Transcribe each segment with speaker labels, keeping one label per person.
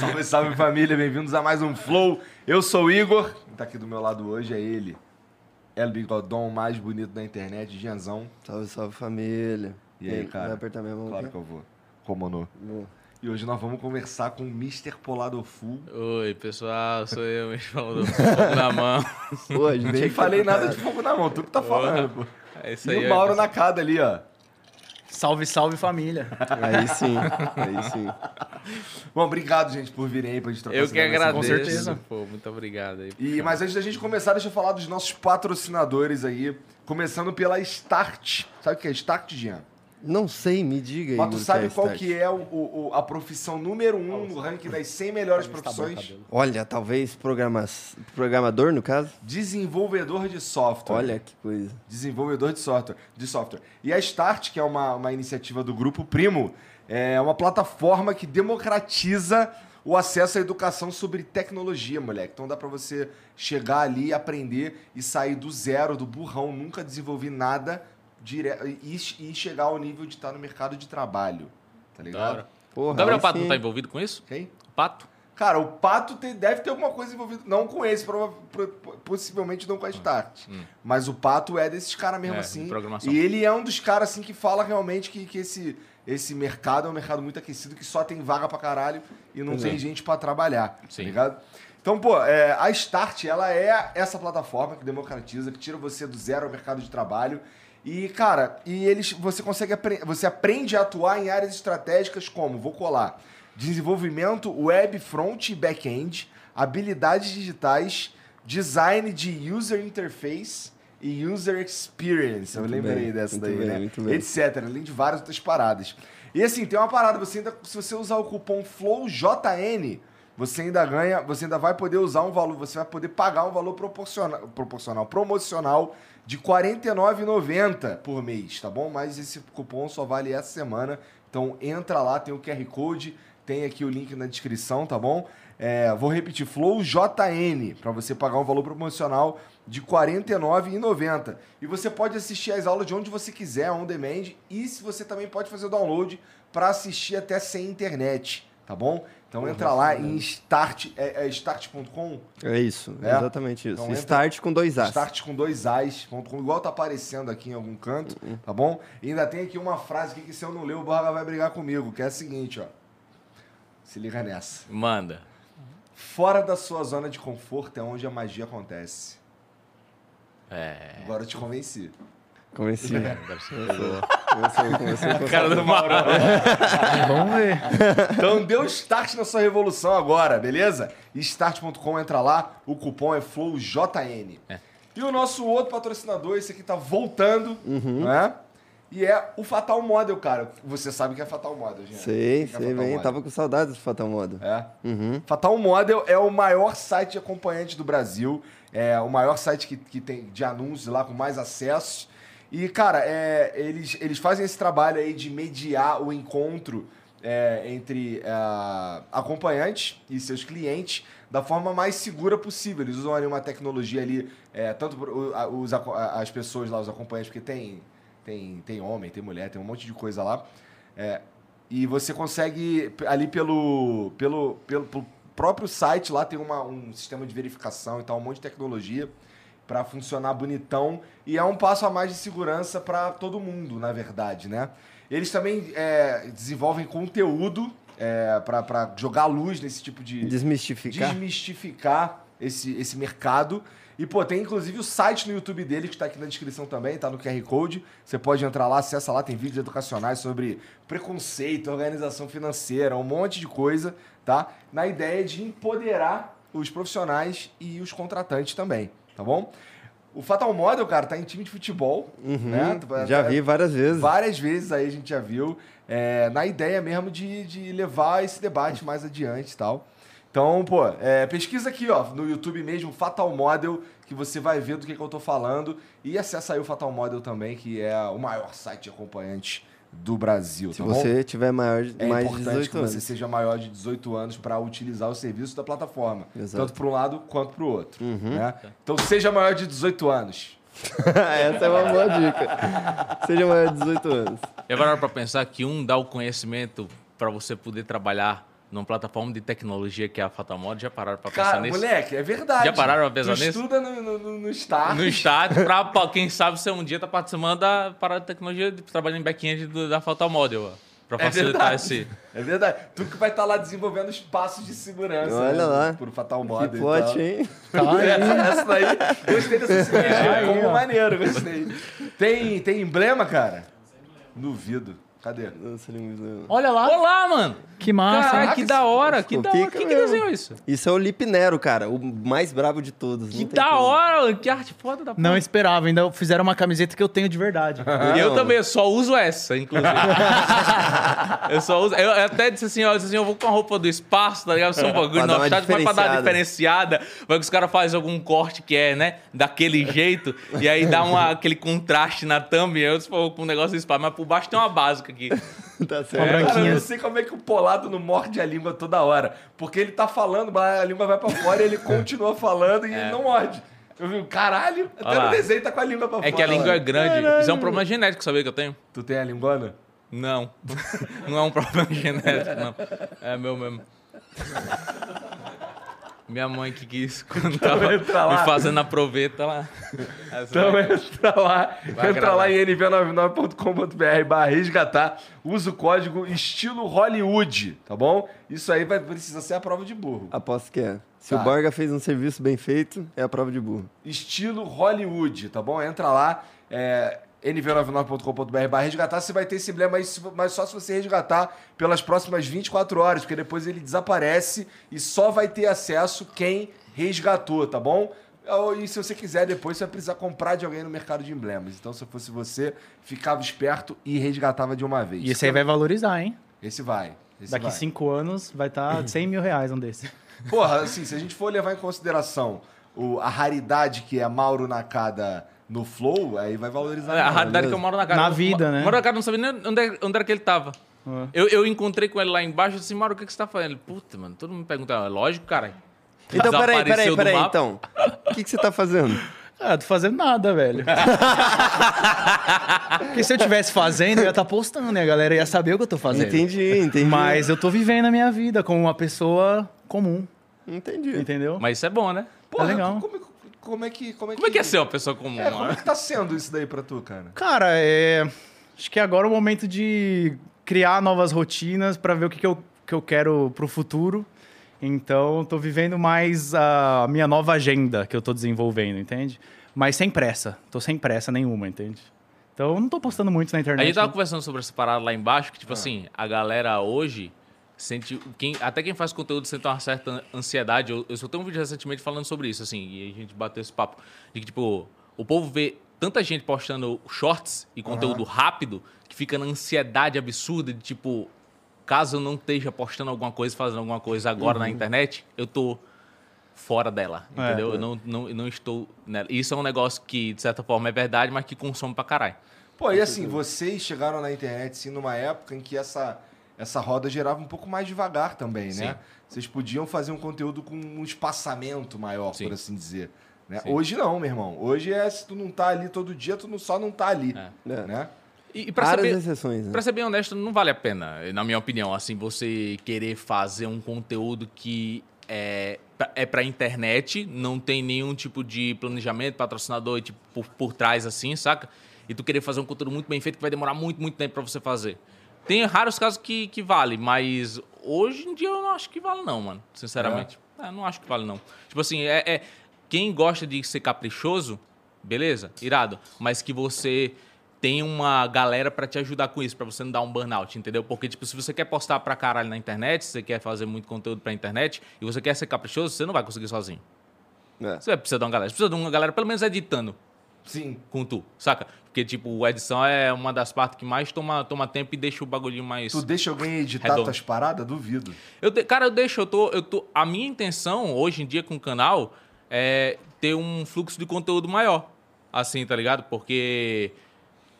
Speaker 1: Salve, salve família, bem-vindos a mais um Flow. Eu sou o Igor, quem tá aqui do meu lado hoje é ele, é o bigodão mais bonito da internet, Genzão.
Speaker 2: Salve, salve família.
Speaker 1: E aí, cara?
Speaker 2: Vai apertar minha mão
Speaker 1: Claro que
Speaker 2: aqui?
Speaker 1: eu vou, Romanô.
Speaker 2: Boa.
Speaker 1: E hoje nós vamos conversar com o Mr. Polado Full.
Speaker 3: Oi, pessoal, sou eu, mesmo falando fogo na mão.
Speaker 2: Pô, a gente
Speaker 1: Nem
Speaker 2: veio
Speaker 1: falei
Speaker 2: pra-
Speaker 1: nada de fogo na mão, tu que tá falando, pô.
Speaker 3: É isso
Speaker 1: E
Speaker 3: aí.
Speaker 1: o
Speaker 3: ó,
Speaker 1: Mauro na cada ali, ó.
Speaker 4: Salve, salve família.
Speaker 2: Aí sim, aí sim.
Speaker 1: Bom, obrigado, gente, por virem aí pra gente trocar
Speaker 3: Eu
Speaker 1: essa
Speaker 3: que
Speaker 1: ideia.
Speaker 3: agradeço.
Speaker 4: com certeza.
Speaker 3: Pô, muito obrigado aí.
Speaker 1: E, mas antes da gente começar, deixa eu falar dos nossos patrocinadores aí. Começando pela Start. Sabe o que é Start, Jean?
Speaker 2: Não sei, me diga aí.
Speaker 1: Mas tu sabe qual que é o, o- o- a profissão número um no ranking das 100 melhores
Speaker 3: tá
Speaker 1: profissões?
Speaker 2: Olha, talvez programa... programador, no caso?
Speaker 1: Desenvolvedor de software.
Speaker 2: Olha que coisa.
Speaker 1: Desenvolvedor de software. De software. E a Start, que é uma, uma iniciativa do Grupo Primo, é uma plataforma que democratiza o acesso à educação sobre tecnologia, moleque. Então dá pra você chegar ali, aprender e sair do zero, do burrão, nunca desenvolvi nada dire... e, e chegar ao nível de estar no mercado de trabalho. Tá
Speaker 3: Da
Speaker 1: ligado?
Speaker 3: hora. O
Speaker 2: Porra,
Speaker 3: Gabriel
Speaker 2: aí
Speaker 3: Pato
Speaker 2: sim.
Speaker 3: não tá envolvido com isso?
Speaker 1: Quem?
Speaker 3: O Pato?
Speaker 1: Cara, o Pato tem- deve ter alguma coisa envolvida. Não com esse, prova- pro- po- possivelmente não com a Start.
Speaker 3: Hum.
Speaker 1: Mas o Pato é desses caras mesmo
Speaker 3: É,
Speaker 1: assim.
Speaker 3: de programação.
Speaker 1: E ele é um dos caras assim que fala realmente que, que esse, esse mercado é um mercado muito aquecido, que só tem vaga pra caralho e não
Speaker 2: Pois
Speaker 1: tem
Speaker 2: é.
Speaker 1: gente pra trabalhar. Tá
Speaker 3: Sim.
Speaker 1: ligado? Então, pô, é, a Start, ela é essa plataforma que democratiza, que tira você do zero ao mercado de trabalho. E, cara, e eles, você consegue apre- você aprende a atuar em áreas estratégicas como, vou colar, desenvolvimento web front e back-end, habilidades digitais, design de user interface e user experience. Eu
Speaker 2: Muito
Speaker 1: lembrei
Speaker 2: bem,
Speaker 1: dessa
Speaker 2: muito
Speaker 1: daí,
Speaker 2: bem,
Speaker 1: né?
Speaker 2: muito bem.
Speaker 1: etc, além de várias outras paradas. E assim, tem uma parada, você ainda, se você usar o cupom FLOWJN, você ainda ganha, você ainda vai poder usar um valor, você vai poder pagar um valor proporcional, proporcional promocional de R$ 49,90 por mês, tá bom? Mas esse cupom só vale essa semana, então entra lá, tem o QR Code, tem aqui o link na descrição, tá bom? É, vou repetir, FlowJN, para você pagar um valor promocional de R$ 49,90. E você pode assistir as aulas de onde você quiser, on demand, e se você também pode fazer o download para assistir até sem internet, tá bom? Então entra lá em start, é, é start.com,
Speaker 2: É isso,
Speaker 1: É?
Speaker 2: exatamente isso.
Speaker 1: Então entra-
Speaker 2: Start com dois As.
Speaker 1: start com dois as.com, igual tá aparecendo aqui em algum canto, tá bom? E ainda tem aqui uma frase aqui que se eu não ler o Barra vai brigar comigo, que é a seguinte, ó. Se liga nessa.
Speaker 3: Manda.
Speaker 1: Fora da sua zona de conforto é onde a magia acontece.
Speaker 3: É.
Speaker 1: Agora eu te convenci.
Speaker 2: Comecei.
Speaker 1: É,
Speaker 3: Agora você pegou.
Speaker 2: Comecei, comecei,
Speaker 3: A
Speaker 2: comecei.
Speaker 3: cara do Mauro.
Speaker 4: Vamos ver.
Speaker 1: né? Então dê o start na sua revolução agora, beleza? Start.com, entra lá, o cupom é
Speaker 2: É. Uhum.
Speaker 1: FlowJN. E o nosso outro patrocinador, esse aqui tá voltando, né? E é o Fatal Model, cara. Você sabe que é Fatal Model, gente.
Speaker 2: Sei,
Speaker 1: Que é
Speaker 2: sei tá
Speaker 1: Fatal
Speaker 2: bem.
Speaker 1: Model.
Speaker 2: Tava com saudades do Fatal Modo.
Speaker 1: É. Fatal Model é o maior site de acompanhante do Brasil. É o maior site que, que tem de anúncios lá com mais acessos. E, cara, é, eles, eles fazem esse trabalho aí de mediar o encontro é, entre ah, acompanhantes e seus clientes da forma mais segura possível. Eles usam ali uma tecnologia ali, é, tanto pro- a- os aco- a- as pessoas lá, os acompanhantes, porque tem, tem, tem homem, tem mulher, tem um monte de coisa lá. É, e você consegue p- ali pelo, pelo, pelo, pelo próprio site lá tem uma, um sistema de verificação e tal, um monte de tecnologia para funcionar bonitão e é um passo a mais de segurança para todo mundo, na verdade, né? Eles também é, desenvolvem conteúdo é, para jogar luz nesse tipo de
Speaker 2: Desmistificar.
Speaker 1: desmistificar esse, esse mercado. E, pô, tem inclusive o site no YouTube dele, que tá aqui na descrição também, tá no QR Code. Você pode entrar lá, acessa lá, tem vídeos educacionais sobre preconceito, organização financeira, um monte de coisa, tá? Na ideia de empoderar os profissionais e os contratantes também, tá bom? O Fatal Model, cara, tá em time de futebol, né?
Speaker 2: Uhum, Já
Speaker 1: Tá-
Speaker 2: vi várias vezes.
Speaker 1: Várias vezes aí a gente já viu, é, na ideia mesmo de, de levar esse debate mais adiante e tal. Então, pô, é, pesquisa aqui, ó, no YouTube mesmo, Fatal Model, que você vai ver do que, que eu tô falando. E acessa aí o Fatal Model também, que é o maior site de acompanhantes do Brasil,
Speaker 2: Se
Speaker 1: tá bom?
Speaker 2: você tiver maior, de-
Speaker 1: É
Speaker 2: mais de
Speaker 1: importante
Speaker 2: 18
Speaker 1: que você
Speaker 2: anos.
Speaker 1: seja maior de 18 anos para utilizar o serviço da plataforma.
Speaker 2: Exato. Uhum.
Speaker 1: Tanto para um lado quanto para o outro. né? Então seja maior de 18 anos.
Speaker 2: Essa é uma boa dica. Seja maior de 18 anos.
Speaker 3: Já pararam pra pensar que um dá o conhecimento pra você poder trabalhar numa plataforma de tecnologia que é a Fatal Mod? Já pararam pra pensar
Speaker 1: Cara,
Speaker 3: nisso?
Speaker 1: moleque, é verdade.
Speaker 3: Já pararam pra pensar
Speaker 1: tu
Speaker 3: nisso?
Speaker 1: estuda no, no, no, no Star.
Speaker 3: No start, pra, pra quem sabe você um dia tá participando da parada de tecnologia, de- trabalhando em back-end do- da Fatal Model, ó. Pra
Speaker 1: É
Speaker 3: facilitar
Speaker 1: verdade.
Speaker 3: esse.
Speaker 1: É verdade. Tu que vai estar lá desenvolvendo os passos de segurança.
Speaker 2: Olha
Speaker 1: né,
Speaker 2: lá.
Speaker 1: Por Fatal
Speaker 2: que
Speaker 1: Model. e
Speaker 2: plot,
Speaker 1: tal.
Speaker 2: hein?
Speaker 1: Essa, essa daí. Gostei dessa sinergia.
Speaker 4: Aí,
Speaker 1: Como
Speaker 4: ó.
Speaker 1: maneiro, gostei. Tem, tem emblema, cara? Duvido. Cadê?
Speaker 2: Nossa, ele é me deu-
Speaker 4: Olha lá.
Speaker 3: Olá, mano!
Speaker 4: que massa.
Speaker 3: Caraca, Ah, que da hora, que
Speaker 2: ficou
Speaker 3: da hora.
Speaker 2: pica
Speaker 3: Quem que
Speaker 2: mesmo.
Speaker 3: desenhou isso?
Speaker 2: Isso é o Lip Nero, cara. O mais brabo de todos.
Speaker 3: Que
Speaker 2: não tem
Speaker 3: da
Speaker 2: como.
Speaker 3: hora, mano. Que arte foda da
Speaker 4: Não
Speaker 3: porra.
Speaker 4: esperava, ainda fizeram uma camiseta que eu tenho de verdade.
Speaker 2: Ah,
Speaker 3: eu
Speaker 2: não.
Speaker 3: também, só uso essa, inclusive. eu só uso. Eu até disse assim, ó, eu, disse assim, eu vou com a roupa do espaço, tá ligado? Só um bagulho
Speaker 2: Pra dar uma
Speaker 3: nostálgico, mas pra dar uma diferenciada. Vai que os caras fazem algum corte que é, né? Daquele jeito. e aí dá uma, aquele contraste na thumb. Eu disse, pô, com um negócio do espaço, mas por baixo tem uma básica aqui.
Speaker 2: tá
Speaker 4: Uma
Speaker 2: certo.
Speaker 1: Cara, eu
Speaker 4: branquinha.
Speaker 1: não sei como é que o polado não morde a língua toda hora. Porque ele tá falando, mas a língua vai pra fora e ele continua falando e ele não morde. Eu vi, caralho, até
Speaker 3: É. Olha lá.
Speaker 1: no desenho tá com a língua pra fora.
Speaker 3: É que a língua é
Speaker 1: olha.
Speaker 3: grande. Isso é um problema genético, sabia que eu tenho?
Speaker 1: Tu tem a linguana?
Speaker 3: Não. não é um problema genético, não. É meu mesmo. Minha mãe que quis quando tava
Speaker 1: entra lá.
Speaker 3: me fazendo a proveta lá.
Speaker 1: Então entra lá, entra
Speaker 3: agradar.
Speaker 1: lá em nv99.com.br barra resgatar, usa o código estilo Hollywood, tá bom? Isso aí vai precisar ser a prova de burro.
Speaker 2: Aposto que é. Se
Speaker 1: Tá.
Speaker 2: o Borga fez um serviço bem feito, é a prova de burro.
Speaker 1: Estilo Hollywood, tá bom? Entra lá, é, nv99.com.br barra resgatar, você vai ter esse emblema aí, se- mas só se você resgatar pelas próximas 24 horas, porque depois ele desaparece e só vai ter acesso quem resgatou, tá bom? Ou- E se você quiser, depois você vai precisar comprar de alguém no mercado de emblemas. Então, se eu fosse você, ficava esperto e resgatava de uma vez.
Speaker 4: E esse aí vai valorizar, hein?
Speaker 1: Esse vai. Esse
Speaker 4: Daqui
Speaker 1: vai.
Speaker 4: cinco anos vai estar 100 mil reais um desse.
Speaker 1: Porra, assim, se a gente for levar em consideração o- a raridade que é Mauro Nakada no Flow, aí vai valorizar.
Speaker 3: É, A
Speaker 1: mais.
Speaker 3: raridade que eu moro na casa.
Speaker 4: Na vida, né?
Speaker 3: Moro na casa, não sabia nem onde, é, onde era que ele tava.
Speaker 4: Ah.
Speaker 3: Eu, eu encontrei com ele lá embaixo e disse, Mauro, o que, que você tá fazendo? Ele, Puta, mano, todo mundo me pergunta, "É lógico, cara.
Speaker 2: Então, peraí,
Speaker 3: Desapareceu
Speaker 2: peraí,
Speaker 3: do
Speaker 2: peraí,
Speaker 3: mapa.
Speaker 2: então. O que, que você tá fazendo?
Speaker 4: Ah, eu tô fazendo nada, velho. Porque se eu tivesse fazendo, eu ia estar postando, né? A galera ia saber o que eu tô fazendo.
Speaker 2: Entendi, entendi.
Speaker 4: Mas eu tô vivendo a minha vida como uma pessoa comum,
Speaker 2: Entendi.
Speaker 4: entendeu?
Speaker 3: Mas isso é bom, né?
Speaker 1: Porra,
Speaker 4: legal.
Speaker 1: Como, como é que. Como é que,
Speaker 3: Como é que é ser uma pessoa comum?
Speaker 1: É,
Speaker 3: né?
Speaker 1: como é que tá sendo isso daí pra tu, cara?
Speaker 4: Cara, é. Acho que agora é o momento de criar novas rotinas pra ver o que, que, eu, que eu quero pro futuro. Então, tô vivendo mais a minha nova agenda que eu tô desenvolvendo, entende? Mas sem pressa. Tô sem pressa nenhuma, entende? Então, eu não tô postando muito na
Speaker 3: A
Speaker 4: internet. né? Ah.
Speaker 3: gente tava
Speaker 4: não.
Speaker 3: conversando sobre essa parada lá embaixo, que, tipo assim, a galera hoje sente. Quem, até quem faz conteúdo sente uma certa an- ansiedade. Eu, eu soltei um vídeo recentemente falando sobre isso, assim, e a gente bateu esse papo. De que, tipo, o povo vê tanta gente postando shorts e conteúdo rápido que fica na ansiedade absurda de tipo, caso eu não esteja postando alguma coisa, fazendo alguma coisa agora na internet, eu tô fora dela,
Speaker 4: Uhum. É.
Speaker 3: entendeu? Eu não, não, eu não estou nela. Isso é um negócio que, de certa forma, é verdade, mas que consome pra caralho.
Speaker 1: Pô, e assim, vocês chegaram na internet, sim, numa época em que essa, essa roda girava um pouco mais devagar também, né?
Speaker 3: Sim.
Speaker 1: Vocês podiam fazer um conteúdo com um espaçamento maior,
Speaker 3: Sim.
Speaker 1: por assim dizer. né?
Speaker 3: Sim.
Speaker 1: Hoje não, meu irmão. Hoje é se tu não tá ali todo dia, tu não, só não tá ali.
Speaker 2: É.
Speaker 1: Né?
Speaker 3: E, e pra
Speaker 2: Raras
Speaker 3: saber...
Speaker 2: exceções, né?
Speaker 3: Pra ser bem honesto, não vale a pena, na minha opinião, assim, você querer fazer um conteúdo que é, pra- é pra internet, não tem nenhum tipo de planejamento, patrocinador tipo, por, por trás, assim, saca? E tu querer fazer um conteúdo muito bem feito que vai demorar muito, muito tempo pra você fazer. Tem raros casos que, que vale, mas hoje em dia eu não acho que vale, não, mano. Sinceramente. É, não acho que vale, não. Tipo assim, é- é quem gosta de ser caprichoso, beleza? Irado. Mas que você tem uma galera pra te ajudar com isso, pra você não dar um burnout, entendeu? Porque, tipo, se você quer postar pra caralho na internet, se você quer fazer muito conteúdo pra internet e você quer ser caprichoso, você não vai conseguir sozinho.
Speaker 2: É.
Speaker 3: Você vai precisar de uma galera. Você precisa de uma galera, pelo menos editando
Speaker 1: Sim.
Speaker 3: com tu, saca? Porque, tipo, a edição é uma das partes que mais toma, toma tempo e deixa o bagulhinho mais.
Speaker 1: Tu deixa alguém editar
Speaker 3: Redondo.
Speaker 1: tuas paradas? Duvido.
Speaker 3: Eu de- cara, eu deixo, eu tô, eu tô. A minha intenção hoje em dia com o canal é ter um fluxo de conteúdo maior. Assim, tá ligado? Porque.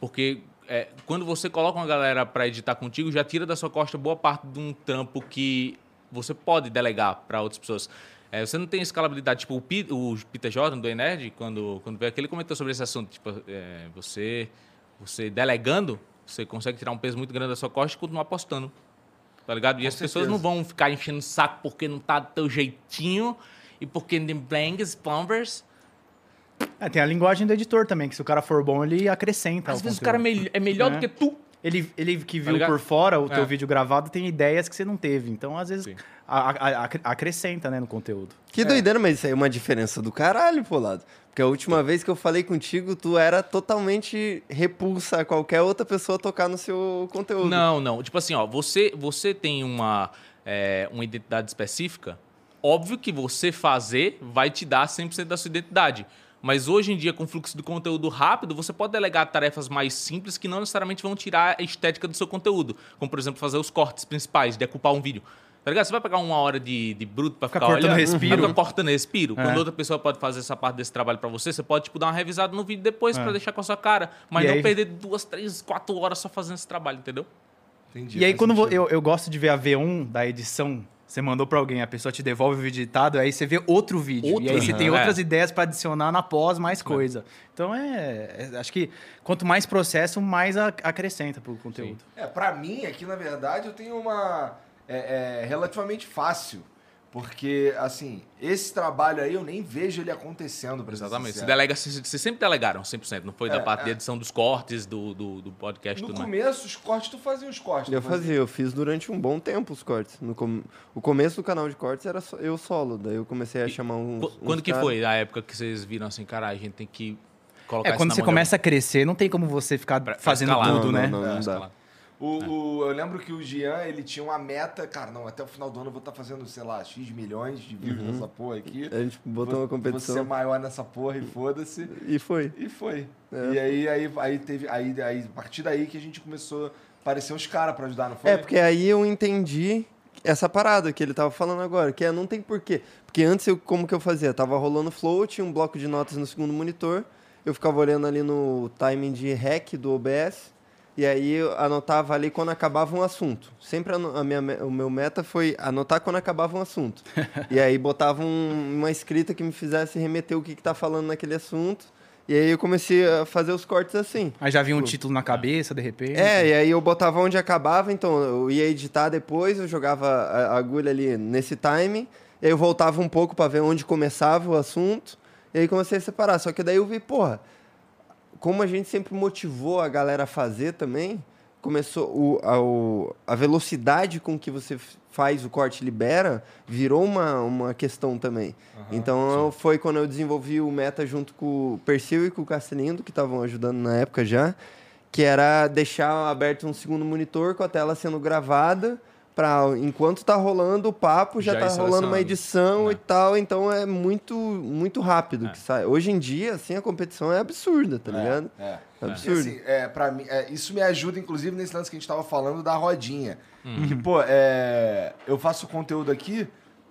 Speaker 3: Porque é, quando você coloca uma galera pra editar contigo, já tira da sua costa boa parte de um trampo que você pode delegar pra outras pessoas. É, você não tem escalabilidade. Tipo, o, Pi- o Peter Jordan, do Enerd, quando, quando veio aqui, ele comentou sobre esse assunto. Tipo, é, você, você delegando, você consegue tirar um peso muito grande da sua costa e continuar postando. Tá ligado? E as pessoas não vão ficar enchendo o saco porque não tá do teu jeitinho e porque nem blanks, plumbers.
Speaker 4: É, tem a linguagem do editor também, que se o cara for bom, ele acrescenta.
Speaker 3: Às
Speaker 4: ao
Speaker 3: vezes o
Speaker 4: conteúdo.
Speaker 3: cara é, mel- é melhor
Speaker 4: É.
Speaker 3: do que tu.
Speaker 4: Ele, ele que viu
Speaker 3: Tá ligado?
Speaker 4: por fora o
Speaker 3: É.
Speaker 4: teu vídeo gravado tem ideias que você não teve. Então, às vezes,
Speaker 3: Sim.
Speaker 4: a- a- a- acre- acrescenta né, no conteúdo.
Speaker 2: Que doideira, mas isso aí é uma diferença do caralho, pô, lado. Porque a última vez que eu falei contigo, tu era totalmente repulsa a qualquer outra pessoa tocar no seu conteúdo.
Speaker 3: Não, não. Tipo assim, ó, você, você tem uma, é, uma identidade específica. Óbvio que você fazer vai te dar 100% da sua identidade. Mas hoje em dia, com fluxo de conteúdo rápido, você pode delegar tarefas mais simples que não necessariamente vão tirar a estética do seu conteúdo. Como, por exemplo, fazer os cortes principais, decupar um vídeo. Tá ligado? Você vai pegar uma hora de, de bruto pra
Speaker 4: Ficar
Speaker 3: ficar,
Speaker 4: cortando
Speaker 3: olhando,
Speaker 4: respiro.
Speaker 3: Fica cortando respiro.
Speaker 4: É.
Speaker 3: Quando outra pessoa pode fazer essa parte desse trabalho pra você, você pode, tipo, dar uma revisada no vídeo depois pra deixar com a sua cara. Mas
Speaker 4: É. E
Speaker 3: não
Speaker 4: aí-
Speaker 3: perder duas, três, quatro horas só fazendo esse trabalho, entendeu?
Speaker 1: Entendi.
Speaker 4: E aí,
Speaker 1: faz
Speaker 4: quando vo-
Speaker 1: sentido.
Speaker 4: eu, eu gosto de ver a V1 da edição, você mandou pra alguém, a pessoa te devolve o vídeo editado, aí você vê outro vídeo.
Speaker 3: Outro
Speaker 4: e aí você
Speaker 3: vídeo,
Speaker 4: tem
Speaker 3: é.
Speaker 4: outras ideias pra adicionar na pós, mais coisa. Então, é, é- Acho que quanto mais processo, mais a- acrescenta pro conteúdo.
Speaker 1: É, pra mim, aqui, na verdade, eu tenho uma. É, é, relativamente fácil. Porque, assim, esse trabalho aí eu nem vejo ele acontecendo, pra ser
Speaker 3: Exatamente. Se
Speaker 1: sincero.
Speaker 3: delega, se- se sempre delegaram 100%, não foi da
Speaker 1: É,
Speaker 3: parte
Speaker 1: é.
Speaker 3: de edição dos cortes, do, do, do
Speaker 4: é
Speaker 3: podcast,
Speaker 1: No
Speaker 4: né?
Speaker 3: tudo mais.
Speaker 1: começo, os cortes, tu fazia os cortes.
Speaker 2: Eu
Speaker 1: tu
Speaker 2: fazia, eu fiz durante um bom tempo os cortes. No com- O começo do canal de cortes era só eu solo, daí eu comecei a chamar uns.
Speaker 3: Qu-
Speaker 2: uns
Speaker 3: Quando que
Speaker 2: caras.
Speaker 3: foi a época que vocês viram assim, cara, a gente tem que colocar
Speaker 4: É,
Speaker 3: isso
Speaker 4: quando
Speaker 3: na
Speaker 4: você
Speaker 3: mão
Speaker 4: começa a crescer, não tem como você ficar
Speaker 3: Pra- pra
Speaker 4: fazendo
Speaker 3: escalar.
Speaker 4: tudo,
Speaker 2: Não,
Speaker 4: né?
Speaker 2: Não, não, não
Speaker 3: de alguém.
Speaker 2: dá.
Speaker 4: É.
Speaker 1: O, o- eu lembro que o Jean, ele tinha uma meta, cara, não, até o final do ano eu vou estar fazendo, sei lá, X milhões de views nessa porra aqui.
Speaker 2: A gente botou
Speaker 1: Vou-
Speaker 2: uma competição
Speaker 1: Vou ser maior nessa porra e foda-se.
Speaker 2: e foi.
Speaker 1: E foi.
Speaker 2: É,
Speaker 1: E aí, aí, aí teve. Aí, aí, a partir daí que a gente começou a aparecer uns caras pra ajudar, não foi?
Speaker 2: É, porque aí eu entendi essa parada que ele tava falando agora, que é não tem porquê. Porque antes, eu, como que eu fazia? Tava rolando flow, tinha um bloco de notas no segundo monitor, eu ficava olhando ali no timing de rec do OBS, e aí eu anotava ali quando acabava um assunto. Sempre ano- a minha, me- o meu meta foi anotar quando acabava um assunto. e aí botava um- uma escrita que me fizesse remeter o que, que tá falando naquele assunto, e aí eu comecei a fazer os cortes assim.
Speaker 4: Aí já vinha um título na cabeça, de repente.
Speaker 2: É, e aí eu botava onde acabava, então eu ia editar depois, eu jogava a a agulha ali nesse time, e aí eu voltava um pouco pra ver onde começava o assunto, e aí comecei a separar. Só que daí eu vi, porra, como a gente sempre motivou a galera a fazer também, começou o, a, o- a velocidade com que você f- faz o corte e libera virou uma, uma questão também. então eu- foi quando eu desenvolvi o meta junto com o Persil e com o Castelindo, que estavam ajudando na época já, que era deixar aberto um segundo monitor com a tela sendo gravada para para enquanto tá rolando o papo, já,
Speaker 3: Já
Speaker 2: tá
Speaker 3: ir
Speaker 2: rolando uma edição
Speaker 3: selecionando. É.
Speaker 2: e tal, então é muito muito rápido
Speaker 3: É.
Speaker 2: que sai. Hoje em dia, assim, a competição é absurda, tá ligado?
Speaker 1: É.
Speaker 2: É
Speaker 1: E,
Speaker 2: absurdo.
Speaker 1: assim, é, pra mim, é, isso me ajuda, inclusive, nesse lance que a gente tava falando da rodinha.
Speaker 3: Uhum.
Speaker 1: Que, pô, é, eu faço conteúdo aqui,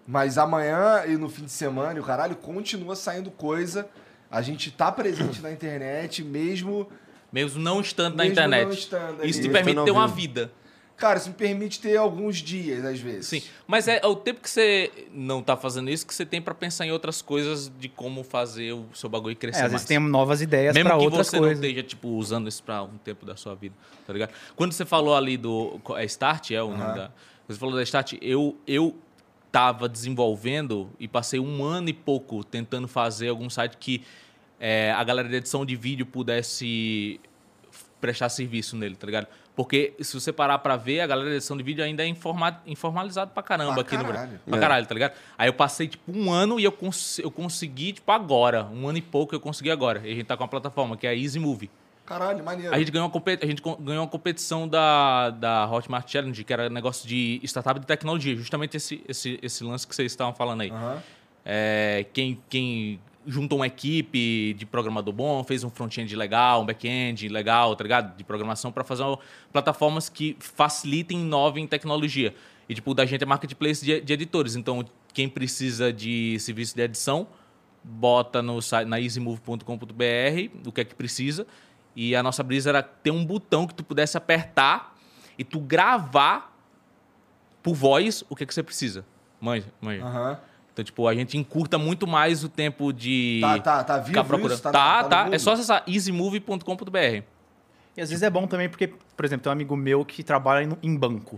Speaker 1: mas amanhã e no fim de semana, e o caralho, continua saindo coisa. A gente tá presente na internet, mesmo.
Speaker 3: Mesmo não estando na
Speaker 1: mesmo
Speaker 3: internet.
Speaker 1: não estando é ali.
Speaker 3: Isso te
Speaker 2: Isso
Speaker 3: permite
Speaker 2: não
Speaker 3: ter uma
Speaker 2: viu.
Speaker 3: vida.
Speaker 1: Cara, isso me permite ter alguns dias, às vezes.
Speaker 3: Sim. Mas é, é o tempo que você não tá fazendo isso que você tem pra pensar em outras coisas de como fazer o seu bagulho
Speaker 4: É,
Speaker 3: crescer
Speaker 4: às
Speaker 3: mais.
Speaker 4: vezes tem novas ideias
Speaker 3: Mesmo
Speaker 4: para
Speaker 3: que
Speaker 4: outras
Speaker 3: você
Speaker 4: coisas.
Speaker 3: não esteja, tipo, usando isso pra um tempo da sua vida, tá ligado? Quando você falou ali do. É Start, é o nome
Speaker 1: Aham.
Speaker 3: da. Você falou da Start, eu, eu tava desenvolvendo e passei um ano e pouco tentando fazer algum site que é, a galera da edição de vídeo pudesse prestar serviço nele, tá ligado? Porque se você parar pra ver, a galera da edição de vídeo ainda é informa- informalizado pra caramba
Speaker 1: Pra
Speaker 3: aqui no Brasil.
Speaker 1: caralho.
Speaker 3: Pra
Speaker 2: É.
Speaker 3: caralho, tá ligado? Aí eu passei, tipo, um ano e eu, cons- eu consegui, tipo, agora. Um ano e pouco eu consegui agora. E a gente tá com uma plataforma que é a Easy Movie.
Speaker 1: Caralho, maneiro.
Speaker 3: A gente ganhou uma, competi- a gente con- ganhou uma competição da, da Hotmart Challenge, que era negócio de startup de tecnologia. Justamente esse, esse, esse lance que vocês estavam falando aí.
Speaker 1: Aham.
Speaker 3: É, quem, quem juntou uma equipe de programador bom, fez um front-end legal, um back-end legal, tá ligado? De programação para fazer uma- plataformas que facilitem e inovem em tecnologia. E, tipo, o da gente é marketplace de, de editores. Então, quem precisa de serviço de edição, bota no site, na easymove.com.br o que é que precisa. E a nossa brisa era ter um botão que tu pudesse apertar e tu gravar por voz o que é que você precisa. Manja, manja.
Speaker 1: Aham.
Speaker 3: Então, tipo, a gente encurta muito mais o tempo de
Speaker 1: Tá, tá, tá vivo
Speaker 3: ficar procurando.
Speaker 1: isso?
Speaker 3: tá,
Speaker 1: na-
Speaker 3: tá.
Speaker 1: no
Speaker 3: É
Speaker 1: mundo?
Speaker 3: só acessar easymovie.com.br.
Speaker 4: E às vezes é bom também porque, por exemplo, tem um amigo meu que trabalha em- em banco.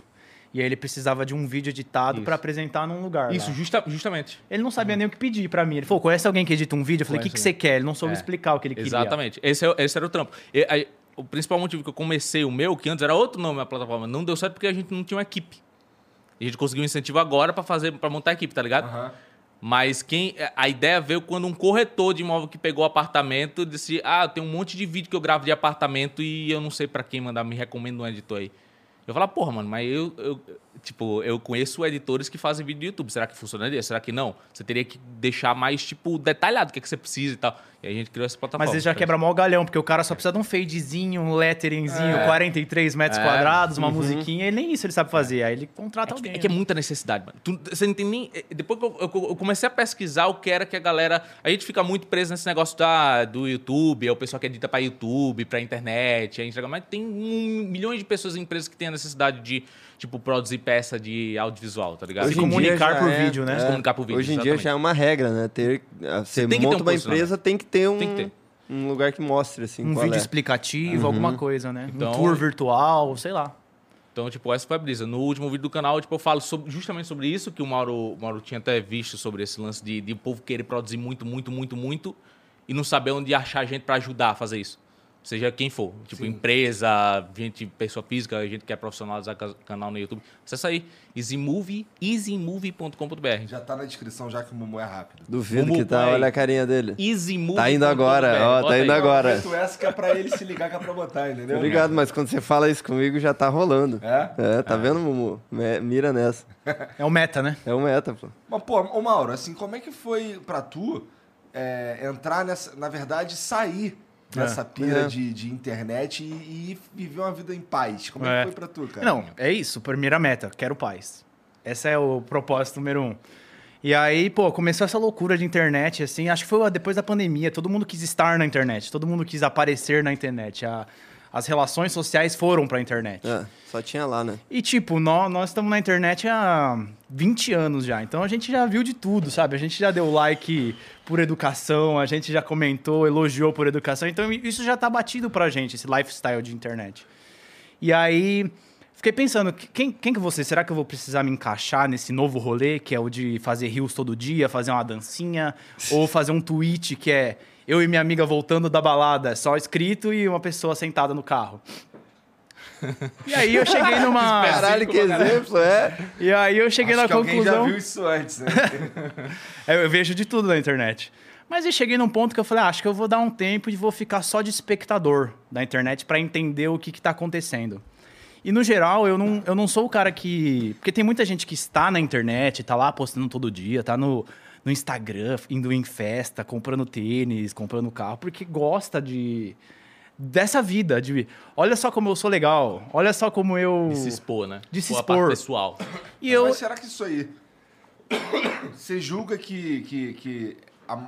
Speaker 4: E aí ele precisava de um vídeo editado
Speaker 3: Isso.
Speaker 4: para apresentar num lugar.
Speaker 3: Isso,
Speaker 4: lá.
Speaker 3: justa- justamente.
Speaker 4: Ele não sabia nem o que pedir para mim. Ele falou: conhece alguém que edita um vídeo? Eu falei: o que,
Speaker 3: Conhece
Speaker 4: que você quer? Ele não soube
Speaker 3: É.
Speaker 4: explicar o que ele queria.
Speaker 3: Exatamente. Esse, é- esse era o trampo. E aí, o principal motivo que eu comecei o meu, que antes era outro nome a plataforma, não deu certo porque a gente não tinha uma equipe. E a gente conseguiu um incentivo agora pra fazer, para montar a equipe, tá ligado?
Speaker 1: Aham.
Speaker 3: Mas quem é, a ideia veio quando um corretor de imóvel que pegou apartamento disse: "Ah, tem um monte de vídeo que eu gravo de apartamento e eu não sei pra quem mandar, me recomenda um editor aí". Eu falo: "Porra, mano, mas eu, eu- tipo, eu conheço editores que fazem vídeo do YouTube. Será que funcionaria? Será que não? Você teria que deixar mais tipo detalhado o que, é que você precisa e tal". E aí a gente criou essa plataforma.
Speaker 4: Mas ele já quebra mó galhão, porque o cara só precisa de um fadezinho, um letteringzinho, 43 metros
Speaker 3: É.
Speaker 4: quadrados, uma musiquinha, e nem isso ele sabe fazer. Aí ele
Speaker 3: É
Speaker 4: contrata
Speaker 3: que,
Speaker 4: alguém. né?
Speaker 3: é que é muita necessidade, mano. Tu- você não tem nem. é, Depois que eu, eu- eu comecei a pesquisar o que era que a galera. A gente fica muito preso nesse negócio da, do YouTube, é o pessoal que edita pra YouTube, pra internet, é Instagram. Mas tem um- milhões de pessoas e empresas que têm a necessidade de, tipo, produzir peça de audiovisual, tá ligado?
Speaker 4: Se
Speaker 2: Hoje em
Speaker 4: comunicar
Speaker 2: dia já
Speaker 4: por
Speaker 2: é-
Speaker 4: vídeo, né?
Speaker 3: Se comunicar por vídeo,
Speaker 2: Hoje em dia
Speaker 3: exatamente.
Speaker 2: já é uma regra, né? Ter, você
Speaker 3: tem que ter
Speaker 2: monta
Speaker 3: um
Speaker 2: uma
Speaker 3: posicionamento.
Speaker 2: empresa, tem que ter um,
Speaker 3: Tem que ter.
Speaker 2: um lugar que mostre, assim,
Speaker 4: Um
Speaker 2: qual
Speaker 4: vídeo
Speaker 2: é.
Speaker 4: explicativo, alguma coisa, né?
Speaker 3: Uhum. Então-
Speaker 4: um tour virtual, sei lá.
Speaker 3: Então, tipo, essa foi a brisa. No último vídeo do canal, tipo, eu falo sobre- justamente sobre isso, que o Mauro, o Mauro tinha até visto sobre esse lance de, de o povo querer produzir muito, muito, muito, muito e não saber onde achar gente pra ajudar a fazer isso. Seja quem for. Tipo, empresa, gente, pessoa física, gente que quer profissionalizar ca- canal no YouTube. Acessa aí, easymovie, easymovie.com.br.
Speaker 1: Já tá na descrição, já que o Mumu é rápido.
Speaker 2: Duvido
Speaker 3: Mumu,
Speaker 2: que tá,
Speaker 3: vai.
Speaker 2: olha a carinha dele.
Speaker 3: Easymovie.
Speaker 2: Tá indo agora, ó, tá indo agora.
Speaker 1: Eu essa que é pra ele se ligar que é pra botar, entendeu?
Speaker 2: Obrigado, mas quando você fala isso comigo, já tá rolando.
Speaker 1: É?
Speaker 2: tá vendo, Mumu? Me- Mira nessa.
Speaker 4: É o meta, né?
Speaker 2: É um meta, pô.
Speaker 1: Mas, pô, ô Mauro, assim, como é que foi pra tu é, entrar nessa. Na verdade, sair dessa pira
Speaker 2: É.
Speaker 1: de, de internet e, e viver uma vida em paz? Como é,
Speaker 4: É.
Speaker 1: que foi pra tu, cara?
Speaker 4: Não, é isso. Primeira meta, quero paz. Esse é o propósito número um. E aí, pô, começou essa loucura de internet, assim. Acho que foi depois da pandemia. Todo mundo quis estar na internet. Todo mundo quis aparecer na internet. A- as relações sociais foram pra internet.
Speaker 2: É, só tinha lá, né?
Speaker 4: E, tipo, nó- nós, estamos na internet há 20 anos já, então a gente já viu de tudo, sabe? A gente já deu like por educação, a gente já comentou, elogiou por educação, então isso já tá batido pra gente, esse lifestyle de internet. E aí, fiquei pensando, que- quem, quem que você, será que eu vou precisar me encaixar nesse novo rolê, que é o de fazer rios todo dia, fazer uma dancinha, ou fazer um tweet que é eu e minha amiga voltando da balada, só escrito e uma pessoa sentada no carro. E aí eu cheguei numa...
Speaker 2: Caralho, que exemplo, é?
Speaker 4: E aí eu cheguei
Speaker 1: Acho
Speaker 4: na
Speaker 1: que alguém já
Speaker 4: conclusão.
Speaker 1: viu isso antes, né?
Speaker 4: É, Eu vejo de tudo na internet. Mas eu cheguei num ponto que eu falei, ah, acho que eu vou dar um tempo e vou ficar só de espectador da internet pra entender o que, que tá acontecendo. E no geral, eu não, eu não sou o cara que. Porque tem muita gente que está na internet, tá lá postando todo dia, tá no, no Instagram, indo em festa, comprando tênis, comprando carro, porque gosta de. Dessa vida, de olha só como eu sou legal, olha só como eu.
Speaker 3: De se expor, né?
Speaker 4: De se
Speaker 3: Ou a parte
Speaker 4: expor.
Speaker 3: pessoal.
Speaker 4: E eu,
Speaker 1: Mas será que isso aí. Você julga que, que, que a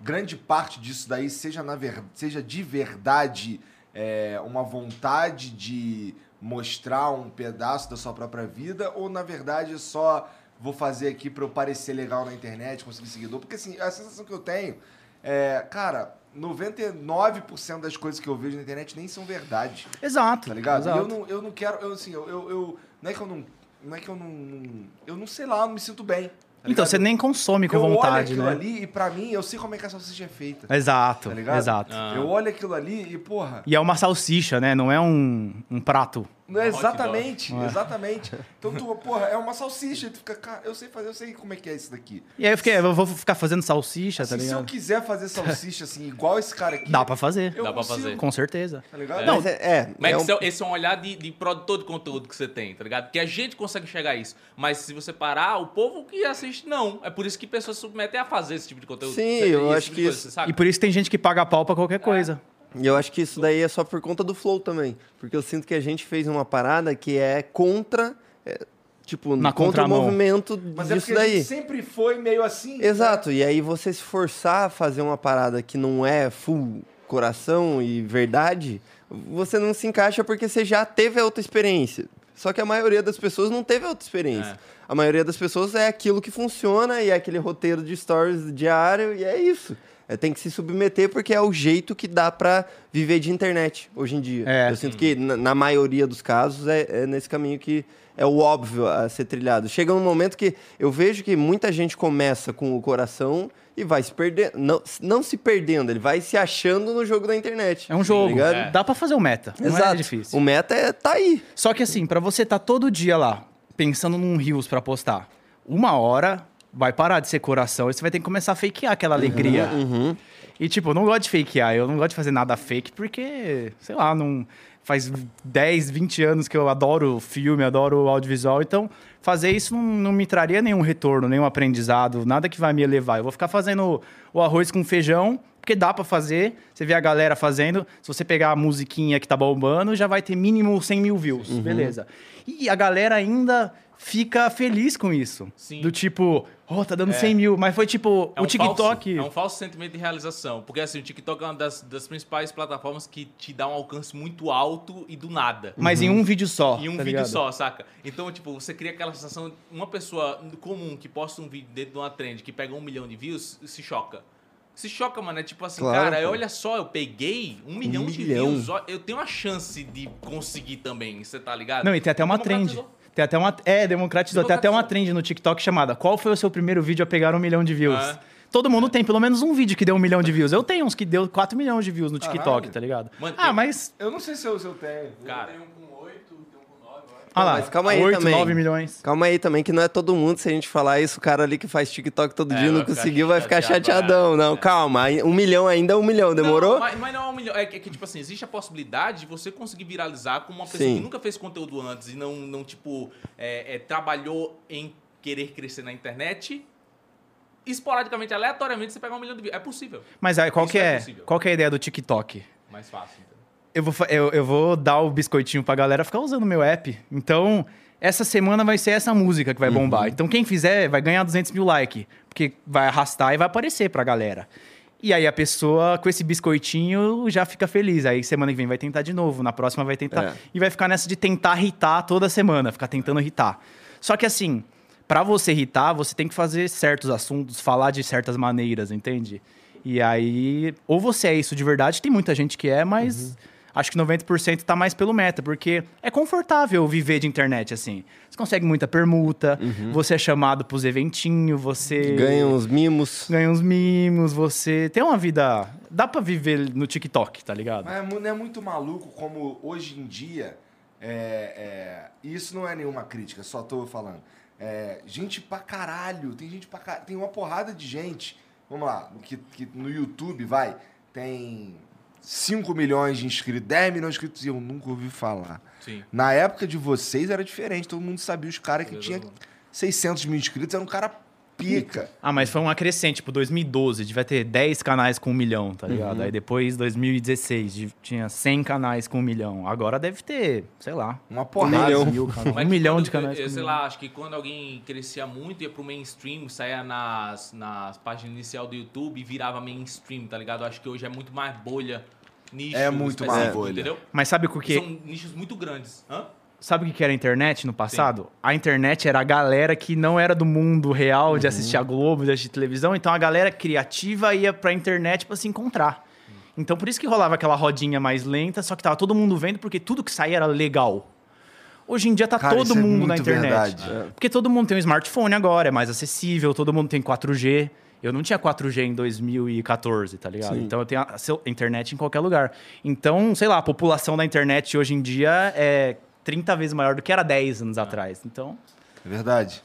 Speaker 1: grande parte disso daí seja, na ver, seja de verdade é, uma vontade de mostrar um pedaço da sua própria vida? Ou na verdade é só vou fazer aqui pra eu parecer legal na internet, conseguir seguidor? Porque assim, a sensação que eu tenho é, cara, 99% das coisas que eu vejo na internet nem são verdade
Speaker 4: Exato.
Speaker 1: tá ligado?
Speaker 4: exato.
Speaker 1: Eu não, eu não quero, eu assim, eu, eu, eu- não é que eu não, não é que eu não, não- eu não sei lá, eu não me sinto bem. tá
Speaker 4: então,
Speaker 1: ligado?
Speaker 4: você nem consome com
Speaker 1: eu
Speaker 4: vontade,
Speaker 1: olho aquilo
Speaker 4: né?
Speaker 1: ali e pra mim, eu sei como é que a salsicha é feita,
Speaker 4: Exato,
Speaker 1: tá ligado?
Speaker 4: exato.
Speaker 3: Ah.
Speaker 1: Eu olho aquilo ali e, porra,
Speaker 4: E é uma salsicha, né? Não é um, um prato.
Speaker 1: não é
Speaker 3: Hot dog.
Speaker 1: exatamente, exatamente. Então tu, porra, é uma salsicha, e tu fica, cara, eu sei fazer, eu sei como é que é isso daqui.
Speaker 4: E aí eu fiquei, eu vou ficar fazendo salsicha, tá
Speaker 1: Assim, se eu
Speaker 4: ligado?
Speaker 1: quiser fazer salsicha assim, igual esse cara aqui,
Speaker 4: Dá pra fazer.
Speaker 1: eu
Speaker 3: Dá pra
Speaker 1: consigo,
Speaker 3: fazer.
Speaker 4: Com certeza.
Speaker 1: Tá ligado?
Speaker 2: Mas é, é,
Speaker 3: Mas
Speaker 2: é um-
Speaker 3: esse, é, esse é um olhar de, de produtor de conteúdo que você tem, tá ligado? Que a gente consegue chegar a isso. Mas se você parar, o povo que assiste, não. É por isso que pessoas se submetem a fazer esse tipo de conteúdo.
Speaker 2: Sim,
Speaker 3: Você-
Speaker 2: eu
Speaker 3: esse
Speaker 2: acho
Speaker 3: tipo
Speaker 2: que
Speaker 3: de coisa,
Speaker 2: isso-
Speaker 3: você sabe?
Speaker 4: E por isso tem gente que paga pau pra
Speaker 1: É.
Speaker 4: qualquer coisa.
Speaker 2: E eu acho que isso daí é só por conta do flow também. Porque eu sinto que a gente fez uma parada que é contra. é, tipo,
Speaker 4: Na
Speaker 2: contra o
Speaker 4: contramão.
Speaker 2: movimento
Speaker 1: Mas é
Speaker 2: disso
Speaker 1: porque a
Speaker 2: daí.
Speaker 1: gente sempre foi meio assim. né?
Speaker 2: Exato. E aí você se forçar a fazer uma parada que não é full coração e verdade, você não se encaixa porque você já teve a outra experiência. Só que a maioria das pessoas não teve a outra experiência.
Speaker 3: É.
Speaker 2: A maioria das pessoas é aquilo que funciona e é aquele roteiro de stories diário e é isso. É, tem que se submeter porque é o jeito que dá pra viver de internet hoje em dia.
Speaker 4: É.
Speaker 2: Eu sinto que na, na maioria dos casos é, é nesse caminho que é o óbvio a ser trilhado. Chega um momento que eu vejo que muita gente começa com o coração e vai se perdendo. Não, não se perdendo, ele vai se achando no jogo da internet. Tá
Speaker 4: É um
Speaker 1: Tá
Speaker 4: jogo.
Speaker 2: ligado?
Speaker 3: É.
Speaker 4: Dá pra fazer um meta. Não
Speaker 2: Exato.
Speaker 4: é difícil.
Speaker 2: O meta é tá aí.
Speaker 4: Só que assim, pra você tá todo dia lá, pensando num rios pra postar, uma hora vai parar de ser coração e você vai ter que começar a fakear aquela
Speaker 1: Uhum.
Speaker 4: alegria. E tipo, eu não gosto de fakear, eu não gosto de fazer nada fake porque, sei lá, não faz 10, 20 anos que eu adoro filme, adoro audiovisual, então fazer isso não, não me traria nenhum retorno, nenhum aprendizado, nada que vai me elevar. Eu vou ficar fazendo o arroz com feijão, porque dá pra fazer, você vê a galera fazendo, se você pegar a musiquinha que tá bombando, já vai ter mínimo 100 mil views, beleza. E a galera ainda fica feliz com isso.
Speaker 3: Sim.
Speaker 4: Do tipo, oh, tá dando 100 mil, mas foi tipo,
Speaker 3: É
Speaker 4: o
Speaker 3: um
Speaker 4: TikTok...
Speaker 3: falso- é um falso sentimento de realização. Porque assim, o TikTok é uma das, das principais plataformas que te dá um alcance muito alto e do nada.
Speaker 4: Mas em um vídeo só.
Speaker 3: Em um
Speaker 4: tá
Speaker 3: vídeo
Speaker 4: ligado?
Speaker 3: só, saca? Então, tipo, você cria aquela sensação. Uma pessoa comum que posta um vídeo dentro de uma trend que pega um milhão de views se choca. Se choca, mano. É tipo assim,
Speaker 2: Claro,
Speaker 3: cara,
Speaker 2: pô.
Speaker 3: olha só, eu peguei um milhão de
Speaker 2: milhão.
Speaker 3: views. ó, Eu tenho a chance de conseguir também, você tá ligado?
Speaker 4: Não, e tem até uma trend.
Speaker 3: Democratizou.
Speaker 4: Tem até uma. É, democratizou. Tem até uma trend no TikTok chamada Qual foi o seu primeiro vídeo a pegar um milhão de views?
Speaker 3: Ah.
Speaker 4: Todo mundo tem pelo menos um vídeo que deu um milhão de views. Eu tenho uns que deu 4 milhões de views no TikTok,
Speaker 1: Caralho.
Speaker 4: tá ligado?
Speaker 3: Mano,
Speaker 4: ah,
Speaker 3: eu-
Speaker 4: mas.
Speaker 1: Eu não sei se eu, se eu tenho.
Speaker 3: Cara,
Speaker 4: Ah lá,
Speaker 2: mas calma aí
Speaker 4: 8,
Speaker 2: também.
Speaker 4: 9 milhões.
Speaker 2: Calma aí também, que não é todo mundo. Se a gente falar isso, o cara ali que faz TikTok todo
Speaker 3: É,
Speaker 2: dia não
Speaker 3: vai ficar
Speaker 2: conseguiu, vai ficar
Speaker 3: chateado,
Speaker 2: chateadão.
Speaker 4: né? É.
Speaker 2: Não, calma. aí Um milhão ainda é um milhão, demorou?
Speaker 3: Não, mas, mas não é um milhão. É que, é que, tipo assim, existe a possibilidade de você conseguir viralizar com uma pessoa
Speaker 2: Sim.
Speaker 3: que nunca fez conteúdo antes e não, não tipo, é, é, trabalhou em querer crescer na internet. Esporadicamente, aleatoriamente, você pegar um milhão de views. É possível.
Speaker 4: Mas aí, qual
Speaker 3: Isso
Speaker 4: que
Speaker 3: é
Speaker 4: é,
Speaker 3: possível.
Speaker 4: qual que é a ideia do TikTok?
Speaker 3: Mais fácil. Então.
Speaker 4: Eu vou, fa- eu, eu vou dar o biscoitinho pra galera ficar usando o meu app. Então, essa semana vai ser essa música que vai bombar. Então, quem fizer vai ganhar 200 mil likes. Porque vai arrastar e vai aparecer pra galera. E aí, a pessoa com esse biscoitinho já fica feliz. Aí, semana que vem vai tentar de novo. Na próxima vai tentar.
Speaker 2: É.
Speaker 4: E vai ficar nessa de tentar irritar toda semana. Ficar tentando irritar. Só que assim, pra você irritar, você tem que fazer certos assuntos, falar de certas maneiras, entende? E aí, ou você é isso de verdade, tem muita gente que é, mas acho que 90% tá mais pelo meta, porque é confortável viver de internet assim. Você consegue muita permuta, você é chamado pros eventinhos, você
Speaker 2: Ganha um uns mimos.
Speaker 4: ganha uns mimos, você tem uma vida. Dá pra viver no TikTok, tá ligado?
Speaker 1: Mas é mu- não é muito maluco como hoje em dia. é, é, e isso não é nenhuma crítica, só tô falando. É, gente pra caralho, tem gente pra caralho. Tem uma porrada de gente. Vamos lá, que, que no YouTube vai. Tem 5 milhões de inscritos, 10 milhões de inscritos, e eu nunca ouvi falar.
Speaker 3: Sim.
Speaker 1: Na época de vocês era diferente, todo mundo sabia os caras que tinha 600 mil inscritos, era um cara pica.
Speaker 4: Ah, mas foi uma crescente, tipo, 2012, devia ter 10 canais com um milhão, tá ligado? Aí depois, 2016, de- tinha 100 canais com um milhão. Agora deve ter, sei lá,
Speaker 1: Uma
Speaker 4: um
Speaker 1: porrada.
Speaker 4: mil canais.
Speaker 3: Mas
Speaker 4: um milhão
Speaker 3: é quando-
Speaker 4: de canais.
Speaker 3: Eu,
Speaker 4: com
Speaker 3: sei
Speaker 4: um
Speaker 3: lá, acho que quando alguém crescia muito, ia pro mainstream, saía nas, nas páginas inicial do YouTube e virava mainstream, tá ligado? Eu Acho que hoje é muito mais bolha, nicho.
Speaker 1: É muito mais
Speaker 3: específico,
Speaker 1: bolha.
Speaker 3: Entendeu?
Speaker 4: milhão. Mas sabe o que?
Speaker 3: São nichos muito grandes. Hã?
Speaker 4: Sabe o que que era a internet no passado? A internet era a galera que não era do mundo real de assistir a Globo, de assistir televisão, então a galera criativa ia pra internet pra se encontrar.
Speaker 3: Hum.
Speaker 4: Então por isso que rolava aquela rodinha mais lenta, só que tava todo mundo vendo porque tudo que saía era legal. Hoje em dia tá
Speaker 1: Cara,
Speaker 4: todo
Speaker 1: isso é
Speaker 4: mundo na
Speaker 1: muito
Speaker 4: internet.
Speaker 1: verdade.
Speaker 4: Porque todo mundo tem um smartphone agora, é mais acessível, todo mundo tem 4G. Eu não tinha 4G em 2014, tá ligado? Então eu tenho a- a seu- internet em qualquer lugar. Então, sei lá, a população da internet hoje em dia é 30 vezes maior do que era 10 anos atrás. Então,
Speaker 1: É verdade.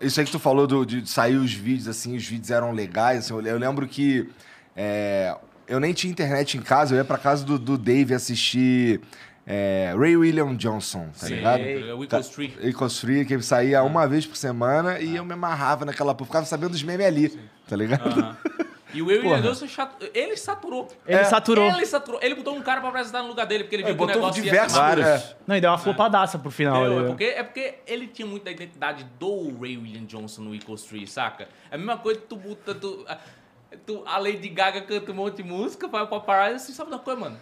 Speaker 1: Isso aí que tu falou do- de sair os vídeos, assim, os vídeos eram legais. assim, eu, eu lembro que é, eu nem tinha internet em casa, eu ia pra casa do, do Dave assistir é, Ray William Johnson, tá ligado?
Speaker 3: É o
Speaker 1: Tá-
Speaker 3: Equal Street. Ah.
Speaker 1: Ecos Free, que ele saía uma vez por semana e eu me amarrava naquela porra. Ficava sabendo dos memes ali, tá ligado?
Speaker 3: Aham. E o Will Williams ele saturou. É.
Speaker 4: ele saturou.
Speaker 3: Ele saturou. Ele botou um cara pra apresentar no lugar dele, porque ele
Speaker 1: Ele
Speaker 3: viu que o
Speaker 1: É, botou
Speaker 3: negócio ia
Speaker 1: Então, diversos. é,
Speaker 3: ser
Speaker 1: Vários.
Speaker 3: maluco.
Speaker 4: Não, e deu uma flopadaça pro final.
Speaker 3: Entendeu?
Speaker 4: ali,
Speaker 3: É
Speaker 4: né?
Speaker 3: porque, é porque ele tinha muito da identidade do Ray William Johnson no Equal Street, saca? É a mesma coisa que tu bota. Tu, a- tu, a Lady Gaga canta um monte de música, vai pra parar e você assim, sabe da coisa, mano.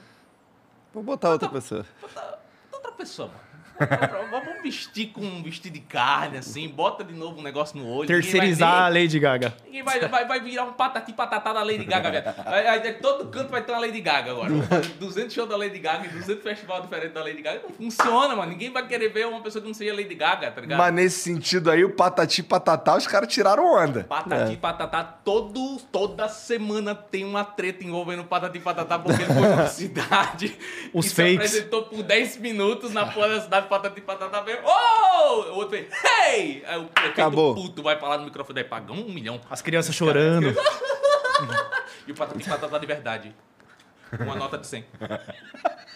Speaker 2: Vou botar outra
Speaker 4: Então,
Speaker 2: pessoa.
Speaker 3: Bota, bota outra pessoa, mano. Outra- Vamos vestir com um vestido de carne, assim, bota de novo um negócio no olho. ninguém vai
Speaker 4: Terceirizar a
Speaker 3: nem-
Speaker 4: Lady Gaga.
Speaker 3: Ninguém vai, vai, vai virar um patati patatá da Lady Gaga, velho. Aí- aí Todo canto vai ter uma Lady Gaga agora. 200 shows da Lady Gaga e 200 festivais diferentes da Lady Gaga. Não funciona, mano. Ninguém vai querer ver uma pessoa que não seja Lady Gaga, tá ligado?
Speaker 1: Mas nesse sentido aí, o patati patatá, os caras tiraram onda.
Speaker 3: Patati
Speaker 4: é.
Speaker 3: Patatá, todo, toda semana tem uma treta envolvendo Patati Patatá, porque ele foi pra cidade
Speaker 4: Os
Speaker 3: e
Speaker 4: fakes.
Speaker 3: se apresentou por 10 minutos na porra da cidade, Patati Patatá veio, oh! O outro veio, hey! Aí o prefeito
Speaker 2: Acabou.
Speaker 3: puto vai falar no microfone, daí pagão um milhão.
Speaker 4: As crianças chorando.
Speaker 3: E o Patati Patatá de verdade. Uma nota de 100.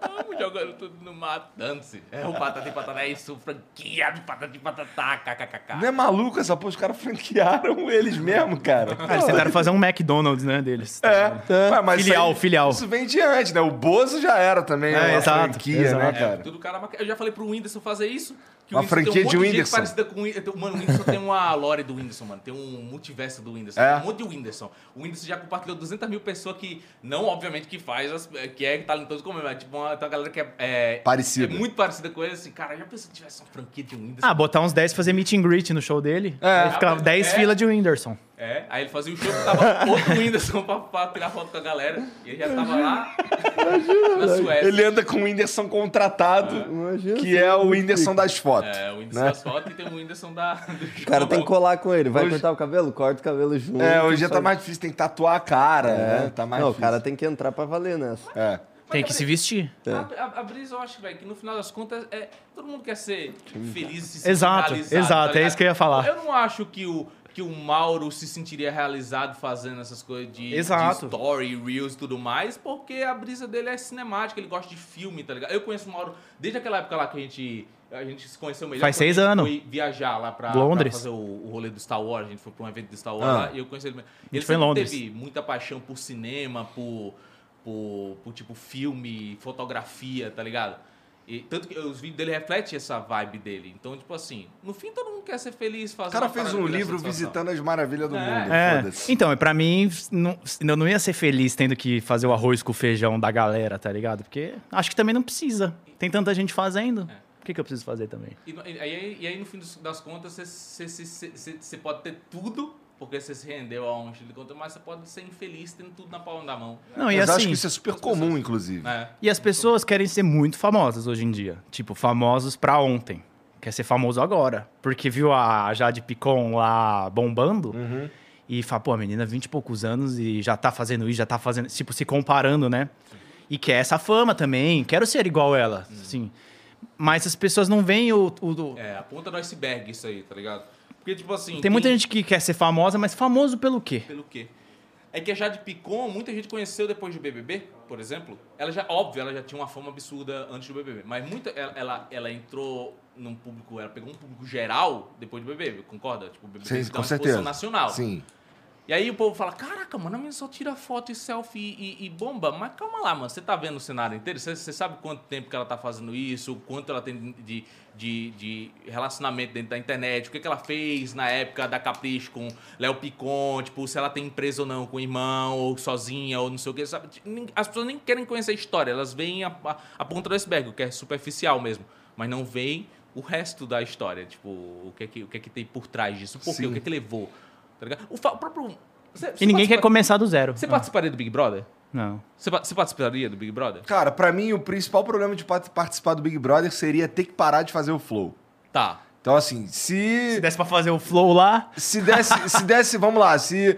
Speaker 3: Tamo jogando tudo no mato, dane-se. É o Patati Patatá, é isso, franquia do Patati Patatá, kkkk.
Speaker 1: Não é maluco essa porra? Os caras franquearam eles mesmo, cara.
Speaker 4: Cara, eles tentaram fazer um McDonald's, né, deles.
Speaker 1: É. Ué, mas isso
Speaker 4: Filial,
Speaker 1: aí-
Speaker 4: filial.
Speaker 1: Isso vem de antes, né? O Bozo já era também
Speaker 4: É,
Speaker 1: uma
Speaker 4: exato,
Speaker 1: franquia,
Speaker 4: exato.
Speaker 1: né,
Speaker 4: É,
Speaker 1: cara?
Speaker 3: Tudo cara maquiado. Eu já falei pro Whindersson fazer isso. Que
Speaker 1: Uma
Speaker 3: Whindersson tem um
Speaker 1: franquia de
Speaker 3: monte gente
Speaker 1: Whindersson.
Speaker 3: parecida com o Whin- Mano, o Whindersson tem uma lore do Whindersson, mano. Tem um multiverso do Whindersson.
Speaker 1: É?
Speaker 3: Tem um monte de Whindersson. O Whindersson já compartilhou 200 mil pessoas que, não, obviamente, que faz, as- que é talentoso como ele, mas tipo, uma, tem uma galera que é, é-
Speaker 1: Parecida.
Speaker 3: é muito parecida com ele. Assim, cara, já pensou se tivesse uma franquia de Whindersson?
Speaker 4: Ah, botar uns 10 e fazer meet and greet no show dele.
Speaker 1: É.
Speaker 4: Aí ficava 10
Speaker 3: É.
Speaker 4: fila de Whindersson.
Speaker 3: É, aí ele fazia o show que tava outro Whindersson pra, pra tirar foto com a galera. E ele já tava lá na Suécia.
Speaker 1: Ele anda com o Whindersson contratado,
Speaker 2: Imagina.
Speaker 1: que é o Whindersson das fotos.
Speaker 3: É, o Whindersson
Speaker 1: né?
Speaker 3: das fotos e tem o Whindersson da, do show.
Speaker 2: O cara tem que colar com ele. Vai
Speaker 1: Hoje-
Speaker 2: cortar o cabelo? Corta o cabelo junto.
Speaker 1: É, hoje já tá
Speaker 2: Faz-
Speaker 1: mais difícil, tem que tatuar a cara, né?
Speaker 2: É.
Speaker 1: Tá mais
Speaker 2: Não, o
Speaker 1: difícil.
Speaker 2: cara tem que entrar pra valer nessa.
Speaker 1: É.
Speaker 4: Tem que se vestir.
Speaker 3: A, a- a brisa, eu acho, velho, que no final das contas, é, todo mundo quer ser feliz e se sentir
Speaker 4: Exato,
Speaker 3: realizado,
Speaker 4: exato, é
Speaker 3: ligado?
Speaker 4: isso que eu ia falar.
Speaker 3: Eu não acho que o, que o Mauro se sentiria realizado fazendo essas coisas de, de
Speaker 4: Exato.
Speaker 3: story, reels e tudo mais, porque a brisa dele é cinemática, ele gosta de filme, tá ligado? Eu conheço o Mauro desde aquela época lá que a gente... A gente se conheceu melhor.
Speaker 4: Faz
Speaker 3: quando a
Speaker 4: seis
Speaker 3: gente
Speaker 4: anos.
Speaker 3: Foi viajar lá pra,
Speaker 4: Londres.
Speaker 3: pra fazer o, o rolê do Star Wars. A gente foi pra um evento do Star Wars
Speaker 1: Ah.
Speaker 3: lá e eu conheci ele. Ele
Speaker 4: foi em
Speaker 3: sempre
Speaker 4: Londres.
Speaker 3: teve muita paixão por cinema, por, por, por, tipo filme, fotografia, tá ligado? E, tanto que os vídeos dele refletem essa vibe dele. Então, tipo assim, no fim todo mundo quer ser feliz, fazer
Speaker 1: O cara
Speaker 3: uma
Speaker 1: fez
Speaker 3: parada
Speaker 1: um
Speaker 3: que dá
Speaker 1: livro
Speaker 3: satisfação.
Speaker 1: visitando as maravilhas do
Speaker 3: É.
Speaker 1: mundo.
Speaker 4: É.
Speaker 1: Foda-se.
Speaker 4: Então, e pra mim, não, eu não ia ser feliz tendo que fazer o arroz com o feijão da galera, tá ligado? Porque acho que também não precisa. Tem tanta gente fazendo. Por que, que eu preciso fazer também?
Speaker 3: E, no- e aí, e aí, no fim dos- das contas, você- você- você você- você pode ter tudo, porque você se rendeu a um estilo de conta, mas você pode ser infeliz tendo tudo na palma da mão.
Speaker 4: Não,
Speaker 1: Mas
Speaker 4: e
Speaker 1: eu acho
Speaker 4: assim.
Speaker 1: que isso é super comum, inclusive.
Speaker 3: né?
Speaker 4: E as pessoas querem ser muito famosas hoje em dia. Tipo, famosos pra ontem. Quer ser famoso agora. Porque viu a Jade Picon lá bombando.
Speaker 3: Uhum.
Speaker 4: E fala, pô, a menina, 20 e poucos anos e já tá fazendo isso, já tá fazendo. Tipo, se comparando, né? E quer essa fama também. Quero ser igual ela. Assim. Mas as pessoas não veem o. o-
Speaker 3: Uhum. É, a ponta do iceberg isso aí, tá ligado? Porque, tipo assim...
Speaker 4: Tem muita gente que quer ser famosa, mas famoso pelo quê?
Speaker 3: Pelo quê? É que a Jade Picon, muita gente conheceu depois do BBB, por exemplo. Ela já, óbvio, ela já tinha uma fama absurda antes do BBB. Mas muita, ela, ela, ela entrou num público, ela pegou um público geral depois do BBB, concorda? Tipo, o BBB
Speaker 1: Sim,
Speaker 3: dá
Speaker 1: com
Speaker 3: uma exposição
Speaker 1: certeza.
Speaker 3: nacional.
Speaker 1: Sim.
Speaker 3: E aí o povo fala, caraca, mano, a menina só tira foto e selfie e, e- e bomba. Mas calma lá, mano, você tá vendo o cenário inteiro? Você, você sabe quanto tempo que ela tá fazendo isso? O Quanto ela tem de, de, de relacionamento dentro da internet? O que, que ela fez na época da Capricho com Léo Picon? Tipo, se ela tem empresa ou não com o irmão, ou sozinha, ou não sei o que, sabe? Nin- As pessoas nem querem conhecer a história, elas veem a, a, a ponta do iceberg, o que é superficial mesmo. Mas não veem o resto da história, tipo, o que é que, o que, é que tem por trás disso? Por quê?
Speaker 1: Sim.
Speaker 3: O que é que levou? Tá ligado? O, fa- o próprio. Cê,
Speaker 4: E ninguém quer começar do zero.
Speaker 3: Você
Speaker 4: Ah,
Speaker 3: participaria do Big Brother?
Speaker 4: Não.
Speaker 3: Você pa- você participaria do Big Brother?
Speaker 1: Cara, pra mim, o principal problema de pat- participar do Big Brother seria ter que parar de fazer o flow.
Speaker 3: Tá.
Speaker 1: Então, assim,
Speaker 4: Se
Speaker 1: se.
Speaker 4: desse pra fazer o flow lá,
Speaker 1: Se desse, se desse, vamos lá, se.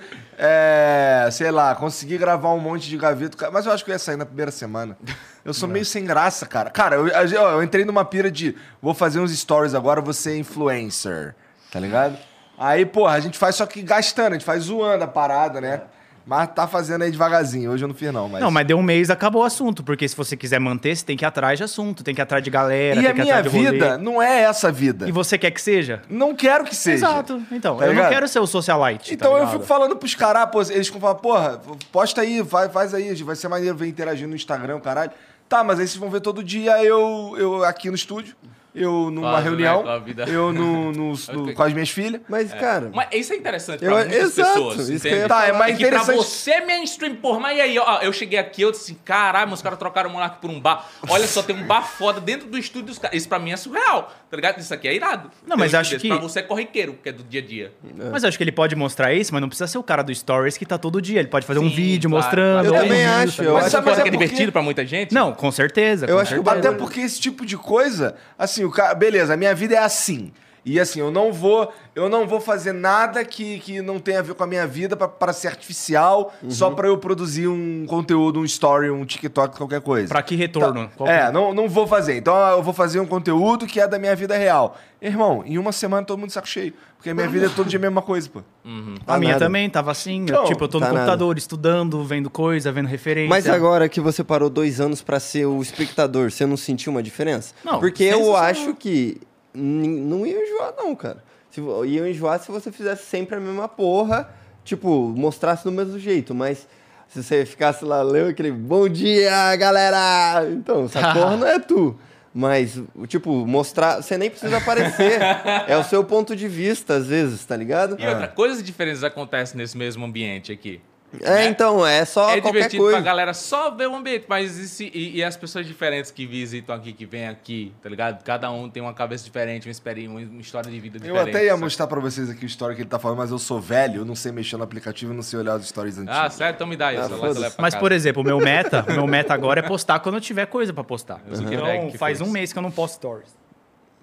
Speaker 1: é, sei lá, conseguir gravar um monte de gaveta. cara, Mas eu acho que eu ia sair na primeira semana. Eu sou meio sem graça, cara. Cara, eu, eu- eu entrei numa pira de. Vou fazer uns stories agora, vou ser influencer. Tá ligado? Aí, porra, a gente faz só que gastando, a gente faz zoando a parada, né? Mas tá fazendo aí devagarzinho. Hoje eu não fiz, não, mas.
Speaker 4: Não, mas deu um mês, acabou o assunto. Porque se você quiser manter, você tem que ir atrás de assunto, tem que ir atrás de galera,
Speaker 1: E
Speaker 4: tem
Speaker 1: a
Speaker 4: que ir
Speaker 1: minha
Speaker 4: atrás de rolê.
Speaker 1: vida não é essa vida.
Speaker 4: E você quer que seja?
Speaker 1: Não quero que seja.
Speaker 4: Exato. Então,
Speaker 1: Tá
Speaker 4: eu não
Speaker 1: ligado?
Speaker 4: quero ser o socialite.
Speaker 1: Então
Speaker 4: tá
Speaker 1: eu
Speaker 4: ligado?
Speaker 1: fico falando pros caras, pô, eles ficam falando, porra, posta aí, vai, faz aí, vai ser maneiro ver interagindo no Instagram, caralho. Tá, mas aí vocês vão ver todo dia eu, eu aqui no estúdio, eu numa
Speaker 3: Quase, né,
Speaker 1: reunião,
Speaker 3: com a vida.
Speaker 1: eu no, no- no- com as minhas filhas.
Speaker 2: Mas, cara,
Speaker 3: Mas isso é interessante pra
Speaker 2: Eu-
Speaker 3: muitas
Speaker 2: exato,
Speaker 3: pessoas.
Speaker 2: isso que
Speaker 3: entende?
Speaker 2: eu ia
Speaker 1: Tá, é
Speaker 2: falar.
Speaker 1: mais
Speaker 3: que pra
Speaker 1: interessante.
Speaker 3: você é mainstream, porra. Mas e aí, ó, eu cheguei aqui, eu disse assim, caralho, os caras trocaram o Monark por um bar. Olha só, tem um bar foda dentro do estúdio dos caras. Isso pra mim é surreal, tá ligado? Isso aqui é irado.
Speaker 4: Não, mas
Speaker 3: Tem um
Speaker 4: acho
Speaker 3: desse.
Speaker 4: que-
Speaker 3: Pra você é corriqueiro, que é do dia a dia.
Speaker 4: Mas eu acho que ele pode mostrar isso, mas não precisa ser o cara do Stories que tá todo dia. Ele pode fazer um
Speaker 3: Sim,
Speaker 4: vídeo
Speaker 3: claro, claro.
Speaker 4: mostrando.
Speaker 2: eu
Speaker 4: ou
Speaker 2: também
Speaker 4: um
Speaker 2: acho.
Speaker 4: vídeo,
Speaker 2: Eu
Speaker 3: Mas
Speaker 2: acho
Speaker 1: sabe
Speaker 3: você
Speaker 2: que
Speaker 3: fala
Speaker 1: mas é
Speaker 3: que é
Speaker 1: porque-
Speaker 3: divertido pra muita gente?
Speaker 4: Não, com certeza.
Speaker 3: é
Speaker 2: Eu
Speaker 4: com
Speaker 2: acho que o
Speaker 4: certeza.
Speaker 1: Até porque esse tipo de coisa, assim, o cara, beleza, a minha vida é assim. E assim, eu não vou, eu não vou fazer nada que, que não tenha a ver com a minha vida pra- pra ser artificial,
Speaker 2: Uhum.
Speaker 1: só pra eu produzir um conteúdo, um story, um TikTok, qualquer coisa.
Speaker 4: Pra que retorno? Qual-
Speaker 1: É, não, não vou fazer. Então eu vou fazer um conteúdo que é da minha vida real. Irmão, em uma semana todo mundo de saco cheio. Porque a minha vida é todo dia a mesma coisa, pô.
Speaker 4: A
Speaker 2: Tá
Speaker 4: minha
Speaker 2: nada.
Speaker 4: também tava assim. eu,
Speaker 1: Então,
Speaker 4: tipo, eu tô no
Speaker 2: tá
Speaker 4: computador, estudando, vendo coisa, vendo referência.
Speaker 2: Mas agora que você parou dois anos pra ser o espectador, você não sentiu uma diferença?
Speaker 4: Não,
Speaker 2: Porque eu
Speaker 4: sensacional.
Speaker 2: acho que nin- não ia enjoar, não, cara. Se, vo- ia enjoar se você fizesse sempre a mesma porra, tipo, mostrasse do mesmo jeito, mas. Se você ficasse lá, leu aquele bom dia, galera! Então, essa porra não é tu. Mas, tipo, mostrar. Você nem precisa aparecer. é o seu ponto de vista, às vezes, tá ligado?
Speaker 3: E outra, coisas diferentes acontecem nesse mesmo ambiente aqui.
Speaker 2: É, então, é só
Speaker 3: né? é
Speaker 2: qualquer
Speaker 3: divertido pra
Speaker 2: coisa.
Speaker 3: galera só ver o ambiente, mas e, se- e- e as pessoas diferentes que visitam aqui, que vêm aqui, tá ligado? Cada um tem uma cabeça diferente, uma, experi- uma história de vida
Speaker 1: Eu
Speaker 3: diferente.
Speaker 1: até ia
Speaker 3: sabe?
Speaker 1: mostrar pra vocês aqui o story que ele tá falando, mas eu sou velho, eu não sei mexer no aplicativo, eu não sei olhar os stories antigos.
Speaker 3: Ah, sério? Então me dá isso. eu levo- eu
Speaker 2: foda-se.
Speaker 3: levo pra
Speaker 4: Mas,
Speaker 3: casa.
Speaker 4: por exemplo, o meu meta, o meu meta agora é postar quando eu tiver coisa pra postar.
Speaker 3: Mas o que é
Speaker 4: Então,
Speaker 3: que
Speaker 4: faz
Speaker 3: fez?
Speaker 4: um mês que eu não posto stories.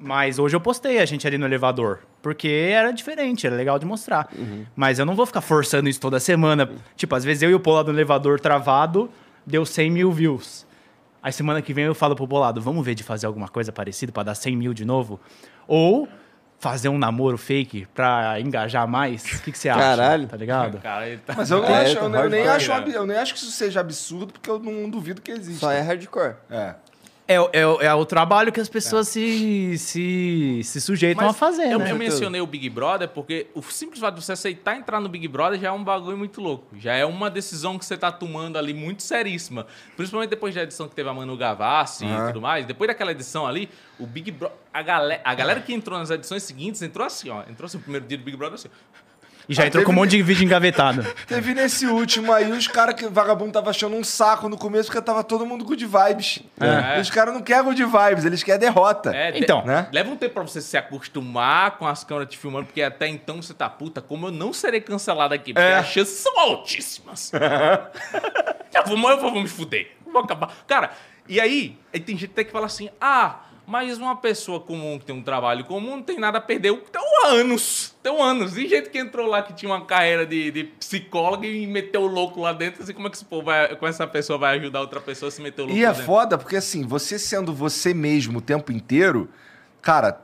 Speaker 4: Mas hoje eu postei a gente ali no elevador. Porque era diferente, era legal de mostrar.
Speaker 3: Uhum.
Speaker 4: Mas eu não vou ficar forçando isso toda semana. Tipo, às vezes eu e o Polado no elevador travado, deu 100 mil views. Aí semana que vem eu falo pro Polado, vamos ver de fazer alguma coisa parecida pra dar 100 mil de novo? Ou fazer um namoro fake pra engajar mais? O que, que você acha?
Speaker 2: Caralho.
Speaker 4: Tá ligado?
Speaker 3: Cara, ele tá...
Speaker 1: Mas eu não
Speaker 2: É,
Speaker 1: acho,
Speaker 2: tá
Speaker 1: eu, nem- eu nem
Speaker 2: hardcore,
Speaker 1: acho, um
Speaker 3: cara.
Speaker 1: ab- eu nem acho que isso seja absurdo, porque eu não duvido que exista.
Speaker 2: Só é hardcore.
Speaker 1: É.
Speaker 4: É, o- é, o- é o trabalho que as pessoas se, se, se sujeitam a fazer,
Speaker 3: eu,
Speaker 4: né?
Speaker 3: eu mencionei o Big Brother porque o simples fato de você aceitar entrar no Big Brother já é um bagulho muito louco. Já é uma decisão que você tá tomando ali muito seríssima. Principalmente depois da edição que teve a Manu Gavassi e tudo mais. Depois daquela edição ali, o Big Brother... A, gale- a galera que entrou nas edições seguintes entrou assim, ó. Entrou assim, o primeiro dia do Big Brother assim.
Speaker 4: E já
Speaker 1: Ah,
Speaker 4: entrou com um
Speaker 1: teve-
Speaker 4: monte de vídeo engavetado.
Speaker 1: Teve nesse último aí, os caras que vagabundo tava achando um saco no começo, porque tava todo mundo good vibes.
Speaker 3: É.
Speaker 1: E Os caras não querem good vibes, eles querem derrota.
Speaker 3: É, de-
Speaker 4: Então.
Speaker 1: Né?
Speaker 3: Leva um tempo pra você se acostumar com as câmeras te filmando, porque até então você tá puta, como eu não serei cancelado aqui, porque
Speaker 1: É.
Speaker 3: as chances são altíssimas. Já vou, eu vou, vou me fuder. Vou acabar. Cara, e aí, aí tem gente até que fala assim: ah, mas uma pessoa comum que tem um trabalho comum não tem nada a perder. Então, anos. Então, anos. E gente que entrou lá que tinha uma carreira de, de psicóloga e meteu o louco lá dentro. Assim, como é que esse povo vai, como essa pessoa vai ajudar outra pessoa a se meter o louco
Speaker 1: E
Speaker 3: lá
Speaker 1: é
Speaker 3: dentro?
Speaker 1: foda porque, assim, você sendo você mesmo o tempo inteiro, cara,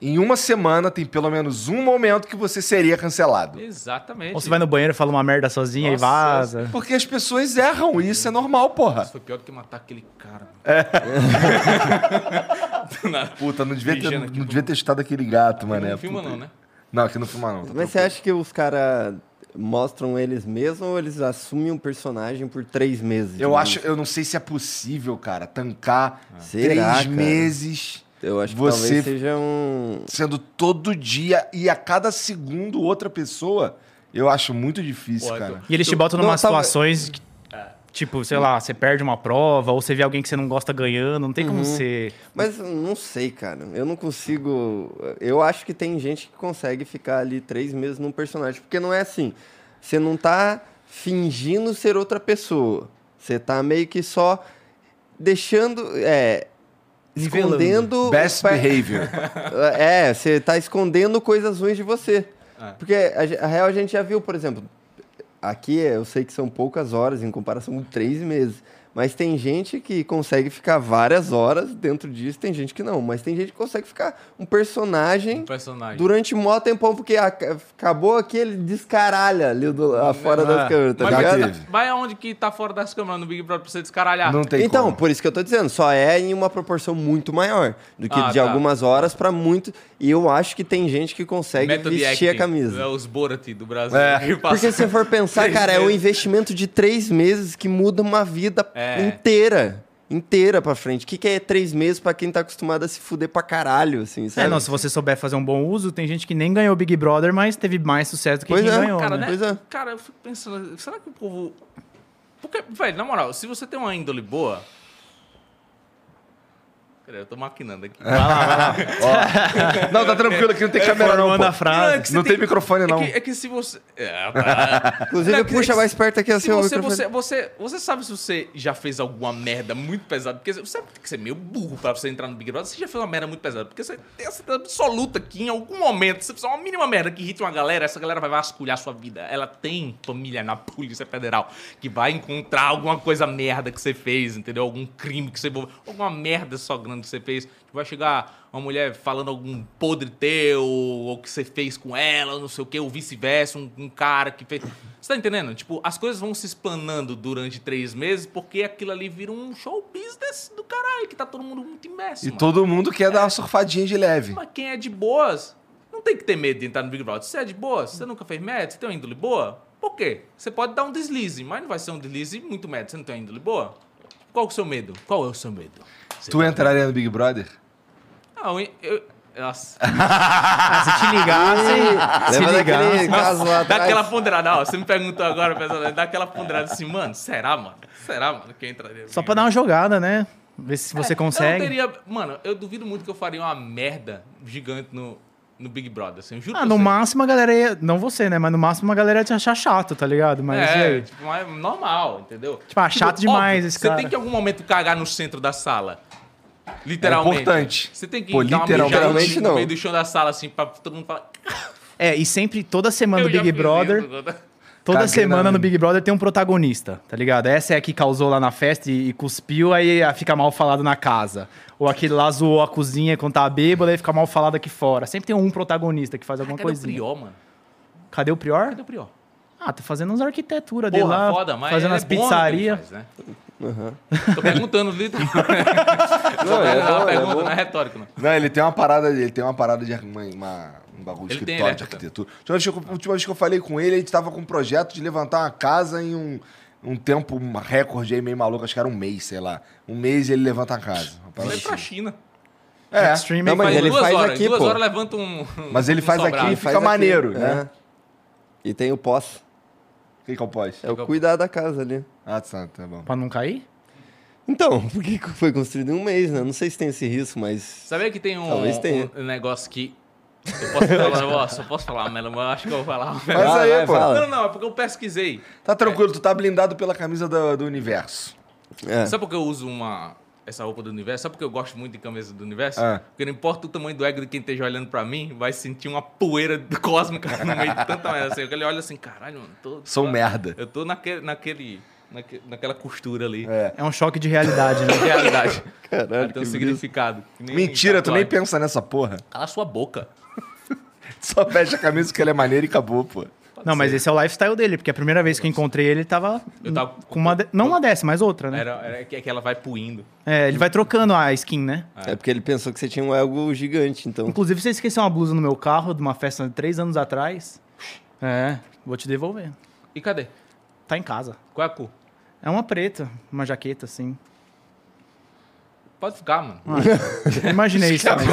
Speaker 1: Em uma semana tem pelo menos um momento que você seria cancelado.
Speaker 3: Exatamente.
Speaker 4: Ou você vai no banheiro e fala uma merda sozinha e
Speaker 3: Nossa,
Speaker 4: vaza.
Speaker 1: Porque as pessoas erram e isso é normal, porra.
Speaker 3: Isso foi pior do que matar aquele cara.
Speaker 1: É. Puta, não devia, ter,
Speaker 3: Mijando aqui
Speaker 1: não
Speaker 3: no-
Speaker 1: devia ter estado aquele gato, mané.
Speaker 3: não filma
Speaker 1: Puta.
Speaker 3: não, né?
Speaker 1: Não, aqui não filma não. tá
Speaker 2: Mas você
Speaker 1: tranquilo.
Speaker 2: acha que os caras mostram eles mesmos ou eles assumem um personagem por três meses?
Speaker 1: Eu
Speaker 2: né?
Speaker 1: acho, eu não sei se é possível, cara, tancar
Speaker 2: Ah. Será,
Speaker 1: três
Speaker 2: cara?
Speaker 1: meses
Speaker 2: Eu acho que
Speaker 1: você-
Speaker 2: talvez seja um.
Speaker 1: sendo todo dia e a cada segundo outra pessoa. Eu acho muito difícil,
Speaker 3: Pô, é
Speaker 1: cara.
Speaker 3: que
Speaker 4: E eles te botam em
Speaker 2: Não,
Speaker 4: umas
Speaker 2: tava- É.
Speaker 4: situações que, tipo, sei lá, você perde uma prova ou você vê alguém que você não gosta ganhando, não tem
Speaker 2: Uhum.
Speaker 4: como você...
Speaker 2: Mas eu não sei, cara. Eu não consigo. Eu acho que tem gente que consegue ficar ali três meses num personagem. Porque não é assim. Você não tá fingindo ser outra pessoa. Você tá meio que só deixando. É.
Speaker 4: Nivelando.
Speaker 2: Escondendo.
Speaker 1: Best
Speaker 2: pa-
Speaker 1: behavior.
Speaker 2: É, você tá escondendo coisas ruins de você.
Speaker 3: É.
Speaker 2: Porque a, ge- a real a gente já viu, por exemplo, aqui eu sei que são poucas horas em comparação com três meses. Mas tem gente que consegue ficar várias horas dentro disso, tem gente que não. Mas tem gente que consegue ficar um personagem
Speaker 3: Um personagem.
Speaker 2: durante um maior tempão, porque a- acabou aqui, ele descaralha ali do, afora das câmeras, tá
Speaker 3: Hum, é. Mas
Speaker 1: Já
Speaker 2: ligado?
Speaker 3: vai,
Speaker 1: teve.
Speaker 3: vai aonde que tá fora das câmeras no Big Brother pra você descaralhar.
Speaker 1: Não tem
Speaker 2: então,
Speaker 1: como.
Speaker 2: por isso que eu tô dizendo, só é em uma proporção muito maior do que
Speaker 3: Ah,
Speaker 2: de
Speaker 3: tá.
Speaker 2: algumas horas pra muito. E eu acho que tem gente que consegue
Speaker 3: Method
Speaker 2: vestir a
Speaker 3: acting. É
Speaker 2: camisa.
Speaker 3: os Borat do Brasil.
Speaker 1: É.
Speaker 3: que passa-
Speaker 2: Porque se você for pensar,
Speaker 3: Três
Speaker 2: cara, é um
Speaker 3: meses.
Speaker 2: investimento de três meses que muda uma vida
Speaker 3: É.
Speaker 2: inteira. Inteira pra frente. O que, que é três meses pra quem tá acostumado a se fuder pra caralho, assim, sabe?
Speaker 4: É, não, se você souber fazer um bom uso, tem gente que nem ganhou o Big Brother, mas teve mais sucesso do que
Speaker 2: Pois
Speaker 4: quem
Speaker 2: é,
Speaker 4: ganhou,
Speaker 3: Cara, né?
Speaker 4: né?
Speaker 2: Pois é.
Speaker 3: Cara, eu fico pensando, será que o povo. Porque, velho, na moral, se você tem uma índole boa. Peraí, eu tô maquinando aqui.
Speaker 1: Ah, Tá, Não, tá tranquilo aqui, não tem câmera não,
Speaker 4: Formando
Speaker 1: pô.
Speaker 4: a frase.
Speaker 3: é que você
Speaker 1: Não é tem microfone não.
Speaker 3: É que, é que se você. É, tá.
Speaker 2: Inclusive,
Speaker 3: Não, que-
Speaker 2: puxa mais perto aqui assim,
Speaker 3: Se
Speaker 2: ó, o
Speaker 3: você,
Speaker 2: microfone.
Speaker 3: você, você, você sabe se você já fez alguma merda muito pesada, porque você tem que ser meio burro pra você entrar no Big Brother, você já fez uma merda muito pesada, porque você tem a certeza absoluta que em algum momento, se você fizer uma mínima merda que irrita uma galera, essa galera vai vasculhar sua vida. Ela tem família na Polícia Federal que vai encontrar alguma coisa merda que você fez, entendeu? Algum crime que você envolveu, alguma merda só grande que você fez, que vai chegar uma mulher falando algum podre teu, ou que você fez com ela, ou não sei o quê, ou vice-versa, um, um cara que fez. Você tá entendendo? Tipo, as coisas vão se explanando durante três meses porque aquilo ali vira um show business do caralho, que tá todo mundo muito imerso.
Speaker 1: E
Speaker 3: mano.
Speaker 1: todo mundo quer dar uma surfadinha de leve.
Speaker 3: Mas quem é de boas, não tem que ter medo de entrar no Big Brother. Você é de boas, você nunca fez merda, você tem uma índole boa, por quê? Você pode dar um deslize, mas não vai ser um deslize muito merda. Você não tem uma índole boa? Qual que é o seu medo? Qual é o seu medo? Você
Speaker 1: Tu entraria no Big Brother?
Speaker 3: Não, eu... Ah, um, eu- nossa.
Speaker 4: Ah, se te ligar,
Speaker 2: Ih,
Speaker 4: se, se
Speaker 2: leva
Speaker 4: ligar...
Speaker 2: daquele caso lá
Speaker 3: Dá
Speaker 2: atrás.
Speaker 3: aquela ponderada, ó. Você me perguntou agora, pessoal, dá aquela ponderada assim, mano, será, mano? Será, mano, que entraria? no
Speaker 4: Só
Speaker 3: Big
Speaker 4: pra dar uma jogada, né? Ver se
Speaker 3: É,
Speaker 4: você
Speaker 3: Eu não
Speaker 4: consegue.
Speaker 3: teria... Mano, eu duvido muito que eu faria uma merda gigante no, no Big Brother, assim. Eu juro
Speaker 4: Ah,
Speaker 3: pra
Speaker 4: no
Speaker 3: você.
Speaker 4: máximo a galera ia... Não você, né? Mas no máximo a galera ia te achar chato, tá ligado? Mas e
Speaker 3: é,
Speaker 4: aí?
Speaker 3: tipo, mas normal, entendeu?
Speaker 4: Tipo, ah, chato demais esse
Speaker 3: Você
Speaker 4: cara.
Speaker 3: tem que em algum momento cagar no centro da sala. Literalmente.
Speaker 1: É importante.
Speaker 3: Você tem que
Speaker 1: Pô,
Speaker 3: dar uma
Speaker 1: literalmente
Speaker 3: mijada assim
Speaker 2: não.
Speaker 3: no meio do chão da sala, assim, pra todo mundo falar.
Speaker 4: É, e sempre, toda semana
Speaker 3: "Eu
Speaker 4: no
Speaker 3: já
Speaker 4: Big
Speaker 3: fiz
Speaker 4: Brother...
Speaker 3: isso".
Speaker 4: Toda
Speaker 1: Caguei na
Speaker 4: semana no
Speaker 1: minha.
Speaker 4: Big Brother tem um protagonista, tá ligado? Essa é a que causou lá na festa e, e cuspiu, aí a- fica mal falado na casa. Ou aquele lá zoou a cozinha quando tá bêbado, aí fica mal falado aqui fora. Sempre tem um protagonista que faz alguma
Speaker 3: Cadê o
Speaker 4: coisinha.
Speaker 3: Prior, mano?
Speaker 4: Cadê o Prior?
Speaker 3: assim. Cadê o Prior?
Speaker 4: Ah, tá fazendo uns arquitetura dele
Speaker 3: Porra,
Speaker 4: lá,
Speaker 3: foda, mas
Speaker 4: fazendo
Speaker 3: ele
Speaker 4: as
Speaker 3: é bom no que ele
Speaker 4: pizzarias.
Speaker 3: faz, né? Tô perguntando, literalmente.
Speaker 2: Não,
Speaker 3: Não,
Speaker 2: é bom, é
Speaker 3: pergunta,
Speaker 2: bom.
Speaker 3: não é retórico, não.
Speaker 1: Não, ele tem uma parada, ele tem uma parada de arqu- uma, uma- um bagulho de
Speaker 3: Ele tem,
Speaker 1: escritório
Speaker 3: ele
Speaker 1: de
Speaker 3: é arquiteto.
Speaker 1: arquitetura. A última, vez que eu, a última vez que eu falei com ele, ele estava com um projeto de levantar uma casa em um, um tempo um recorde aí meio maluco, acho que era um mês, sei lá. Um mês ele levanta a casa. Uma parada
Speaker 3: Vai pra
Speaker 1: assim.
Speaker 3: China.
Speaker 1: É,
Speaker 4: Extreme
Speaker 2: Não, mas
Speaker 3: Faz
Speaker 2: ele
Speaker 3: duas
Speaker 2: faz
Speaker 3: horas,
Speaker 2: aqui,
Speaker 3: duas
Speaker 2: pô.
Speaker 3: horas levanta um.
Speaker 1: Mas ele
Speaker 3: um
Speaker 1: faz
Speaker 3: sobrado.
Speaker 1: aqui.
Speaker 2: Ele faz
Speaker 1: fica maneiro, né?
Speaker 2: é. E tem o pós.
Speaker 1: o que que eu posso?
Speaker 2: É o cuidar da casa ali.
Speaker 1: Ah, tá, tá bom.
Speaker 4: Pra não cair?
Speaker 2: Então, porque foi construído em um mês, né? Não sei se tem esse risco, mas.
Speaker 3: Sabia que tem um,
Speaker 2: Talvez tenha.
Speaker 3: um negócio que. Eu posso falar um negócio? Eu posso falar, Melo, mas eu acho que eu vou falar.
Speaker 1: Mas
Speaker 2: Vai,
Speaker 1: aí,
Speaker 2: Ah, vai,
Speaker 1: pô.
Speaker 2: fala.
Speaker 3: Não, não, é porque eu pesquisei.
Speaker 1: Tá tranquilo, tu tá blindado pela camisa do, do universo.
Speaker 2: É.
Speaker 3: Sabe por que eu uso uma, essa roupa do universo? Sabe por que eu gosto muito de camisa do universo?
Speaker 1: Ah.
Speaker 3: Porque não importa o tamanho do ego de quem esteja olhando pra mim, vai sentir uma poeira cósmica no meio de tanta merda. Assim, ele olha assim, caralho, mano, tô,
Speaker 1: Sou um merda.
Speaker 3: eu tô naquele, naquele naque- naquela costura ali.
Speaker 4: É um choque de realidade, né?
Speaker 3: Realidade.
Speaker 2: Caralho,
Speaker 3: tem um significado. que nem tá
Speaker 1: Mentira, tu nem
Speaker 3: tatuagem.
Speaker 1: pensa nessa porra.
Speaker 3: Cala sua boca.
Speaker 1: Só fecha a camisa que ela é maneira e acabou, pô.
Speaker 4: Não, mas esse é o lifestyle dele, porque a primeira vez que eu encontrei ele, ele tava,
Speaker 3: Eu tava-
Speaker 4: com uma... de- Não uma dessa, mas outra, né?
Speaker 3: Era, era que que ela vai puindo.
Speaker 4: É, ele vai trocando a skin, né?
Speaker 2: É porque ele pensou que você tinha um ego gigante, então.
Speaker 4: Inclusive, você esqueceu uma blusa no meu carro de uma festa de três anos atrás. É, vou te devolver.
Speaker 3: E cadê?
Speaker 4: Tá em casa.
Speaker 3: Qual é a cor?
Speaker 4: É uma preta, uma jaqueta, assim.
Speaker 3: Pode ficar, mano.
Speaker 4: Imaginei isso também.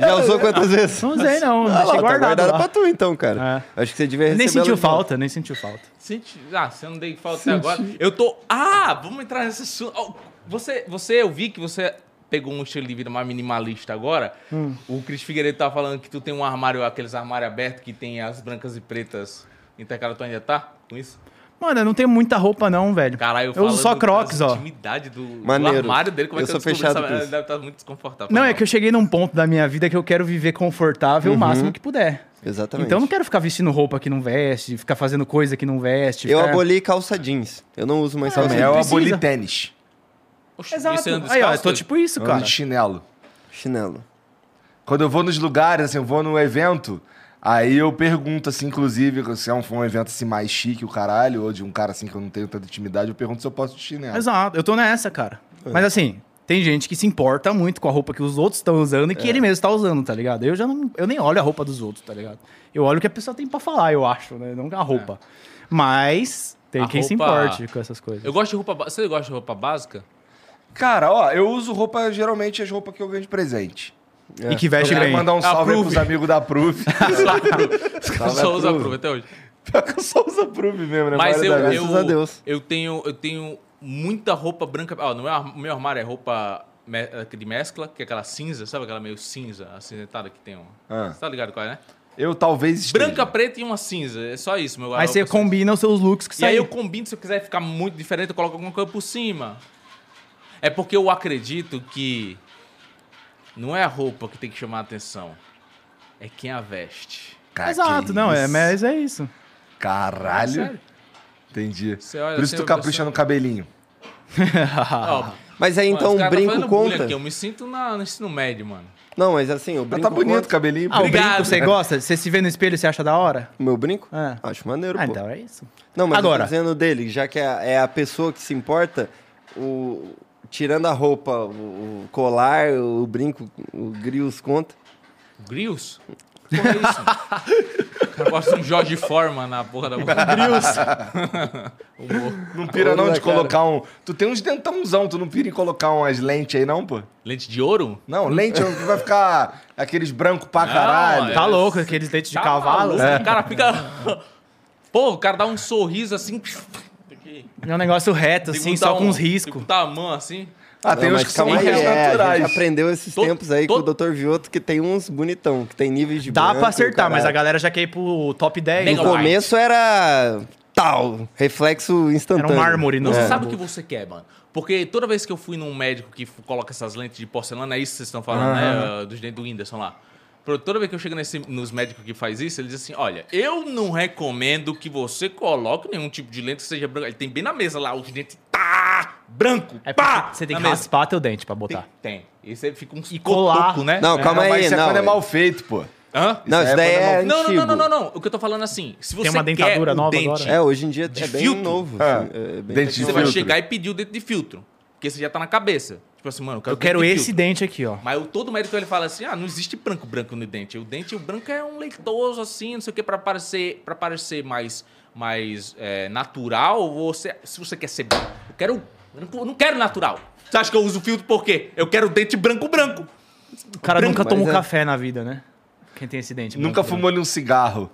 Speaker 2: Já usou quantas vezes?
Speaker 4: Não usei, não.
Speaker 2: Ah,
Speaker 4: Deixei
Speaker 2: lá, tá
Speaker 4: guardado
Speaker 2: guardado
Speaker 4: lá.
Speaker 2: pra tu, então, cara. Acho que você devia receber.
Speaker 4: Nem
Speaker 2: ela
Speaker 4: sentiu
Speaker 2: de volta.
Speaker 4: falta, nem sentiu falta.
Speaker 3: Senti... Ah, você não dei falta até agora. Eu tô. Ah, vamos entrar nesse assunto. Oh, você, você, eu vi que você pegou um estilo de vida mais minimalista agora.
Speaker 4: Hum.
Speaker 3: O Cris Figueiredo tá falando que tu tem um armário, aqueles armários abertos que tem as brancas e pretas intercaladas. Tu ainda tá com isso?
Speaker 4: Mano, eu não tenho muita roupa, não, velho.
Speaker 3: Caralho,
Speaker 4: eu uso só
Speaker 3: falando
Speaker 4: Crocs,
Speaker 3: das
Speaker 4: ó.
Speaker 3: intimidade do, do
Speaker 2: Maneiro.
Speaker 3: armário dele. Como é
Speaker 2: Eu
Speaker 3: que
Speaker 2: sou
Speaker 3: descobri
Speaker 2: fechado
Speaker 3: essa-
Speaker 2: com isso.
Speaker 3: Deve estar muito desconfortável.
Speaker 4: Não, é que eu cheguei num ponto da minha vida que eu quero viver confortável o máximo que puder.
Speaker 2: Exatamente.
Speaker 4: Então eu não quero ficar vestindo roupa que não veste, ficar fazendo coisa que não veste.
Speaker 2: Eu
Speaker 4: ficar-
Speaker 2: aboli calça jeans. Eu não uso mais calça
Speaker 1: Também é
Speaker 2: jeans.
Speaker 1: o
Speaker 4: precisa.
Speaker 1: aboli tênis.
Speaker 3: Oxe, é um
Speaker 4: Exato.
Speaker 3: você anda
Speaker 4: Aí, ó, eu
Speaker 3: descalço,
Speaker 4: tô
Speaker 3: doido?
Speaker 4: tipo isso,
Speaker 1: Eu ando
Speaker 4: cara.
Speaker 1: de chinelo.
Speaker 2: Chinelo.
Speaker 1: Quando eu vou nos lugares, assim, eu vou num evento, aí eu pergunto, assim, inclusive, se é um, for um evento assim mais chique, o caralho, ou de um cara assim que eu não tenho tanta intimidade, eu pergunto se eu posso de chinelo.
Speaker 4: Exato, eu tô nessa, cara.
Speaker 1: É.
Speaker 4: Mas assim, tem gente que se importa muito com a roupa que os outros estão usando e
Speaker 1: É.
Speaker 4: que ele mesmo tá usando, tá ligado? Eu já não. Eu nem olho a roupa dos outros, tá ligado? Eu olho o que a pessoa tem pra falar, eu acho, né? Não a roupa.
Speaker 1: É.
Speaker 4: Mas tem
Speaker 3: A
Speaker 4: quem se
Speaker 3: roupa-
Speaker 4: importe com essas coisas.
Speaker 3: Eu gosto de roupa. ba- Você gosta de roupa básica?
Speaker 1: Cara, ó, eu uso roupa, geralmente as roupas que eu ganho de presente.
Speaker 4: E que
Speaker 1: Eu
Speaker 4: veste
Speaker 1: quero
Speaker 4: bem.
Speaker 1: mandar um
Speaker 3: A
Speaker 1: salve aí
Speaker 3: Prove.
Speaker 1: pros amigos da Proof.
Speaker 3: Eu só usa prova até hoje.
Speaker 1: Pior que eu só uso a Proof mesmo, né?
Speaker 3: Mas
Speaker 1: Maria
Speaker 3: eu,
Speaker 1: da Graça.
Speaker 3: eu,
Speaker 2: Graças a Deus.
Speaker 3: eu tenho eu tenho muita roupa branca. Ó, no meu, ar- meu armário é roupa me- de mescla, que é aquela cinza, sabe aquela meio cinza, acinzentada que tem um.
Speaker 1: Ah.
Speaker 3: Você tá ligado qual é, né?
Speaker 1: Eu talvez esteja.
Speaker 3: Branca, preta e uma cinza. É só isso, meu
Speaker 4: Aí
Speaker 3: guarda-roupa.
Speaker 4: você combina os seus looks que
Speaker 3: E aí
Speaker 4: saiu.
Speaker 3: eu combino, se eu quiser ficar muito diferente, eu coloco alguma coisa por cima. É porque eu acredito que não é a roupa que tem que chamar a atenção. É quem a veste.
Speaker 1: Cara,
Speaker 4: Exato,
Speaker 1: Ah, que
Speaker 4: não, é,
Speaker 1: isso.
Speaker 4: mas é isso.
Speaker 1: Caralho.
Speaker 3: Sério?
Speaker 1: Entendi.
Speaker 3: Você olha
Speaker 1: Por isso tu
Speaker 3: assim, eu-
Speaker 1: capricha no cabelinho.
Speaker 4: Ah.
Speaker 3: Ó,
Speaker 2: Mas aí então
Speaker 3: os
Speaker 2: o
Speaker 3: cara tá
Speaker 2: brinco
Speaker 3: fazendo bullying
Speaker 2: conta.
Speaker 3: aqui, eu me sinto na- no ensino médio, mano.
Speaker 2: Não, mas assim, o
Speaker 1: Mas
Speaker 2: brinco
Speaker 1: tá bonito o
Speaker 2: conta.
Speaker 1: cabelinho.
Speaker 4: Ah, o
Speaker 3: Obrigado.
Speaker 4: brinco você gosta? Você se vê no espelho e você acha da hora?
Speaker 2: O meu brinco?
Speaker 4: É.
Speaker 2: Acho maneiro,
Speaker 4: Ah,
Speaker 2: pô.
Speaker 4: então é isso.
Speaker 2: Não, mas
Speaker 4: Agora.
Speaker 2: eu tô dizendo dele, já que é, é a pessoa que se importa, o, tirando a roupa, o, o colar, o brinco, o grios conta.
Speaker 3: Grills? Porra, é isso? mano? o cara gosta de um Jorge Forma na porra da boca. Grills!
Speaker 1: Não pira não
Speaker 2: Olha,
Speaker 1: de
Speaker 2: cara.
Speaker 1: colocar um... Tu tem uns dentãozão, tu não pira em colocar umas lentes aí não, pô?
Speaker 3: Lente de ouro?
Speaker 1: Não, lente é o que vai ficar aqueles brancos pra caralho.
Speaker 3: é.
Speaker 4: Tá louco, aqueles dentes de
Speaker 3: Tá
Speaker 4: cavalo.
Speaker 2: É.
Speaker 4: É.
Speaker 3: maluco, O cara fica. Pô, o cara dá um sorriso assim. Aqui.
Speaker 4: É um negócio reto, assim,
Speaker 3: Tem que
Speaker 4: só
Speaker 3: botar
Speaker 4: com uns
Speaker 3: um- Tem
Speaker 4: riscos.
Speaker 3: que botar a mão assim.
Speaker 1: Ah, tem
Speaker 2: Não,
Speaker 1: uns
Speaker 2: mas
Speaker 1: que são
Speaker 2: calma
Speaker 1: mais
Speaker 2: aí, é, A
Speaker 1: naturais.
Speaker 2: gente aprendeu esses
Speaker 3: Todo-
Speaker 2: tempos aí
Speaker 3: todo-
Speaker 2: com o Dr. Vioto que tem uns bonitão, que tem níveis de
Speaker 4: Dá
Speaker 2: branco,
Speaker 4: pra acertar, mas a
Speaker 2: caralho.
Speaker 4: galera já quer ir pro top 10.
Speaker 3: Mega
Speaker 4: Pô,
Speaker 2: No
Speaker 3: White.
Speaker 2: começo era tal, reflexo
Speaker 4: Era
Speaker 2: instantâneo.
Speaker 4: um mármore, não.
Speaker 3: Você
Speaker 2: É.
Speaker 3: sabe o que você quer, mano. Porque toda vez que eu fui num médico que f- coloca essas lentes de porcelana, é isso que vocês estão falando, né? Dos dentes do Whindersson lá. Pro- Toda vez que eu chego nesse- nos médicos que faz isso, eles dizem assim: olha, eu não recomendo que você coloque nenhum tipo de lente que seja branco. Ele tem bem na mesa lá, os dentes tá branco.
Speaker 4: É porque
Speaker 3: pá,
Speaker 4: você tem
Speaker 3: na
Speaker 4: que
Speaker 3: mesa.
Speaker 4: raspar teu dente pra
Speaker 3: Tem,
Speaker 4: botar.
Speaker 3: tem. E você fica um
Speaker 4: E colar.
Speaker 3: cotoco, né?
Speaker 2: Não, calma
Speaker 1: mas
Speaker 2: aí,
Speaker 1: isso é quando é
Speaker 2: não.
Speaker 1: mal feito, pô.
Speaker 3: Hã?
Speaker 2: Não, isso
Speaker 1: Isso
Speaker 2: daí
Speaker 1: aí é
Speaker 2: é
Speaker 1: quando
Speaker 3: Não, não,
Speaker 2: antigo.
Speaker 3: não, não, não, não. O que eu tô falando é assim, se você
Speaker 4: uma dentadura
Speaker 3: quer o
Speaker 4: nova
Speaker 3: dente,
Speaker 4: agora?
Speaker 2: É, hoje em dia
Speaker 3: De
Speaker 2: é bem
Speaker 3: filtro.
Speaker 2: novo.
Speaker 1: É.
Speaker 2: assim, é bem
Speaker 1: Dente de
Speaker 3: você
Speaker 2: tecnológico.
Speaker 3: vai
Speaker 1: filtro.
Speaker 3: chegar e pedir o dente de filtro. Porque você já tá na cabeça. Tipo assim, mano, eu quero,
Speaker 4: Eu quero
Speaker 3: dente de
Speaker 4: esse
Speaker 3: filtro.
Speaker 4: dente aqui, ó.
Speaker 3: Mas o, todo médico ele fala assim: ah, não existe branco branco no dente. O dente, o branco é um leitoso, assim, não sei o que, pra parecer, pra parecer mais, mais é, natural. Você, se você quer ser branco, eu quero. Eu não, eu não quero natural. Você acha que eu uso filtro por quê? Eu quero dente branco branco.
Speaker 4: O cara
Speaker 3: Branco,
Speaker 4: nunca toma um
Speaker 2: mas é-
Speaker 4: café na vida, né? Quem tem esse dente.
Speaker 1: Nunca
Speaker 4: branco, né?
Speaker 1: fumou nenhum cigarro.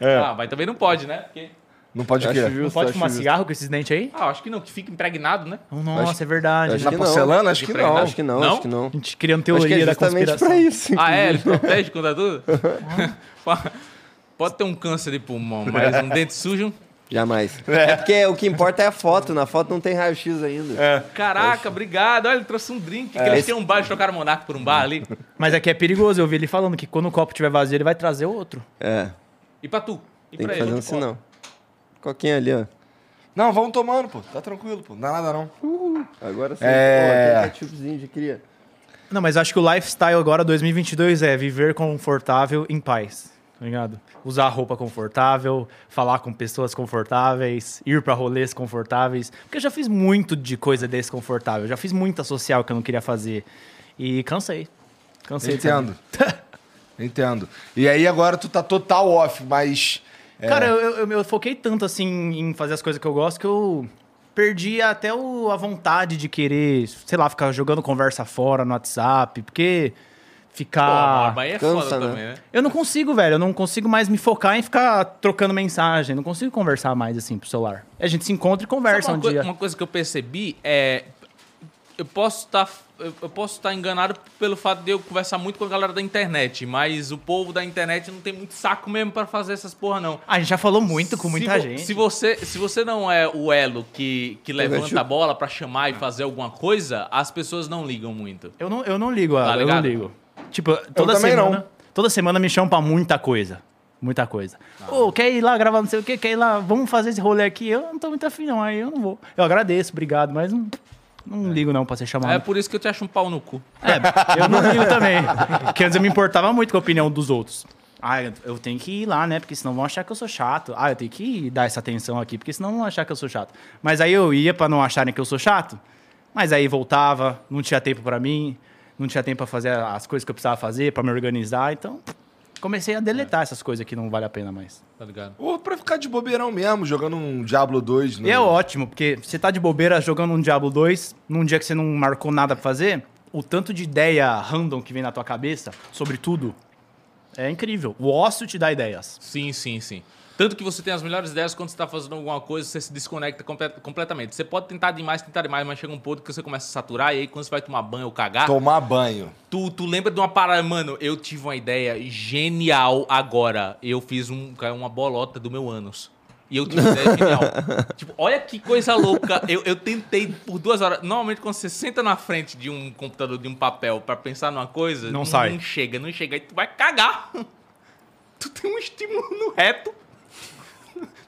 Speaker 3: Ah, mas também não pode, né? Porque,
Speaker 1: Não pode o
Speaker 2: Acho
Speaker 1: quê?
Speaker 2: justo,
Speaker 4: Não pode
Speaker 2: acho
Speaker 4: fumar
Speaker 2: justo.
Speaker 4: cigarro com esses dentes aí?
Speaker 3: ah, eu acho que não, que fica impregnado, né?
Speaker 4: Nossa, é verdade.
Speaker 2: acho
Speaker 1: Na
Speaker 2: que não.
Speaker 1: tá porcelana? Acho que não.
Speaker 2: Acho que não,
Speaker 3: Não?
Speaker 2: acho que não.
Speaker 4: A gente criando
Speaker 2: Acho que
Speaker 4: teoria
Speaker 2: é
Speaker 4: da
Speaker 2: justamente pra
Speaker 4: conspiração.
Speaker 2: isso.
Speaker 3: Ah, é? Ele protege contra tudo? Pode ter um câncer de pulmão, mas um dente sujo.
Speaker 2: Jamais. É. porque o que importa é a foto. Na foto não tem raio-x ainda.
Speaker 3: Caraca, obrigado. Olha, ele trouxe um drink. que eles têm um bar, eles trocaram Monarca por um bar ali.
Speaker 4: Mas é que é perigoso. Eu vi ele falando que quando o copo estiver vazio, ele vai trazer outro.
Speaker 2: É,
Speaker 3: E pra tu? E
Speaker 2: tem
Speaker 3: pra
Speaker 2: que
Speaker 3: ele?
Speaker 2: fazer um sinal. Coquinha ali, ó.
Speaker 1: Não, vamos tomando, pô. Tá tranquilo, pô. Não dá nada, não.
Speaker 2: Agora sim.
Speaker 1: É.
Speaker 2: Ó, tem ketchupzinho de cria.
Speaker 4: Não, mas eu acho que o lifestyle agora, 2022, é viver confortável em paz. Tá ligado? Usar roupa confortável, falar com pessoas confortáveis, ir pra rolês confortáveis. Porque eu já fiz muito de coisa desconfortável. Eu já fiz muita social que eu não queria fazer. E cansei. Cansei.
Speaker 1: Entendo. Entendo. E aí agora tu tá total off, mas. é,
Speaker 4: Cara, eu, eu, eu foquei tanto assim em fazer as coisas que eu gosto que eu perdi até o- a vontade de querer, sei lá, ficar jogando conversa fora no WhatsApp, porque ficar.
Speaker 3: mas aí é
Speaker 2: cansa,
Speaker 3: foda
Speaker 2: né?
Speaker 3: também, né?
Speaker 4: Eu não consigo, velho. Eu não consigo mais me focar em ficar trocando mensagem. Não consigo conversar mais assim pro celular. A gente se encontra e
Speaker 3: Sabe
Speaker 4: conversa
Speaker 3: uma,
Speaker 4: um
Speaker 3: coi-
Speaker 4: dia.
Speaker 3: uma coisa que eu percebi é. Eu posso estar. eu eu posso estar enganado pelo fato de eu conversar muito com a galera da internet, mas o povo da internet não tem muito saco mesmo pra fazer essas porra, não.
Speaker 4: A gente já falou muito com muita
Speaker 3: se vo-
Speaker 4: gente.
Speaker 3: Se você, se você não é o elo que, que
Speaker 2: Levante
Speaker 3: levanta
Speaker 2: o-
Speaker 3: a bola pra chamar e fazer alguma coisa, as pessoas não ligam muito.
Speaker 4: Eu não, eu não ligo,
Speaker 3: Tá
Speaker 4: eu não
Speaker 3: ligado?
Speaker 4: ligo. Tipo, toda
Speaker 1: também
Speaker 4: semana.
Speaker 1: não.
Speaker 4: Toda semana me chamam pra muita coisa. Muita coisa. Ô, quer ir lá gravar não sei o quê? Quer ir lá? Vamos fazer esse rolê aqui? Eu não tô muito afim, não. Aí eu não vou. Eu agradeço, obrigado, mas não, não ligo não pra ser chamado.
Speaker 3: É por isso que eu te acho um pau no cu.
Speaker 4: É, eu não ligo também. Porque antes eu me importava muito com a opinião dos outros. Ah, eu- eu tenho que ir lá, né? Porque senão vão achar que eu sou chato. Ah, eu tenho que dar essa atenção aqui, porque senão vão achar que eu sou chato. Mas aí eu ia pra não acharem que eu sou chato. Mas aí voltava, não tinha tempo pra mim, não tinha tempo pra fazer as coisas que eu precisava fazer, pra me organizar. Então, comecei a deletar essas coisas que não vale a pena mais.
Speaker 3: Tá ligado?
Speaker 1: Ou pra ficar de bobeirão mesmo, jogando um Diablo 2.
Speaker 4: E é ótimo, porque você tá de bobeira jogando um Diablo 2, num dia que você não marcou nada pra fazer, o tanto de ideia random que vem na tua cabeça sobre tudo é incrível. O ócio te dá ideias.
Speaker 3: Sim, sim, sim. Tanto que você tem as melhores ideias quando você tá fazendo alguma coisa, você se desconecta comple- completamente. Você pode tentar demais, tentar demais, mas chega um ponto que você começa a saturar e aí quando você vai tomar banho ou cagar,
Speaker 1: Tomar banho.
Speaker 3: tu, tu lembra de uma parada, mano, eu tive uma ideia genial agora. Eu fiz um, caiu uma bolota do meu ânus. E eu tive uma ideia genial. Tipo, olha que coisa louca. Eu, eu tentei por duas horas. Normalmente, quando você senta na frente de um computador, de um papel, pra pensar numa coisa,
Speaker 4: Não sai.
Speaker 3: Não chega, não chega. Aí tu vai cagar. Tu tem um estímulo no reto,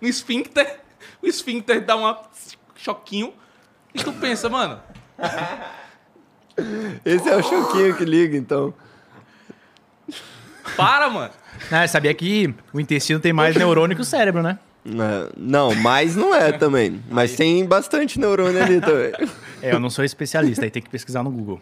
Speaker 3: no esfíncter. O esfíncter dá um choquinho. E tu pensa, mano,
Speaker 2: Esse é o Choquinho que liga, então.
Speaker 3: para, mano.
Speaker 4: Né, sabia que o intestino tem mais neurônio que o cérebro, né?
Speaker 2: É, Não, mas não é também. Mas tem bastante neurônio ali também.
Speaker 4: É, eu não sou especialista, aí tem que pesquisar no Google.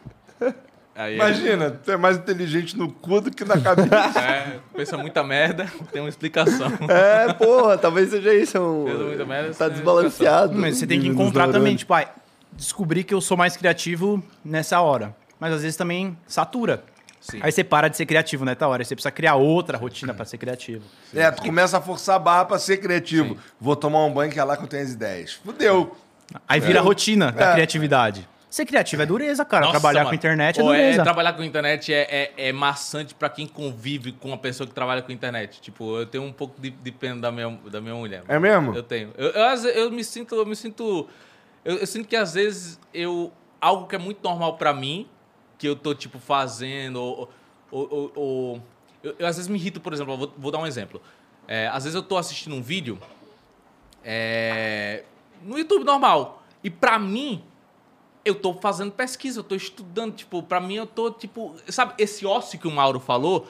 Speaker 3: Aí,
Speaker 1: Imagina, tu é mais inteligente no cu do que na cabeça.
Speaker 3: É, pensa muita merda, tem uma explicação.
Speaker 2: É, porra, talvez seja isso. Um...
Speaker 3: Pelo muito menos,
Speaker 2: Tá
Speaker 3: né?
Speaker 2: desbalanceado.
Speaker 4: Mas você tem que
Speaker 2: Dos
Speaker 4: encontrar também,
Speaker 2: neurônios.
Speaker 4: tipo, ah, descobrir que eu sou mais criativo nessa hora. Mas às vezes também satura.
Speaker 3: Sim.
Speaker 4: Aí você para de ser criativo nessa hora. Aí você precisa criar outra rotina pra ser criativo.
Speaker 1: é, tu começa a forçar a barra pra ser criativo. Vou tomar um banho que é lá que eu tenho as ideias. Fudeu.
Speaker 4: Aí vira a rotina da
Speaker 1: É.
Speaker 4: criatividade. Ser criativo é dureza, cara.
Speaker 3: Nossa,
Speaker 4: Trabalhar
Speaker 3: mano.
Speaker 4: com internet é
Speaker 3: Pô,
Speaker 4: dureza.
Speaker 3: trabalhar com internet é, é, é maçante pra quem convive com uma pessoa que trabalha com internet. Tipo, eu tenho um pouco de, de pena da minha, da minha mulher.
Speaker 1: É mesmo?
Speaker 3: Eu tenho. Eu, eu, às- eu me sinto, eu me sinto. Eu, eu sinto que às vezes eu. Algo que é muito normal pra mim, que eu tô, tipo, fazendo, ou. ou- ou- ou- eu, eu às vezes me irrito, por exemplo, eu vou, vou dar um exemplo. É, às vezes eu tô assistindo um vídeo é, no YouTube normal. E pra mim, eu tô fazendo pesquisa, eu tô estudando, tipo, pra mim eu tô, tipo, sabe, esse ócio que o Mauro falou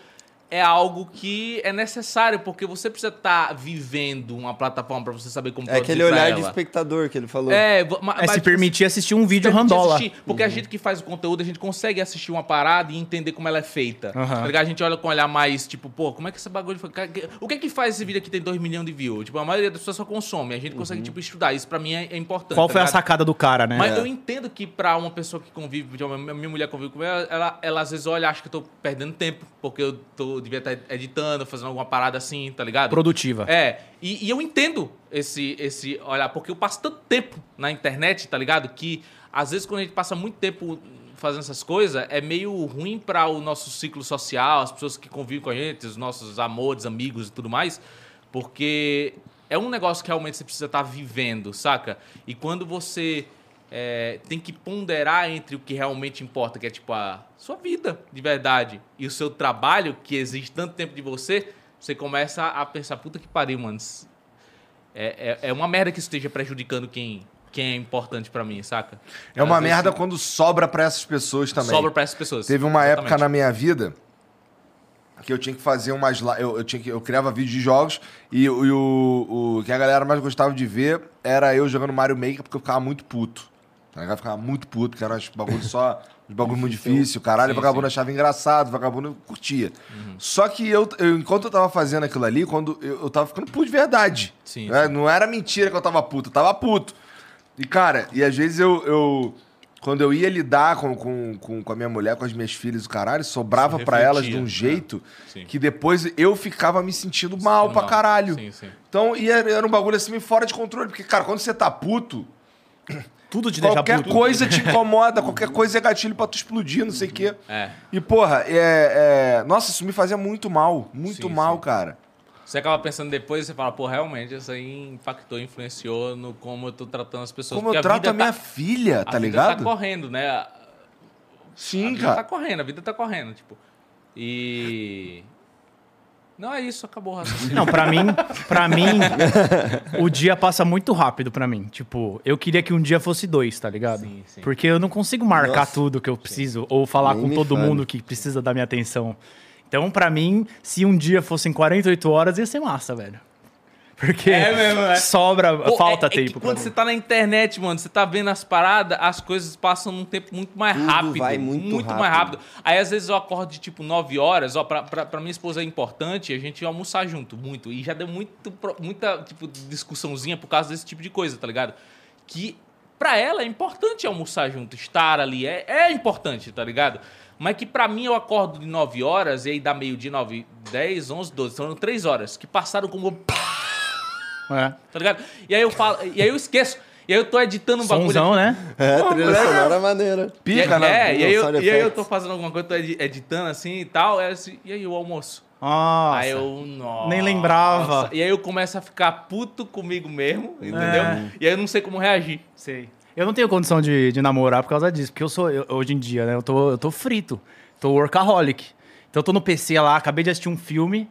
Speaker 3: é algo que é necessário, porque você precisa estar vivendo uma plataforma pra você saber como
Speaker 2: É aquele
Speaker 3: pra
Speaker 2: olhar de
Speaker 3: ela.
Speaker 2: espectador que ele falou.
Speaker 3: É, vo- ma-
Speaker 4: É
Speaker 3: mas
Speaker 4: se permitir assistir um
Speaker 3: se
Speaker 4: vídeo
Speaker 3: permitir
Speaker 4: randola.
Speaker 3: assistir, porque a gente que faz o conteúdo, a gente consegue assistir uma parada e entender como ela é feita.
Speaker 4: Aham.
Speaker 3: Tá ligado? A gente olha com um olhar mais, tipo, pô, como é que esse bagulho foi... O que é que faz esse vídeo aqui tem 2 milhões de views? Tipo, a maioria das pessoas só consome, a gente consegue, tipo, estudar. Isso pra mim é, é importante.
Speaker 4: Uhum. Qual
Speaker 3: tá
Speaker 4: foi a
Speaker 3: ligado?
Speaker 4: sacada do cara, né?
Speaker 3: Mas eu entendo que pra uma pessoa que convive, tipo, a minha mulher convive comigo, ela, ela, ela às vezes olha, acha que eu tô perdendo tempo, porque eu tô, devia estar editando, fazendo alguma parada assim, tá ligado?
Speaker 4: Produtiva.
Speaker 3: É, e, e eu entendo esse, esse olhar, porque eu passo tanto tempo na internet, tá ligado? Que às vezes quando a gente passa muito tempo fazendo essas coisas, é meio ruim pra o nosso ciclo social, as pessoas que convivem com a gente, os nossos amores, amigos e tudo mais, porque é um negócio que realmente você precisa estar vivendo, saca? E quando você é, tem que ponderar entre o que realmente importa, que é tipo a sua vida de verdade, e o seu trabalho, que exige tanto tempo de você, você começa a pensar, puta que pariu, mano. s- É, é, é uma merda que esteja prejudicando quem, quem é importante pra mim, saca?
Speaker 1: É uma
Speaker 3: Às vezes
Speaker 1: merda quando sobra pra essas pessoas também.
Speaker 3: Sobra pra essas pessoas.
Speaker 1: Teve uma
Speaker 3: Exatamente.
Speaker 1: época na minha vida que eu tinha que fazer umas li- eu, eu tinha que eu criava vídeos de jogos e, o- e o, o que a galera mais gostava de ver era eu jogando Mario Maker porque eu ficava muito puto. Tá ligado? Eu ficava muito puto, que era uns bagulho só uns bagulho muito difícil, caralho,
Speaker 3: Sim,
Speaker 1: vagabundo
Speaker 3: sim. Uhum.
Speaker 1: achava engraçado, vagabundo curtia. Só que eu, eu- enquanto eu tava fazendo aquilo ali, quando eu, eu tava ficando puto de verdade.
Speaker 3: Sim,
Speaker 1: né?
Speaker 3: sim.
Speaker 1: Não era mentira que eu tava puto, eu tava puto. E, cara, e às vezes eu. eu- quando eu ia lidar com, com, com, com a minha mulher, com as minhas filhas, o caralho, sobrava
Speaker 3: Você
Speaker 1: pra
Speaker 3: refletia,
Speaker 1: elas de um
Speaker 3: né?
Speaker 1: jeito
Speaker 3: Sim.
Speaker 1: que depois eu ficava me sentindo mal pra
Speaker 3: Não.
Speaker 1: caralho.
Speaker 3: Sim, sim.
Speaker 1: Então, e era, era um bagulho assim meio fora de controle, porque, cara, quando você tá puto,
Speaker 4: Tudo te deixa
Speaker 1: qualquer
Speaker 4: puto.
Speaker 1: coisa te incomoda, qualquer coisa é gatilho pra tu explodir, não sei o quê.
Speaker 3: É.
Speaker 1: E, porra, é, é- Nossa, isso me fazia muito mal, muito
Speaker 3: Sim,
Speaker 1: mal,
Speaker 3: sim.
Speaker 1: cara.
Speaker 3: Você acaba pensando depois e você fala, pô, realmente isso aí impactou, influenciou no como eu tô tratando as pessoas.
Speaker 1: Como
Speaker 3: porque
Speaker 1: eu trato
Speaker 3: vida
Speaker 1: a minha
Speaker 3: tá-
Speaker 1: filha, tá
Speaker 3: a vida
Speaker 1: ligado?
Speaker 3: tá correndo, né? A
Speaker 1: Sim,
Speaker 3: vida tá
Speaker 1: cara.
Speaker 3: correndo, a vida tá correndo, tipo. E. Não é isso, acabou o raciocínio.
Speaker 4: Não, pra mim, para mim, o dia passa muito rápido pra mim. Tipo, eu queria que um dia fosse dois, tá ligado?
Speaker 3: Sim, sim.
Speaker 4: Porque eu não consigo marcar tudo que eu preciso ou falar
Speaker 2: Nem
Speaker 4: com
Speaker 2: me
Speaker 4: todo
Speaker 2: fale.
Speaker 4: mundo que precisa da minha atenção. Então, pra mim, se um dia fossem 48 horas, ia ser massa, velho. Porque
Speaker 3: É mesmo, é.
Speaker 4: sobra,
Speaker 3: Pô, é-
Speaker 4: falta
Speaker 3: é que
Speaker 4: tempo. pra
Speaker 3: quando
Speaker 4: mim.
Speaker 3: você tá na internet, mano, você tá vendo as paradas, as coisas passam num tempo muito mais
Speaker 2: Tudo
Speaker 3: rápido.
Speaker 2: vai muito
Speaker 3: mais
Speaker 2: rápido.
Speaker 3: rápido. Aí, às vezes, eu acordo de tipo 9 horas, ó, pra, pra, pra minha esposa é importante a gente almoçar junto, muito. E já deu muito, pro- muita, tipo, discussãozinha por causa desse tipo de coisa, tá ligado? Que pra ela é importante almoçar junto, estar ali, é, é importante, tá ligado? Mas que pra mim eu acordo de 9 horas e aí dá meio-dia, 9, 10, 11, 12, são 3 então, horas, que passaram como
Speaker 4: É.
Speaker 3: tá ligado? E aí eu falo, e aí eu esqueço. E aí eu tô editando um
Speaker 4: Somzão,
Speaker 3: bagulho.
Speaker 4: né?
Speaker 2: É,
Speaker 1: Pô,
Speaker 2: trilha
Speaker 1: moleque,
Speaker 2: sonora maneira.
Speaker 3: E,
Speaker 1: Pica, né?
Speaker 3: é, e aí, eu,
Speaker 2: Sound
Speaker 3: e aí eu
Speaker 2: effects.
Speaker 3: tô fazendo alguma coisa, tô edi- editando assim e tal. aí assim, e aí o almoço?
Speaker 4: Nossa.
Speaker 3: Aí eu, nossa.
Speaker 4: Nem lembrava.
Speaker 3: E aí eu começo a ficar puto comigo mesmo, entendeu?
Speaker 4: É.
Speaker 3: E aí eu não sei como reagir.
Speaker 4: Sei. Eu não tenho condição de, de namorar por causa disso, porque eu sou, eu- hoje em dia, né? Eu tô, eu tô frito. Tô workaholic. Então eu tô no PC lá, acabei de assistir um filme,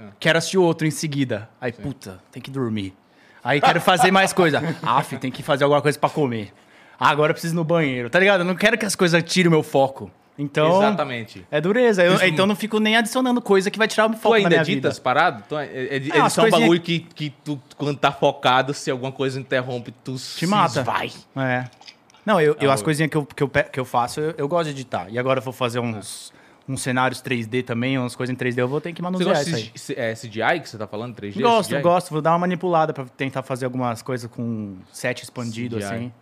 Speaker 3: Ah.
Speaker 4: quero assistir outro em seguida. Aí, puta, tem que dormir. Aí quero fazer mais coisa. Aff, tem que fazer alguma coisa pra comer. Ah, agora eu preciso ir no banheiro, tá ligado? Eu não quero que as coisas tirem o meu foco. Então.
Speaker 3: Exatamente.
Speaker 4: É dureza. Eu- então eu não fico nem adicionando coisa que vai tirar o meu
Speaker 3: Tu
Speaker 4: foco da
Speaker 3: ainda
Speaker 4: minha
Speaker 3: edita
Speaker 4: vida.
Speaker 3: as paradas? Tu, é, é, é,
Speaker 4: Ah, as
Speaker 3: edição é um
Speaker 4: coisinhas-
Speaker 3: bagulho que, que tu, quando tá focado, se alguma coisa interrompe, tu
Speaker 4: Te mata.
Speaker 3: Vai.
Speaker 4: É. Não, eu, eu
Speaker 3: Ah,
Speaker 4: as
Speaker 3: o-
Speaker 4: coisinhas que eu, que eu, pe- que eu faço, eu, eu gosto de editar. E agora eu vou fazer uns, uns cenários 3D também, umas coisas em 3D, eu vou ter que
Speaker 3: Você
Speaker 4: manusear
Speaker 3: gosta
Speaker 4: isso aí.
Speaker 3: de C- é, CGI que você tá falando? 3G?
Speaker 4: Gosto,
Speaker 3: CGI?
Speaker 4: gosto. Vou dar uma manipulada pra tentar fazer algumas coisas com set expandido,
Speaker 3: CGI.
Speaker 4: assim.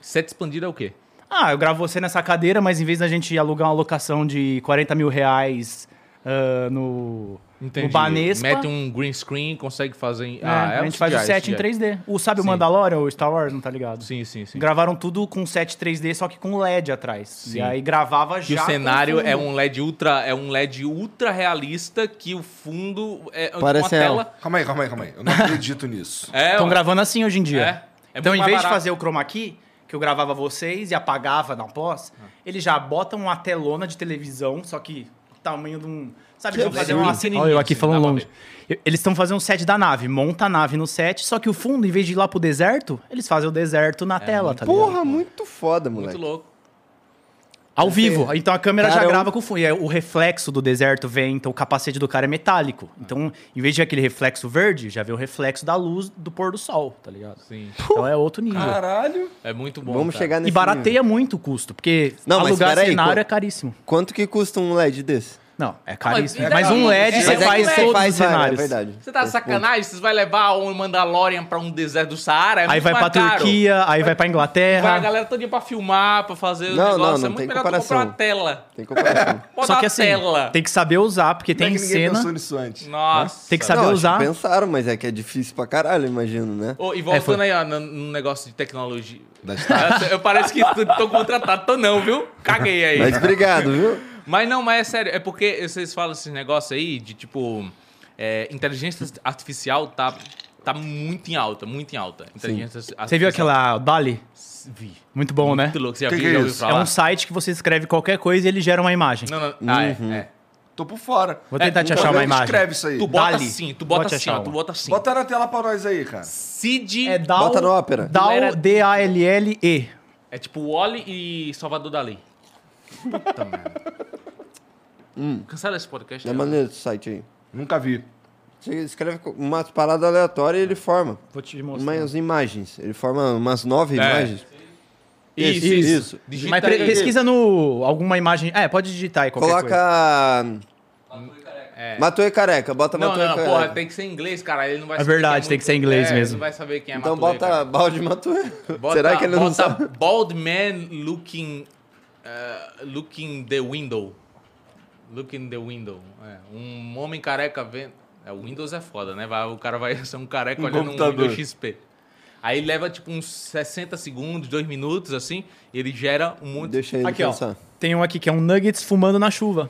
Speaker 3: Set expandido é o quê?
Speaker 4: Ah, eu gravo você nessa cadeira, mas em vez da gente alugar uma locação de 40 mil reais ah, no, no Banespa...
Speaker 3: Mete um green screen, consegue fazer. Em...
Speaker 4: né,
Speaker 3: ah, é
Speaker 4: a gente faz o
Speaker 3: CGI,
Speaker 4: set em
Speaker 3: CGI.
Speaker 4: 3D. O, sabe o
Speaker 3: Sim.
Speaker 4: Mandalorian ou Star Wars, não tá ligado?
Speaker 3: Sim, sim, sim.
Speaker 4: Gravaram tudo com set 3D, só que com LED atrás. E aí gravava
Speaker 3: Que
Speaker 4: já.
Speaker 3: o
Speaker 4: com
Speaker 3: cenário é
Speaker 4: fundo.
Speaker 3: um LED ultra, é um LED ultra realista que o fundo é
Speaker 2: Parece
Speaker 3: uma
Speaker 2: real.
Speaker 3: tela.
Speaker 1: Calma aí, calma aí, calma aí. Eu não acredito nisso.
Speaker 3: É,
Speaker 4: Estão
Speaker 3: ó,
Speaker 4: gravando assim hoje em dia.
Speaker 3: É. É
Speaker 4: então,
Speaker 3: muito
Speaker 4: em
Speaker 3: mais
Speaker 4: vez de
Speaker 3: barato.
Speaker 4: fazer o chroma key, que eu gravava vocês e apagava na pós,
Speaker 3: Ah.
Speaker 4: eles já botam uma telona de televisão, só que tamanho de um. Sabe, eles vão fazer uma
Speaker 3: absurdo.
Speaker 4: Olha eu aqui
Speaker 3: Assim,
Speaker 4: falando
Speaker 3: dá pra
Speaker 4: longe. Eu- Eles estão fazendo um set da nave, monta a nave no set, só que o fundo, em vez de ir lá pro deserto, eles fazem o deserto
Speaker 3: É
Speaker 4: na tela, tá ligado?
Speaker 2: Porra, muito foda,
Speaker 3: muito
Speaker 2: moleque.
Speaker 3: louco.
Speaker 4: Ao vivo. Então a câmera
Speaker 2: Cara,
Speaker 4: já
Speaker 2: é um-
Speaker 4: grava com o fundo. E aí, o reflexo do deserto vem, então o capacete do cara é metálico. Então, em vez de aquele reflexo verde, já vem o reflexo da luz do pôr do sol, tá ligado?
Speaker 3: Sim.
Speaker 4: Então é outro nível.
Speaker 1: Caralho.
Speaker 3: É muito bom.
Speaker 2: Vamos
Speaker 3: cara.
Speaker 2: chegar
Speaker 4: E
Speaker 2: nesse nível.
Speaker 4: barateia muito o custo, porque
Speaker 2: Não, mas
Speaker 4: alugar
Speaker 2: peraí,
Speaker 4: cenário
Speaker 2: co-
Speaker 4: é caríssimo.
Speaker 2: Quanto que custa um LED desse?
Speaker 4: Não, é caríssimo.
Speaker 3: e
Speaker 4: Mas,
Speaker 3: daí?
Speaker 4: um LED
Speaker 3: É,
Speaker 4: você
Speaker 3: mas é
Speaker 4: faz
Speaker 3: que você
Speaker 4: todos
Speaker 2: vários,
Speaker 4: os cenários.
Speaker 2: É verdade.
Speaker 3: Você tá de sacanagem? Vocês vão levar um Mandalorian pra um deserto do Saara? É
Speaker 4: aí
Speaker 3: muito
Speaker 4: vai
Speaker 3: mais
Speaker 4: pra
Speaker 3: caro.
Speaker 4: Turquia, aí vai pra
Speaker 3: Vai a
Speaker 4: Inglaterra.
Speaker 3: galera todinha pra filmar, pra fazer o
Speaker 2: Não,
Speaker 3: negócio.
Speaker 2: não,
Speaker 3: é
Speaker 2: não
Speaker 3: muito
Speaker 2: tem
Speaker 3: melhor tu comprar
Speaker 2: comparação.
Speaker 3: uma tela.
Speaker 2: Tem comparação.
Speaker 3: Bota
Speaker 4: Só que
Speaker 3: uma
Speaker 4: assim,
Speaker 3: tela.
Speaker 4: tem que saber usar, porque
Speaker 1: Como é
Speaker 4: tem
Speaker 1: que ninguém pensou
Speaker 4: cena.
Speaker 1: nisso antes?
Speaker 3: Nossa.
Speaker 4: Tem que saber
Speaker 2: acho que
Speaker 4: usar.
Speaker 2: pensaram, mas é que é difícil pra caralho, imagino, né?
Speaker 3: Ô, e
Speaker 4: É,
Speaker 3: voltando
Speaker 4: foi.
Speaker 3: aí, ó, no, no negócio de tecnologia.
Speaker 1: Da
Speaker 3: Eu, eu parece que tu- tô contratado, tô não, viu? Caguei aí.
Speaker 2: Mas
Speaker 3: Mas,
Speaker 2: obrigado, viu?
Speaker 3: não, mas é sério, é porque vocês falam esses negócios aí de tipo. é, inteligência artificial tá, tá muito em alta, muito em alta. Inteligência artificial.
Speaker 4: Você viu aquela Dali?
Speaker 3: Vi.
Speaker 4: Muito bom, né?
Speaker 3: Muito louco, você já,
Speaker 1: Que
Speaker 3: viu,
Speaker 1: que é
Speaker 3: já ouviu
Speaker 1: isso?
Speaker 4: É
Speaker 3: falar?
Speaker 4: um site que você escreve qualquer coisa e ele gera uma imagem.
Speaker 1: Uhum.
Speaker 3: Não, não. Ah, é, é.
Speaker 1: Tô por fora. Então,
Speaker 4: Vou tentar te achar uma
Speaker 1: Alguém
Speaker 4: imagem.
Speaker 1: Escreve isso aí.
Speaker 3: Tu bota
Speaker 4: Dali.
Speaker 3: assim, tu bota
Speaker 4: Bote
Speaker 3: assim,
Speaker 4: a
Speaker 3: ó,
Speaker 4: chama.
Speaker 3: tu bota assim.
Speaker 1: Bota na tela pra nós aí, cara.
Speaker 3: Cid.
Speaker 4: É
Speaker 3: É,
Speaker 4: Dal.
Speaker 2: Bota na ópera.
Speaker 4: Dal,
Speaker 3: Era-
Speaker 4: D-A-L-L-E.
Speaker 3: tipo Wally e Salvador Dali. Puta merda. Cancela esse podcast.
Speaker 2: É
Speaker 3: cara.
Speaker 2: maneiro esse site aí.
Speaker 1: Nunca vi.
Speaker 2: Você escreve co- umas paradas aleatórias e ele forma
Speaker 4: Vou te mostrar.
Speaker 2: umas imagens. Ele forma umas
Speaker 4: É.
Speaker 2: nove imagens. Isso,
Speaker 3: Isso, isso.
Speaker 2: isso.
Speaker 3: Digita
Speaker 4: Mas pre-
Speaker 3: aí.
Speaker 4: pesquisa no. alguma imagem. É, pode digitar aí qualquer coisa.
Speaker 2: Coloca. Matou e careca. Bota
Speaker 3: Não,
Speaker 2: matou
Speaker 3: não,
Speaker 2: e
Speaker 3: não,
Speaker 2: careca.
Speaker 3: porra, tem que ser em inglês, cara. Ele não vai
Speaker 4: É verdade, tem que ser em inglês
Speaker 3: é, ele
Speaker 4: mesmo.
Speaker 3: não vai saber quem é
Speaker 2: Então
Speaker 3: Matuê,
Speaker 2: bota
Speaker 3: cara.
Speaker 2: balde matou.
Speaker 3: Bota-
Speaker 2: Será que ele não
Speaker 3: bota
Speaker 2: sabe?
Speaker 3: Bald man looking, eh, looking the window. Looking the window. É, um homem careca vendo... É, o Windows é foda, né? Vai- o cara vai ser um careca
Speaker 1: Um
Speaker 3: olhando um
Speaker 1: computador.
Speaker 3: Windows XP. Aí leva tipo uns 60 segundos, 2 minutos, assim. e ele gera um monte...
Speaker 2: Deixa ele
Speaker 4: Aqui, ó.
Speaker 2: pensar.
Speaker 4: Tem um aqui que é um Nuggets fumando na chuva.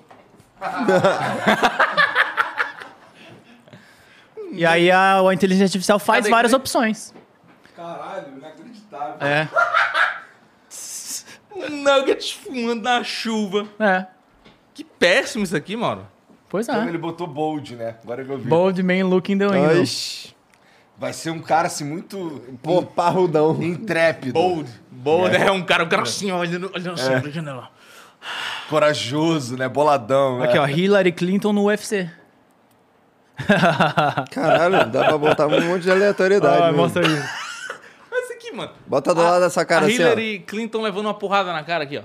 Speaker 4: e aí a, a inteligência artificial faz
Speaker 3: Cadê?
Speaker 4: várias
Speaker 3: Cadê?
Speaker 4: opções.
Speaker 1: Caralho, inacreditável.
Speaker 4: É.
Speaker 3: Um nugget fumando na chuva.
Speaker 4: É.
Speaker 3: Que péssimo isso aqui, mano.
Speaker 4: Pois
Speaker 1: Então ele
Speaker 4: é.
Speaker 1: botou bold, né? Agora que eu vi.
Speaker 4: Bold man looking the window.
Speaker 2: Oxi.
Speaker 1: Vai ser um cara assim muito
Speaker 2: Pô, parrudão.
Speaker 1: intrépido,
Speaker 3: Bold. Bold é, um cara, um cara assim, ó, olhando, olhando assim pra janela.
Speaker 1: corajoso, né? Boladão.
Speaker 4: Aqui,
Speaker 1: né?
Speaker 4: ó. Hillary Clinton no UFC.
Speaker 2: Caralho, dá pra botar um monte de aleatoriedade.
Speaker 4: Ah,
Speaker 2: mano.
Speaker 4: mostra aí.
Speaker 3: Olha isso aqui, mano.
Speaker 2: Bota do lado dessa cara
Speaker 3: a
Speaker 2: assim, ó.
Speaker 3: Hillary Clinton levando uma porrada na cara aqui, ó.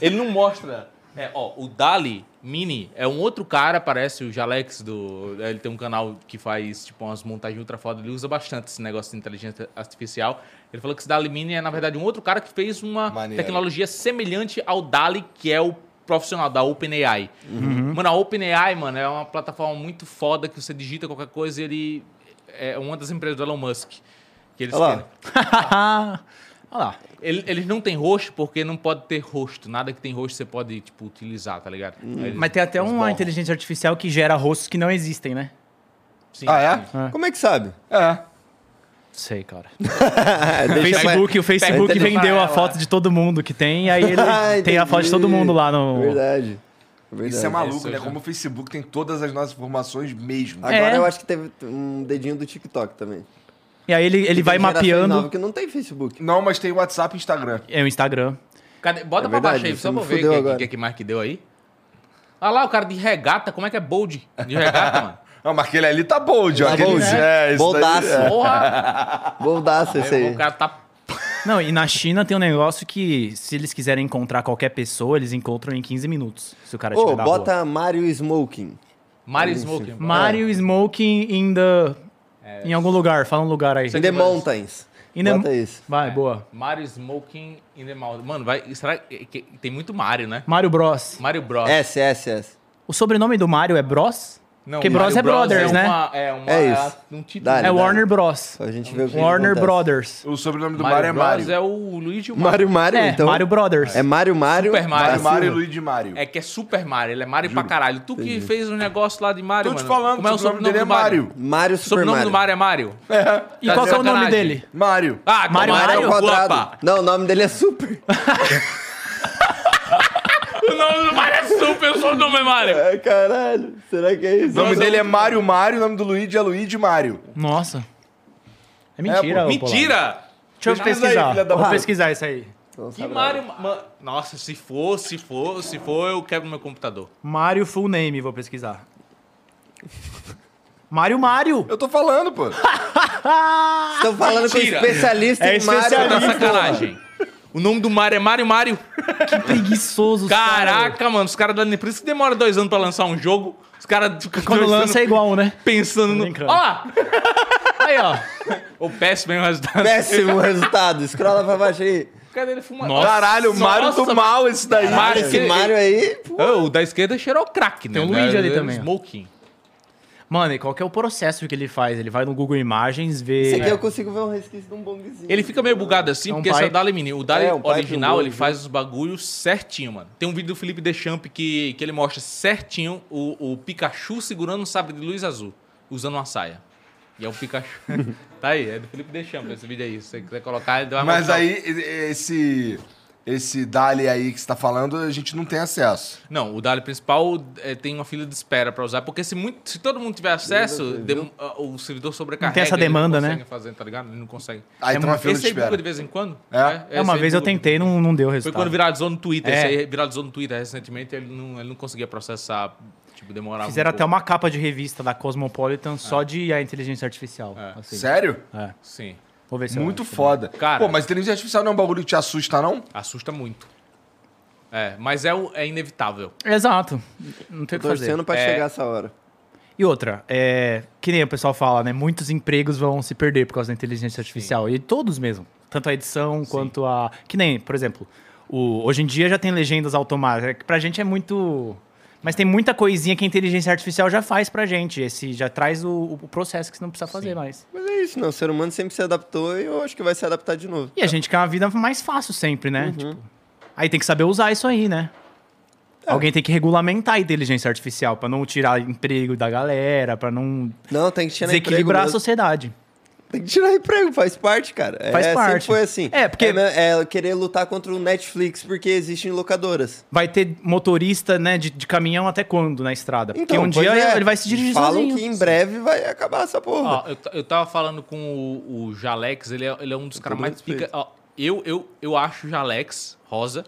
Speaker 3: Ele não mostra. É, ó, o Dali Mini é um outro cara, parece o Jalex do. Ele tem um canal que faz, tipo, umas montagens ultra foda. Ele usa bastante esse negócio de inteligência artificial. Ele falou que esse Dali Mini é, na verdade, um outro cara que fez uma
Speaker 1: Maneiro.
Speaker 3: tecnologia semelhante ao Dali, que é o profissional da OpenAI. Mano, a OpenAI, mano, é uma plataforma muito foda que você digita qualquer coisa e ele. É uma das empresas do Elon Musk. Que eles né?
Speaker 2: Olha lá.
Speaker 3: querem.
Speaker 4: Ah, Olha lá.
Speaker 3: Ele- Eles não têm rosto porque não pode ter rosto. Nada que tem rosto você pode, tipo, utilizar, tá ligado? Eles-
Speaker 4: Mas tem até
Speaker 3: eles
Speaker 4: uma
Speaker 3: borram.
Speaker 4: inteligência artificial que gera rostos que não existem, né?
Speaker 3: Sim,
Speaker 1: Ah, é?
Speaker 3: sim.
Speaker 2: Como é que sabe? É,
Speaker 1: É.
Speaker 4: Sei, cara. O
Speaker 2: Deixa
Speaker 4: Facebook, o Facebook
Speaker 2: Pega-
Speaker 4: vendeu a foto de todo mundo que tem, e aí ele
Speaker 2: Ah,
Speaker 4: tem a foto de todo
Speaker 2: entendi. É
Speaker 4: mundo lá no.
Speaker 2: Verdade. Verdade.
Speaker 1: Isso é maluco,
Speaker 3: Isso,
Speaker 1: né?
Speaker 3: já.
Speaker 1: Como o Facebook tem todas as nossas informações mesmo.
Speaker 2: Agora
Speaker 4: É.
Speaker 2: eu acho que teve um dedinho do TikTok também.
Speaker 4: E aí ele, ele
Speaker 2: Tem
Speaker 4: vai
Speaker 2: gerações novas
Speaker 4: mapeando.
Speaker 2: que não tem Facebook.
Speaker 1: Não, mas tem WhatsApp e Instagram.
Speaker 4: É o Instagram.
Speaker 3: Cadê? Bota
Speaker 2: É
Speaker 3: pra baixo
Speaker 2: verdade,
Speaker 3: aí,
Speaker 2: você
Speaker 3: só
Speaker 2: me
Speaker 3: pra ver
Speaker 2: fudeu
Speaker 3: o que,
Speaker 2: agora.
Speaker 3: que, que mais que deu aí. Olha lá, o cara de regata. Como é que é bold? De regata, mano.
Speaker 1: Não, mas aquele ali tá bold, ó.
Speaker 2: Tá
Speaker 1: Aquele-
Speaker 2: bold.
Speaker 1: É, isso é. daí-
Speaker 2: Boldaço.
Speaker 1: é.
Speaker 3: Porra!
Speaker 2: Boldaço esse
Speaker 3: Aí,
Speaker 2: aí.
Speaker 3: o cara tá...
Speaker 4: Não, e na China tem um negócio que se eles quiserem encontrar qualquer pessoa, eles encontram em 15 minutos. Se o cara
Speaker 2: Ô,
Speaker 4: tiver na rua.
Speaker 2: bota É. Mario Smoking.
Speaker 3: Mari Smoking.
Speaker 4: Mario Smoking in the... Em algum lugar, fala um lugar aí.
Speaker 2: In the Mountains.
Speaker 4: In the-
Speaker 2: Bota isso.
Speaker 4: Vai, boa.
Speaker 3: Mario Smoking in the mouth. Mano, vai... Será que... que- Tem muito Mario, né?
Speaker 4: Mario Bros.
Speaker 3: Mario Bros.
Speaker 2: S, S, S.
Speaker 4: O sobrenome do Mario é Bros?
Speaker 3: Não,
Speaker 4: Porque
Speaker 3: Mario
Speaker 4: Bros é Brothers, né?
Speaker 3: uma- é uma...
Speaker 2: É isso.
Speaker 3: Um título.
Speaker 2: Dá-lhe,
Speaker 4: É
Speaker 2: dá-lhe.
Speaker 4: Warner Bros.
Speaker 2: Pra gente ver o que
Speaker 4: Warner
Speaker 2: acontece.
Speaker 4: Brothers.
Speaker 1: O sobrenome do Mario é
Speaker 3: Mario Bros
Speaker 1: Mario.
Speaker 3: é o Luigi e o Mario.
Speaker 2: Mario Mario,
Speaker 4: É,
Speaker 2: então.
Speaker 4: Mario Brothers.
Speaker 2: É Mario Mario. da
Speaker 3: Super Mario,
Speaker 1: Mario,
Speaker 2: Silva.
Speaker 1: Mario Tá e Luigi Mario.
Speaker 3: É que é Super Mario, ele é Mario pra caralho. Tu que fez um negócio lá de Mario,
Speaker 1: Tô te
Speaker 3: mano.
Speaker 1: falando,
Speaker 3: Como é o sobrenome
Speaker 1: dele é
Speaker 3: do Mario?
Speaker 1: Mario.
Speaker 2: Mario Super
Speaker 3: Sobrenome
Speaker 2: Mario.
Speaker 3: do Mario é Mario.
Speaker 4: E qual que é o nome
Speaker 3: sacanagem.
Speaker 4: dele?
Speaker 1: Mario. é
Speaker 3: Ah, então
Speaker 4: Mario
Speaker 2: Mario
Speaker 3: Mario,
Speaker 2: ao
Speaker 3: guapa.
Speaker 2: quadrado. Não, o nome dele é Super.
Speaker 3: O nome do Mario é Super, o sobrenome é Mario.
Speaker 2: Ai, Caralho. Será que é isso?
Speaker 1: O nome dele é Mario Mario, o nome do Luigi é Luigi Mario.
Speaker 4: Nossa. É mentira. ô, Polar.
Speaker 3: Mentira!
Speaker 4: Deixa eu
Speaker 1: Pesquisa aí,
Speaker 4: pesquisar.
Speaker 1: filha da
Speaker 4: Vou
Speaker 1: puta.
Speaker 4: pesquisar isso aí.
Speaker 3: Que Mario... ma- Nossa, se for, se for, se for, eu quebro meu computador.
Speaker 4: Mario Full Name, vou pesquisar. Mario Mario.
Speaker 1: Eu tô falando, pô.
Speaker 2: Estão falando
Speaker 3: Mentira.
Speaker 2: com especialista
Speaker 4: É
Speaker 2: em Mario.
Speaker 3: Tá
Speaker 4: especialista. Caralho,
Speaker 3: sacanagem. O nome do Mario é Mario Mario.
Speaker 4: Preguiçoso.
Speaker 3: Caraca, mano, os caras... da- Por isso que demora dois anos pra lançar um jogo. Os caras ficam
Speaker 4: Quando
Speaker 3: pensando-
Speaker 4: lança é igual, né?
Speaker 3: Pensando no... Olha
Speaker 4: Brincando.
Speaker 3: lá!
Speaker 4: Aí, ó.
Speaker 3: O péssimo hein, o resultado.
Speaker 2: Péssimo resultado. Escrola pra baixo aí.
Speaker 3: Cadê ele fumando?
Speaker 4: Nossa.
Speaker 1: Caralho, o Mario do mal esse daí.
Speaker 3: Mario,
Speaker 2: Esse Mario
Speaker 4: É.
Speaker 2: aí. pô.
Speaker 3: Ô, Ah, o da esquerda cheirou crack, né?
Speaker 4: Tem o Luigi ali
Speaker 3: Ele-
Speaker 4: também, ó.
Speaker 3: Smoking.
Speaker 4: Mano, e qual que é o processo que ele faz? Ele vai no Google Imagens,
Speaker 2: Esse
Speaker 4: vê...
Speaker 2: aqui eu consigo ver um resquício de um bonguezinho.
Speaker 3: Ele fica meio bugado assim,
Speaker 4: É um
Speaker 3: porque esse é o
Speaker 4: pipe.
Speaker 3: Dali Mini. O Dali
Speaker 2: É, um pipe,
Speaker 3: original,
Speaker 2: um
Speaker 3: ele
Speaker 2: bug,
Speaker 3: faz os bagulhos certinho, mano. Tem um vídeo do Felipe Deschamps que, que ele mostra certinho o, o Pikachu segurando um sabre de luz azul, usando uma saia. E é o Pikachu. tá aí, é do Felipe Deschamps esse vídeo aí. Se você quiser colocar, ele vai
Speaker 1: Mas
Speaker 3: mostrar.
Speaker 1: aí, e- esse. esse Dali aí que você tá falando, a gente não tem acesso.
Speaker 3: Não, o Dali principal é, tem uma fila de espera para usar, porque se, muito, se todo mundo tiver acesso, dem- ah, o servidor sobrecarrega.
Speaker 4: Não tem essa
Speaker 3: ele
Speaker 4: demanda,
Speaker 3: não
Speaker 4: né?
Speaker 3: consegue Fazer, tá ligado? Ele não consegue.
Speaker 1: Aí tem uma fila de
Speaker 3: Esse aí buga de
Speaker 1: espera.
Speaker 3: vez em quando? né?
Speaker 1: É.
Speaker 4: É, uma
Speaker 3: esse aí
Speaker 4: vez eu
Speaker 3: buga.
Speaker 4: tentei, não, não deu
Speaker 3: Foi
Speaker 4: resultado.
Speaker 3: quando viralizou no Twitter.
Speaker 4: É.
Speaker 3: Esse aí viralizou no Twitter recentemente, ele não, ele não conseguia processar, tipo, demorava.
Speaker 4: Fizeram
Speaker 3: um
Speaker 4: até
Speaker 3: pouco.
Speaker 4: uma capa de revista da Cosmopolitan só de a inteligência artificial. assim.
Speaker 1: Sério?
Speaker 4: É.
Speaker 3: Sim.
Speaker 4: Vou ver se eu
Speaker 1: Muito
Speaker 4: acho.
Speaker 1: foda.
Speaker 3: Cara-
Speaker 1: Pô, mas inteligência artificial não é um bagulho que te assusta, não?
Speaker 3: Assusta muito. É, mas é, o- é inevitável.
Speaker 4: Exato. Não tem o que fazer.
Speaker 2: Torcendo pra
Speaker 3: É.
Speaker 2: chegar essa hora.
Speaker 4: E outra, é, que nem o pessoal fala, né? Muitos empregos vão se perder por causa da inteligência artificial. E todos mesmo. Tanto a edição quanto a. Que nem, por exemplo, o- hoje em dia já tem legendas automáticas. Que pra gente é muito. Mas tem muita coisinha que a inteligência artificial já faz pra gente. Esse já traz o, o processo que você não precisa fazer mais.
Speaker 2: Mas é isso, né? O ser humano sempre se adaptou e eu acho que vai se adaptar de novo.
Speaker 4: E a gente quer uma vida mais fácil sempre,
Speaker 2: Uhum.
Speaker 4: né? Tipo, aí tem que saber usar isso aí, né?
Speaker 2: É.
Speaker 4: Alguém tem que regulamentar a inteligência artificial pra não tirar emprego da galera, pra não
Speaker 2: Não, tem que tirar
Speaker 4: desequilibrar a
Speaker 2: emprego. né? mesmo.
Speaker 4: sociedade.
Speaker 2: Tem que tirar emprego, faz parte, cara. É,
Speaker 4: Faz parte.
Speaker 2: Sempre foi assim.
Speaker 4: É, porque-
Speaker 2: É, né, é querer lutar contra o Netflix porque existem locadoras.
Speaker 4: Vai ter motorista, né, de, de caminhão até quando na estrada? Porque um
Speaker 2: pois
Speaker 4: dia
Speaker 2: é.
Speaker 4: ele vai se dirigir
Speaker 2: Falam
Speaker 4: sozinho.
Speaker 2: que em breve vai acabar essa porra.
Speaker 3: Ó, eu, ta- eu tava falando com o, o Jalex, ele é, ele é um dos caras
Speaker 2: todo
Speaker 3: mais pica.
Speaker 2: respeito.
Speaker 3: ó, eu, eu, eu acho o Jalex Rosa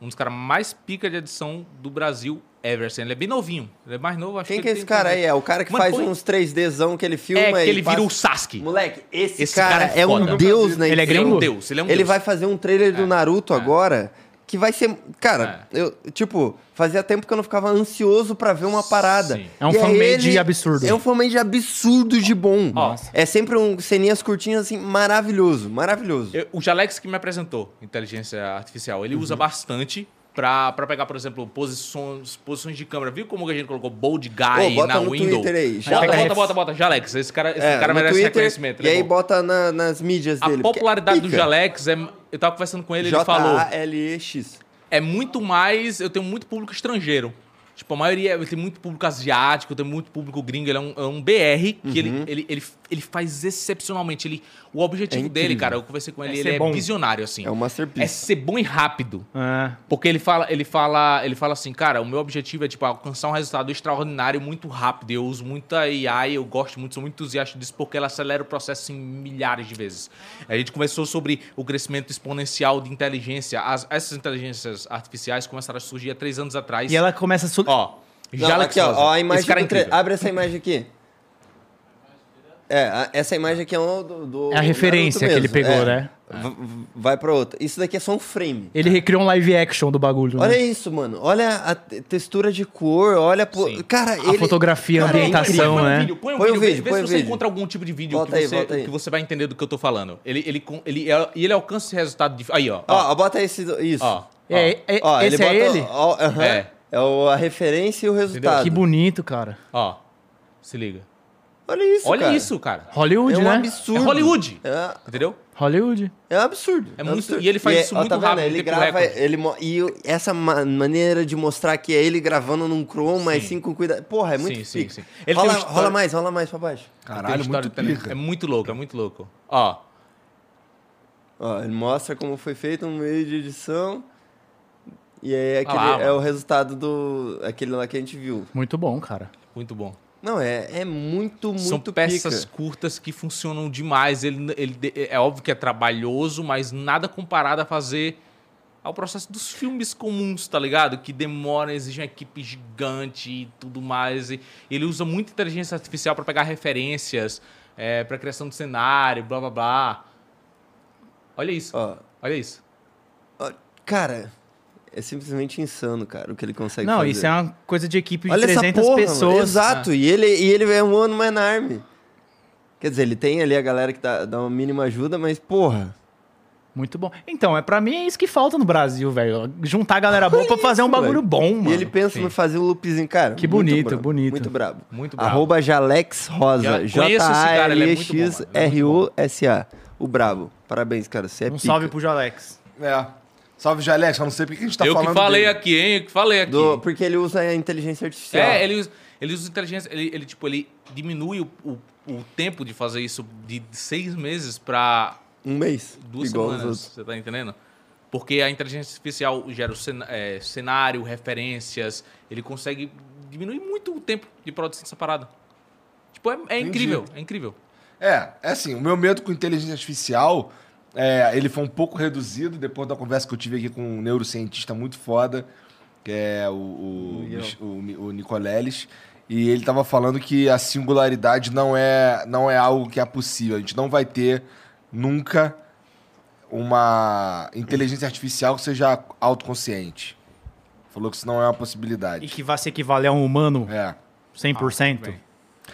Speaker 3: um dos caras mais pica de edição do Brasil ever. assim. Ele é bem novinho. Ele é mais novo, acho
Speaker 2: Quem
Speaker 3: que
Speaker 2: que é
Speaker 3: ele
Speaker 2: esse
Speaker 3: tem-
Speaker 2: cara aí? É o cara que
Speaker 3: Mano,
Speaker 2: faz
Speaker 3: põe-
Speaker 2: uns 3Dzão que ele filma
Speaker 3: É, que
Speaker 2: e
Speaker 3: ele vira o
Speaker 2: passa-
Speaker 3: Sasaki.
Speaker 2: Moleque, esse,
Speaker 3: Esse
Speaker 2: cara,
Speaker 3: cara é
Speaker 2: é
Speaker 3: foda.
Speaker 2: um deus, né?
Speaker 4: Ele é
Speaker 2: Ele,
Speaker 3: Ele é um
Speaker 4: gringo?
Speaker 3: deus, ele é um deus.
Speaker 2: vai fazer um trailer
Speaker 3: É,
Speaker 2: do Naruto agora que vai ser... Cara, eu, tipo, fazia tempo que eu não ficava ansioso pra ver uma parada.
Speaker 3: Sim.
Speaker 4: É um
Speaker 2: E
Speaker 4: fanmade
Speaker 2: ele-
Speaker 4: absurdo.
Speaker 2: É um fanmade absurdo de bom.
Speaker 3: Nossa.
Speaker 2: É sempre um ceninhas curtinhas, assim, maravilhoso, maravilhoso.
Speaker 3: Eu- o Jalex que me apresentou inteligência artificial, ele
Speaker 2: Uhum.
Speaker 3: usa bastante pra, pra pegar, por exemplo, posições, posições de câmera. Viu como que a gente colocou Bold Guy
Speaker 2: Ô, bota
Speaker 3: na
Speaker 2: no
Speaker 3: Windows?
Speaker 2: Twitter aí,
Speaker 3: Bota,
Speaker 4: Jalex.
Speaker 3: bota, bota, bota. Jalex, esse cara, esse
Speaker 2: É,
Speaker 3: cara
Speaker 2: no
Speaker 3: merece
Speaker 2: Twitter,
Speaker 3: reconhecimento. ele
Speaker 2: E
Speaker 3: é
Speaker 2: aí
Speaker 3: bom.
Speaker 2: bota na- nas mídias
Speaker 3: A
Speaker 2: dele. porque é
Speaker 3: popularidade do
Speaker 2: pica.
Speaker 3: Jalex é. Eu tava conversando com ele, ele falou.
Speaker 2: J-A-L-E-X.
Speaker 3: É muito mais. Eu tenho muito público estrangeiro. Tipo, a maioria. Eu tenho muito público asiático, eu tenho muito público gringo. Ele é um, é um BR que
Speaker 2: Uhum.
Speaker 3: ele, ele, ele, ele faz excepcionalmente. Ele, o objetivo
Speaker 2: É
Speaker 3: dele,
Speaker 2: incrível.
Speaker 3: cara, eu conversei com ele,
Speaker 4: É
Speaker 3: ele
Speaker 4: ser
Speaker 3: é
Speaker 4: bom.
Speaker 3: visionário, assim.
Speaker 2: É um
Speaker 3: É
Speaker 2: masterpiece.
Speaker 3: ser bom e rápido.
Speaker 4: É.
Speaker 3: Porque ele fala, ele fala, ele fala assim, cara, o meu objetivo é tipo alcançar um resultado extraordinário muito rápido. Eu uso muita AI, eu gosto muito, sou muito entusiasta disso porque ela acelera o processo em milhares de vezes. A gente conversou sobre o crescimento exponencial de inteligência. As- essas inteligências artificiais começaram a surgir há três anos atrás.
Speaker 4: E ela é começa a. su-
Speaker 3: ó,
Speaker 2: Não,
Speaker 3: Jalex
Speaker 2: aqui, ó,
Speaker 3: Rosa.
Speaker 2: ó, a
Speaker 3: Esse
Speaker 2: imagem
Speaker 3: cara é
Speaker 2: do Ah, tra-
Speaker 3: incrível.
Speaker 2: Abre essa imagem aqui. É, a- essa imagem aqui é um do, do
Speaker 4: É a referência
Speaker 2: Naruto
Speaker 4: que ele
Speaker 2: mesmo, é.
Speaker 4: pegou, né?
Speaker 2: V- v- Vai pra outra. Isso daqui é só um frame.
Speaker 4: Ele recriou um live action do bagulho. né?
Speaker 2: Olha isso, mano. Olha a te- textura de cor, olha... Pô,
Speaker 3: Sim.
Speaker 2: cara,
Speaker 4: a fotografotografia, a
Speaker 2: Cara, é
Speaker 4: ambientação,
Speaker 3: põe um
Speaker 4: né?
Speaker 3: vídeo, põe um
Speaker 2: Põe um
Speaker 3: vídeo, vê-
Speaker 2: vídeo,
Speaker 3: vê
Speaker 2: põe
Speaker 3: se
Speaker 2: um
Speaker 3: você
Speaker 2: vídeo.
Speaker 3: encontra algum tipo de vídeo
Speaker 2: Volta
Speaker 3: que,
Speaker 2: aí,
Speaker 3: você,
Speaker 2: volta aí.
Speaker 3: que você vai entender do que eu tô falando. Ele, ele, com- ele, e ele alcança esse resultado de. Aí, ó.
Speaker 2: Ó, ó, bota esse... do- Isso.
Speaker 3: Ó, ó.
Speaker 4: É, é-
Speaker 2: Ó,
Speaker 4: esse é
Speaker 2: bota-
Speaker 4: ele?
Speaker 2: ó, aham.
Speaker 3: É.
Speaker 2: é. o- a referência e o resultado.
Speaker 4: Que bonito, cara.
Speaker 3: Ó, se liga.
Speaker 2: Olha isso,
Speaker 3: Olha
Speaker 2: cara.
Speaker 3: isso, cara.
Speaker 4: Hollywood,
Speaker 2: É um
Speaker 4: né?
Speaker 2: absurdo.
Speaker 3: É Hollywood.
Speaker 2: É,
Speaker 3: Entendeu?
Speaker 4: Hollywood.
Speaker 2: é um absurdo.
Speaker 3: É
Speaker 2: um
Speaker 3: muito-
Speaker 2: absurdo.
Speaker 3: e ele faz isso
Speaker 2: ó,
Speaker 3: muito
Speaker 2: tá vendo?
Speaker 3: rápido, em
Speaker 2: Ele
Speaker 3: tempo
Speaker 2: grava,
Speaker 3: recorde.
Speaker 2: ele mo- e o- essa ma- maneira de mostrar que é ele gravando num chroma, assim, com cuidado. Porra, é muito
Speaker 3: Sim, sim,
Speaker 2: pica.
Speaker 3: sim. Ele
Speaker 2: rola,
Speaker 3: tem um uma história-
Speaker 2: rola mais, rola mais pra baixo.
Speaker 3: Tem
Speaker 1: Caralho,
Speaker 3: uma história
Speaker 1: muito
Speaker 3: também.
Speaker 1: pica.
Speaker 3: É muito louco, é muito louco. Ó,
Speaker 2: Ó, ele mostra como foi feito um meio de edição. E aí aquele,
Speaker 3: Ah lá,
Speaker 2: é
Speaker 3: mano.
Speaker 2: o resultado do aquele lá que a gente viu.
Speaker 4: Muito bom, cara.
Speaker 3: muito bom.
Speaker 2: Não, é, é muito, muito
Speaker 3: São peças
Speaker 2: pica.
Speaker 3: curtas que funcionam demais. Ele, ele, é óbvio que é trabalhoso, mas nada comparado a fazer ao processo dos filmes comuns, tá ligado? Que demora, exige uma equipe gigante e tudo mais. E ele usa muita inteligência artificial pra pegar referências, é, para criação de cenário, blá blá blá. Olha isso.
Speaker 2: Ó,
Speaker 3: Olha isso.
Speaker 2: ó, cara, é simplesmente insano, cara, o que ele consegue
Speaker 4: Não,
Speaker 2: fazer.
Speaker 4: isso é uma coisa de equipe
Speaker 3: Tipo,
Speaker 4: de
Speaker 2: Olha essa
Speaker 4: 300
Speaker 2: porra, mano.
Speaker 3: tá.
Speaker 4: pessoas.
Speaker 2: Exato, e, ele, e ele é um ano mais na Army. Quer dizer, ele tem ali a galera que dá, dá uma mínima ajuda, mas porra.
Speaker 4: Muito bom. Então, é para mim é isso que falta no Brasil, velho. Juntar a galera boa pra fazer um bagulho
Speaker 2: velho.
Speaker 4: bom, mano.
Speaker 2: e ele pensa no fazer o loopzinho, cara.
Speaker 4: Que
Speaker 2: muito
Speaker 4: bonito,
Speaker 2: brabo,
Speaker 4: bonito.
Speaker 2: Muito brabo.
Speaker 3: Muito brabo.
Speaker 2: Arroba Jalex Rosa.
Speaker 3: Já conheço esse cara, ele é muito bom, mano. Ele é muito bom.
Speaker 2: J-A-L-E-X-R-O-S-A. O brabo. Parabéns, cara. Você é
Speaker 4: Um
Speaker 2: pica.
Speaker 4: salve pro Jalex.
Speaker 1: É. Salve, Jalex. Eu não sei porque que a gente tá
Speaker 3: eu
Speaker 1: falando
Speaker 3: que falei
Speaker 1: dele.
Speaker 3: aqui, hein? Eu que falei aqui.
Speaker 2: Do- porque ele usa a inteligência artificial.
Speaker 3: É, ele usa, ele usa inteligência, ele, ele, tipo, ele diminui o, o, o tempo de fazer isso de seis meses pra
Speaker 2: Um mês.
Speaker 3: duas
Speaker 2: igual os
Speaker 3: semanas,
Speaker 2: outros.
Speaker 3: você tá entendendo? Porque a inteligência artificial gera o cen- é, cenário, referências, ele consegue diminuir muito o tempo de produção dessa parada. Tipo, é, é incrível, é incrível.
Speaker 1: É, é assim, o meu medo com inteligência artificial, é, ele foi um pouco reduzido depois da conversa que eu tive aqui com um neurocientista muito foda, que é o, o, o, Mi- o Nicoleles, e ele tava falando que a singularidade não é, não é algo que é possível, a gente não vai ter nunca uma inteligência artificial que seja autoconsciente. Falou que isso não é uma
Speaker 4: E
Speaker 1: possibilidade.
Speaker 4: que vai se equivaler a um humano
Speaker 1: É.
Speaker 4: 100%?
Speaker 3: bem.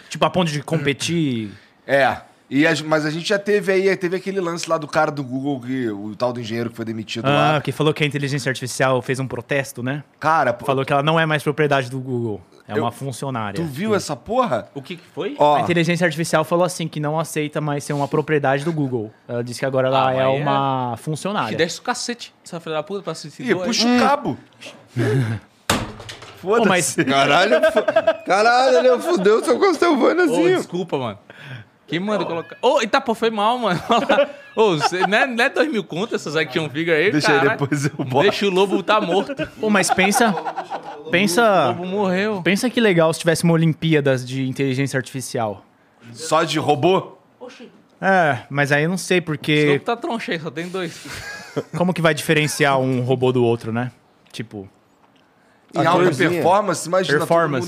Speaker 4: tipo, a ponto de competir.
Speaker 1: É. E a- mas a gente já teve aí, teve aquele lance lá do cara do Google, que, o tal do engenheiro que foi demitido
Speaker 4: Ah,
Speaker 1: lá.
Speaker 4: que falou que a inteligência artificial fez um protesto, né?
Speaker 1: Cara, pô,
Speaker 4: Falou que ela não é mais propriedade do Google. É
Speaker 1: Eu-
Speaker 4: uma funcionária.
Speaker 1: tu viu essa porra?
Speaker 3: O que, que foi?
Speaker 1: Ó,
Speaker 4: A inteligência artificial falou assim que não aceita mais ser uma propriedade do Google. Ela disse que agora ela
Speaker 3: Ah, mas
Speaker 4: é
Speaker 3: é-
Speaker 4: uma
Speaker 3: que
Speaker 4: funcionária.
Speaker 3: desce o cacete, essa filha da puta, pra se se
Speaker 1: ih,
Speaker 3: doer.
Speaker 1: puxa o cabo.
Speaker 4: Pô, mas
Speaker 1: Foda-se.
Speaker 2: Caralho, fu- caralho,
Speaker 1: é
Speaker 2: ele
Speaker 1: um
Speaker 2: fudeu o seu
Speaker 3: Ô,
Speaker 2: Castlevaniazinho.
Speaker 3: desculpa, mano. Quem manda colocar? Ô, e tá, pô, foi mal, mano. Ô, cê- não, é, não é dois mil contas essas action figure aí,
Speaker 1: Deixa aí,
Speaker 3: caralho.
Speaker 1: depois eu boto.
Speaker 3: Deixa o lobo tá morto.
Speaker 4: Pô, mas pensa. pensa.
Speaker 3: O lobo morreu.
Speaker 4: Pensa que legal se tivesse uma Olimpíadas de inteligência artificial.
Speaker 1: Só de robô?
Speaker 4: É, mas aí eu não sei,
Speaker 3: O
Speaker 4: porque
Speaker 3: lobo tá troncha aí, só tem dois.
Speaker 4: como que vai diferenciar um robô do outro, né? Tipo,
Speaker 1: Em
Speaker 2: A
Speaker 1: alta
Speaker 2: dorzinha.
Speaker 1: performance? Imagina
Speaker 4: Performance.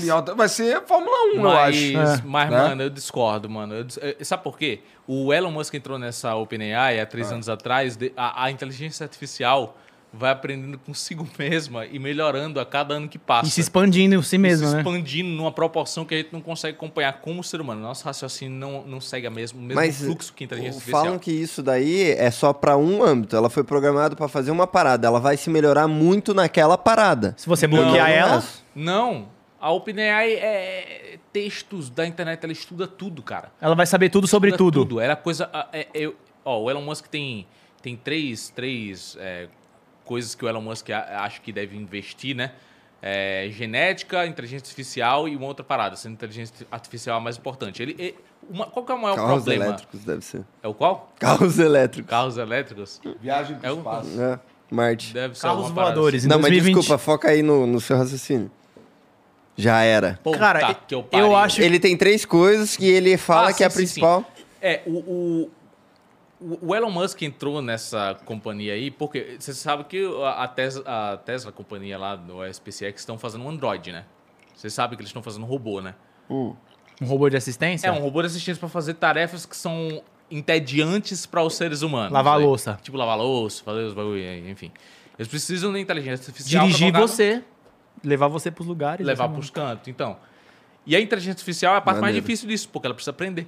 Speaker 1: todo mundo em alta... Vai ser Fórmula 1, eu acho.
Speaker 3: Mas, é mas
Speaker 1: Né?
Speaker 3: mano, eu discordo, mano. Eu dis- eh, sabe por quê? O Elon Musk entrou nessa OpenAI há
Speaker 1: Ah.
Speaker 3: três anos atrás. de- a, a inteligência artificial vai aprendendo consigo mesma e melhorando a cada ano que passa.
Speaker 4: e se expandindo em si mesmo,
Speaker 3: se
Speaker 4: né?
Speaker 3: expandindo numa proporção que a gente não consegue acompanhar como ser humano. Nosso raciocínio não, não segue a mesmo, o mesmo
Speaker 2: Mas
Speaker 3: fluxo que a inteligência
Speaker 2: o-
Speaker 3: artificial.
Speaker 2: falam que isso daí é só pra um âmbito. Ela foi programada pra fazer uma parada. Ela vai se melhorar muito naquela parada.
Speaker 4: Se você bloquear
Speaker 2: Não, não
Speaker 4: ela.
Speaker 2: é.
Speaker 3: Não, a OpenAI é textos da internet, ela estuda tudo, cara.
Speaker 4: Ela vai saber tudo sobre
Speaker 3: Estuda
Speaker 4: tudo.
Speaker 3: Ela é coisa. a- é- eu- ó, o Elon Musk tem, tem três, três é, coisas que o Elon Musk a- acha que deve investir, né? É, genética, inteligência artificial e uma outra parada, sendo inteligência artificial a mais importante. Ele, e- uma- qual que é o maior
Speaker 2: Carros
Speaker 3: problema?
Speaker 2: elétricos, deve ser.
Speaker 3: É o qual?
Speaker 2: Carros elétricos.
Speaker 3: Carros elétricos?
Speaker 1: Viagem pro
Speaker 3: É um-
Speaker 1: espaço.
Speaker 2: É, Marte.
Speaker 3: Deve ser
Speaker 4: Carros
Speaker 3: alguma parada assim.
Speaker 4: voadores. Em
Speaker 2: Não, mas
Speaker 4: 2020.
Speaker 2: desculpa, foca aí no, no seu raciocínio. Já era.
Speaker 3: assim. Puta
Speaker 4: Cara,
Speaker 3: que eu,
Speaker 4: eu
Speaker 3: pariu.
Speaker 4: acho
Speaker 2: Ele tem três coisas que ele fala
Speaker 3: Ah,
Speaker 2: que
Speaker 3: sim,
Speaker 2: é a
Speaker 3: sim,
Speaker 2: principal.
Speaker 3: É, o, o, o Elon Musk entrou nessa companhia aí, porque você sabe que a a Tesla, a Tesla a companhia lá do SpaceX, estão fazendo um Android, né? Você sabe que eles estão fazendo robô, né?
Speaker 4: um robô de assistência.
Speaker 3: É, um robô de assistência para fazer tarefas que são entediantes para os seres humanos.
Speaker 4: Lavar a
Speaker 3: né?
Speaker 4: louça.
Speaker 3: Tipo lavar louça, fazer os bagulho aí, enfim. Eles precisam da inteligência artificial. pra
Speaker 4: Dirigir
Speaker 3: colocar-
Speaker 4: você, levar você pros lugares.
Speaker 3: levar
Speaker 4: assim,
Speaker 3: pros cantos, então. E a inteligência artificial é a parte mais
Speaker 2: Maneiro.
Speaker 3: difícil disso, porque ela precisa aprender.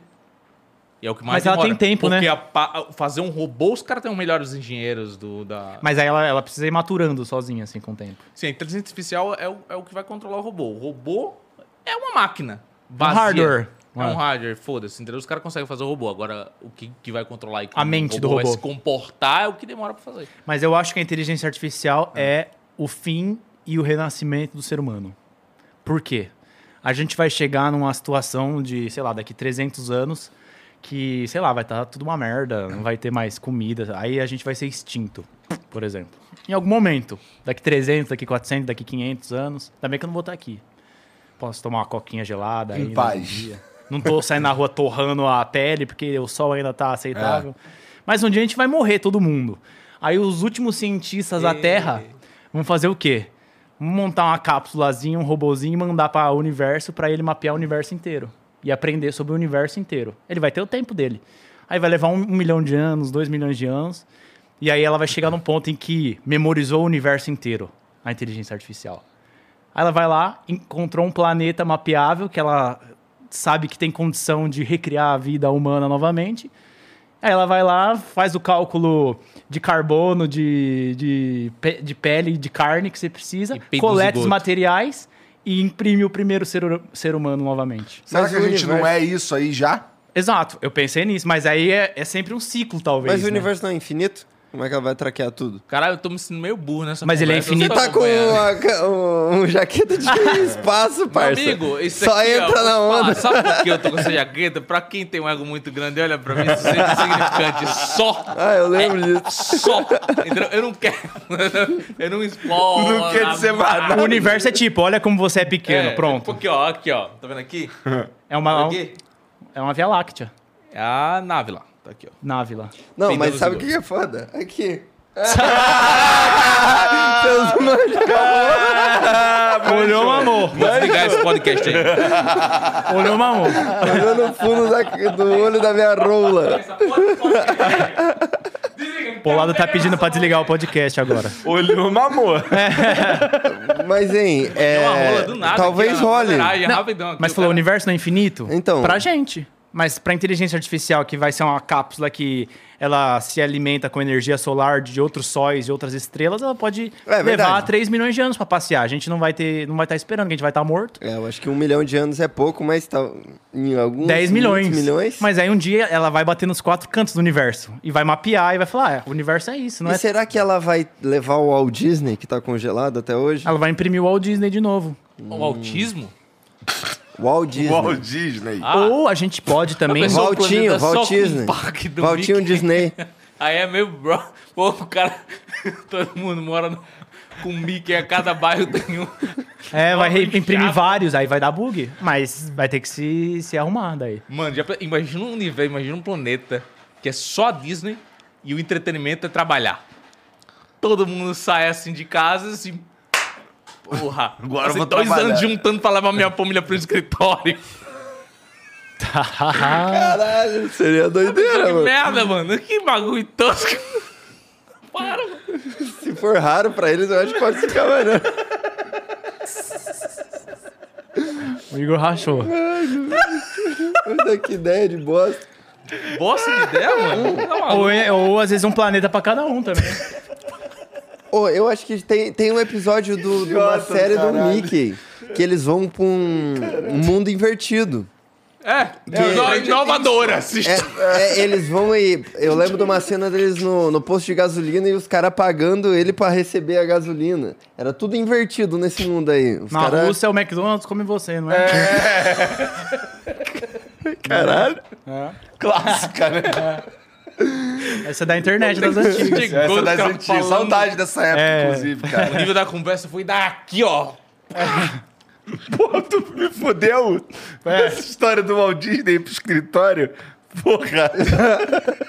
Speaker 3: E é o que mais
Speaker 4: Mas ela
Speaker 3: demora,
Speaker 4: tem tempo,
Speaker 3: porque
Speaker 4: né?
Speaker 3: a pa- fazer um robô, os caras têm os melhores engenheiros do, da...
Speaker 4: Mas aí ela, ela precisa ir maturando sozinha, assim, com o tempo.
Speaker 3: Sim, a inteligência artificial é o, é o que vai controlar o robô. O robô é uma máquina.
Speaker 4: Um
Speaker 3: Vazia.
Speaker 4: hardware.
Speaker 3: É um hardware, foda-se. entendeu? Os caras conseguem fazer o robô. Agora, o que, que vai controlar e como
Speaker 4: mente
Speaker 3: o
Speaker 4: do
Speaker 3: vai
Speaker 4: robô.
Speaker 3: se comportar é o que demora pra fazer.
Speaker 4: Mas eu acho que a inteligência artificial é o fim e o renascimento do ser humano. Por quê? A gente vai chegar numa situação de, sei lá, daqui 300 anos, que, sei lá, vai estar tudo uma merda, não vai ter mais comida, aí a gente vai ser extinto, por exemplo. Em algum momento, daqui 300, daqui 400, daqui 500 anos, ainda bem que eu não vou estar aqui. Posso tomar uma coquinha gelada aí.
Speaker 1: Em
Speaker 4: no
Speaker 1: paz.
Speaker 4: dia. Não tô saindo na rua torrando a pele, porque o sol ainda tá aceitável. Mas um dia a gente vai morrer, todo mundo. Aí os últimos cientistas da Terra vão fazer o quê? Vão montar uma cápsulazinha, um robozinho e mandar para o universo para ele mapear o universo inteiro. E aprender sobre o universo inteiro. Ele vai ter o tempo dele. Aí vai levar um, um milhão de anos, dois milhões de anos. E aí ela vai chegar num ponto em que memorizou o universo inteiro, a inteligência artificial. Aí ela vai lá, encontrou um planeta mapeável que ela sabe que tem condição de recriar a vida humana novamente. Aí ela vai lá, faz o cálculo de carbono, de, de, pe- de pele, de carne que você precisa,
Speaker 3: E peito
Speaker 4: coleta os
Speaker 3: zigoto.
Speaker 4: materiais e imprime o primeiro ser, hu- ser humano novamente.
Speaker 1: Será
Speaker 2: Mas
Speaker 1: que a
Speaker 2: o
Speaker 1: gente não
Speaker 2: universo-
Speaker 1: é isso aí já?
Speaker 4: Exato, eu pensei nisso, mas aí é, é sempre um ciclo, talvez.
Speaker 2: Mas o
Speaker 4: né?
Speaker 2: universo não é infinito? Como é que ela vai traquear tudo?
Speaker 3: Caralho, eu tô me sentindo meio burro nessa
Speaker 4: Mas ele é
Speaker 3: conversa, eu
Speaker 4: infinito.
Speaker 3: não tô
Speaker 2: Tá com
Speaker 3: acompanhando.
Speaker 2: uma, ca- um, um jaqueta de espaço,
Speaker 3: Meu
Speaker 2: parça.
Speaker 3: amigo, isso
Speaker 2: Só
Speaker 3: aqui, ó, é
Speaker 2: entra
Speaker 3: vou
Speaker 2: na
Speaker 3: te
Speaker 2: onda.
Speaker 3: falar, Sabe por que eu tô com essa jaqueta? Pra quem tem um ego muito grande, olha pra mim, isso é insignificante. Só.
Speaker 2: Ah, eu
Speaker 3: É,
Speaker 2: lembro disso.
Speaker 3: Só. Entendeu? Eu não quero. Eu não exploro.
Speaker 1: Não quer dizer mais
Speaker 3: nada.
Speaker 4: O universo é tipo, olha como você é pequeno,
Speaker 3: É,
Speaker 4: pronto.
Speaker 3: Porque, ó, aqui, ó. Tá vendo aqui?
Speaker 4: É uma,
Speaker 3: Aqui.
Speaker 4: é uma Via Láctea,
Speaker 3: É a nave lá. Tá aqui, ó.
Speaker 4: nave lá.
Speaker 2: Não,
Speaker 3: Tem
Speaker 2: mas
Speaker 3: todos
Speaker 2: sabe o
Speaker 3: os
Speaker 2: que que é foda? Aqui. Seus manjos. Tá
Speaker 4: Olhou o amor,
Speaker 3: Vou desligar esse podcast aí.
Speaker 4: olhou o amor.
Speaker 2: Olhou no fundo da- do olho da minha rola.
Speaker 4: Polado tá pedindo pra desligar o podcast agora.
Speaker 1: Olhou mamor.
Speaker 2: Mas, hein, é,
Speaker 3: Tem uma rola do nada.
Speaker 2: talvez
Speaker 3: aqui, ó,
Speaker 2: role.
Speaker 3: caralho, é
Speaker 4: Não,
Speaker 3: rapidão aqui,
Speaker 4: mas
Speaker 3: o
Speaker 4: falou, o
Speaker 3: cara-
Speaker 4: universo não é infinito?
Speaker 2: Então.
Speaker 4: Pra gente. Mas pra inteligência artificial, que vai ser uma cápsula que ela se alimenta com energia solar de outros sóis e outras estrelas, ela pode levar
Speaker 2: É verdade.
Speaker 4: 3 milhões de anos pra passear. A gente não vai ter, não vai estar esperando, que a gente vai estar morto.
Speaker 2: É, eu acho que um milhão de anos é pouco, mas tá em alguns...
Speaker 4: 10 milhões.
Speaker 2: muitos milhões.
Speaker 4: Mas aí um dia ela vai bater nos quatro cantos do universo e vai mapear e vai falar: ah, é, o universo é isso, não
Speaker 2: e
Speaker 4: é?
Speaker 2: será que ela vai levar o Walt Disney, que tá congelado até hoje?
Speaker 4: Ela vai imprimir o Walt Disney de novo.
Speaker 3: O autismo?
Speaker 2: Walt Disney.
Speaker 1: Walt Disney.
Speaker 3: Ah.
Speaker 4: Ou a gente pode também.
Speaker 3: Pessoal,
Speaker 2: Valtinho,
Speaker 3: quando anda só com
Speaker 2: Valtisney.
Speaker 3: o parque do
Speaker 2: Valtinho
Speaker 3: Mickey.
Speaker 2: Disney.
Speaker 3: Aí é meio bro. Pô, o cara. Todo mundo mora no... com Mickey, a cada bairro tem um.
Speaker 4: É, vai re-
Speaker 3: Chato.
Speaker 4: imprimir vários, aí vai dar bug. Mas vai ter que se, se arrumar daí.
Speaker 3: Mano, já pe- imagina um universo, imagina um planeta que é só a Disney e o entretenimento é trabalhar. Todo mundo sai assim de casa, assim. Porra,
Speaker 1: Agora eu
Speaker 3: passei
Speaker 1: vou
Speaker 3: dois
Speaker 1: trabalhar.
Speaker 3: anos juntando pra levar minha família pro escritório.
Speaker 2: Caralho, seria doideira,
Speaker 3: que
Speaker 2: mano.
Speaker 3: merda, mano. Que bagulho tosco. Para, mano.
Speaker 2: Se for raro pra eles, eu acho que pode ficar maneiro.
Speaker 4: O Igor rachou.
Speaker 2: Olha que ideia de bosta.
Speaker 3: Bosta de ideia, mano. Tá maluco.
Speaker 4: Ou, é- ou às vezes um planeta pra cada um também.
Speaker 2: Ô, eu acho que tem, tem um episódio do, de uma
Speaker 1: Idiota do
Speaker 2: série do
Speaker 1: caralho.
Speaker 2: Mickey que eles vão pra um, um mundo invertido.
Speaker 3: É, é,
Speaker 2: verdade,
Speaker 3: no- inovadora. assista.
Speaker 2: É, é, eles vão e. Eu lembro de uma cena deles no, no posto de gasolina e os caras pagando ele pra receber a gasolina. Era tudo invertido nesse mundo aí. Os
Speaker 4: Na
Speaker 2: caras.
Speaker 4: Rússia, o McDonald's come você, não é?
Speaker 2: Caralho.
Speaker 1: Clássica, né?
Speaker 4: Essa é da internet das antigas.
Speaker 3: Chegou
Speaker 1: Essa
Speaker 3: o
Speaker 1: das
Speaker 3: cara
Speaker 1: antigas.
Speaker 3: falando.
Speaker 1: Saudade dessa época, inclusive, cara.
Speaker 3: O nível da conversa foi daqui, ó.
Speaker 1: Porra, tu me fodeu. É. Essa história do Walt Disney pro escritório. Porra.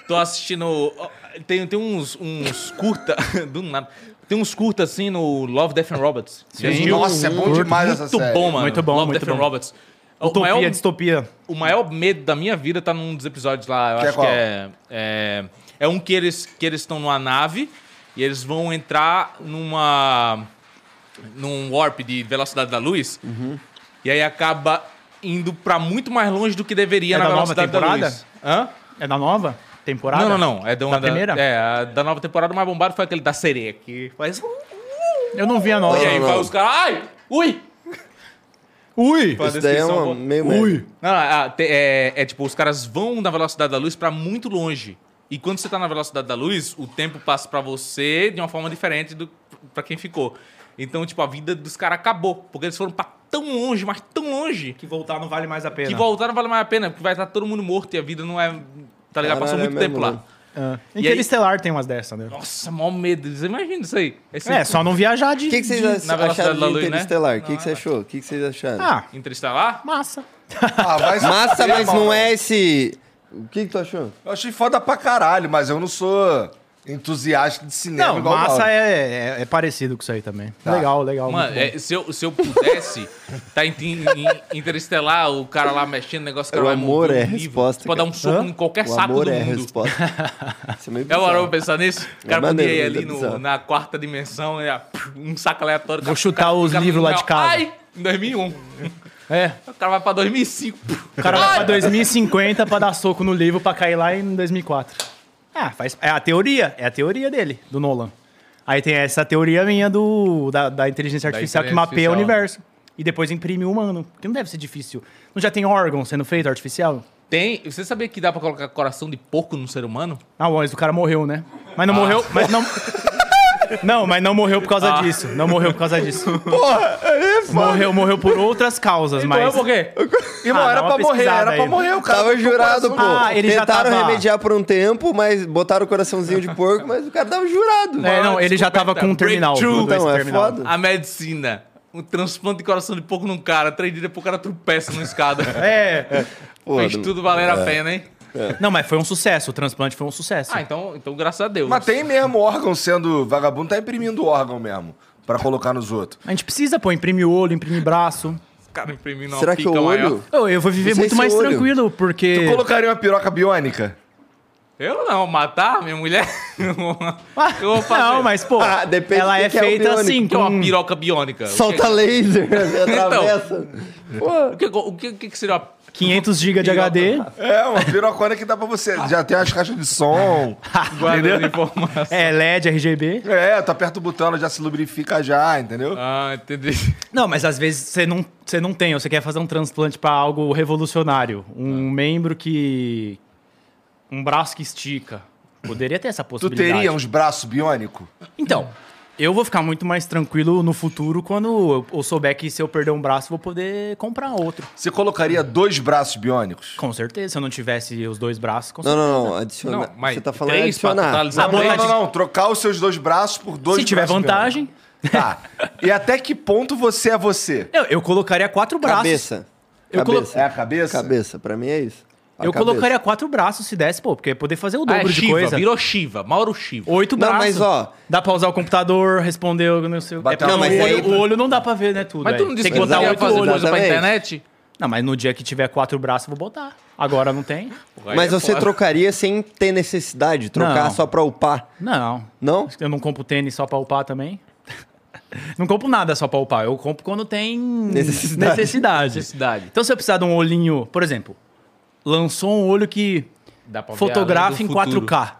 Speaker 3: Tô assistindo. ó, Tem, tem uns, uns curta. Do nada. Tem uns curta assim no Love, Death and Robots. Você assistiu?
Speaker 1: Nossa, é bom demais essa
Speaker 3: muito
Speaker 1: série.
Speaker 3: bom, mano.
Speaker 4: Muito bom,
Speaker 3: Love,
Speaker 4: muito
Speaker 3: Death and
Speaker 4: bom.
Speaker 3: Robots. O
Speaker 4: Utopia,
Speaker 3: maior,
Speaker 4: distopia.
Speaker 3: o maior medo da minha vida tá num dos episódios lá. Eu
Speaker 1: Que é
Speaker 3: acho
Speaker 1: qual?
Speaker 3: que é, é. É um que eles que eles estão numa nave e eles vão entrar numa. num warp de velocidade da luz.
Speaker 4: Uhum.
Speaker 3: E aí acaba indo pra muito mais longe do que deveria
Speaker 4: É
Speaker 3: na
Speaker 4: da nova
Speaker 3: velocidade
Speaker 4: temporada?
Speaker 3: da luz. Hã?
Speaker 4: É da nova temporada?
Speaker 3: Não, não, não. É da, uma
Speaker 4: da primeira?
Speaker 3: É, a da nova temporada, o mais bombado foi aquele da sereia que faz.
Speaker 4: um- Eu não vi a nova.
Speaker 3: e aí
Speaker 2: não,
Speaker 3: vai
Speaker 2: não.
Speaker 3: os caras. Ai! Ui!
Speaker 4: Ui!
Speaker 3: Foi a
Speaker 2: Isso daí é
Speaker 3: descrição,
Speaker 2: uma
Speaker 3: pô.
Speaker 2: meio. Ui.
Speaker 3: Não, ah, te- é, é tipo, os caras vão na velocidade da luz pra muito longe. E quando você tá na velocidade da luz, o tempo passa pra você de uma forma diferente do para quem ficou. Então, tipo, a vida dos caras acabou. Porque eles foram pra tão longe, mas tão longe,
Speaker 4: Que voltar não vale mais a pena.
Speaker 3: que voltar não vale mais a pena, porque vai estar todo mundo morto e a vida não é. Tá ligado? Passou
Speaker 2: Caralho, é
Speaker 3: muito tempo
Speaker 2: mesmo,
Speaker 3: lá.
Speaker 2: né?
Speaker 4: Ah.
Speaker 3: E aí-
Speaker 4: Interestelar tem umas dessas, né?
Speaker 3: Nossa, maior medo. Você imagina isso aí. Esse
Speaker 4: É, só não viajar de...
Speaker 2: O que, que vocês
Speaker 4: de-
Speaker 3: na
Speaker 2: acharam
Speaker 3: velocidade da
Speaker 2: de
Speaker 3: luz, né?
Speaker 2: Interestelar? O que,
Speaker 3: Não,
Speaker 2: que você
Speaker 3: é-
Speaker 2: achou? O que, que vocês acharam?
Speaker 4: Ah,
Speaker 3: Interestelar?
Speaker 4: massa.
Speaker 1: Ah, vai se
Speaker 2: Massa,
Speaker 1: fuder,
Speaker 2: mas não
Speaker 1: maluco.
Speaker 2: é esse. O que, que tu achou?
Speaker 1: Eu achei foda pra caralho, mas eu não sou entusiasta de cinema
Speaker 4: Não,
Speaker 1: igual o
Speaker 4: massa
Speaker 1: Mauro.
Speaker 4: é, é, é parecido com isso aí também.
Speaker 1: Tá.
Speaker 4: Legal, legal.
Speaker 3: Mano,
Speaker 4: muito bom.
Speaker 3: é, se, eu, se eu pudesse, tá em, em- em Interestelar, o cara lá mexendo, o negócio, o cara
Speaker 2: O
Speaker 3: lá
Speaker 2: amor
Speaker 3: montando
Speaker 2: é
Speaker 3: um livro,
Speaker 2: resposta,
Speaker 3: Pode dar um
Speaker 2: cara.
Speaker 3: soco
Speaker 4: Hã?
Speaker 3: em qualquer
Speaker 2: o
Speaker 3: saco
Speaker 2: amor
Speaker 3: do
Speaker 2: é a
Speaker 3: mundo.
Speaker 2: resposta. Isso é meio
Speaker 3: Já parou
Speaker 2: bizarro.
Speaker 3: pra pensar nisso? O cara
Speaker 2: maneiro,
Speaker 3: podia ir ali
Speaker 2: muito
Speaker 3: no-
Speaker 2: bizarro.
Speaker 3: na quarta dimensão, e, ah, um saco aleatório.
Speaker 4: Vou
Speaker 3: cara,
Speaker 4: chutar
Speaker 3: o
Speaker 4: os
Speaker 3: cara-
Speaker 4: livros lá de casa.
Speaker 3: Ai, em 2001.
Speaker 4: É,
Speaker 3: O cara vai pra 2005.
Speaker 4: O cara vai pra 2050 pra dar soco no livro pra cair lá em 2004. Ah, faz, é a teoria. É a teoria dele, do Nolan. Aí tem essa teoria minha do, da, da inteligência artificial que
Speaker 3: inteligência
Speaker 4: mapeia o
Speaker 3: artificial.
Speaker 4: um universo. E depois imprime o humano. Porque não deve ser difícil. Não já tem órgão sendo feito artificial?
Speaker 3: Tem. Você sabia que dá pra colocar coração de porco num ser humano?
Speaker 4: Ah, bom, mas o cara morreu, né? Mas não
Speaker 1: Ah.
Speaker 4: morreu. Mas não. Não, mas não morreu por causa disso. Não morreu por causa disso.
Speaker 1: Ah. Porra, é Então
Speaker 4: Morreu, morreu por outras causas, mas.
Speaker 3: quê?
Speaker 1: Irmão,
Speaker 4: Ah,
Speaker 1: era
Speaker 4: dá uma
Speaker 1: pra morrer, era
Speaker 4: pesquisada
Speaker 1: pra
Speaker 4: aí.
Speaker 1: morrer o cara.
Speaker 2: Tava
Speaker 1: ficou
Speaker 2: jurado, pô.
Speaker 1: com o coração-
Speaker 4: Ah, ele já
Speaker 2: Tentaram
Speaker 4: tava-
Speaker 2: remediar por um tempo, mas botaram o coraçãozinho de porco, mas o cara tava jurado.
Speaker 4: É, não, ele já tava com um terminal.
Speaker 3: Breakthrough.
Speaker 4: com doença
Speaker 2: Então, é
Speaker 4: terminal.
Speaker 2: foda.
Speaker 3: A medicina. Um transplante de coração de porco num cara. Três dias depois o cara tropeça numa escada.
Speaker 4: É.
Speaker 2: Pô, é.
Speaker 3: Fez
Speaker 2: não-
Speaker 3: tudo valer a pena, hein?
Speaker 4: Não, mas foi um sucesso. O transplante foi um sucesso.
Speaker 3: Ah, então, então graças a Deus.
Speaker 1: Mas tem mesmo órgão sendo vagabundo, tá imprimindo órgão mesmo. Pra colocar nos outros.
Speaker 4: A gente precisa, pô, imprimir olho, imprimir braço.
Speaker 3: O cara imprimindo uma
Speaker 2: Será que
Speaker 3: pica
Speaker 2: o
Speaker 3: maior.
Speaker 2: olho.
Speaker 4: Eu, eu vou viver
Speaker 2: Não sei
Speaker 4: muito
Speaker 2: se
Speaker 4: mais
Speaker 2: olho.
Speaker 4: tranquilo, porque.
Speaker 1: Tu colocaria uma piroca biônica?
Speaker 3: Eu não, matar minha mulher.
Speaker 4: Ah,
Speaker 3: eu vou fazer.
Speaker 4: Não, mas, pô,
Speaker 2: Ah, depende
Speaker 4: ela
Speaker 2: do
Speaker 4: é
Speaker 2: que que é o
Speaker 4: feita
Speaker 2: biônico.
Speaker 4: assim,
Speaker 3: O que é uma
Speaker 4: com...
Speaker 3: piroca biônica? O que-
Speaker 2: Solta laser, atravessa. Pô,
Speaker 3: O que, o que, o que que seria uma
Speaker 4: 500 GB de HD.
Speaker 1: É, uma pirocona que dá pra você. Já tem as caixas de som.
Speaker 3: guarda de informação?
Speaker 4: É LED, RGB.
Speaker 1: É, tu aperta o botão, ela já se lubrifica já, entendeu?
Speaker 3: Ah, entendi.
Speaker 4: Não, mas às vezes você não, você não tem, ou você quer fazer um transplante pra algo revolucionário. Um membro que... Um braço que estica. Poderia ter essa
Speaker 1: Tu
Speaker 4: possibilidade.
Speaker 2: um
Speaker 1: teria uns braços biônicos?
Speaker 4: Então, eu vou ficar muito mais tranquilo no futuro quando eu- eu souber que se eu perder um braço, vou poder comprar outro.
Speaker 1: Você colocaria dois braços biônicos?
Speaker 4: Com certeza, se eu não tivesse os dois braços, com
Speaker 2: Não,
Speaker 4: certeza.
Speaker 2: não, não. Adiciona.
Speaker 3: Não, mas
Speaker 2: Você tá falando
Speaker 3: três pra
Speaker 2: adicionar.
Speaker 3: totalizar
Speaker 4: Ah,
Speaker 1: Não,
Speaker 3: três?
Speaker 1: não, não, não. Trocar os seus dois braços por dois
Speaker 4: se tiver
Speaker 1: braços
Speaker 4: vantagem...
Speaker 1: biônicos. Tá. E até que ponto você é você?
Speaker 4: Eu, eu colocaria quatro braços.
Speaker 2: Cabeça.
Speaker 4: Eu colo-
Speaker 2: cabeça.
Speaker 1: É a cabeça?
Speaker 2: Cabeça, pra mim é isso. A
Speaker 4: eu
Speaker 2: cabeça.
Speaker 4: colocaria quatro braços se desse, pô, porque ia poder fazer o
Speaker 3: Ah, é
Speaker 4: dobro de
Speaker 3: Shiva,
Speaker 4: coisa.
Speaker 3: virou Shiva, Mauro Shiva.
Speaker 4: Oito
Speaker 2: Não,
Speaker 4: braços.
Speaker 2: mas, ó.
Speaker 4: Dá pra usar o computador, responder o não sei o que.
Speaker 1: Bateu
Speaker 2: uma
Speaker 4: o, olho,
Speaker 2: foto.
Speaker 4: o olho não dá pra ver, né? Tudo.
Speaker 3: Mas tu
Speaker 4: é.
Speaker 3: não disse
Speaker 4: Tem
Speaker 3: que
Speaker 4: que botar
Speaker 3: você
Speaker 2: ia
Speaker 4: oito
Speaker 3: ia fazer
Speaker 4: olho.
Speaker 3: coisa pra
Speaker 2: exatamente.
Speaker 3: internet?
Speaker 4: Não, mas no dia que tiver quatro braços, eu vou botar. Agora não tem?
Speaker 3: Porra, aí
Speaker 2: Mas
Speaker 3: é
Speaker 2: você
Speaker 3: foda.
Speaker 2: trocaria sem ter necessidade, de trocar
Speaker 4: Não.
Speaker 2: só pra upar.
Speaker 4: Não.
Speaker 2: Não?
Speaker 4: Eu não compro tênis só pra upar também. Não compro nada só pra upar. Eu compro quando tem
Speaker 2: Necessidade.
Speaker 4: necessidade.
Speaker 3: Necessidade.
Speaker 4: Então, se eu precisar de um olhinho, por exemplo, lançou um olho que
Speaker 3: Dá pra ver
Speaker 4: fotografa
Speaker 3: além
Speaker 4: em
Speaker 3: do futuro.
Speaker 4: 4K.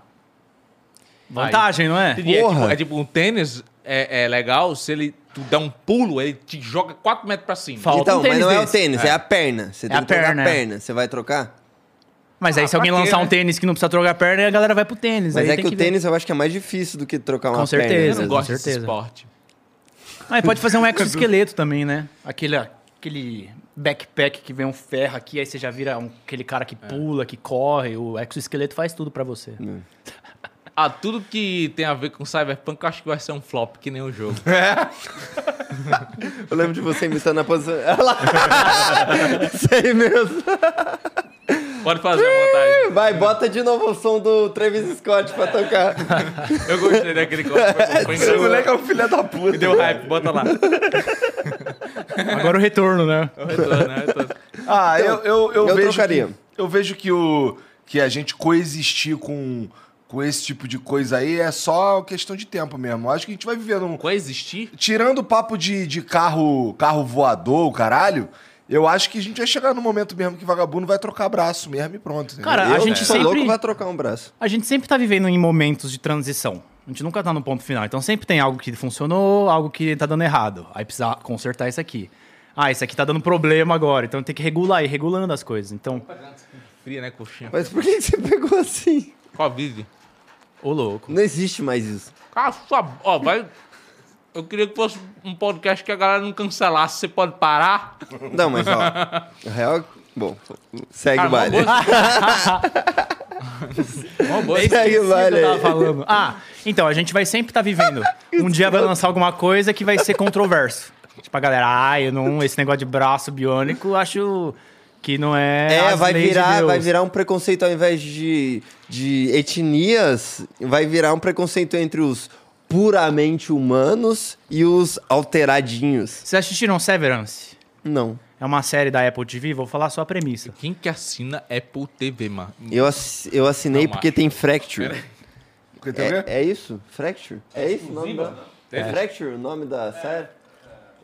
Speaker 4: Vantagem, não é?
Speaker 3: E É,
Speaker 2: Porra.
Speaker 3: tipo, é tipo, um tênis é, é legal, se ele tu dá um pulo, ele te joga 4 metros pra cima.
Speaker 4: Falta
Speaker 2: então,
Speaker 4: um
Speaker 2: mas
Speaker 4: tênis
Speaker 2: não é o
Speaker 4: desse.
Speaker 2: tênis, é, a perna. Você tem
Speaker 4: a
Speaker 2: que trocar
Speaker 4: perna,
Speaker 2: a
Speaker 4: é.
Speaker 2: perna. Você vai trocar?
Speaker 4: Mas aí, se
Speaker 3: pra
Speaker 4: alguém
Speaker 3: quê,
Speaker 4: lançar
Speaker 3: né?
Speaker 4: um tênis que não precisa trocar a perna, a galera vai pro tênis.
Speaker 2: Mas
Speaker 4: aí
Speaker 2: é que,
Speaker 4: tem
Speaker 2: o
Speaker 4: ver.
Speaker 2: tênis eu acho que é mais difícil do que trocar uma
Speaker 4: Com
Speaker 2: perna.
Speaker 4: certeza,
Speaker 2: às
Speaker 3: Eu não
Speaker 4: com
Speaker 2: vezes.
Speaker 3: gosto desse
Speaker 4: certeza.
Speaker 3: esporte.
Speaker 4: Mas pode fazer um exoesqueleto também, né? Aquele, aquele backpack que vem um ferro aqui, aí você já vira um- aquele cara que pula, que corre. O exoesqueleto faz tudo pra você.
Speaker 3: Ah, tudo que tem a ver com Cyberpunk, eu acho que vai ser um flop, que nem o jogo.
Speaker 2: Eu lembro de você imitando a posição. Olha lá. Isso aí mesmo.
Speaker 3: Pode fazer à vontade.
Speaker 2: Vai, bota de novo o som do Travis Scott pra tocar.
Speaker 3: Eu gostei daquele corte, foi bom, foi
Speaker 1: Esse
Speaker 3: engraçado.
Speaker 1: moleque é um filho da puta.
Speaker 3: Deu hype, bota lá.
Speaker 2: É.
Speaker 4: Agora o retorno, né?
Speaker 3: Eu retorno, eu retorno.
Speaker 1: Ah, eu, eu, eu,
Speaker 2: eu
Speaker 1: vejo
Speaker 2: trocaria.
Speaker 1: Que, eu vejo que, o, que a gente coexistir com, com esse tipo de coisa aí é só questão de tempo mesmo. Eu Acho que a gente vai viver num.
Speaker 3: é Coexistir?
Speaker 1: Tirando o papo de, de carro, carro voador, o caralho, eu acho que a gente vai chegar no momento mesmo que vagabundo vai trocar braço mesmo e pronto. entendeu?
Speaker 4: Cara, a
Speaker 2: Eu
Speaker 4: gente
Speaker 2: tô
Speaker 4: sempre...
Speaker 2: louco vai trocar um braço.
Speaker 4: A gente sempre tá vivendo em momentos de transição. A gente nunca tá no ponto final. Então sempre tem algo que funcionou, algo que tá dando errado. Aí precisa consertar isso aqui. Ah, isso aqui tá dando problema agora. Então tem que regular e regulando as coisas. Então,
Speaker 3: Fria, né, coxinha?
Speaker 2: Mas por que que você pegou assim?
Speaker 3: Covid.
Speaker 4: ô louco.
Speaker 2: Não existe mais isso.
Speaker 3: Ah, sua... Ó, vai... Eu queria que fosse um podcast que a galera não cancelasse. Você pode parar?
Speaker 2: Não, mas ó. Na real. Bom,
Speaker 4: Ah,
Speaker 2: segue
Speaker 3: Cara,
Speaker 2: o baile.
Speaker 3: uma boa- Uma boa-
Speaker 2: Segue o baile
Speaker 4: eu tava
Speaker 2: aí.
Speaker 4: falando. Ah, então a gente vai sempre tá vivendo. Um dia vai lançar alguma coisa que vai ser controverso. Tipo a galera, ah, eu não, esse negócio de braço biônico, acho que não é
Speaker 2: É,
Speaker 4: as
Speaker 2: vai
Speaker 4: leis de
Speaker 2: virar, vai
Speaker 4: Deus.
Speaker 2: virar um preconceito ao invés de, de etnias, vai virar um preconceito entre os puramente humanos e os alteradinhos.
Speaker 4: Vocês assistiram Severance?
Speaker 2: Não.
Speaker 4: É uma série da Apple TV, vou falar só a premissa.
Speaker 3: Quem que assina Apple TV, mano?
Speaker 2: Eu, ass- eu assinei
Speaker 3: Não,
Speaker 2: porque
Speaker 3: macho.
Speaker 2: tem Fracture.
Speaker 1: Porque tem alguém-
Speaker 2: É, é isso? Fracture? É isso o nome da... É Fracture o nome da série?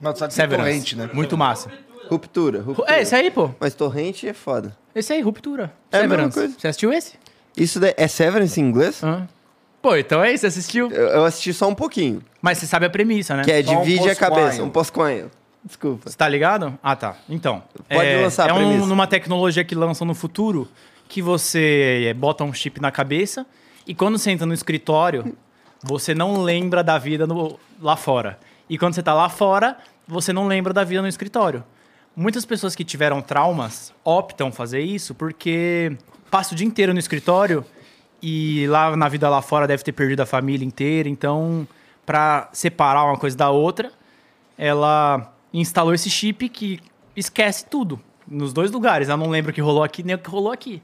Speaker 1: Não, tu sabe que tem
Speaker 4: Severance.
Speaker 1: corrente, né?
Speaker 4: Muito massa.
Speaker 2: Ruptura, ruptura.
Speaker 4: É, esse aí, pô.
Speaker 2: Mas torrente é foda.
Speaker 4: Esse aí, Ruptura.
Speaker 2: É a mesma
Speaker 4: Severance.
Speaker 2: coisa.
Speaker 4: Você assistiu esse?
Speaker 2: Isso daí é Severance em inglês?
Speaker 4: Hã? Pô, então é isso, você assistiu.
Speaker 2: Eu, eu assisti só um pouquinho.
Speaker 4: Mas você sabe a premissa, né?
Speaker 2: Que é
Speaker 1: Só um
Speaker 2: divide a
Speaker 1: posquinho.
Speaker 2: cabeça, um posconho. Desculpa.
Speaker 4: Você tá ligado? Ah, tá. Então.
Speaker 2: Pode
Speaker 4: é,
Speaker 2: lançar a
Speaker 4: É um,
Speaker 2: premissa.
Speaker 4: numa tecnologia que lançam no futuro que você é, bota um chip na cabeça e quando você entra no escritório, você não lembra da vida no- lá fora. E quando você tá lá fora, você não lembra da vida no escritório. Muitas pessoas que tiveram traumas optam fazer isso porque passa o dia inteiro no escritório e lá na vida lá fora deve ter perdido a família inteira. Então, pra separar uma coisa da outra, ela instalou esse chip que esquece tudo nos dois lugares. Ela não lembra o que rolou aqui nem o que rolou aqui.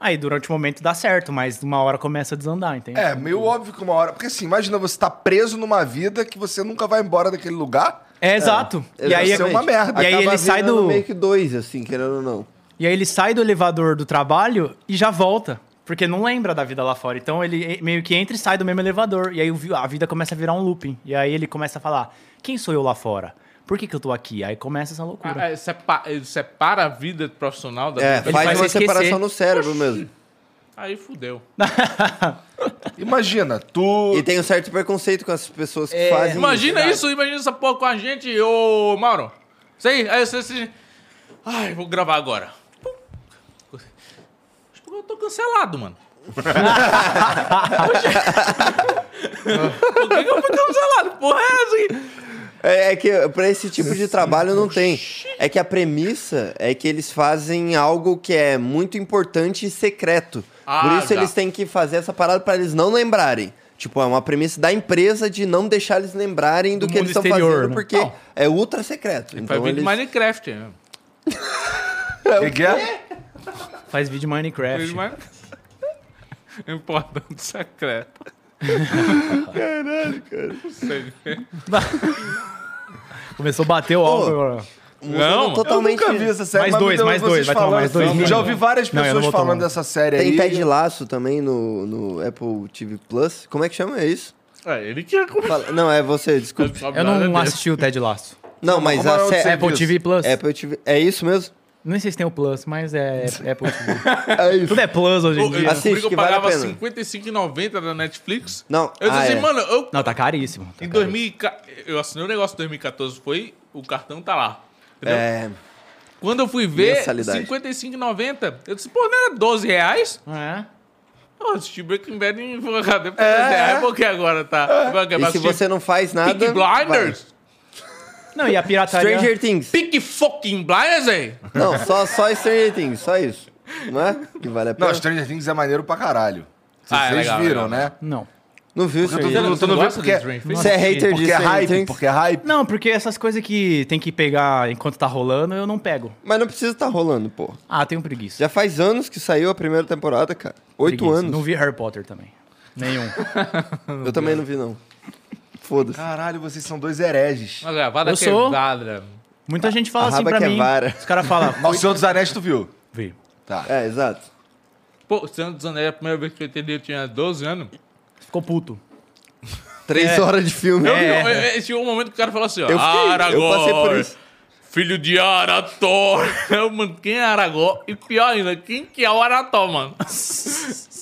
Speaker 4: Aí durante o momento dá certo, mas uma hora começa a desandar, entende?
Speaker 1: É, meio óbvio que uma hora. Porque assim, imagina você tá preso numa vida que você nunca vai embora daquele lugar.
Speaker 4: É, exato. e aí
Speaker 1: Isso é uma merda.
Speaker 4: E aí
Speaker 2: Acaba
Speaker 4: ele sai
Speaker 2: virando
Speaker 4: do
Speaker 2: meio que dois, assim, querendo ou não.
Speaker 4: e aí ele sai do elevador do trabalho e já volta, porque não lembra da vida lá fora. Então ele e- meio que entra e sai do mesmo elevador e aí o vi- a vida começa a virar um looping. E aí ele começa a falar: "Quem sou eu lá fora? Por que, que eu tô aqui?" Aí começa essa loucura.
Speaker 3: Ah, é, sepa- ele separa a vida profissional da
Speaker 2: É,
Speaker 3: vida.
Speaker 2: faz
Speaker 4: faz
Speaker 2: uma
Speaker 4: esquecer.
Speaker 2: separação no cérebro mesmo.
Speaker 3: Aí fudeu.
Speaker 1: Imagina, tu.
Speaker 2: E tem um certo preconceito com essas pessoas que fazem
Speaker 3: É. Imagina
Speaker 2: isso.
Speaker 3: isso, imagina essa porra com a gente, ô Mauro. Isso aí, aí você. você- Ai, vou gravar agora. Pum. Acho que Eu tô cancelado, mano. Por que, que eu fui cancelado? Porra, é essa aqui?
Speaker 2: É, é que pra esse tipo de trabalho não tem. É que a premissa é que eles fazem algo que é muito importante e secreto.
Speaker 3: Ah,
Speaker 2: Por isso
Speaker 3: tá.
Speaker 2: eles têm que fazer essa parada pra eles não lembrarem. Tipo, é uma premissa da empresa de não deixar eles lembrarem do,
Speaker 4: Do
Speaker 2: que eles
Speaker 4: mundo
Speaker 2: estão
Speaker 4: exterior,
Speaker 2: fazendo,
Speaker 4: né?
Speaker 2: porque é ultra secreto.
Speaker 3: Vai
Speaker 2: Então
Speaker 3: vir do
Speaker 2: eles...
Speaker 3: Minecraft. né?
Speaker 4: tá
Speaker 1: Que que é?
Speaker 4: Faz vídeo Minecraft.
Speaker 3: É. Importante secreto. Caralho, cara.
Speaker 4: Começou a bater o álbum agora.
Speaker 2: mudando
Speaker 3: Não,
Speaker 2: totalmente.
Speaker 1: Eu nunca vi essa série.
Speaker 4: Mais
Speaker 1: mas me
Speaker 4: dois,
Speaker 1: deu
Speaker 4: mais
Speaker 1: vocês
Speaker 4: dois, vai tomar
Speaker 1: falando.
Speaker 4: mais dois, mínimo.
Speaker 1: Já ouvi várias
Speaker 4: Não, eu não
Speaker 1: pessoas
Speaker 4: vou tomar.
Speaker 1: falando dessa série
Speaker 2: Tem
Speaker 1: aí.
Speaker 2: Ted Laço também no, no Apple TV Plus. Como é que chama isso?
Speaker 3: É, ele tinha como.
Speaker 2: Fala- Não, é você, desculpa.
Speaker 4: Eu não assisti o Ted Lasso.
Speaker 2: Não, mas
Speaker 1: Como é
Speaker 2: a
Speaker 1: o
Speaker 2: série.
Speaker 1: serviço?
Speaker 4: Apple TV Plus.
Speaker 2: Apple TV. É isso mesmo?
Speaker 4: Não sei se tem o Plus, mas é é Apple TV.
Speaker 2: É isso.
Speaker 4: Tudo é Plus hoje em dia.
Speaker 2: Assiste,
Speaker 3: Assiste, eu
Speaker 2: que vale a
Speaker 3: pagava
Speaker 2: pena.
Speaker 3: R$55,90 da Netflix.
Speaker 2: Não,
Speaker 3: Eu disse
Speaker 2: ah,
Speaker 3: assim,
Speaker 2: é.
Speaker 3: mano, eu,
Speaker 4: Não, tá caríssimo. tá
Speaker 3: em
Speaker 4: caríssimo.
Speaker 3: 2000, eu assinei um negócio em 2014, foi, o cartão tá lá. Entendeu?
Speaker 2: É.
Speaker 3: Quando eu fui ver,
Speaker 2: Mensalidade.
Speaker 3: 55,90. Eu disse, pô, não era 12 reais?
Speaker 4: É.
Speaker 3: Eu assisti Breaking Bad em Full HD por 10 reais, por que agora tá? Eu
Speaker 2: É. E se
Speaker 3: assisti
Speaker 2: você não faz nada.
Speaker 3: Peaky Blinders?
Speaker 4: Não, e a
Speaker 2: vai.
Speaker 4: pirataria...
Speaker 2: Stranger Things.
Speaker 3: Peaky fucking Blinders, hein?
Speaker 2: Não, só, só Stranger Things, só isso. Não é? Que vale a pena.
Speaker 1: Não, Stranger Things é maneiro pra caralho. Vocês
Speaker 3: Ah, é legal,
Speaker 1: viram,
Speaker 3: legal.
Speaker 1: né?
Speaker 4: Não.
Speaker 2: Não viu
Speaker 1: Eu tô,
Speaker 2: Stranger
Speaker 1: eu
Speaker 2: Things?
Speaker 1: tô, eu não
Speaker 3: Você
Speaker 1: vendo
Speaker 3: gosta
Speaker 1: porque,
Speaker 3: de Stranger Things?
Speaker 2: Você é hater de
Speaker 1: porque é
Speaker 2: Stranger
Speaker 1: hype,
Speaker 2: Things?
Speaker 1: porque é hype.
Speaker 4: Não, porque essas coisas que tem que pegar enquanto tá rolando, eu não pego.
Speaker 2: Mas não precisa estar rolando, pô.
Speaker 4: Ah, tenho preguiça.
Speaker 2: Já faz anos que saiu a primeira temporada, cara. Oito
Speaker 4: Preguiça.
Speaker 2: anos.
Speaker 4: Não vi Harry Potter também. Nenhum.
Speaker 2: eu também não vi, não. Foda-se.
Speaker 1: Caralho, vocês são dois hereges.
Speaker 3: Uma gravada
Speaker 4: Eu sou-
Speaker 3: quebrada.
Speaker 4: Muita gente fala
Speaker 2: A
Speaker 4: assim
Speaker 2: raba
Speaker 4: pra
Speaker 2: que é
Speaker 4: mim.
Speaker 2: vara.
Speaker 4: Os caras falam...
Speaker 1: Mas o Senhor dos Anéis tu viu.
Speaker 4: Vi.
Speaker 1: Tá.
Speaker 2: É, exato.
Speaker 3: Pô, Senhor dos Anéis, a primeira vez que eu entendi, eu tinha 12 anos.
Speaker 4: Ficou puto.
Speaker 2: Três horas de filme.
Speaker 3: Eu,
Speaker 2: Eu,
Speaker 4: É.
Speaker 3: eu, eu- chegou um momento que o cara falou assim, ó,
Speaker 2: fiquei, eu
Speaker 3: Aragorn,
Speaker 2: passei por isso.
Speaker 3: filho de Arator. Eu, mano, quem é Aragorn? E pior ainda, quem que é o Arator, mano?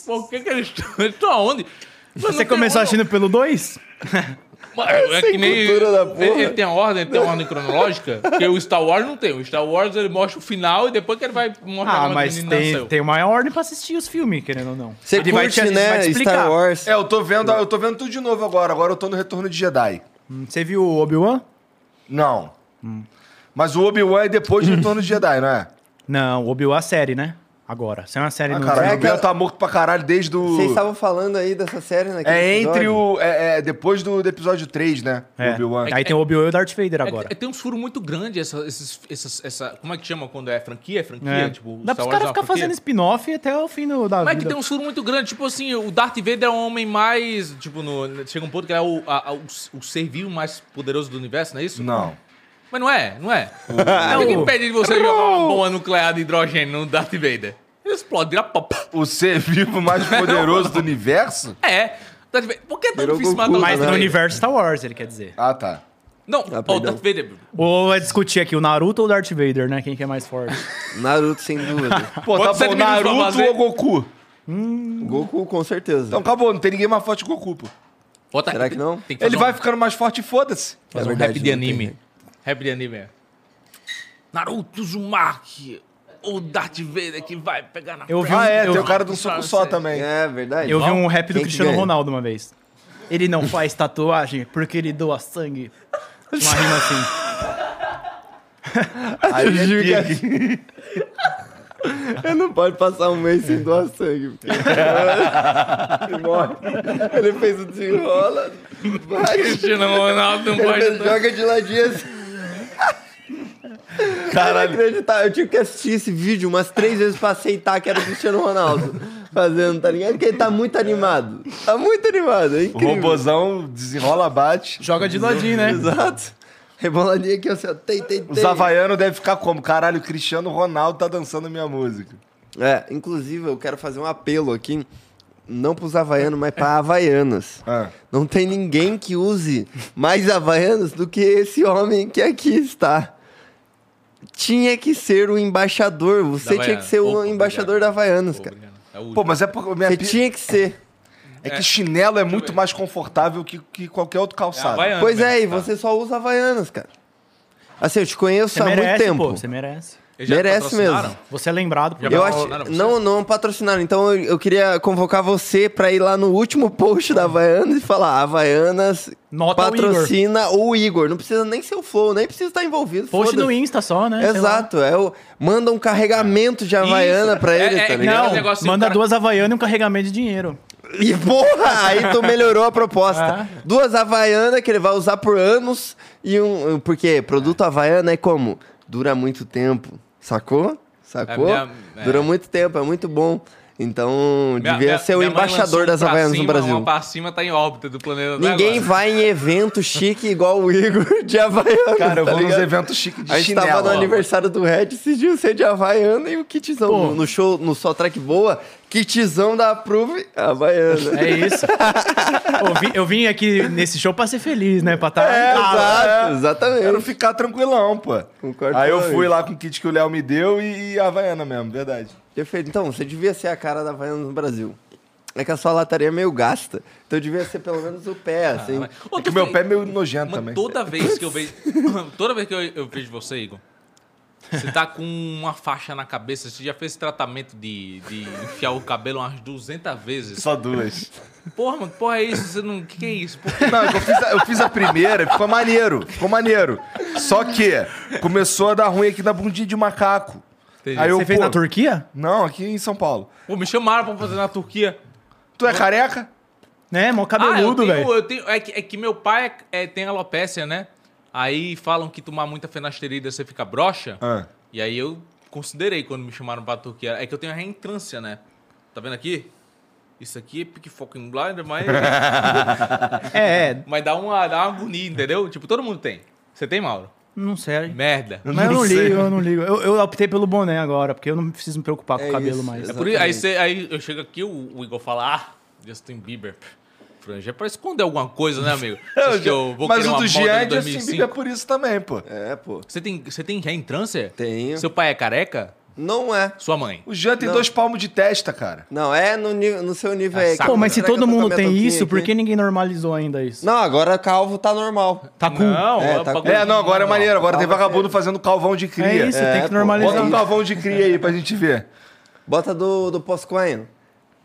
Speaker 3: Por que que eles estão? Eles estão aonde? Mano,
Speaker 4: Você
Speaker 3: não tem
Speaker 4: começou
Speaker 3: ordem-
Speaker 4: assistindo pelo 2?
Speaker 3: É que nem...
Speaker 2: cultura da porra.
Speaker 3: Ele, ele tem uma ordem, ele tem uma ordem cronológica, porque o Star Wars não tem. O Star Wars, ele mostra o final e depois que ele vai mostrar
Speaker 4: Ah,
Speaker 3: onde o
Speaker 4: mas
Speaker 3: menino
Speaker 4: tem,
Speaker 3: nasceu.
Speaker 4: tem uma ordem pra assistir os filmes, querendo ou não.
Speaker 2: Você curte, né? Star Wars.
Speaker 1: É, eu tô vendo, eu tô vendo tudo de novo agora. Agora eu tô no Retorno de Jedi.
Speaker 4: Hum, Você viu o Obi-Wan?
Speaker 1: Não. Mas o Obi-Wan é depois do Retorno de Jedi, não é?
Speaker 4: Não, o Obi-Wan é a série, né? Agora. Você é uma série
Speaker 1: Ah,
Speaker 4: no
Speaker 1: caralho, o
Speaker 2: é
Speaker 1: Obi-Wan
Speaker 2: aquela-
Speaker 1: tá morto pra caralho desde o...
Speaker 2: Vocês estavam falando aí dessa série né, naquele
Speaker 1: É entre
Speaker 2: episódio.
Speaker 1: o... É, é depois do, do episódio 3, né? O
Speaker 4: É.
Speaker 1: Obi-Wan.
Speaker 4: Aí tem o Obi-Wan e o Darth Vader
Speaker 3: É,
Speaker 4: agora.
Speaker 3: é, tem um furo muito grande, essa, esses, essas, essa. Como é que chama quando é franquia? É franquia?
Speaker 4: É.
Speaker 3: Tipo,
Speaker 4: Dá
Speaker 3: Star
Speaker 4: pra os
Speaker 3: Wars é
Speaker 4: caras
Speaker 3: uma
Speaker 4: ficar
Speaker 3: franquia?
Speaker 4: fazendo spin-off até o fim do, da
Speaker 3: Mas que
Speaker 4: vida.
Speaker 3: tem um furo muito grande. Tipo assim, o Darth Vader é um homem mais. Tipo, no, chega um ponto que ele é o, a- a- o, o ser vivo mais poderoso do universo, não é isso?
Speaker 1: Não.
Speaker 3: Mas não é, não é. O que impede de você jogar uma bomba nuclear de hidrogênio no Darth Vader? Ele explode, vira pop.
Speaker 1: O ser vivo mais poderoso do universo?
Speaker 3: É. Darth Vader. Por que é tão
Speaker 2: Virou
Speaker 3: difícil
Speaker 2: Goku,
Speaker 3: matar o
Speaker 4: Mas
Speaker 3: Darth
Speaker 4: no
Speaker 3: Vader?
Speaker 4: universo Star Wars, ele quer dizer.
Speaker 1: Ah, tá.
Speaker 3: Não,
Speaker 2: Ah,
Speaker 3: ó, o
Speaker 2: perdão.
Speaker 3: Darth Vader.
Speaker 4: Ou é discutir aqui o Naruto ou o Darth Vader, né? Quem que é mais forte?
Speaker 2: Naruto, sem dúvida.
Speaker 1: Pô,
Speaker 3: Quantos
Speaker 1: tá bom,
Speaker 3: inimigos pra
Speaker 1: Naruto
Speaker 3: fazer?
Speaker 1: ou Goku?
Speaker 2: Goku, com certeza.
Speaker 1: Então acabou, não tem ninguém mais
Speaker 4: Tá
Speaker 1: forte que o Goku, pô.
Speaker 3: Bota-
Speaker 2: Será que não?
Speaker 3: Tem que
Speaker 1: Ele
Speaker 3: fazer
Speaker 1: vai
Speaker 3: um,
Speaker 1: ficando mais forte e foda-se.
Speaker 3: fazer
Speaker 2: É
Speaker 3: um
Speaker 2: verdade,
Speaker 3: rap de
Speaker 2: não tem
Speaker 1: né?
Speaker 3: anime. Rap de anime. é. Naruto Uzumaki, o Darth Vader que vai pegar na
Speaker 4: Eu vi um-
Speaker 3: frente.
Speaker 1: Ah, é,
Speaker 4: Eu-
Speaker 1: tem o cara do soco só também.
Speaker 2: É verdade.
Speaker 4: Eu vi um rap do
Speaker 2: Quem que
Speaker 4: Cristiano
Speaker 2: ganha?
Speaker 4: Ronaldo uma vez. Ele não faz tatuagem porque ele doa sangue. Uma rima assim.
Speaker 1: Aí é pica.
Speaker 2: Ele não pode passar um mês sem doar sangue. porque- Ele morre. Ele fez o desenrola, bate,
Speaker 3: Cristiano Ronaldo
Speaker 2: ele
Speaker 3: não
Speaker 2: fez-
Speaker 3: pode... né?
Speaker 2: joga de ladinho assim. Caralho. Acreditar, eu tive que assistir esse vídeo umas três vezes pra aceitar que era o Cristiano Ronaldo fazendo, tá ligado? Porque ele tá muito animado. Tá muito animado, é
Speaker 1: O
Speaker 2: incrível.
Speaker 1: robozão desenrola, bate.
Speaker 4: Joga de ladinho, né?
Speaker 2: Exato. Reboladinha aqui, assim, ó. Tem, tem, tem.
Speaker 1: Os havaianos devem ficar como? Caralho, o Cristiano Ronaldo tá dançando minha música.
Speaker 2: É, inclusive eu quero fazer um apelo aqui, não pros havaianos, mas pra havaianas.
Speaker 1: Ah.
Speaker 2: Não tem ninguém que use mais havaianas do que esse homem que aqui está. Tinha que ser o embaixador. Você tinha que ser o embaixador da Havaianas, cara.
Speaker 1: Pô, mas é porque minha
Speaker 2: Você
Speaker 1: pi-
Speaker 2: tinha que ser.
Speaker 1: é que chinelo é muito mais confortável que, que qualquer outro calçado.
Speaker 2: Pois
Speaker 4: né?
Speaker 2: é,
Speaker 4: Tá.
Speaker 2: e você só usa Havaianas, cara. Assim, eu te conheço
Speaker 4: Você
Speaker 2: há muito
Speaker 4: merece,
Speaker 2: tempo.
Speaker 4: pô. Você merece.
Speaker 2: merece mesmo.
Speaker 4: Você é lembrado por
Speaker 3: Já
Speaker 2: Eu
Speaker 3: vai-
Speaker 4: isso.
Speaker 2: acho...
Speaker 3: patrocinaram você?
Speaker 2: Não, não patrocinaram. Então eu, eu queria convocar você pra ir lá no último post da Havaianas e falar: Havaianas
Speaker 4: Nota o Igor.
Speaker 2: patrocina o Igor. Não precisa nem ser o Flow, nem precisa estar envolvido.
Speaker 4: Post
Speaker 2: foda-se.
Speaker 4: no Insta só, né? Sei lá.
Speaker 2: Exato, é o, manda um carregamento de Havaiana pra ele,
Speaker 3: é,
Speaker 2: tá
Speaker 3: é,
Speaker 2: ligado?
Speaker 3: Aquele negócio assim,
Speaker 4: Manda
Speaker 3: o cara-
Speaker 4: duas Havaianas e um carregamento de dinheiro.
Speaker 2: E porra, aí tu melhorou a proposta.
Speaker 4: Ah.
Speaker 2: Duas Havaiana que ele vai usar por anos e um. Porque produto Havaiana é como? Dura muito tempo. Sacou? Sacou?
Speaker 3: É, minha- é.
Speaker 2: Dura muito tempo, é muito bom. Então,
Speaker 3: Minha-
Speaker 2: devia
Speaker 3: minha-
Speaker 2: ser o
Speaker 3: minha mãe lançou
Speaker 2: embaixador
Speaker 3: um
Speaker 2: das
Speaker 3: pra
Speaker 2: Havaianas no
Speaker 3: cima,
Speaker 2: Brasil.
Speaker 3: Uma pra cima tá em órbita do planeta até
Speaker 2: Ninguém
Speaker 3: agora. Tá,
Speaker 2: vai em evento chique igual o Igor de Havaiana.
Speaker 1: Cara, eu
Speaker 2: tá
Speaker 1: vou nos
Speaker 2: ligado?
Speaker 1: eventos chiques de
Speaker 2: A gente
Speaker 1: chinelo.
Speaker 2: tava no
Speaker 1: ó.
Speaker 2: aniversário do Red esses dias, você é de Havaiana e o kitzão. No, no show, no Só Track Boa, kitzão da Approve, Havaiana.
Speaker 4: É isso. eu, vim, eu vim aqui nesse show pra ser feliz, né? Pra estar
Speaker 1: É,
Speaker 4: em casa.
Speaker 2: Exato,
Speaker 1: é. Quero
Speaker 2: exatamente.
Speaker 1: ficar tranquilão, pô.
Speaker 2: Concordo
Speaker 1: Aí eu
Speaker 2: plenamente.
Speaker 1: fui lá com o kit que o Léo me deu e, e a Havaiana mesmo, verdade.
Speaker 2: Perfeito. Então, você devia ser a cara da Havaiana no Brasil. É que a sua lataria é meio gasta. Então devia ser pelo menos o pé, assim.
Speaker 3: Mas- Ô,
Speaker 1: É que
Speaker 3: tu
Speaker 1: meu
Speaker 3: fez-
Speaker 1: pé é meio nojento
Speaker 3: Mas
Speaker 1: também.
Speaker 3: toda vez que eu vejo. toda vez que eu, eu vejo você, Igor, você tá com uma faixa na cabeça. Você já fez tratamento de, de enfiar o cabelo umas 200 vezes.
Speaker 1: Só duas.
Speaker 3: Porra, mano, que porra é isso? Você não. O que, que é isso? Por quê?
Speaker 1: Não, eu fiz, a, eu fiz a primeira e ficou maneiro. Ficou maneiro. Só que começou a dar ruim aqui na bundinha de macaco.
Speaker 3: Entendi.
Speaker 1: Aí eu,
Speaker 4: Você fez
Speaker 1: pô,
Speaker 4: na Turquia?
Speaker 1: Não, aqui em São Paulo.
Speaker 3: Pô, me chamaram pra fazer na Turquia.
Speaker 1: Tu é careca?
Speaker 4: Né?
Speaker 3: Ah,
Speaker 4: Mó
Speaker 3: eu
Speaker 4: cabeludo,
Speaker 3: tenho,
Speaker 4: velho.
Speaker 3: eu tenho. É que, é que meu pai é- é- tem alopecia, né? Aí falam que tomar muita fenasterida você fica broxa.
Speaker 1: Ah.
Speaker 3: E aí eu considerei quando me chamaram pra Turquia. É que eu tenho a reentrância, né? Tá vendo aqui? Isso aqui é pick fucking blinder, mas.
Speaker 4: É, é.
Speaker 3: Mas dá uma, dá uma agonia, entendeu? Tipo, todo mundo tem. Você tem, Mauro?
Speaker 4: Não sei.
Speaker 3: Merda.
Speaker 4: Mas eu
Speaker 1: não
Speaker 4: não
Speaker 1: sei.
Speaker 4: ligo, eu não ligo. Eu, eu optei pelo boné agora, porque eu não preciso me preocupar com
Speaker 2: É
Speaker 4: o cabelo
Speaker 2: isso,
Speaker 4: mais.
Speaker 2: exato.
Speaker 3: Por isso- aí, você, aí eu chego aqui, o, o Igor fala, ah, Justin Bieber. pff, Franja é pra esconder alguma coisa, né, amigo? Você acha que eu vou
Speaker 1: Mas
Speaker 3: querer
Speaker 1: o
Speaker 3: uma
Speaker 1: do
Speaker 3: moda
Speaker 1: Jean é
Speaker 3: de
Speaker 1: Justin
Speaker 3: 2005?
Speaker 1: Bieber por isso também, pô.
Speaker 2: É, pô.
Speaker 3: Você tem, você tem reentrância?
Speaker 2: Tenho.
Speaker 3: Seu pai é careca?
Speaker 2: Não é.
Speaker 3: Sua mãe.
Speaker 1: O Jean tem
Speaker 2: Não.
Speaker 1: dois palmos de testa, cara.
Speaker 2: Não, é no, nível- no seu nível
Speaker 1: Tá
Speaker 3: Ah,
Speaker 2: aí.
Speaker 3: saco.
Speaker 4: Pô,
Speaker 1: né?
Speaker 4: mas se
Speaker 2: Será que eu
Speaker 4: todo
Speaker 2: tô com a
Speaker 4: mundo
Speaker 2: minha
Speaker 4: tem
Speaker 2: touquinha
Speaker 4: isso, por
Speaker 2: Tá aqui?
Speaker 4: que ninguém normalizou ainda isso?
Speaker 2: Não, agora calvo tá normal.
Speaker 4: Tá cool.
Speaker 3: Não,
Speaker 2: É,
Speaker 3: o
Speaker 2: tá-
Speaker 3: bagulho-
Speaker 1: É, não, agora é maneiro. Agora tem
Speaker 2: Calma,
Speaker 1: vagabundo fazendo calvão de cria.
Speaker 4: É isso,
Speaker 2: É,
Speaker 4: tem que
Speaker 2: pô.
Speaker 4: normalizar.
Speaker 1: Bota um calvão de cria aí pra gente ver.
Speaker 2: Bota do, do Poscoen.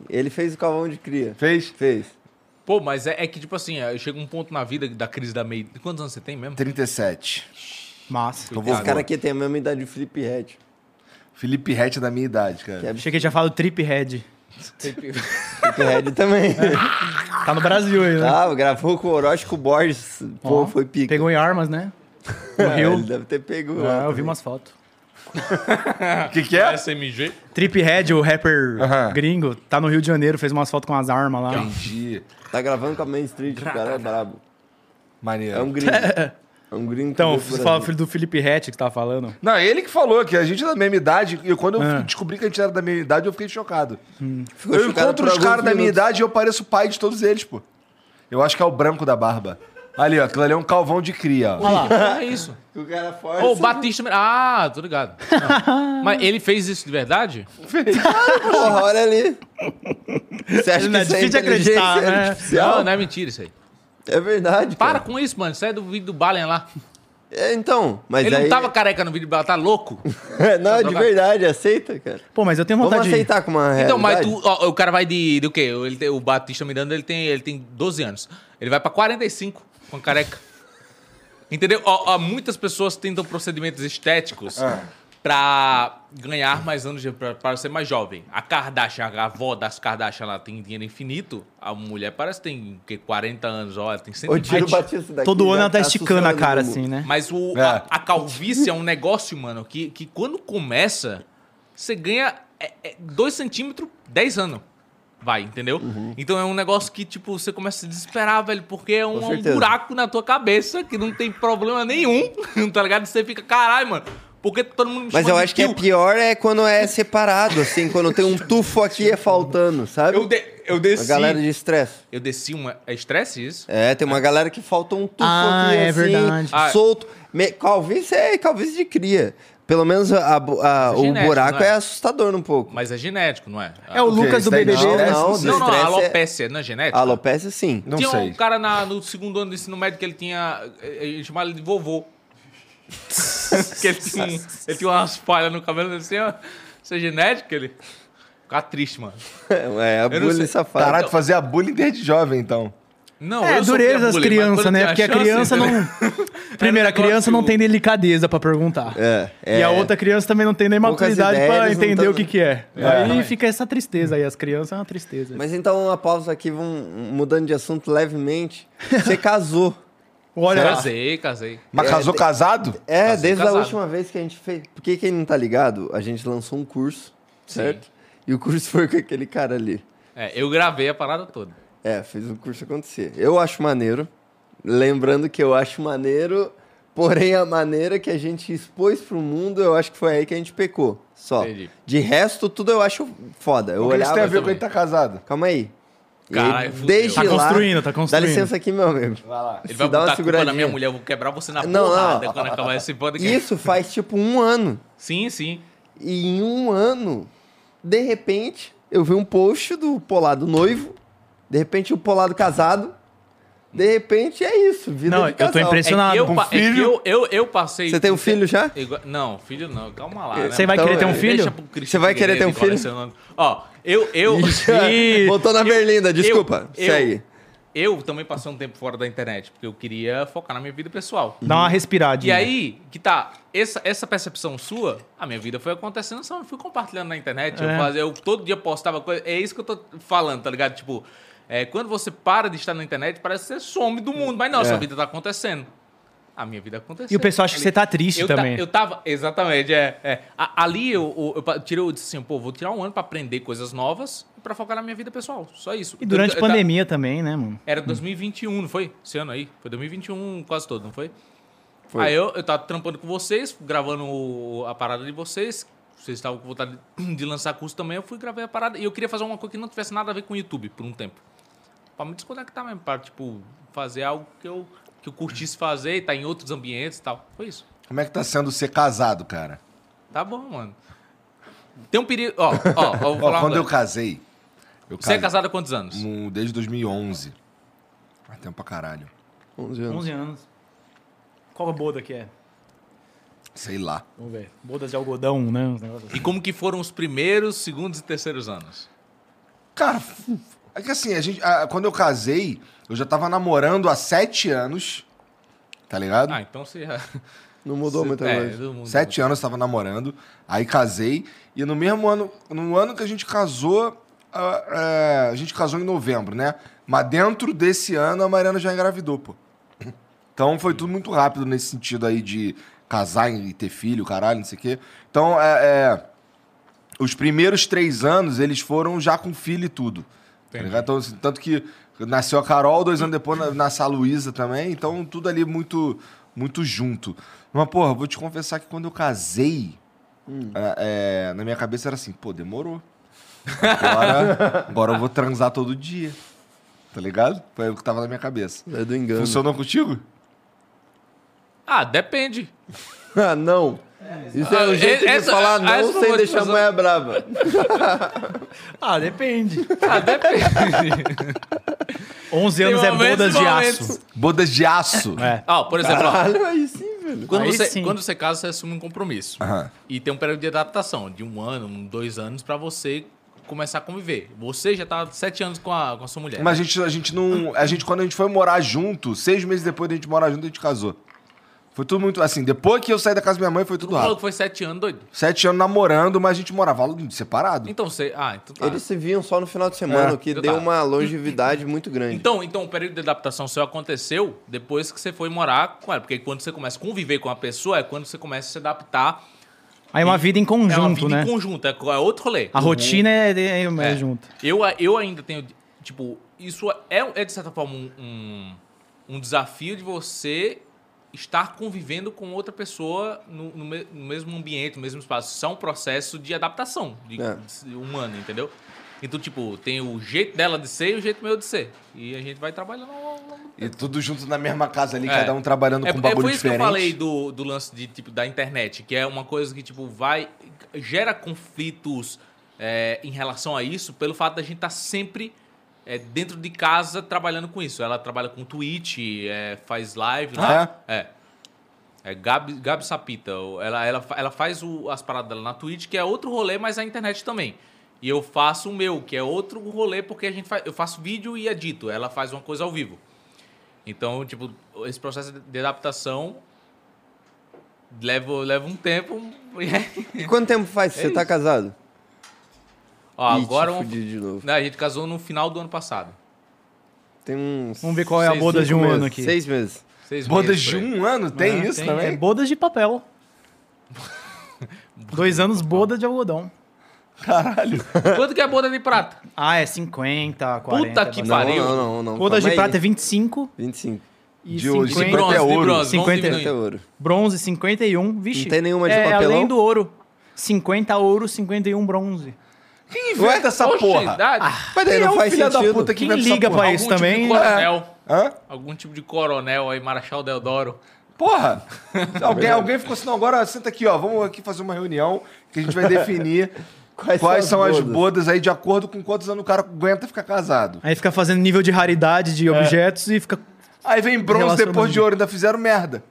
Speaker 2: Ele fez o calvão de cria.
Speaker 1: Fez?
Speaker 2: Fez.
Speaker 3: Pô, mas é, é que, tipo assim, é, chega um ponto na vida da crise da meia. Quantos anos você tem mesmo?
Speaker 1: 37.
Speaker 4: Massa.
Speaker 1: Tô
Speaker 2: Esse
Speaker 1: vovô.
Speaker 2: cara aqui tem a mesma idade de Felipe Red.
Speaker 1: Felipe Rett é da minha idade,
Speaker 2: Que
Speaker 1: cara.
Speaker 2: é
Speaker 4: Achei que ele tinha falado trip head.
Speaker 2: Felipe Red também.
Speaker 4: Tá no Brasil aí, né?
Speaker 2: Tá, gravou com o Orochi com o Borges. Pô,
Speaker 4: Ó,
Speaker 2: foi pica.
Speaker 4: Pegou em armas, né?
Speaker 2: o
Speaker 4: Rio.
Speaker 2: É, Ele deve ter pego.
Speaker 4: Ah, eu vi umas fotos.
Speaker 1: O que, que é?
Speaker 3: SMG?
Speaker 4: Trip Head, o rapper
Speaker 1: Aham.
Speaker 4: gringo, tá no Rio de Janeiro, fez umas fotos com as armas lá.
Speaker 1: Entendi.
Speaker 2: Tá gravando com a Main Street, o cara é brabo.
Speaker 1: Maneiro.
Speaker 2: É um gringo. É um gringo. que
Speaker 4: Então,
Speaker 2: veio pro
Speaker 4: você fala
Speaker 2: Brasil.
Speaker 4: filho do Felipe Hatch que você tava falando.
Speaker 1: Não, ele que falou que a gente é da mesma idade. E quando eu
Speaker 4: Ah.
Speaker 1: descobri que a gente era da mesma idade, eu fiquei chocado.
Speaker 2: Ficou
Speaker 1: eu
Speaker 2: chocado
Speaker 1: encontro
Speaker 2: por
Speaker 1: os
Speaker 2: alguns
Speaker 1: caras da minha
Speaker 2: minutos.
Speaker 1: idade e eu pareço o pai de todos eles, pô. Eu acho que é o branco da barba. Ali, ó. Aquilo ali é um calvão de cria, ó.
Speaker 3: Olha lá. É isso.
Speaker 2: O cara forte.
Speaker 3: Ô, o Batista. Ah, tô ligado. Não. Mas ele fez isso de verdade?
Speaker 2: Porra, olha ali. Você acha
Speaker 4: Não,
Speaker 2: que
Speaker 4: é
Speaker 2: isso é
Speaker 4: difícil de
Speaker 2: inteligência
Speaker 4: acreditar, né?
Speaker 2: artificial?
Speaker 3: Não, não é mentira isso aí.
Speaker 2: É verdade. cara.
Speaker 3: Para com isso, mano. Sai do vídeo do Balen lá.
Speaker 2: É, então, mas
Speaker 3: Ele
Speaker 2: aí...
Speaker 3: não tava careca no vídeo, ela tá louco?
Speaker 2: não, de verdade, aceita, cara.
Speaker 4: Pô, mas eu tenho
Speaker 2: Vamos
Speaker 4: vontade de...
Speaker 2: aceitar com uma
Speaker 3: Então, mas
Speaker 2: realidade?
Speaker 3: tu, ó, o cara vai de, de o quê? Ele tem- o Batista Miranda, ele tem, ele tem 12 anos. Ele vai pra 45 com a careca. Entendeu? Ó, ó, muitas pessoas tentam procedimentos estéticos
Speaker 2: Ah.
Speaker 3: pra ganhar mais anos, de, pra, pra ser mais jovem. A Kardashian, a avó das Kardashian, ela tem dinheiro infinito. A mulher parece que tem o quê? 40 anos, ó, ela tem
Speaker 2: Ô,
Speaker 3: 120.
Speaker 2: tira o Batista daqui,
Speaker 4: Todo ano
Speaker 2: já
Speaker 4: ela tá esticando a
Speaker 2: assustando
Speaker 4: cara,
Speaker 2: todo mundo.
Speaker 4: assim, né?
Speaker 3: Mas o,
Speaker 1: É.
Speaker 3: a, a calvície é um negócio, mano, que, que quando começa, você ganha 2 centímetros, 10 anos. Vai, entendeu?
Speaker 2: Uhum.
Speaker 3: Então é um negócio que, tipo, você começa a se desesperar, velho, porque é um,
Speaker 2: Com
Speaker 3: é um
Speaker 2: certeza.
Speaker 3: buraco na tua cabeça que não tem problema nenhum, tá ligado? Você fica, caralho, mano, porque todo mundo me
Speaker 2: Mas
Speaker 3: chama
Speaker 2: eu
Speaker 3: de
Speaker 2: acho que é
Speaker 3: tio?"
Speaker 2: pior é quando é separado, assim, quando tem um tufo aqui é faltando, sabe?
Speaker 3: Eu, de- eu
Speaker 2: A
Speaker 3: desci.
Speaker 2: galera de estresse.
Speaker 3: Eu desci uma. É estresse isso?
Speaker 2: É, tem uma galera que falta um tufo
Speaker 4: Ah,
Speaker 2: aqui,
Speaker 4: é
Speaker 2: assim,
Speaker 4: verdade.
Speaker 3: Ah.
Speaker 2: solto. Me- Calvície é calvície de cria. Pelo menos a bu- a- o
Speaker 3: Genético,
Speaker 2: buraco
Speaker 3: não é?
Speaker 2: é assustador um pouco.
Speaker 3: Mas é genético, não é?
Speaker 4: É o
Speaker 1: quê?
Speaker 4: Lucas do
Speaker 1: Isso daí
Speaker 4: BBB.
Speaker 1: não,
Speaker 4: né?
Speaker 2: não.
Speaker 3: Não, não,
Speaker 2: estresse
Speaker 3: a
Speaker 2: é-
Speaker 3: alopécia não é genética?
Speaker 2: Alopecia, sim.
Speaker 1: Não
Speaker 3: tinha
Speaker 1: sei.
Speaker 3: um cara na- no segundo ano do ensino médio que ele tinha. Ele chamava ele de vovô. que ele tinha, um- ele tinha umas palhas no cabelo assim, ó. Isso é genético, ele. Ficar triste, mano.
Speaker 2: É, a
Speaker 3: não
Speaker 2: bullying
Speaker 3: sei.
Speaker 2: safada.
Speaker 1: Parar de fazer a bullying desde jovem, então.
Speaker 3: Não,
Speaker 4: É,
Speaker 3: eu sofria
Speaker 4: dureza
Speaker 3: bullying,
Speaker 4: das
Speaker 3: mas
Speaker 4: crianças,
Speaker 3: quando
Speaker 4: né?
Speaker 3: tinha
Speaker 4: Porque a
Speaker 3: chance,
Speaker 4: criança não.
Speaker 3: entendeu?
Speaker 4: Primeira,
Speaker 3: Era
Speaker 4: a
Speaker 3: um
Speaker 4: criança
Speaker 3: negócio-
Speaker 4: não tem delicadeza pra perguntar.
Speaker 2: É, é.
Speaker 4: E a outra criança também não tem nem
Speaker 2: Poucas
Speaker 4: maturidade
Speaker 2: ideias,
Speaker 4: pra
Speaker 2: não tá
Speaker 4: entender
Speaker 2: tão-
Speaker 4: o que que é. Aí
Speaker 1: também.
Speaker 4: fica essa tristeza aí. As crianças é uma tristeza.
Speaker 2: Mas então, a pausa aqui, vamos mudando de assunto levemente. Você casou.
Speaker 4: Olha lá.
Speaker 3: Casei, casei.
Speaker 1: Mas
Speaker 2: É,
Speaker 1: casou
Speaker 2: de-
Speaker 1: casado?
Speaker 2: É,
Speaker 3: Casou
Speaker 2: desde
Speaker 3: casado.
Speaker 2: a última vez que a gente fez. Porque quem não tá ligado, a gente lançou um curso,
Speaker 3: Sim.
Speaker 2: certo? E o curso foi com aquele cara ali.
Speaker 3: É, eu gravei a parada toda.
Speaker 2: É, fez o curso acontecer. Eu acho maneiro. Lembrando que eu acho maneiro, porém a maneira que a gente expôs pro mundo, eu acho que foi aí que a gente pecou. Só.
Speaker 3: Entendi.
Speaker 2: De resto, tudo eu acho foda. Eu
Speaker 1: O que isso tem a
Speaker 2: olhava.
Speaker 1: ver com
Speaker 3: também.
Speaker 1: ele tá casado?
Speaker 2: Calma aí. E
Speaker 3: Caralho,
Speaker 2: aí,
Speaker 3: fudeu.
Speaker 2: desde
Speaker 4: Tá
Speaker 2: lá-
Speaker 4: construindo, tá construindo.
Speaker 2: Dá licença aqui, meu amigo.
Speaker 1: Vai lá.
Speaker 3: Ele
Speaker 2: Se
Speaker 3: vai
Speaker 2: dá uma
Speaker 3: botar a culpa na
Speaker 2: seguradinha.
Speaker 3: minha mulher, eu vou quebrar você na
Speaker 2: Não,
Speaker 3: porrada
Speaker 2: não.
Speaker 3: quando acabar esse podcast.
Speaker 2: Isso faz tipo um ano.
Speaker 3: Sim, sim.
Speaker 2: E em um ano, de repente, eu vi um post do Polado noivo, de repente o Polado casado, de repente é isso, vida
Speaker 4: Não,
Speaker 2: de
Speaker 4: eu tô
Speaker 2: casal.
Speaker 4: impressionado.
Speaker 3: É que eu,
Speaker 4: Com
Speaker 3: pa- é que
Speaker 4: filho?
Speaker 3: eu, eu, eu passei.
Speaker 2: Você tem um filho já?
Speaker 3: Igual- Não, filho não, calma lá. né,
Speaker 4: Você vai
Speaker 2: Então,
Speaker 4: querer ter um
Speaker 2: é,
Speaker 4: filho?
Speaker 3: Deixa pro Cristian
Speaker 2: Você vai querer ter um
Speaker 3: Figueiredo,
Speaker 2: filho?
Speaker 3: qual é seu nome. Ó, eu. eu
Speaker 4: Ih,
Speaker 2: Voltou na Berlinda, desculpa.
Speaker 3: eu-
Speaker 2: Segue.
Speaker 3: Eu também passei um tempo fora da internet, porque eu queria focar na minha vida pessoal.
Speaker 2: Uhum.
Speaker 4: Dá uma né? respiradinha.
Speaker 3: E aí, que tá, essa, essa percepção sua, a minha vida foi acontecendo, só fui compartilhando na internet.
Speaker 4: É.
Speaker 3: Eu, fazia, eu todo dia postava coisa. É isso que eu tô falando, tá ligado? Tipo, é, quando você para de estar na internet, parece que você some do mundo. Mas não, sua vida tá acontecendo. A minha vida aconteceu.
Speaker 4: É. E o pessoal acha que
Speaker 3: Ali-
Speaker 4: você tá triste
Speaker 3: eu ta-
Speaker 4: também.
Speaker 3: eu tava, exatamente, é. é. A- ali eu, eu, eu pa- tirei, eu disse assim, pô, vou tirar um ano pra aprender coisas novas e pra focar na minha vida pessoal. Só isso.
Speaker 4: E durante
Speaker 3: Eu ta-
Speaker 4: pandemia também, né, mano?
Speaker 1: Hum.
Speaker 3: Era 2021, não foi? Esse ano aí. Foi 2021 quase todo, não foi? Aí eu, eu tava trampando com vocês, gravando o- a parada de vocês. Vocês estavam com vontade de, de lançar curso também, eu fui gravar a parada. E eu queria fazer uma coisa que não tivesse nada a ver com o YouTube por um tempo. Pra me desconectar mesmo, pra, tipo, fazer algo que eu, que eu curtisse fazer e tá em outros ambientes e tal. Foi isso.
Speaker 1: Como é que tá sendo ser casado, cara?
Speaker 3: Tá bom, mano. Tem um perigo. Ó, ó, ó, vou
Speaker 1: Ó,
Speaker 3: falar.
Speaker 1: quando
Speaker 3: uma
Speaker 1: eu
Speaker 3: coisa.
Speaker 1: casei. Eu
Speaker 3: Você é
Speaker 1: casei
Speaker 3: casado há quantos anos?
Speaker 1: no- desde 2011. Há tempo pra caralho.
Speaker 2: 11 anos.
Speaker 4: 11 anos. Qual a boda que é?
Speaker 1: Sei lá.
Speaker 4: Vamos ver. Bodas de algodão, né? uns negócios assim.
Speaker 3: E como que foram os primeiros, segundos e terceiros anos?
Speaker 1: Cara, f- é que assim, a gente, a- quando eu casei, eu já tava namorando há sete anos. Tá ligado?
Speaker 3: Ah, então você já.
Speaker 2: Não mudou muito
Speaker 3: é,
Speaker 2: agora.
Speaker 3: do mundo.
Speaker 1: Sete anos eu tava namorando, aí casei, e no mesmo ano, no ano que a gente casou, ah, ah, a, gente casou em novembro, né? Mas dentro desse ano a Mariana já engravidou, pô. Então foi tudo muito rápido nesse sentido aí de casar e ter filho, caralho, não sei o quê. Então, é, é, os primeiros três anos eles foram já com filho e tudo. tá ligado? Então, assim, tanto que nasceu a Carol, dois anos depois na- nasceu a Luísa também, então tudo ali muito, muito junto. Mas, porra, vou te confessar que quando eu casei, é, é, na minha cabeça era assim, pô, demorou. Agora, agora eu vou transar todo dia. Tá ligado? Foi o que tava na minha cabeça.
Speaker 2: É do engano.
Speaker 1: Funcionou contigo?
Speaker 3: Ah, depende.
Speaker 2: Ah, não. Isso é
Speaker 3: Ah,
Speaker 2: o jeito
Speaker 3: essa-
Speaker 2: de falar
Speaker 3: ah, essa
Speaker 2: não
Speaker 3: não
Speaker 2: sem
Speaker 3: vou
Speaker 2: deixar a
Speaker 3: fazer.
Speaker 2: mulher brava.
Speaker 4: Ah, depende.
Speaker 3: Ah, depende.
Speaker 4: 11 anos é
Speaker 3: momentos
Speaker 4: bodas
Speaker 3: e
Speaker 4: de
Speaker 3: momentos.
Speaker 4: aço.
Speaker 1: Bodas de aço.
Speaker 4: É.
Speaker 3: Ó, Ah, por exemplo, ó,
Speaker 2: Caralho, aí sim,
Speaker 4: velho.
Speaker 3: Quando,
Speaker 4: Aí
Speaker 3: você,
Speaker 4: sim.
Speaker 3: quando você casa, você assume um compromisso.
Speaker 1: Aham.
Speaker 3: E tem um período de adaptação, de um ano, um, dois anos, pra você começar a conviver. Você já tá há sete anos com a, com a sua mulher.
Speaker 1: É. Mas a gente, a gente não. A gente, quando a gente foi morar junto, seis meses depois da gente morar junto, a gente casou. Foi tudo muito. Assim, depois que eu saí da casa da minha mãe, foi tudo
Speaker 3: Tu falou
Speaker 1: rápido.
Speaker 3: que foi sete anos, doido.
Speaker 1: Sete anos namorando, mas a gente morava separado.
Speaker 3: Então você. Ah, então tá.
Speaker 2: Eles se viam só no final de semana,
Speaker 1: É.
Speaker 2: o que
Speaker 3: Então
Speaker 2: deu
Speaker 3: tá.
Speaker 2: uma longevidade muito grande.
Speaker 3: Então, então o período de adaptação seu aconteceu depois que você foi morar com ela. Porque quando você começa a conviver com a pessoa, é quando você começa a se adaptar.
Speaker 4: Aí uma vida em
Speaker 3: é uma
Speaker 4: conjunto,
Speaker 3: vida
Speaker 4: né?
Speaker 3: em conjunto, é, co- é outro rolê.
Speaker 4: A rotina é, é, é
Speaker 3: É.
Speaker 4: junto.
Speaker 3: Eu, a- eu ainda tenho. Tipo, isso é, é de certa forma um, um, um desafio de você estar convivendo com outra pessoa no, no me- no mesmo ambiente, no mesmo espaço. Isso é um processo de adaptação de-
Speaker 2: É.
Speaker 3: de- humana, entendeu? Então, tipo, tem o jeito dela de ser e o jeito meu de ser. E a gente vai trabalhando ao longo do
Speaker 1: E tudo junto na mesma casa ali,
Speaker 3: É.
Speaker 1: cada um trabalhando
Speaker 3: É,
Speaker 1: com um
Speaker 3: é,
Speaker 1: bagulho
Speaker 3: foi isso
Speaker 1: diferente.
Speaker 3: que eu falei do, do lance de, tipo, da internet, que é uma coisa que tipo, vai. gera conflitos é, em relação a isso, pelo fato da gente estar sempre é, dentro de casa trabalhando com isso. Ela trabalha com Twitch, é, faz live lá. É. É Gabi, Gabi Sapita. Ela, ela, fa- ela faz o- as paradas dela na Twitch, que é outro rolê, mas a internet também. E eu faço o meu, que é outro rolê, porque a gente fa- eu faço vídeo e edito. Ela faz uma coisa ao vivo. Então, tipo, esse processo de adaptação leva, leva um tempo.
Speaker 2: E quanto tempo faz que você tá casado?
Speaker 3: Ó,
Speaker 2: Ih, te
Speaker 3: agora um-
Speaker 2: fudi de novo.
Speaker 3: Não, a gente casou no final do ano passado.
Speaker 2: Tem uns.
Speaker 4: Vamos ver qual é a
Speaker 3: Seis,
Speaker 4: boda de
Speaker 2: cinco
Speaker 4: um
Speaker 2: meses,
Speaker 4: ano aqui.
Speaker 2: Seis meses.
Speaker 3: Seis
Speaker 1: Bodas
Speaker 3: meses
Speaker 1: de
Speaker 3: por aí.
Speaker 1: um ano, tem
Speaker 4: É,
Speaker 1: isso também?
Speaker 4: É bodas de papel. Dois anos boda de algodão.
Speaker 1: Caralho.
Speaker 3: Quanto que é a boda de prata?
Speaker 4: Ah, é 50, 40.
Speaker 3: Puta que
Speaker 4: mais ou
Speaker 2: Não,
Speaker 3: Pariu.
Speaker 2: não, não, não.
Speaker 4: menos. Boda
Speaker 2: calma
Speaker 4: de
Speaker 2: aí.
Speaker 4: prata é 25
Speaker 2: 25.
Speaker 4: e
Speaker 1: De ouro, de
Speaker 4: 50.
Speaker 1: bronze.
Speaker 3: de
Speaker 1: ouro.
Speaker 3: bronze. vamos
Speaker 4: 50
Speaker 3: diminuir.
Speaker 2: Até ouro.
Speaker 4: Bronze 51. Vixe.
Speaker 2: Não tem nenhuma de
Speaker 4: é,
Speaker 2: papelão?
Speaker 4: Além do ouro. 50 ouro, 51 bronze.
Speaker 1: Quem inventa essa
Speaker 3: Oxe,
Speaker 1: porra?
Speaker 3: dá-
Speaker 2: Mas daí
Speaker 1: Quem é
Speaker 2: não
Speaker 1: o
Speaker 2: faz
Speaker 1: filho da
Speaker 2: sentido.
Speaker 1: puta que
Speaker 4: Quem
Speaker 1: inventa essa
Speaker 4: liga
Speaker 1: porra?
Speaker 4: pra isso
Speaker 3: algum tipo de
Speaker 4: também? né?
Speaker 3: coronel.
Speaker 1: É. Hã?
Speaker 3: Algum tipo de coronel aí, Marechal Deodoro.
Speaker 1: Porra! alguém, alguém ficou assim, não, agora senta aqui, ó, vamos aqui fazer uma reunião que a gente vai definir quais, são as bodas. aí de acordo com quantos anos o cara aguenta ficar casado.
Speaker 4: Aí fica fazendo nível de raridade
Speaker 2: É.
Speaker 4: de objetos e fica.
Speaker 1: Aí vem bronze
Speaker 4: Relacionamento.
Speaker 1: depois de ouro, ainda fizeram merda.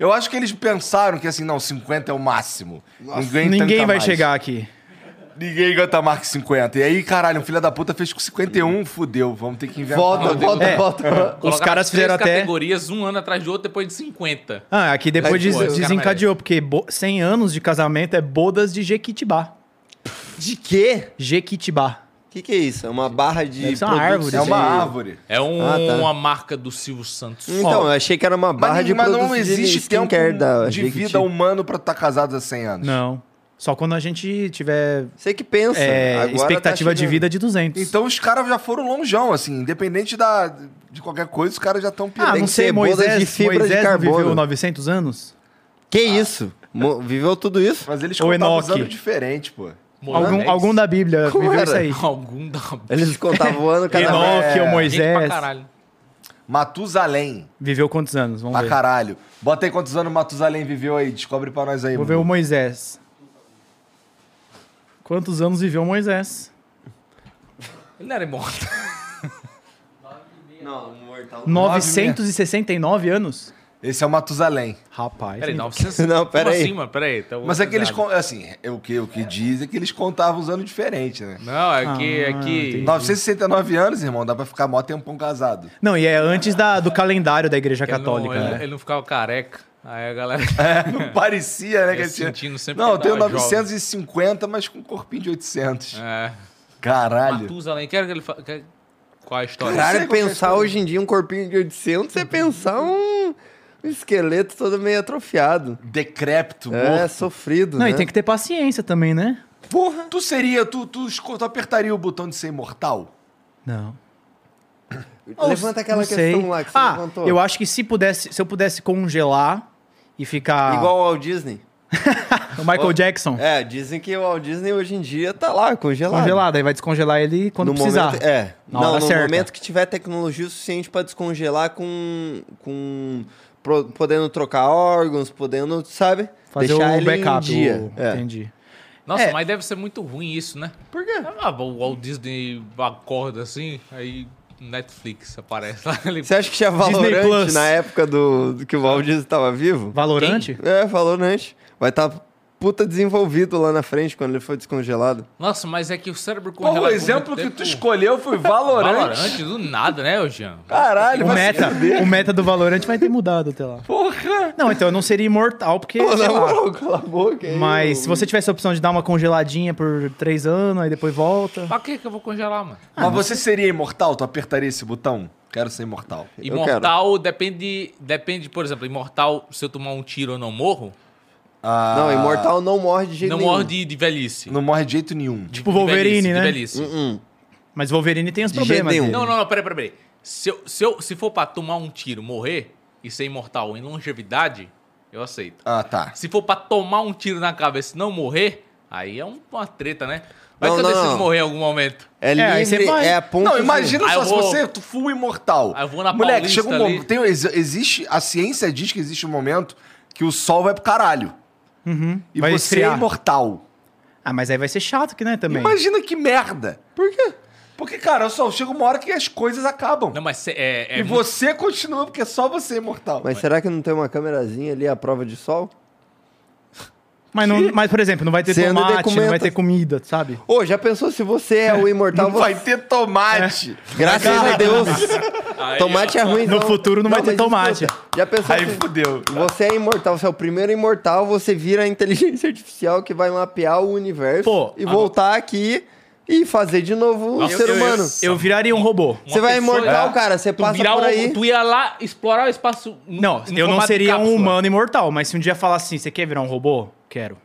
Speaker 1: Eu acho que eles pensaram que assim, não, 50 é o máximo. ninguém
Speaker 4: Ninguém
Speaker 1: tanca
Speaker 4: vai
Speaker 1: mais.
Speaker 4: chegar aqui.
Speaker 1: Ninguém aguenta mais que 50. E aí, caralho, um filho da puta fez com 51, fudeu, vamos ter que inventar.
Speaker 2: Volta,
Speaker 1: Não,
Speaker 2: volta,
Speaker 4: É.
Speaker 2: volta.
Speaker 4: Os
Speaker 3: Colocaram
Speaker 4: caras
Speaker 3: três
Speaker 4: fizeram até.
Speaker 3: categorias, um ano atrás do outro, depois de 50.
Speaker 4: Ah, aqui depois
Speaker 2: Aí,
Speaker 4: des-
Speaker 2: pô,
Speaker 4: desencadeou, porque bo- 100 anos de casamento é bodas de Jequitibá.
Speaker 2: De quê?
Speaker 4: Jequitibá.
Speaker 2: O que, que é isso? É uma barra de.
Speaker 4: Deve ser uma
Speaker 2: produtos
Speaker 4: árvore.
Speaker 1: É uma
Speaker 2: de-
Speaker 1: árvore.
Speaker 3: É um-
Speaker 2: Ah, tá.
Speaker 3: uma marca do Silvio Santos.
Speaker 2: Então, eu achei que era uma barra
Speaker 1: Mas,
Speaker 2: de
Speaker 1: mas
Speaker 2: produtos
Speaker 1: não existe
Speaker 2: de
Speaker 1: tempo
Speaker 2: skincare da
Speaker 1: de
Speaker 2: Jequiti.
Speaker 1: vida um- humano pra estar casado há 100 anos.
Speaker 4: Não. Só quando a gente tiver
Speaker 2: Você que pensa.
Speaker 4: é,
Speaker 2: agora tá
Speaker 4: expectativa de
Speaker 2: chegando.
Speaker 4: vida de 200.
Speaker 1: Então os caras já foram longeão, assim, independente da, de qualquer coisa, os caras já estão
Speaker 4: ah,
Speaker 2: tem que
Speaker 4: não
Speaker 2: ser
Speaker 4: sei,
Speaker 2: bodas
Speaker 4: Moisés,
Speaker 2: de fibra de
Speaker 4: Moisés não
Speaker 2: carbono.
Speaker 4: viveu 900 anos?
Speaker 2: Que isso? Mo- Viveu tudo isso?
Speaker 1: Mas eles
Speaker 4: Ou
Speaker 1: contavam os
Speaker 4: Enoque.
Speaker 1: anos diferente, pô.
Speaker 4: Algum, algum da Bíblia
Speaker 2: né? Como
Speaker 4: viveu
Speaker 2: era?
Speaker 4: isso aí.
Speaker 3: Algum da...
Speaker 2: Eles contavam o ano cada vez.
Speaker 4: Enoque
Speaker 1: é,
Speaker 4: ou
Speaker 3: Gente pra
Speaker 4: Moisés.
Speaker 3: caralho.
Speaker 1: Matusalém.
Speaker 4: Viveu quantos anos? Vamos
Speaker 1: Pra
Speaker 4: ver.
Speaker 1: caralho. Bota aí quantos anos Matusalém viveu aí. Descobre pra nós aí,
Speaker 4: Vou ver o Moisés. Quantos anos viveu Moisés?
Speaker 3: Ele não era imortal.
Speaker 2: Não, mortal.
Speaker 4: 969 anos?
Speaker 1: Esse é o Matusalém.
Speaker 4: Rapaz.
Speaker 3: Peraí,
Speaker 4: me-
Speaker 3: 900...
Speaker 2: Não, pera
Speaker 3: Como
Speaker 2: aí.
Speaker 3: assim, mano? Peraí. tá
Speaker 1: Mas é que eles...
Speaker 3: pesado.
Speaker 1: con- Assim, é o que, o que diz é que eles contavam os anos diferentes, né?
Speaker 3: Não, é que...
Speaker 4: Ah,
Speaker 3: é que...
Speaker 4: entendi.
Speaker 1: 969 anos, irmão, dá pra ficar mó tempão casado.
Speaker 4: Não, e é antes da- do calendário da Igreja
Speaker 3: Ele não-
Speaker 4: Católica.
Speaker 3: ele,
Speaker 4: né?
Speaker 3: ele não ficava careca. Aí a galera...
Speaker 1: Não parecia, né? Que
Speaker 3: Eu
Speaker 1: ele tinha-
Speaker 3: sentindo sempre
Speaker 1: Não, eu
Speaker 3: que
Speaker 1: tenho
Speaker 3: tava
Speaker 1: 950, mas com um corpinho de 800.
Speaker 3: É.
Speaker 1: Caralho.
Speaker 3: Matusalém, quero que ele... Fa... quer- Qual a história?
Speaker 2: Caralho,
Speaker 1: sei qual que é a
Speaker 2: pensar
Speaker 1: história.
Speaker 2: hoje em dia um corpinho de 800 é pensar um, um esqueleto todo meio atrofiado.
Speaker 1: Decrépito,
Speaker 2: É,
Speaker 1: morto.
Speaker 2: sofrido,
Speaker 4: Não,
Speaker 2: né?
Speaker 4: e tem que ter paciência também, né?
Speaker 1: Porra. Tu seria, tu, tu, esco- tu apertaria o botão de ser imortal?
Speaker 4: Não.
Speaker 2: Levanta aquela
Speaker 4: Então, Não
Speaker 2: questão
Speaker 4: sei.
Speaker 2: lá que você
Speaker 4: ah,
Speaker 2: levantou.
Speaker 4: Eu acho que se pudesse, se eu pudesse congelar e ficar
Speaker 2: Igual ao Walt Disney.
Speaker 4: o Michael Jackson
Speaker 2: É, dizem que o Walt Disney hoje em dia tá lá, congelado.
Speaker 4: congelado, aí vai descongelar ele quando
Speaker 2: no
Speaker 4: precisar.
Speaker 2: Momento, é.
Speaker 4: Na
Speaker 2: não,
Speaker 4: hora
Speaker 2: no
Speaker 4: certa.
Speaker 2: momento que tiver tecnologia o suficiente pra descongelar com. com pro- podendo trocar órgãos, podendo, sabe?
Speaker 4: Fazer
Speaker 2: Deixar
Speaker 4: o
Speaker 2: ele em
Speaker 4: backup.
Speaker 2: dia.
Speaker 4: o-
Speaker 2: É.
Speaker 4: Entendi.
Speaker 3: Nossa,
Speaker 4: É.
Speaker 3: mas deve ser muito ruim isso, né?
Speaker 2: Por quê?
Speaker 3: Ah, o Walt Disney acorda assim, aí Netflix aparece lá. Ele...
Speaker 2: Você acha que tinha
Speaker 4: Disney
Speaker 2: Valorant
Speaker 4: Plus.
Speaker 2: na época do, do que o Walt Disney tava vivo?
Speaker 4: Valorante?
Speaker 2: É, Valorant. Vai estar puta desenvolvido lá na frente quando ele for descongelado.
Speaker 3: Nossa, mas é que o cérebro
Speaker 1: Pô,
Speaker 3: congela
Speaker 1: o
Speaker 3: por
Speaker 1: exemplo
Speaker 3: muito
Speaker 1: que
Speaker 3: tempo.
Speaker 1: tu escolheu foi Valorant.
Speaker 3: Valorante do nada, né, Eugênio?
Speaker 1: Caralho,
Speaker 4: O
Speaker 1: vai se
Speaker 4: meta, o meta do Valorante vai ter mudado até lá.
Speaker 1: Porra!
Speaker 4: Não, então eu não seria imortal, porque.
Speaker 2: Pô,
Speaker 4: sei
Speaker 2: na
Speaker 4: lá.
Speaker 2: moral, cala a boca aí.
Speaker 4: Mas se você tivesse a opção de dar uma congeladinha por três anos, aí depois volta.
Speaker 3: Pra que que eu vou congelar, mano?
Speaker 1: Mas você seria imortal? Tu apertaria esse botão? Quero ser imortal.
Speaker 2: Eu
Speaker 3: Imortal depende, depende, por exemplo, imortal, se eu tomar um tiro eu não morro,
Speaker 1: Ah,
Speaker 2: Não, Imortal não morre de jeito
Speaker 3: não
Speaker 2: nenhum.
Speaker 3: morro de, de velhice.
Speaker 1: Não morre de jeito nenhum.
Speaker 3: De-
Speaker 4: Tipo
Speaker 3: de velhice,
Speaker 4: Wolverine, né?
Speaker 3: De velhice.
Speaker 2: Hum,
Speaker 4: Mas Wolverine tem os
Speaker 2: De
Speaker 4: problemas. né?
Speaker 2: jeito nenhum.
Speaker 4: dele.
Speaker 3: Não, não, não, peraí, peraí, peraí. Se, eu, se, eu, se for pra tomar um tiro, morrer e ser imortal em longevidade, eu aceito.
Speaker 1: Ah, tá.
Speaker 3: Se for pra tomar um tiro na cabeça e não morrer, aí é um- uma treta, né? Vai
Speaker 2: Não,
Speaker 3: que eu
Speaker 2: não,
Speaker 3: decido
Speaker 2: não.
Speaker 3: morrer em algum momento.
Speaker 2: É
Speaker 4: aí você
Speaker 2: livre,
Speaker 4: vai.
Speaker 2: é a ponta
Speaker 1: Não, imagina
Speaker 3: Aí
Speaker 1: só
Speaker 3: Ah, eu
Speaker 1: se
Speaker 3: vou-
Speaker 1: você é tu for imortal.
Speaker 3: Aí eu vou na
Speaker 1: Moleque,
Speaker 3: Paulista
Speaker 1: chega um momento.
Speaker 3: ali.
Speaker 1: tem- ex- existe. A ciência diz que existe um momento que o sol vai pro caralho.
Speaker 4: Uhum.
Speaker 1: E
Speaker 4: Vai
Speaker 1: você é
Speaker 4: esfriar.
Speaker 1: imortal.
Speaker 4: Ah, mas aí vai ser chato que né também.
Speaker 1: Imagina que merda. Por quê? Porque, cara, só chega uma hora que as coisas acabam.
Speaker 3: Não, mas cê- é, é
Speaker 1: e
Speaker 3: muito-
Speaker 1: você continua, porque só você é imortal.
Speaker 2: Mas será que não tem uma câmerazinha ali à prova de sol?
Speaker 4: Mas, não, mas, por exemplo, não vai ter
Speaker 2: Você anda e
Speaker 4: tomate, não vai
Speaker 2: documenta.
Speaker 4: ter comida, sabe?
Speaker 2: Ô, já pensou se você é o imortal?
Speaker 4: então
Speaker 1: Não vai ter tomate.
Speaker 2: Graças a Deus.
Speaker 3: Aí,
Speaker 2: tomate é ruim.
Speaker 4: No
Speaker 2: não.
Speaker 4: futuro não vai ter
Speaker 2: mas
Speaker 4: tomate.
Speaker 2: escuta, Já
Speaker 4: É.
Speaker 2: pensou
Speaker 1: Aí
Speaker 2: se
Speaker 1: fudeu.
Speaker 2: você é imortal, você é o primeiro imortal, você vira a inteligência artificial que vai mapear o universo
Speaker 4: Pô,
Speaker 2: e voltar aqui e fazer de novo um
Speaker 3: Nossa,
Speaker 2: ser
Speaker 3: eu-
Speaker 2: humano.
Speaker 4: Eu viraria um robô.
Speaker 3: uma
Speaker 2: você vai
Speaker 3: pessoa-
Speaker 2: imortal,
Speaker 3: É.
Speaker 2: cara, você
Speaker 3: Tu,
Speaker 2: passa
Speaker 3: virar
Speaker 2: por
Speaker 3: um-
Speaker 2: aí.
Speaker 3: tu ia lá explorar o espaço. no- no
Speaker 4: Não, eu não
Speaker 3: formato de
Speaker 4: seria um
Speaker 3: cápsula.
Speaker 4: humano imortal, mas se um dia falar assim, você quer virar um robô? Quero.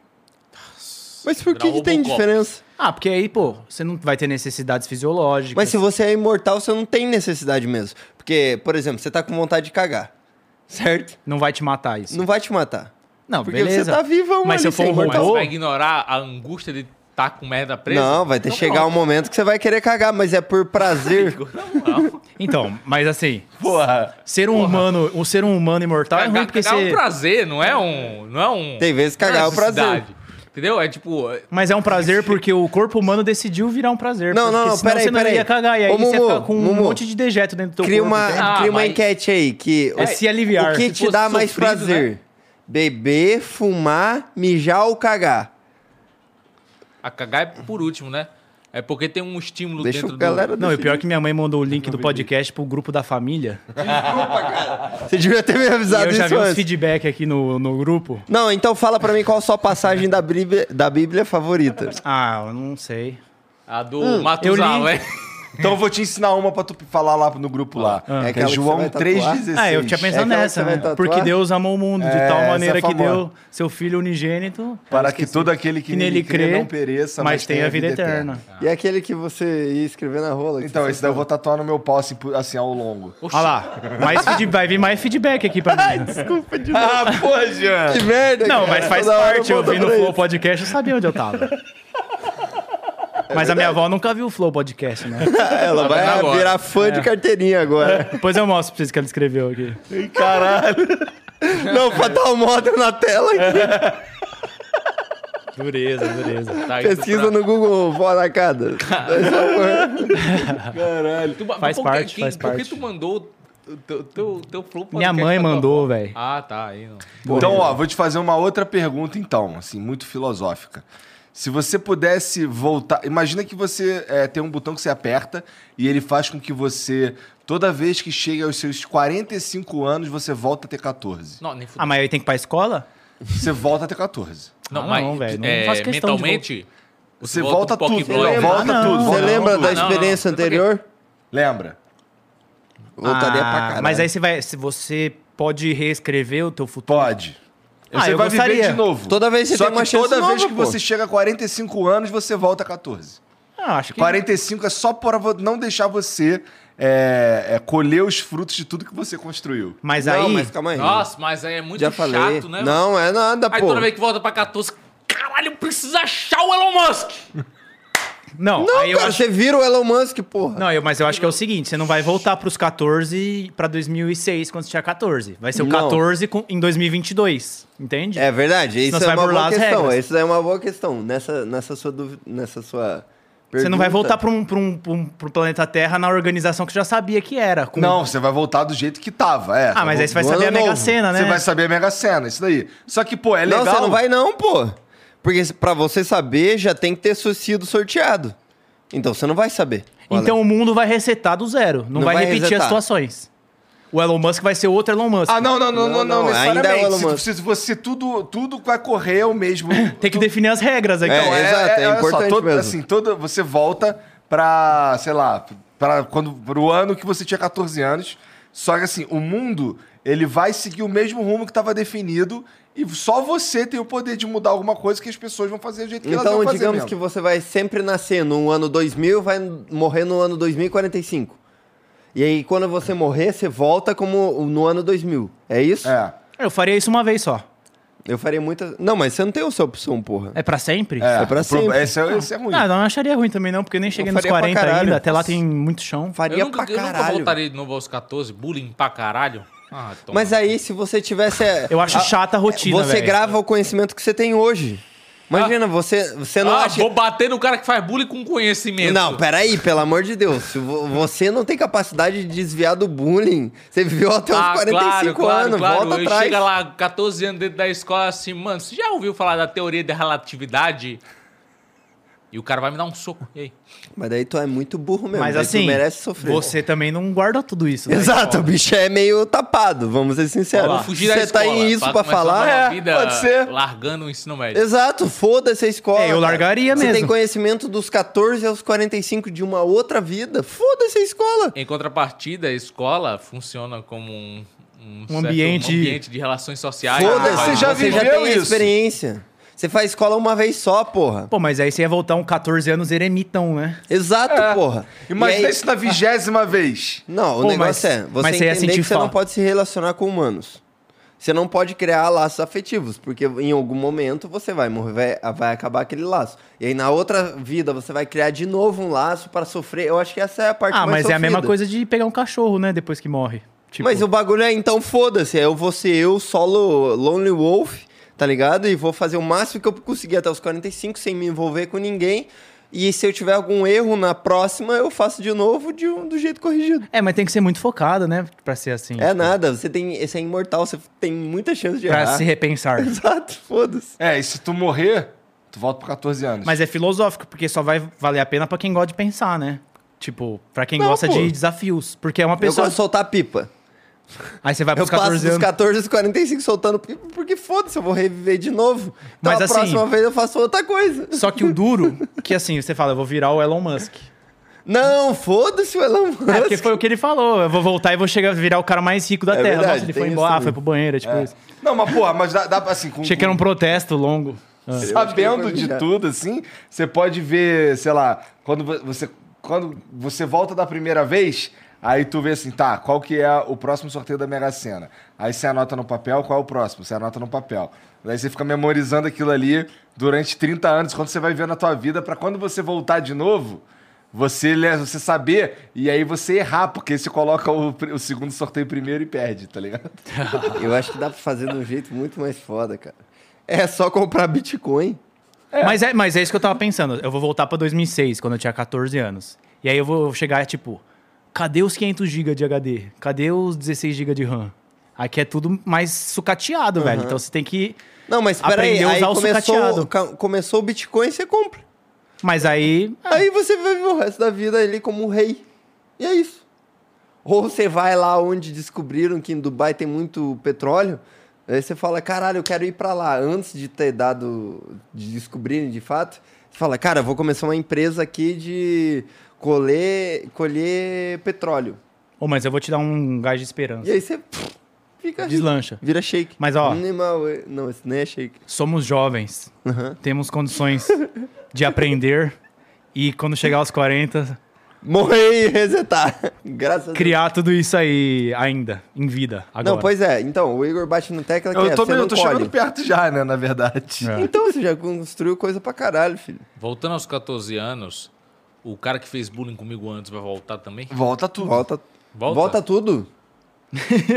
Speaker 2: Mas por que,
Speaker 3: virar
Speaker 2: que tem
Speaker 3: Robocop.
Speaker 2: diferença?
Speaker 4: Ah, porque aí, pô, você não vai ter necessidades fisiológicas.
Speaker 2: Mas se você é imortal, você não tem necessidade mesmo. Porque, por exemplo, você tá com vontade de cagar, certo?
Speaker 4: Não vai te matar isso.
Speaker 2: Não vai te matar.
Speaker 4: Não,
Speaker 2: porque
Speaker 4: Ah, beleza.
Speaker 2: você tá vivão
Speaker 4: Mas
Speaker 2: ali,
Speaker 4: se eu for
Speaker 2: você é
Speaker 4: um
Speaker 3: Mas
Speaker 4: robô...
Speaker 3: vai ignorar a angústia de estar com merda presa?
Speaker 2: Não, vai ter
Speaker 3: Então
Speaker 2: chegar um
Speaker 3: pronto.
Speaker 2: momento que você vai querer cagar, mas é por prazer.
Speaker 4: Então, mas assim,
Speaker 1: Porra.
Speaker 4: ser um humano, o ser um humano imortal é ruim
Speaker 3: Cagar,
Speaker 4: porque
Speaker 3: cagar é
Speaker 4: você...
Speaker 3: um prazer, não é um. Não é um
Speaker 2: Tem vezes que
Speaker 3: não
Speaker 2: cagar é um prazer.
Speaker 3: necessidade. Entendeu? É tipo. é-
Speaker 4: Mas é um prazer porque o corpo humano decidiu virar um prazer.
Speaker 2: Não,
Speaker 4: porque
Speaker 2: não, não,
Speaker 4: senão
Speaker 2: pera aí,
Speaker 4: você não
Speaker 2: pera aí.
Speaker 4: ia cagar. E aí
Speaker 2: Ô,
Speaker 4: você
Speaker 2: Mumu,
Speaker 4: fica com
Speaker 2: Mumu,
Speaker 4: um monte de dejeto dentro do teu
Speaker 2: Cria
Speaker 4: corpo.
Speaker 2: uma,
Speaker 4: entende?
Speaker 3: Ah,
Speaker 2: cria uma
Speaker 3: mas-
Speaker 2: enquete aí que
Speaker 4: É se aliviar.
Speaker 2: o que
Speaker 4: Se né?
Speaker 2: te
Speaker 3: fosse
Speaker 2: dá mais
Speaker 3: sofrido,
Speaker 2: prazer? Beber, fumar, mijar ou cagar?
Speaker 3: A cagar é por último, né? É porque tem um estímulo
Speaker 2: Deixa
Speaker 3: dentro
Speaker 2: o galera
Speaker 4: Não, e o
Speaker 2: decidir.
Speaker 4: pior é que minha mãe mandou o link do podcast pro grupo da família.
Speaker 2: Você devia ter me
Speaker 4: E
Speaker 2: avisado
Speaker 4: eu já vi
Speaker 2: isso
Speaker 4: uns
Speaker 2: antes.
Speaker 4: feedback aqui no, no grupo.
Speaker 2: Não, então fala pra mim qual a sua passagem da Bíblia, da Bíblia favorita.
Speaker 4: Ah, eu não sei.
Speaker 3: do. A do
Speaker 4: Hum,
Speaker 3: é.
Speaker 4: eu
Speaker 3: Matusalém.
Speaker 1: Então eu vou te ensinar uma pra tu falar lá no grupo lá.
Speaker 2: É
Speaker 1: que
Speaker 2: aquela
Speaker 1: é
Speaker 2: que
Speaker 1: João
Speaker 2: você vai tatuar?
Speaker 1: 3,16.
Speaker 4: Ah, eu tinha
Speaker 2: É aquela
Speaker 4: pensado
Speaker 2: que
Speaker 4: nessa,
Speaker 2: você vai
Speaker 4: né?
Speaker 2: tatuar?
Speaker 4: Porque Deus amou o mundo
Speaker 1: É,
Speaker 4: de tal
Speaker 1: essa
Speaker 4: maneira que
Speaker 1: famosa.
Speaker 4: deu seu filho unigênito
Speaker 1: É, Para que todo aquele que, nele crê, não pereça,
Speaker 4: mas, tem a vida eterna.
Speaker 2: E é aquele que você ia escrever na rola. que
Speaker 1: Então,
Speaker 2: você
Speaker 1: esse daí eu vou tatuar no meu pau, assim, pu- assim ao longo.
Speaker 4: Olha lá, mais feed- vai vir mais feedback aqui pra mim.
Speaker 1: ah, pô, Jean!
Speaker 2: Que merda,
Speaker 4: Não,
Speaker 2: cara.
Speaker 4: mas faz
Speaker 2: Toda hora
Speaker 4: parte. Eu
Speaker 2: volta
Speaker 4: vi no
Speaker 2: pra
Speaker 4: Flow
Speaker 2: isso.
Speaker 4: Podcast, eu sabia onde eu tava.
Speaker 2: É
Speaker 4: Mas a minha avó nunca viu o Flow Podcast, né?
Speaker 2: Ela vai
Speaker 3: Agora.
Speaker 2: virar fã
Speaker 4: É.
Speaker 2: de carteirinha agora.
Speaker 4: Depois eu mostro pra vocês que ela escreveu aqui.
Speaker 2: Caralho. Não, fatal model na tela
Speaker 4: É.
Speaker 2: aqui.
Speaker 4: Dureza, dureza.
Speaker 3: Tá indo
Speaker 2: Pesquisa
Speaker 3: pra-
Speaker 2: no Google, vó na é cada.
Speaker 3: Tu, ba-
Speaker 4: Faz
Speaker 3: por que-
Speaker 4: parte,
Speaker 3: que-
Speaker 4: faz
Speaker 3: Por
Speaker 4: parte.
Speaker 3: que tu mandou o teu, teu, teu flow
Speaker 4: Minha
Speaker 3: podcast
Speaker 4: mãe
Speaker 3: pra tua
Speaker 4: mandou,
Speaker 3: avó?
Speaker 4: véi.
Speaker 3: Ah, tá. Aí não.
Speaker 1: Então, ó, vou te fazer uma outra pergunta, então, assim, muito filosófica. Se você pudesse voltar. Imagina que você é, tem um botão que você aperta e ele faz com que você, toda vez que chega aos seus 45 anos, você volta a ter 14.
Speaker 3: Não, nem fudeu.
Speaker 4: Ah, mas aí tem que ir pra escola?
Speaker 1: Você volta a ter 14.
Speaker 3: Não,
Speaker 4: Ah,
Speaker 3: mas
Speaker 4: não, velho, não
Speaker 3: é,
Speaker 4: faço questão de
Speaker 3: mentalmente,
Speaker 1: Você
Speaker 3: volta
Speaker 1: volta,
Speaker 3: um pouquinho
Speaker 1: tudo.
Speaker 3: pro
Speaker 2: né?
Speaker 1: Lembra,
Speaker 3: lado.
Speaker 1: volta
Speaker 4: Ah,
Speaker 1: tudo.
Speaker 4: não.
Speaker 2: Você
Speaker 1: volta
Speaker 2: lembra
Speaker 1: tudo.
Speaker 2: da
Speaker 3: não, não.
Speaker 2: experiência
Speaker 3: Tudo bem.
Speaker 2: anterior?
Speaker 1: Lembra.
Speaker 2: Voltaria
Speaker 4: Ah,
Speaker 2: é pra caralho.
Speaker 4: Mas aí você vai. Se você pode reescrever o teu futuro.
Speaker 1: Pode.
Speaker 4: Ah,
Speaker 1: você
Speaker 4: eu
Speaker 1: vai viver
Speaker 4: gostaria.
Speaker 1: de novo.
Speaker 2: Toda vez você
Speaker 1: Só
Speaker 2: tem uma
Speaker 1: que
Speaker 2: chance
Speaker 1: toda
Speaker 2: nova,
Speaker 1: vez que
Speaker 2: pô.
Speaker 1: você chega a 45 anos, você volta a 14.
Speaker 4: Ah, acho que.
Speaker 1: 45 é só para vo- não deixar você é, é, colher os frutos de tudo que você construiu.
Speaker 4: Mas
Speaker 2: Não,
Speaker 4: aí.
Speaker 2: mas calma aí.
Speaker 3: Nossa, mas aí é muito
Speaker 2: Já
Speaker 3: chato,
Speaker 2: falei.
Speaker 3: né?
Speaker 2: não, é nada,
Speaker 3: Aí
Speaker 2: pô.
Speaker 3: toda vez que volta pra 14, caralho, precisa achar o Elon Musk.
Speaker 4: Não,
Speaker 2: Não,
Speaker 4: aí eu
Speaker 2: cara,
Speaker 4: acho.
Speaker 2: você vira o Elon Musk, porra.
Speaker 4: Não, eu, mas eu acho que é o seguinte: você não vai voltar pros 14 pra 2006, quando você tinha 14. Vai ser o
Speaker 2: Não.
Speaker 4: 14 com- em 2022. Entende?
Speaker 2: É verdade, isso
Speaker 4: Senão você
Speaker 2: é
Speaker 4: vai
Speaker 2: uma
Speaker 4: burlar
Speaker 2: boa
Speaker 4: as
Speaker 2: questão.
Speaker 4: regras.
Speaker 2: Isso é uma boa questão. Nessa, nessa, sua, duvi- nessa sua
Speaker 4: Você não vai
Speaker 2: Pergunta.
Speaker 4: voltar para um, pra um, pra um- pro planeta Terra na organização que você já sabia que era. com-
Speaker 1: Não, você vai voltar do jeito que tava, é.
Speaker 4: Ah, mas aí você vai
Speaker 2: Do
Speaker 4: saber a
Speaker 2: ano
Speaker 4: Mega
Speaker 2: novo.
Speaker 4: Sena, né?
Speaker 1: Você vai saber a Mega Sena, isso daí. Só que, pô, é legal.
Speaker 2: Não, você não vai não, pô. Porque se- pra você saber, já tem que ter su- sido sorteado. Então você não vai saber.
Speaker 4: Então o mundo vai resetar do zero.
Speaker 2: Não
Speaker 4: Não, vai,
Speaker 2: vai
Speaker 4: repetir
Speaker 2: resetar.
Speaker 4: as situações. O Elon Musk vai ser outro Elon Musk.
Speaker 1: Ah, não, não, não, não,
Speaker 2: Não,
Speaker 1: não,
Speaker 2: não, ainda é o
Speaker 1: necessariamente.
Speaker 2: Elon
Speaker 1: Se-
Speaker 2: Musk.
Speaker 1: se, você tudo, tudo vai correr o mesmo.
Speaker 4: Tem que definir as regras então. aqui.
Speaker 2: É, exato, é
Speaker 1: olha
Speaker 2: importante
Speaker 1: todo-
Speaker 2: mesmo.
Speaker 1: Assim, todo, você volta pra, sei lá, pra quando, pro ano que você tinha 14 anos. Só que assim, o mundo, ele vai seguir o mesmo rumo que estava definido e só você tem o poder de mudar alguma coisa que as pessoas vão fazer do jeito que elas
Speaker 2: Então,
Speaker 1: vão fazer
Speaker 2: digamos
Speaker 1: mesmo.
Speaker 2: que você vai sempre nascer no ano 2000 vai morrer no ano 2045. E aí, quando você morrer, você volta como no ano 2000. É isso?
Speaker 1: É.
Speaker 4: Eu faria isso uma vez só.
Speaker 2: Eu faria muita... Não, mas você não tem essa opção, porra.
Speaker 4: É pra sempre?
Speaker 1: É,
Speaker 2: pra
Speaker 1: o pro-
Speaker 2: sempre.
Speaker 1: Esse é, esse é ruim.
Speaker 4: Ah, não acharia ruim também não, porque eu nem cheguei
Speaker 2: Eu
Speaker 4: nos
Speaker 2: faria pra
Speaker 4: 40
Speaker 2: caralho.
Speaker 4: ainda. Até lá tem muito chão.
Speaker 2: Faria
Speaker 3: Eu nunca,
Speaker 2: pra
Speaker 3: eu nunca
Speaker 2: caralho.
Speaker 3: voltaria de novo aos 14, bullying pra caralho. Ah, toma.
Speaker 2: Mas aí, se você tivesse... é,
Speaker 4: Eu acho chata a rotina,
Speaker 2: Você
Speaker 4: velho.
Speaker 2: grava o conhecimento que você tem hoje. Imagina, você, você não
Speaker 3: ah,
Speaker 2: acha...
Speaker 3: vou bater no cara que faz bullying com conhecimento.
Speaker 2: Não, peraí, pelo amor de Deus. Se vo- Você não tem capacidade de desviar do bullying. Você viveu até
Speaker 3: Ah,
Speaker 2: os 45 anos, volta
Speaker 3: Eu
Speaker 2: atrás.
Speaker 3: Chega lá, 14 anos dentro da escola, assim, mano, você já ouviu falar da teoria da relatividade? E o cara vai me dar um soco. E aí?
Speaker 2: Mas daí tu é muito burro mesmo.
Speaker 4: Mas
Speaker 2: daí
Speaker 4: assim,
Speaker 2: tu merece sofrer.
Speaker 4: você também não guarda tudo isso. né?
Speaker 2: Exato, o bicho é meio tapado, vamos ser sinceros.
Speaker 3: Vamos fugir da
Speaker 2: você tá
Speaker 3: escola,
Speaker 2: em isso pra
Speaker 3: começar
Speaker 2: falar.
Speaker 3: uma
Speaker 2: É,
Speaker 3: vida
Speaker 2: pode ser.
Speaker 3: Largando o ensino médio.
Speaker 2: Exato, foda-se a escola.
Speaker 4: É, eu
Speaker 2: cara.
Speaker 4: largaria
Speaker 2: Você tem
Speaker 4: mesmo.
Speaker 2: conhecimento dos 14 aos 45 de uma outra vida. Foda-se a escola.
Speaker 3: Em contrapartida, a escola funciona como um, um certo-
Speaker 4: ambiente-
Speaker 3: um ambiente de relações sociais. Ah,
Speaker 2: Foda-se,
Speaker 1: você
Speaker 3: Vai-
Speaker 1: já
Speaker 2: você já
Speaker 1: viveu
Speaker 2: tem
Speaker 1: isso.
Speaker 2: experiência. Você faz escola uma vez só, porra.
Speaker 4: Pô, mas aí você ia voltar um 14 anos eremitão, né?
Speaker 2: Exato,
Speaker 3: É.
Speaker 2: porra. E
Speaker 1: Imagina
Speaker 2: aí-
Speaker 1: isso na vigésima vez.
Speaker 2: Não, o
Speaker 4: Pô,
Speaker 2: negócio
Speaker 4: mas-
Speaker 2: é, você
Speaker 4: mas você ia
Speaker 2: entender
Speaker 4: sentir
Speaker 2: que você não
Speaker 4: falta.
Speaker 2: pode se relacionar com humanos. Você não pode criar laços afetivos, porque em algum momento você vai morrer, vai, vai acabar aquele laço. E aí na outra vida você vai criar de novo um laço pra sofrer. Eu acho que essa é a parte
Speaker 4: Ah,
Speaker 2: mais
Speaker 4: mas é a
Speaker 2: sofrida.
Speaker 4: mesma coisa de pegar um cachorro, né? Depois que morre. Tipo,
Speaker 2: Mas o bagulho é, então foda-se, eu vou ser eu, solo Lonely Wolf, tá ligado? E vou fazer o máximo que eu conseguir até os 45, sem me envolver com ninguém. E se eu tiver algum erro na próxima, eu faço de novo de um- do jeito corrigido.
Speaker 4: É, mas tem que ser muito focado, né? Pra ser assim.
Speaker 2: É
Speaker 4: tipo,
Speaker 2: nada, você tem. Você é imortal, você tem muita chance de
Speaker 4: Pra
Speaker 2: errar.
Speaker 4: se repensar.
Speaker 2: Exato, foda-se.
Speaker 1: É, e se tu morrer, tu volta pra 14 anos.
Speaker 4: Mas é filosófico, porque só vai valer a pena pra quem gosta de pensar, né? Tipo, pra quem
Speaker 2: Não,
Speaker 4: gosta
Speaker 2: pô.
Speaker 4: de desafios. Porque é uma
Speaker 2: Eu
Speaker 4: pessoa.
Speaker 2: gosto de soltar pipa.
Speaker 4: Aí você vai
Speaker 2: Eu
Speaker 4: pros
Speaker 2: passo
Speaker 4: 14
Speaker 2: dos
Speaker 4: anos.
Speaker 2: 14 aos 45 soltando pipa, porque foda-se, eu vou reviver de novo. Então
Speaker 4: Mas
Speaker 2: a
Speaker 4: assim-
Speaker 2: próxima vez eu faço outra coisa.
Speaker 4: Só que o duro, que assim, você fala, eu vou virar o Elon Musk.
Speaker 2: Não, foda-se o Elon Musk.
Speaker 4: É, porque foi o que ele falou. Eu vou voltar e vou chegar a virar o cara mais rico da
Speaker 2: É
Speaker 4: Terra.
Speaker 2: verdade,
Speaker 4: Nossa, ele
Speaker 2: tem
Speaker 4: foi
Speaker 2: isso
Speaker 4: embora,
Speaker 2: também.
Speaker 4: ah, foi pro banheiro, é tipo isso.
Speaker 1: Não, mas porra, mas dá, dá pra, assim, com,
Speaker 4: Achei que era um protesto longo. Ah.
Speaker 1: sabendo de
Speaker 2: Já.
Speaker 1: tudo, assim, você pode ver, sei lá, quando vo- você, quando você volta da primeira vez, aí tu vê assim, tá, qual que é o próximo sorteio da Mega Sena? Aí você anota no papel qual é o próximo, você anota no papel. Daí você fica memorizando aquilo ali durante 30 anos, quando você vai ver na tua vida, pra quando você voltar de novo, você, le- você saber e aí você errar, porque aí você coloca o, pri- o segundo sorteio primeiro e perde, tá ligado?
Speaker 2: Eu acho que dá pra fazer de um jeito muito mais foda, cara. É só comprar Bitcoin.
Speaker 4: Mas, é, mas é isso que eu tava pensando. Eu vou voltar pra 2006, quando eu tinha 14 anos. E aí eu vou chegar, tipo, cadê os 500 GB de HD? Cadê os 16 GB de RAM? Aqui é tudo mais sucateado, velho. Então você tem que.
Speaker 2: Não, mas peraí,
Speaker 4: Aprender a
Speaker 2: aí
Speaker 4: usar o
Speaker 2: começou,
Speaker 4: sucateado.
Speaker 2: o ca- começou o Bitcoin, você compra.
Speaker 4: Mas aí.
Speaker 2: Aí você vai viver o resto da vida ali como um rei. E é isso. Ou você vai lá onde descobriram que em Dubai tem muito petróleo. Aí você fala, caralho, eu quero ir pra lá. Antes de ter dado. de descobrirem de fato. Você fala, cara, eu vou começar uma empresa aqui de colher, colher petróleo.
Speaker 4: Oh, mas eu vou te dar um gás de
Speaker 2: E
Speaker 4: esperança.
Speaker 2: aí você pff, fica. rico.
Speaker 4: Deslancha.
Speaker 2: Vira shake.
Speaker 4: Mas, ó.
Speaker 2: Animal. Não, esse nem é shake.
Speaker 4: Somos jovens. Temos condições de aprender. E quando chegar aos 40,
Speaker 2: Morrer e resetar. Graças a Deus.
Speaker 4: criar tudo isso aí ainda, em vida. Agora.
Speaker 2: Não, pois é. Então, o Igor bate no tecla que
Speaker 1: Eu
Speaker 2: é,
Speaker 1: tô,
Speaker 2: você
Speaker 1: meio-
Speaker 2: não
Speaker 1: eu tô
Speaker 2: colhe.
Speaker 1: chegando perto já, né, na verdade.
Speaker 4: É.
Speaker 2: Então você já construiu coisa pra caralho, filho.
Speaker 3: Voltando aos 14 anos, o cara que fez bullying comigo antes vai voltar também?
Speaker 1: Volta tudo.
Speaker 2: Volta,
Speaker 3: Volta?
Speaker 2: volta. tudo.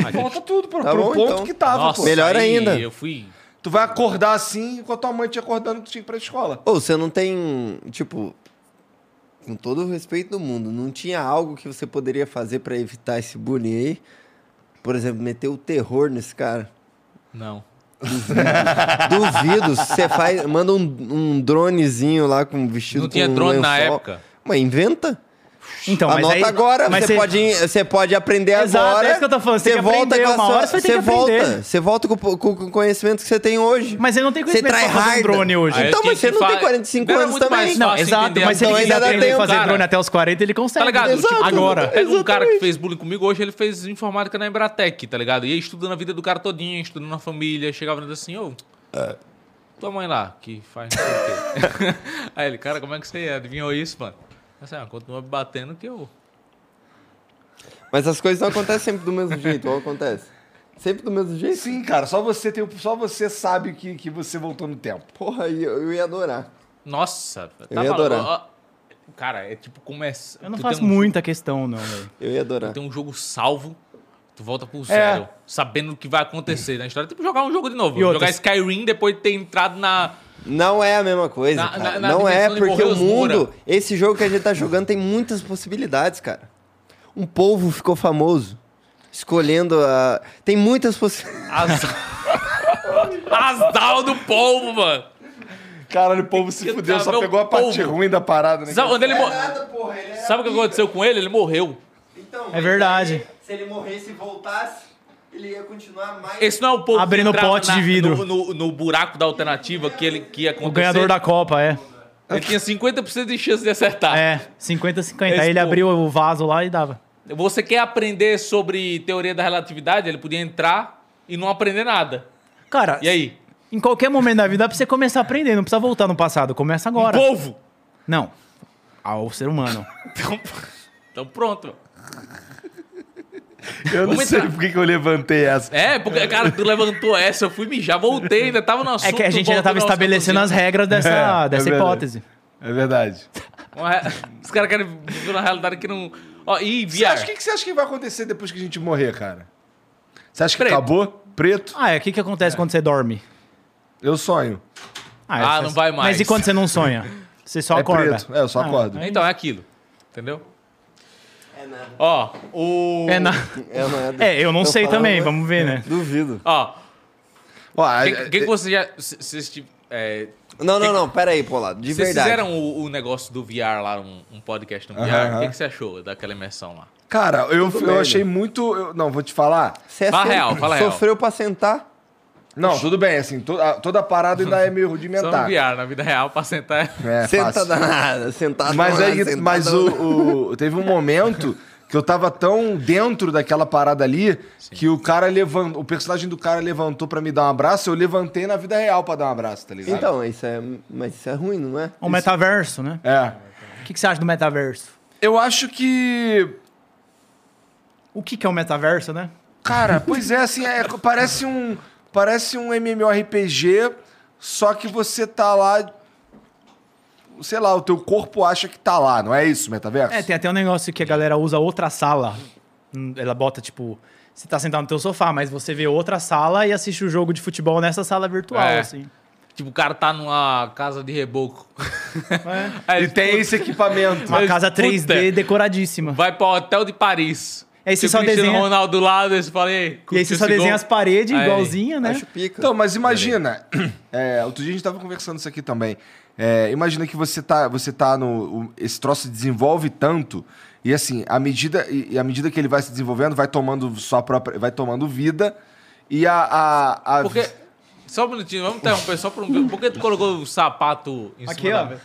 Speaker 3: Ah,
Speaker 1: Volta tudo pro,
Speaker 2: Tá
Speaker 1: pro
Speaker 2: bom,
Speaker 1: ponto
Speaker 2: então.
Speaker 1: que tava,
Speaker 3: Nossa,
Speaker 1: pô.
Speaker 2: Melhor
Speaker 3: aí
Speaker 2: ainda.
Speaker 3: Eu fui.
Speaker 1: Tu vai acordar assim, com a tua mãe te acordando que tu tinha que ir pra escola.
Speaker 2: Ou você não tem, tipo, com todo o respeito do mundo, não tinha algo que você poderia fazer pra evitar esse bullying aí? Por exemplo, meter o terror nesse cara.
Speaker 3: Não.
Speaker 2: Duvido, você faz, manda um, um dronezinho lá com vestido
Speaker 3: Não tinha
Speaker 2: com um
Speaker 3: drone na
Speaker 2: lençol.
Speaker 3: época.
Speaker 2: Mas inventa.
Speaker 4: Então, mas
Speaker 2: Anota
Speaker 4: aí,
Speaker 2: agora,
Speaker 4: mas
Speaker 2: você, pode, você pode aprender
Speaker 4: Exato,
Speaker 2: agora.
Speaker 4: é isso que eu tô falando, você tem que aprender,
Speaker 2: a
Speaker 4: uma hora você vai ter que
Speaker 2: volta,
Speaker 4: aprender.
Speaker 2: você volta com, com- com o conhecimento que você tem hoje.
Speaker 4: Mas ele não tem
Speaker 2: Você
Speaker 4: conhecimento pra
Speaker 2: trai
Speaker 4: fazer um
Speaker 2: hard.
Speaker 4: drone hoje.
Speaker 3: Aí
Speaker 2: Então,
Speaker 3: eu
Speaker 2: mas
Speaker 3: tinha
Speaker 2: você
Speaker 3: que
Speaker 2: não tem
Speaker 3: fa-
Speaker 2: 45
Speaker 3: Era
Speaker 2: anos
Speaker 3: muito
Speaker 2: também.
Speaker 3: mais
Speaker 4: Não,
Speaker 3: fácil
Speaker 4: exato,
Speaker 3: entender
Speaker 4: mas se
Speaker 3: a
Speaker 4: ele
Speaker 2: Então
Speaker 4: quiser
Speaker 2: ainda dá
Speaker 4: aprender a
Speaker 2: tempo.
Speaker 4: fazer
Speaker 3: Cara,
Speaker 4: drone até os 40, ele consegue.
Speaker 3: Tá ligado?
Speaker 4: entendeu?
Speaker 3: Tipo,
Speaker 2: Exato,
Speaker 3: agora, pega um cara que
Speaker 2: exatamente.
Speaker 3: fez bullying comigo hoje, ele fez informática na Embratec, tá ligado? E aí estudando a vida do cara todinho, estudando a família, chegava e assim, ô.
Speaker 2: É.
Speaker 3: Tua mãe lá, que faz não sei o quê. Aí ele, cara, como é que você adivinhou isso, mano? Eu Assim, ah, continua me batendo que eu.
Speaker 2: Mas as coisas não acontecem sempre do mesmo jeito, ou acontece? Sempre do mesmo jeito?
Speaker 1: Sim, cara, só você, tem, só você sabe que, que você voltou no tempo.
Speaker 2: Porra, eu, eu ia adorar.
Speaker 3: Nossa, tá
Speaker 2: ia
Speaker 3: maluco,
Speaker 2: adorar.
Speaker 3: ó. Cara, é tipo começa.
Speaker 4: Eu não
Speaker 3: tu
Speaker 4: faço
Speaker 3: tem um-
Speaker 4: muita questão, não, velho.
Speaker 2: Eu ia adorar.
Speaker 3: Tem um jogo salvo, tu volta
Speaker 4: É.
Speaker 3: pro zero, sabendo o que vai acontecer na história. Tipo, jogar um jogo de novo.
Speaker 4: E outra-
Speaker 3: Jogar Skyrim depois de ter entrado na.
Speaker 2: Não é a mesma coisa,
Speaker 3: Na-
Speaker 2: cara.
Speaker 3: na- na
Speaker 2: não é,
Speaker 3: dimensão de
Speaker 2: porque o
Speaker 3: Morreus
Speaker 2: mundo...
Speaker 3: Moura.
Speaker 2: Esse jogo que a gente tá jogando tem muitas possibilidades, cara. Um povo ficou famoso. Escolhendo a... Tem muitas possibilidades.
Speaker 3: As... Asdal do povo, mano.
Speaker 1: Caralho, o povo se
Speaker 3: que
Speaker 1: fudeu, só
Speaker 3: travar o
Speaker 1: pegou a parte
Speaker 3: povo.
Speaker 1: ruim da parada, né?
Speaker 3: Sabe, quando ele mor-
Speaker 2: porra. Ele é-
Speaker 3: Sabe o que aconteceu com ele? Ele morreu.
Speaker 2: Então,
Speaker 4: mas É verdade. aí,
Speaker 2: se ele morresse e voltasse, ele ia continuar mais...
Speaker 3: Esse não é o povo
Speaker 4: Abrindo
Speaker 3: entrava
Speaker 4: pote de vidro.
Speaker 3: No, no- no buraco da alternativa que ele que ia acontecer.
Speaker 4: O ganhador da Copa, é.
Speaker 3: Ele tinha 50% de chance de acertar.
Speaker 4: É, 50-50.
Speaker 3: Ah. Esse
Speaker 4: Aí ele
Speaker 3: povo.
Speaker 4: abriu o vaso lá e dava.
Speaker 3: Você quer aprender sobre teoria da relatividade? Ele podia entrar e não aprender nada.
Speaker 4: Cara,
Speaker 3: E aí?
Speaker 4: em qualquer momento da vida dá pra você começar a aprender. Não precisa voltar no passado, começa agora.
Speaker 3: O povo!
Speaker 4: Não. Ao ser humano.
Speaker 3: Então, então pronto.
Speaker 1: Eu não
Speaker 3: Vamos
Speaker 1: sei
Speaker 3: entrar.
Speaker 1: por que que eu levantei essa.
Speaker 3: É, porque, cara, tu levantou essa, eu fui mijar, voltei, ainda tava no assunto. assim.
Speaker 4: É que a gente já tava
Speaker 3: voltou no
Speaker 4: estabelecendo as
Speaker 3: assunto.
Speaker 4: regras dessa,
Speaker 1: É, é
Speaker 4: dessa
Speaker 1: verdade.
Speaker 4: hipótese.
Speaker 1: É verdade.
Speaker 3: Uma re- Os caras querem viver na realidade que não... Ó, e é?
Speaker 1: Você
Speaker 3: viagem.
Speaker 1: acha, o que, que você acha que vai acontecer depois que a gente morrer, cara? Você acha que
Speaker 3: Preto.
Speaker 1: acabou? Preto?
Speaker 4: Ah, é o que, que acontece quando você dorme?
Speaker 1: Eu sonho.
Speaker 3: Ah,
Speaker 4: você-
Speaker 3: não vai mais.
Speaker 4: Mas e quando você não sonha? Você só
Speaker 1: é
Speaker 4: acorda.
Speaker 1: preto. É, eu só acordo.
Speaker 3: Então, é aquilo. Entendeu?
Speaker 2: É nada.
Speaker 3: Ó, o...
Speaker 4: É, na...
Speaker 2: É nada.
Speaker 4: é, eu não
Speaker 2: Tô
Speaker 4: sei
Speaker 2: falando,
Speaker 4: também,
Speaker 2: mas
Speaker 4: vamos ver, né?
Speaker 2: Duvido.
Speaker 3: Ó,
Speaker 1: Ó,
Speaker 3: o
Speaker 1: a- é,
Speaker 3: que, que você já... se- se esti- é,
Speaker 2: Não, não, não, pera aí, Polado, de
Speaker 3: vocês
Speaker 2: verdade.
Speaker 3: fizeram um- o, o negócio do VR lá, um, um podcast no VR.
Speaker 1: Aham,
Speaker 3: O que,
Speaker 1: aham.
Speaker 3: que você achou daquela imersão lá?
Speaker 1: Cara, eu,
Speaker 2: Tudo
Speaker 1: eu
Speaker 2: bem,
Speaker 1: achei
Speaker 2: né?
Speaker 1: muito. eu- não, vou te falar.
Speaker 2: Você é
Speaker 3: Fala
Speaker 2: sempre-
Speaker 3: real, fala real.
Speaker 2: Sofreu pra sentar?
Speaker 1: Não, tudo bem, assim, to- a- toda a parada ainda é meio
Speaker 3: Só no
Speaker 1: rudimentar.
Speaker 3: VR, na vida real, pra sentar...
Speaker 1: É,
Speaker 2: Senta
Speaker 1: fácil.
Speaker 2: danada, sentado
Speaker 1: Mas,
Speaker 2: danada,
Speaker 1: aí,
Speaker 2: sentado
Speaker 1: mas
Speaker 2: danada.
Speaker 1: o, o- teve um momento que eu tava tão dentro daquela parada ali que o cara levantou. O personagem do cara levantou pra me dar um abraço, eu levantei na vida real pra dar um abraço, tá ligado?
Speaker 2: Então, isso é... Mas isso é ruim, não é?
Speaker 4: O um metaverso, né?
Speaker 1: É.
Speaker 4: O que, que você acha do metaverso?
Speaker 1: Eu acho que.
Speaker 4: O que, que é o metaverso, né?
Speaker 1: Cara, pois é, assim, é, parece um. Parece um MMORPG, só que você tá lá. Sei lá, o teu corpo acha que tá lá, não é isso, metaverso?
Speaker 4: É, tem até um negócio que a galera usa outra sala. Hum, Ela bota, tipo, você tá sentado no teu sofá, mas você vê outra sala e assiste o jogo de futebol nessa sala virtual,
Speaker 3: É.
Speaker 4: assim.
Speaker 3: Tipo, o cara tá numa casa de reboco. Aí tipo,
Speaker 1: E
Speaker 3: ele
Speaker 1: tem esse equipamento.
Speaker 4: É. Uma
Speaker 3: Mas,
Speaker 4: casa
Speaker 3: puta.
Speaker 4: 3D decoradíssima.
Speaker 3: Vai pra um hotel de Paris.
Speaker 4: Aí você
Speaker 3: Tem o
Speaker 4: só
Speaker 3: Cristiano
Speaker 4: desenha-
Speaker 3: Ronaldo do lado, aí você fala, "Ei,
Speaker 4: E aí
Speaker 3: curtiu
Speaker 4: você só
Speaker 3: esse
Speaker 4: desenha
Speaker 3: gol?"
Speaker 4: as paredes
Speaker 3: Aí.
Speaker 4: igualzinha, né?
Speaker 2: Acho pica.
Speaker 1: Então, mas imagina. é, outro dia a gente tava conversando isso aqui também. É, imagina que você tá, você tá no. o- esse troço desenvolve tanto. E assim, à medida, e, e à medida que ele vai se desenvolvendo, vai tomando sua própria. Vai tomando vida. E a. a, a-
Speaker 3: Porque... Só um minutinho, vamos interromper só por um minuto. Por que tu colocou o sapato em
Speaker 4: Aqui,
Speaker 3: cima
Speaker 4: ó.
Speaker 3: da...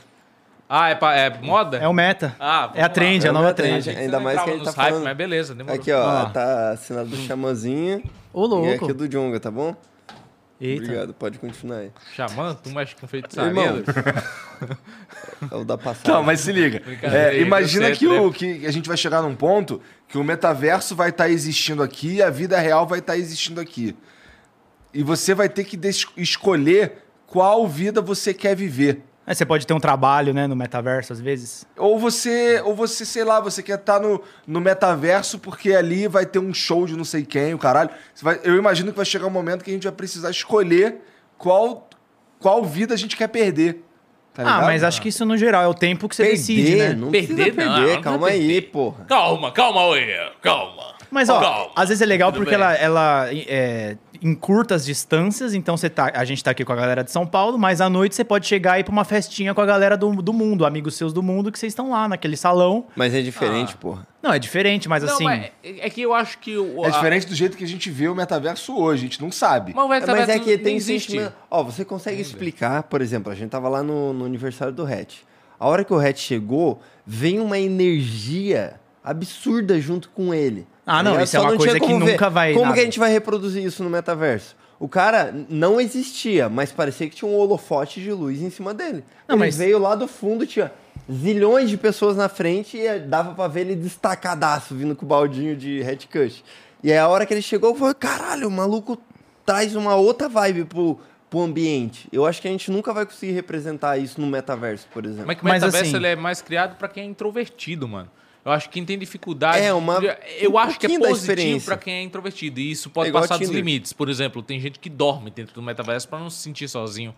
Speaker 3: Ah, é, pra- é moda?
Speaker 4: É o meta.
Speaker 3: Ah, vamos
Speaker 4: é a
Speaker 3: lá.
Speaker 4: trend,
Speaker 2: É
Speaker 4: a
Speaker 2: o
Speaker 4: nova
Speaker 2: meta,
Speaker 4: trend.
Speaker 2: gente.
Speaker 3: Você
Speaker 2: Ainda
Speaker 3: não
Speaker 2: mais
Speaker 3: entrava
Speaker 2: que ele
Speaker 3: nos
Speaker 2: tá falando-
Speaker 3: Mas beleza, demorou.
Speaker 2: Aqui, ó,
Speaker 4: Ah.
Speaker 2: tá assinado do Xamãzinho.
Speaker 4: Ô, louco.
Speaker 2: E é aqui do Jonga, tá bom?
Speaker 4: Eita.
Speaker 2: Obrigado, pode continuar aí.
Speaker 3: Xamã, tu mexe com
Speaker 2: Irmão.
Speaker 3: feitiçaria?
Speaker 2: É o da passada.
Speaker 4: Tá,
Speaker 1: Não, mas se liga. É,
Speaker 3: Brincadeira, deu
Speaker 1: imagina
Speaker 3: certo,
Speaker 1: que, o,
Speaker 3: né?
Speaker 1: que a gente vai chegar num ponto que o metaverso vai estar existindo aqui e a vida real vai estar existindo aqui. E você vai ter que des- escolher qual vida você quer viver.
Speaker 4: É, você pode ter um trabalho, né, no metaverso, às vezes.
Speaker 1: Ou você, ou você, sei lá, você quer estar no, no metaverso porque ali vai ter um show de não sei quem, o caralho. Você vai- eu imagino que vai chegar um momento que a gente vai precisar escolher qual, qual vida a gente quer perder. Tá
Speaker 4: ah,
Speaker 1: ligado?
Speaker 4: mas acho que isso no geral é o tempo que você decide, né?
Speaker 2: não
Speaker 3: Perder,
Speaker 2: precisa
Speaker 3: não,
Speaker 2: perder,
Speaker 3: não
Speaker 2: calma
Speaker 3: vai
Speaker 2: aí,
Speaker 3: perder.
Speaker 2: porra.
Speaker 3: Calma, calma, Oê, calma.
Speaker 4: Mas, ó,
Speaker 3: Calma.
Speaker 4: às vezes é legal
Speaker 3: Tudo
Speaker 4: porque
Speaker 3: bem.
Speaker 4: ela, ela é, encurta as distâncias, então você tá, a gente tá aqui com a galera de São Paulo, mas à noite você pode chegar e ir pra uma festinha com a galera do, do mundo, amigos seus do mundo, que vocês estão lá naquele salão.
Speaker 2: Mas é
Speaker 3: Ah.
Speaker 2: diferente, porra.
Speaker 4: Não, é diferente, mas
Speaker 3: Não,
Speaker 4: assim...
Speaker 3: mas é, é que eu acho que... O,
Speaker 1: É
Speaker 3: a-
Speaker 1: diferente do jeito que a gente vê o metaverso hoje, a gente não sabe.
Speaker 3: Mas o
Speaker 2: É, mas é que
Speaker 3: não
Speaker 2: tem
Speaker 3: existe.
Speaker 2: sentimento. Ó, você consegue explicar, por exemplo, a gente tava lá no, no aniversário do Hatch. A hora que o Hatch chegou, vem uma energia absurda junto com ele. Tá
Speaker 4: Ah, não,
Speaker 2: ligado?
Speaker 4: isso é uma
Speaker 2: não tinha
Speaker 4: coisa que
Speaker 2: como ver.
Speaker 4: nunca vai-
Speaker 2: Como
Speaker 4: nada.
Speaker 2: que a gente vai reproduzir isso no metaverso? O cara n- não existia, mas parecia que tinha um holofote de luz em cima dele.
Speaker 4: Não,
Speaker 2: ele
Speaker 4: mas-
Speaker 2: veio lá do fundo, tinha zilhões de pessoas na frente e eh, dava pra ver ele destacadaço vindo com o baldinho de headcut. E aí a hora que ele chegou, eu falei, caralho, o maluco traz uma outra vibe pro, pro ambiente. Eu acho que a gente nunca vai conseguir representar isso no metaverso, por exemplo.
Speaker 3: Mas que o
Speaker 4: Mas,
Speaker 3: metaverso
Speaker 4: assim-
Speaker 3: ele é mais criado pra quem é introvertido, mano. Eu acho que quem tem dificuldade.
Speaker 2: É, uma-
Speaker 3: Eu
Speaker 2: um
Speaker 3: acho que é
Speaker 2: pouquinho da
Speaker 3: positivo
Speaker 2: experiência.
Speaker 3: pra quem é introvertido. E isso pode
Speaker 2: É igual
Speaker 3: passar
Speaker 2: ao
Speaker 3: dos
Speaker 2: Tinder.
Speaker 3: limites. Por exemplo, tem gente que dorme dentro do metaverso pra não se sentir sozinho.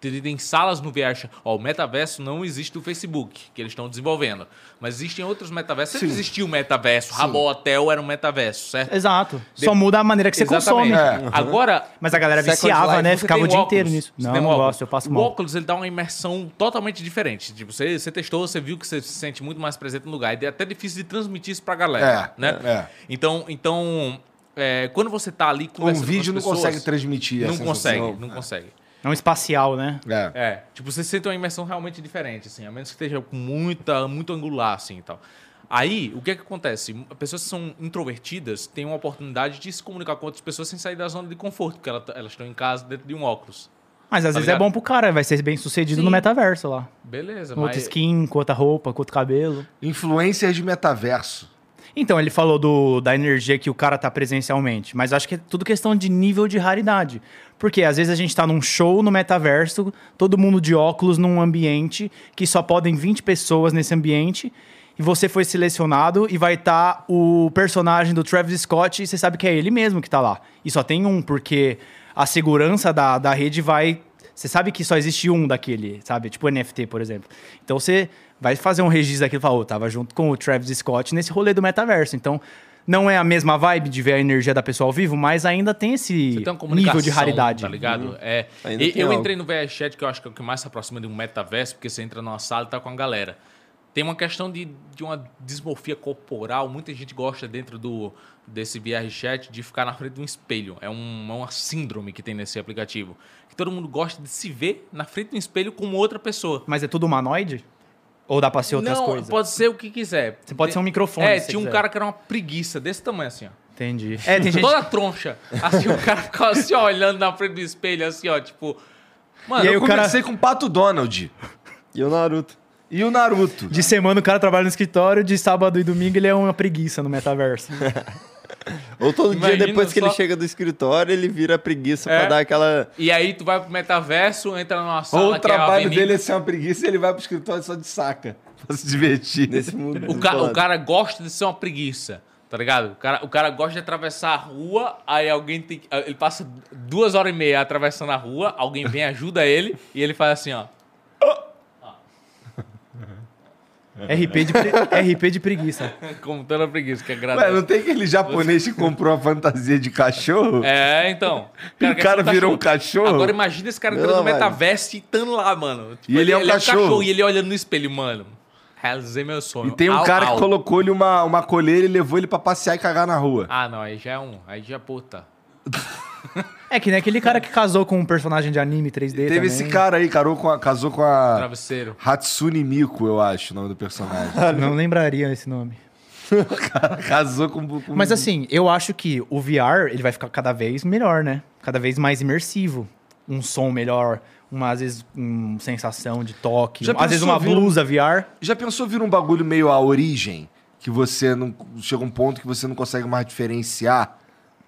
Speaker 3: Tem, tem salas no VR. Ó, o metaverso não existe do Facebook, que eles estão desenvolvendo. Mas existem outros metaversos. Sempre existiu o metaverso. Rabo Hotel era um metaverso, certo?
Speaker 4: Exato. Só muda a maneira É, que você consome. Uhum.
Speaker 1: É.
Speaker 3: Agora,
Speaker 4: Mas a galera
Speaker 3: Second
Speaker 4: viciava,
Speaker 3: Life,
Speaker 4: né?
Speaker 3: você
Speaker 4: Ficava
Speaker 3: tem
Speaker 4: o dia
Speaker 3: óculos,
Speaker 4: inteiro nisso.
Speaker 3: você
Speaker 4: Não,
Speaker 3: tem
Speaker 4: eu não
Speaker 3: óculos.
Speaker 4: gosto, eu passo
Speaker 3: O
Speaker 4: mal.
Speaker 3: óculos, ele dá uma imersão totalmente diferente. Tipo, você, você testou, você viu que você se sente muito mais presente no lugar. E é até difícil de transmitir isso pra galera,
Speaker 1: É,
Speaker 3: né?
Speaker 1: é.
Speaker 3: Então, então é, quando você tá ali
Speaker 1: Um
Speaker 3: conversando
Speaker 1: vídeo
Speaker 3: com
Speaker 1: não
Speaker 3: as pessoas,
Speaker 1: consegue transmitir
Speaker 3: Não
Speaker 1: essa
Speaker 3: consegue,
Speaker 1: sensação.
Speaker 3: não consegue.
Speaker 4: É um espacial, né?
Speaker 1: É.
Speaker 3: É, tipo, você sente uma imersão realmente diferente, assim, a menos que esteja com muita, muito angular, assim, e tal. Aí, o que é que acontece? Pessoas que são introvertidas têm uma oportunidade de se comunicar com outras pessoas sem sair da zona de conforto, porque ela- tá, elas estão em casa dentro de um óculos.
Speaker 4: Mas às
Speaker 3: Tá
Speaker 4: vezes
Speaker 3: ligado?
Speaker 4: é bom pro cara, vai ser bem sucedido no metaverso lá.
Speaker 3: Beleza,
Speaker 4: Com outra
Speaker 3: mas...
Speaker 4: skin, com outra roupa, com outro cabelo.
Speaker 1: Influencers de metaverso.
Speaker 4: Então, ele falou do, da energia que o cara tá presencialmente, mas acho que é tudo questão de nível de raridade. Porque às vezes a gente tá num show no metaverso, todo mundo de óculos num ambiente que só podem 20 pessoas nesse ambiente, e você foi selecionado e vai estar o personagem do Travis Scott e você sabe que é ele mesmo que tá lá. E só tem um, porque a segurança da, da rede vai você sabe que só existe um daquele, sabe? Tipo NFT, por exemplo. Então você vai fazer um registro daquilo e fala, ô, tava junto com o Travis Scott nesse rolê do metaverso. Então não é a mesma vibe de ver a energia da pessoa ao vivo, mas ainda tem esse
Speaker 3: Você tem uma comunicação,
Speaker 4: nível de raridade. Uhum.
Speaker 3: Tá ligado? É,
Speaker 2: Ainda
Speaker 3: e-
Speaker 2: tem
Speaker 3: eu
Speaker 2: algo.
Speaker 3: entrei no VR Chat, que eu acho que é o que mais se aproxima de um metaverso, porque você entra numa sala e tá com a galera. Tem uma questão de, de uma desmorfia corporal. Muita gente gosta dentro do desse VR Chat de ficar na frente de um espelho. É, um, é uma síndrome que tem nesse aplicativo. Que todo mundo gosta de se ver na frente de um espelho como outra pessoa.
Speaker 4: Mas é tudo humanoide? Ou dá pra ser outras
Speaker 3: Não,
Speaker 4: coisas?
Speaker 3: pode ser o que quiser.
Speaker 4: Você pode ser um microfone,
Speaker 3: É,
Speaker 4: se
Speaker 3: tinha um
Speaker 4: quiser.
Speaker 3: cara que era uma preguiça desse tamanho, assim, ó.
Speaker 4: Entendi. É, tem gente...
Speaker 3: Toda troncha. Assim, o cara ficava assim, ó, olhando na frente do espelho, assim, ó, tipo. Mano,
Speaker 4: E aí
Speaker 1: Eu
Speaker 4: o cara-
Speaker 1: comecei com o Pato Donald
Speaker 2: E o Naruto?
Speaker 1: e o Naruto.
Speaker 4: De semana o cara trabalha no escritório, de sábado e domingo ele é uma preguiça no metaverso.
Speaker 2: Ou todo
Speaker 3: Imagina
Speaker 2: dia depois que ele
Speaker 3: só-
Speaker 2: chega do escritório, ele vira preguiça
Speaker 3: É.
Speaker 2: pra dar aquela...
Speaker 3: E aí tu vai pro metaverso, entra numa sala.
Speaker 1: Ou o
Speaker 3: que
Speaker 1: trabalho
Speaker 3: é a avenida.
Speaker 1: dele é ser uma preguiça e ele vai pro escritório só de saca. Pra se divertir.
Speaker 2: Nesse mundo.
Speaker 1: é
Speaker 3: O, ca- o
Speaker 2: isolado.
Speaker 3: cara gosta de ser uma preguiça. Tá ligado? O cara, o cara gosta de atravessar a rua, aí alguém tem que. Ele passa duas horas e meia atravessando a rua, alguém vem, ajuda ele, e ele faz assim, ó.
Speaker 4: RP, de pre- RP de preguiça.
Speaker 3: Contando a preguiça, que é
Speaker 1: Ué, não
Speaker 3: agradável.
Speaker 1: tem aquele japonês que comprou a fantasia de cachorro?
Speaker 3: É, então.
Speaker 1: E o
Speaker 3: quer
Speaker 1: cara
Speaker 3: ser
Speaker 1: virou um cachorro?
Speaker 3: Agora imagina esse cara
Speaker 2: Não,
Speaker 3: entrando no
Speaker 2: velho.
Speaker 3: metaverso e estando lá, mano. Tipo,
Speaker 1: E ele é um cachorro.
Speaker 3: E ele olhando no espelho, mano. Realizei meu sonho.
Speaker 1: E tem um
Speaker 3: Au,
Speaker 1: cara
Speaker 3: au.
Speaker 1: que colocou-lhe uma, uma coleira e levou ele pra passear e cagar na rua.
Speaker 3: Ah, não, aí já é um. Aí já é puta.
Speaker 4: É que nem aquele cara que casou com um personagem de anime 3D
Speaker 1: Teve
Speaker 4: também.
Speaker 1: esse cara aí, carou com a- casou com a
Speaker 3: Travesseiro.
Speaker 1: Hatsune Miku, eu acho, o nome do personagem.
Speaker 4: Não lembraria esse nome.
Speaker 1: casou com, com
Speaker 4: Mas assim, eu acho que o VR ele vai ficar cada vez melhor, né? Cada vez mais imersivo. Um som melhor, uma, às vezes uma sensação de toque,
Speaker 1: Já
Speaker 4: às vezes
Speaker 1: pensou,
Speaker 4: uma
Speaker 1: viu?
Speaker 4: blusa VR.
Speaker 1: Já pensou vir um bagulho meio à origem? Que você não. Chega um ponto que você não consegue mais diferenciar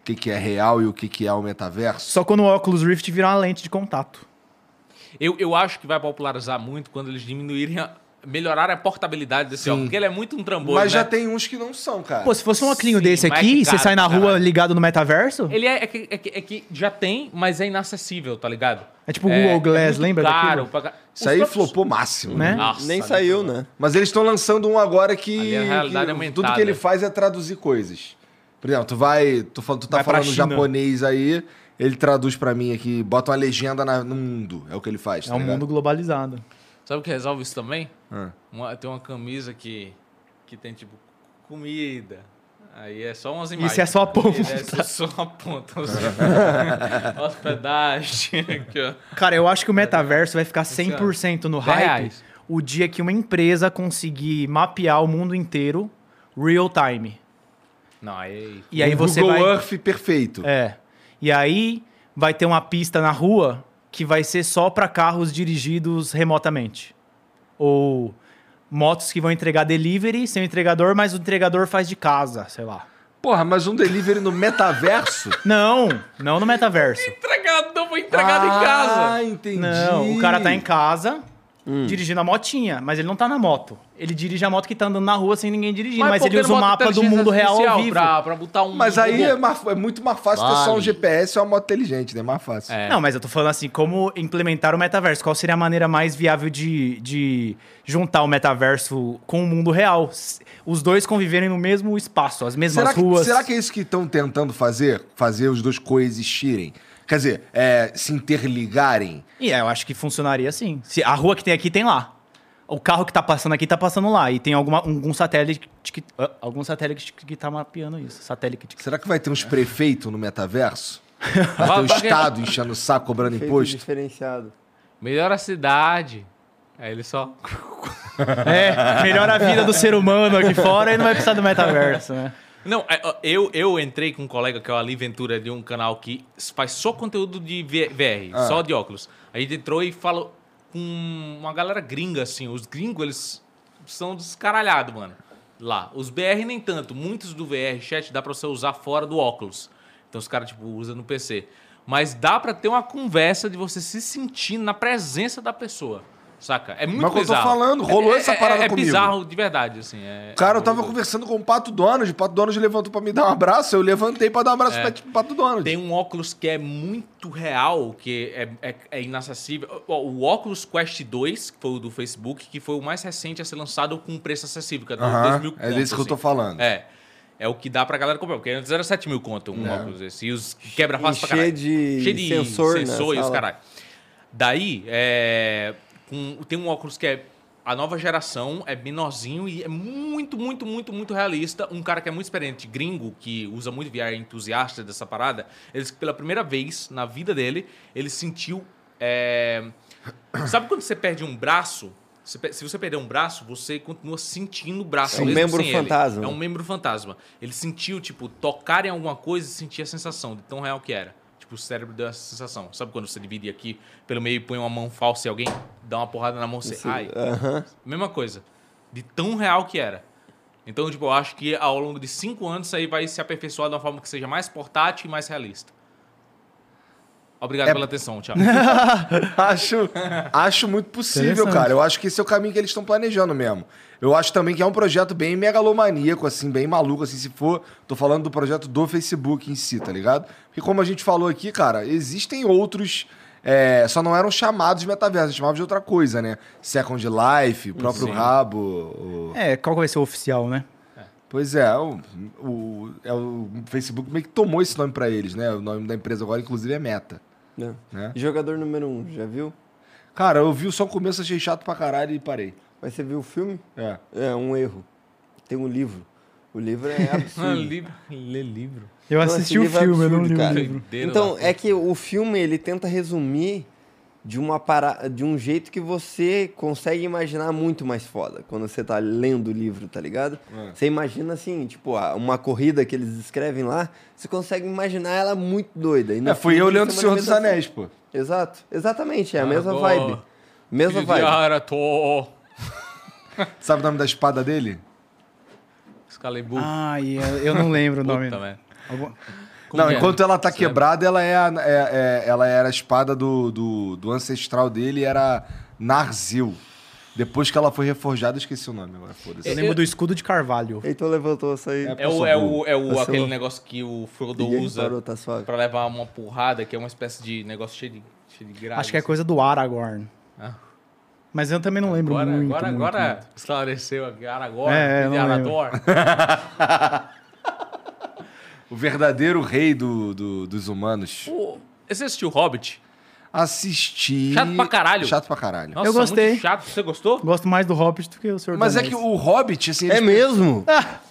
Speaker 1: o que, que é real e o que, que é o metaverso?
Speaker 4: Só quando o óculos Rift virar uma lente de contato.
Speaker 3: Eu, eu acho que vai popularizar muito quando eles diminuírem a- melhorar a portabilidade desse óculos, porque ele é muito um trambolho,
Speaker 1: Mas já
Speaker 3: né?
Speaker 1: tem uns que não são, cara.
Speaker 4: Pô, se fosse um óculos
Speaker 3: Sim,
Speaker 4: desse
Speaker 3: mas
Speaker 4: aqui,
Speaker 3: é
Speaker 4: você
Speaker 3: caro,
Speaker 4: sai na rua
Speaker 3: caralho.
Speaker 4: ligado no metaverso?
Speaker 3: Ele é, é que, é que- é que já tem, mas é inacessível, tá ligado?
Speaker 4: É tipo o Google Glass,
Speaker 3: muito
Speaker 4: lembra
Speaker 3: Caro,
Speaker 4: daquilo?
Speaker 3: pra... ca-
Speaker 1: Isso aí
Speaker 3: Os próprios-
Speaker 1: flopou máximo, né?
Speaker 4: Né?
Speaker 3: Nossa,
Speaker 2: Nem
Speaker 3: né?
Speaker 2: saiu, né?
Speaker 1: Mas eles estão lançando um agora
Speaker 3: Ali
Speaker 1: que,
Speaker 3: é a realidade
Speaker 1: que
Speaker 3: aumentada.
Speaker 1: tudo que ele faz é traduzir coisas. Por exemplo, tu vai, tu, fa- tu tá
Speaker 4: Vai pra
Speaker 1: falando
Speaker 4: China.
Speaker 1: japonês aí, ele traduz pra mim aqui, bota uma legenda na- no mundo, é o que ele faz.
Speaker 4: É um mundo globalizado.
Speaker 3: Sabe o que resolve isso também?
Speaker 1: Ah.
Speaker 3: Uma- tem uma camisa que, que tem, tipo, comida. Aí é só umas imagens.
Speaker 4: Isso é só a ponta.
Speaker 3: Isso é só a ponta. Hospedagem. Aqui, ó.
Speaker 4: Cara, eu acho que o metaverso vai ficar 100% no hype
Speaker 3: reais.
Speaker 4: o dia que uma empresa conseguir mapear o mundo inteiro real time.
Speaker 3: Não, aí...
Speaker 4: E aí é
Speaker 1: Um
Speaker 4: você
Speaker 1: Google
Speaker 4: vai
Speaker 1: Earth perfeito.
Speaker 4: É. E aí vai ter uma pista na rua que vai ser só para carros dirigidos remotamente. Ou motos que vão entregar delivery sem o entregador, mas o entregador faz de casa, sei lá.
Speaker 1: Porra, mas um delivery no metaverso?
Speaker 4: Não, não no metaverso.
Speaker 3: Entregado, não foi entregado em
Speaker 1: Ah,
Speaker 3: casa.
Speaker 1: entendi.
Speaker 4: Não, o cara tá em casa dirigindo a motinha, mas ele não tá na moto. Ele dirige a moto que tá andando na rua sem ninguém dirigir, mas,
Speaker 3: por que
Speaker 4: ele usa
Speaker 3: não
Speaker 4: o
Speaker 3: bota
Speaker 4: mapa do
Speaker 3: inteligência
Speaker 4: mundo real ao
Speaker 3: artificial
Speaker 4: vivo.
Speaker 3: Pra, pra botar um...
Speaker 1: Mas aí
Speaker 3: robô?
Speaker 1: é, mais- é muito mais fácil ter só
Speaker 3: Vale.
Speaker 1: um GPS ou uma moto inteligente, né? Mais fácil.
Speaker 3: É.
Speaker 4: Não, mas eu tô falando assim, como implementar o metaverso? Qual seria a maneira mais viável de, de juntar o metaverso com o mundo real? S- Os dois conviverem no mesmo espaço, as mesmas
Speaker 1: Será que,
Speaker 4: ruas.
Speaker 1: será que é isso que estão tentando fazer? Fazer os dois coexistirem? Quer dizer, é, se interligarem?
Speaker 4: E é, eu acho que funcionaria assim. Se a rua que tem aqui tem lá. O carro que tá passando aqui tá passando lá. E tem alguma, algum satélite que. ah, Algum satélite que tá mapeando isso. Satélite que.
Speaker 1: Será que vai ter uns prefeitos no metaverso? Vai ter o
Speaker 3: Vai- vai-
Speaker 1: Estado enchendo o saco, cobrando
Speaker 2: Feito
Speaker 1: imposto?
Speaker 2: diferenciado.
Speaker 3: Melhora a cidade. Aí ele só...
Speaker 4: É, melhora a vida do ser humano aqui fora e não vai precisar do metaverso, né?
Speaker 3: Não, é, ó, eu, eu entrei com um colega que é o Ali Ventura, de um canal que faz só conteúdo de V- VR,
Speaker 1: Ah.
Speaker 3: só de óculos. A gente entrou e falou com uma galera gringa, assim. Os gringos, eles são descaralhados, mano. Lá. Os BR nem tanto. Muitos do VR chat dá pra você usar fora do óculos. Então os caras, tipo, usam no PC. Mas dá pra ter uma conversa de você se sentir na presença da pessoa. Saca? É muito
Speaker 1: Mas que eu tô
Speaker 3: bizarro.
Speaker 1: falando, rolou
Speaker 3: É-
Speaker 1: essa
Speaker 3: é-
Speaker 1: parada
Speaker 3: é,
Speaker 1: comigo.
Speaker 3: É bizarro de verdade, assim. é-
Speaker 1: Cara,
Speaker 3: é
Speaker 1: eu tava
Speaker 3: muito doido.
Speaker 1: conversando com o Pato Donald. O Pato Donald levantou pra me dar um abraço. Eu levantei pra dar um abraço pra- pro Pato Donald.
Speaker 3: É. Tem um óculos que é muito real, que é, é, é inacessível. Ó, O Oculus Quest 2, que foi o do Facebook, que foi o mais recente a ser lançado com preço acessível, que é do
Speaker 1: Aham,
Speaker 3: 2 mil
Speaker 1: é desse que eu tô falando.
Speaker 3: É. É o que dá pra galera comprar, porque antes era 7 mil conto um óculos desse. E os quebra fácil pra
Speaker 2: cheio
Speaker 3: caralho.
Speaker 2: de sensor na
Speaker 3: e os
Speaker 2: sala.
Speaker 3: caralho. Daí, é, com- tem um óculos que é a nova geração, é menorzinho e é muito, muito, muito, muito realista. Um cara que é muito experiente, gringo, que usa muito VR, entusiasta dessa parada, ele disse que pela primeira vez na vida dele, ele sentiu... é, Sabe quando você perde um braço? Você pe- Se você perder um braço, você continua sentindo o braço.
Speaker 2: É um
Speaker 3: mesmo
Speaker 2: membro
Speaker 3: sem ele.
Speaker 2: fantasma.
Speaker 3: É um membro fantasma. Ele sentiu, tipo, tocar em alguma coisa e sentir a sensação de tão real que era. Tipo, o cérebro deu essa sensação. Sabe quando você divide aqui pelo meio e põe uma mão falsa e alguém dá uma porrada na mão você.
Speaker 2: Esse-
Speaker 3: Ai.
Speaker 2: Aham.
Speaker 3: Mesma coisa. De tão real que era. Então, tipo, eu acho que ao longo de cinco anos isso aí vai se aperfeiçoar de uma forma que seja mais portátil e mais realista. Obrigado pela atenção, tchau.
Speaker 1: Acho, acho muito possível,
Speaker 4: Interessante.
Speaker 1: cara. Eu acho que esse é o caminho que eles estão planejando mesmo. Eu acho também que é um projeto bem megalomaníaco, assim, bem maluco, assim, se for. Tô falando do projeto do Facebook em si, tá ligado? Porque como a gente falou aqui, cara, existem outros. é, só não eram chamados de metaverso, chamavam de outra coisa, né? Second Life, o próprio rabo. o-
Speaker 4: É, qual vai ser o oficial, né?
Speaker 1: Pois é, o, o- é o Facebook meio que tomou esse nome pra eles, né? O nome da empresa agora, inclusive, é Meta.
Speaker 2: Não.
Speaker 1: Né?
Speaker 2: Jogador número um, já viu?
Speaker 1: Cara, eu vi só o começo, achei chato pra caralho e parei.
Speaker 2: Mas você viu o filme?
Speaker 1: É.
Speaker 2: É um erro. Tem um livro. O livro é absurdo.
Speaker 3: livro. Lê livro.
Speaker 4: Eu
Speaker 2: Não,
Speaker 4: assisti o
Speaker 2: esse livro é
Speaker 4: filme, eu não
Speaker 2: absurdo,
Speaker 4: li o
Speaker 2: cara.
Speaker 4: livro.
Speaker 3: Doideira
Speaker 2: Então,
Speaker 3: lá.
Speaker 2: é que o filme ele tenta resumir de uma para... de um jeito que você consegue imaginar muito mais foda quando você tá lendo o livro, tá ligado?
Speaker 3: É.
Speaker 2: Você imagina assim, tipo, a- uma corrida que eles descrevem lá, você consegue imaginar ela muito doida. E no
Speaker 1: É, fui
Speaker 2: filme
Speaker 1: eu
Speaker 2: tem
Speaker 1: lendo o
Speaker 2: uma
Speaker 1: Senhor dos
Speaker 3: assim.
Speaker 2: limitação.
Speaker 1: Anéis, pô.
Speaker 2: assim. Exato, exatamente, é a mesma
Speaker 3: Aragorn.
Speaker 2: vibe. Mesma
Speaker 3: Ah, Filho de
Speaker 2: vibe.
Speaker 3: Arato.
Speaker 1: Sabe o nome da espada dele?
Speaker 3: Excalibur.
Speaker 4: Ai, eu, eu não lembro o Ah, nome.
Speaker 3: é Puta, velho.
Speaker 1: Tá
Speaker 4: Algum-
Speaker 3: Como
Speaker 1: não,
Speaker 3: que é?
Speaker 1: enquanto ela tá
Speaker 3: Você
Speaker 1: quebrada, ela é, a- é- é- ela era a espada do, do, do ancestral dele, era Narzil. Depois que ela foi reforjada, eu esqueci o nome agora, foda-se.
Speaker 4: Eu lembro do escudo de carvalho.
Speaker 2: Heitor levantou essa aí.
Speaker 1: É,
Speaker 3: É o, é o, é o
Speaker 2: Vacilou.
Speaker 3: aquele negócio que o Frodo
Speaker 2: Ninguém
Speaker 3: usa
Speaker 2: parou, tá suave.
Speaker 3: pra levar uma porrada, que é uma espécie de negócio cheio de, cheio de assim. graça.
Speaker 4: Acho que é coisa do Aragorn.
Speaker 3: Ah.
Speaker 4: Mas eu também não lembro
Speaker 3: Agora,
Speaker 4: muito.
Speaker 3: agora,
Speaker 4: muito,
Speaker 3: agora
Speaker 4: muito.
Speaker 3: esclareceu agora, agora,
Speaker 4: É, é, não
Speaker 3: Arador.
Speaker 1: O verdadeiro rei do, do- dos humanos.
Speaker 3: Pô, Você assistiu Hobbit?
Speaker 1: Assisti.
Speaker 3: Chato pra caralho.
Speaker 1: Chato pra caralho.
Speaker 3: Nossa, é
Speaker 4: Eu gostei.
Speaker 3: muito chato. Você gostou?
Speaker 4: Gosto mais do Hobbit do que o Senhor
Speaker 1: Mas
Speaker 4: dos
Speaker 1: é que
Speaker 4: Anéis.
Speaker 1: o Hobbit, assim.
Speaker 2: É
Speaker 1: eles- Ah,
Speaker 2: mesmo?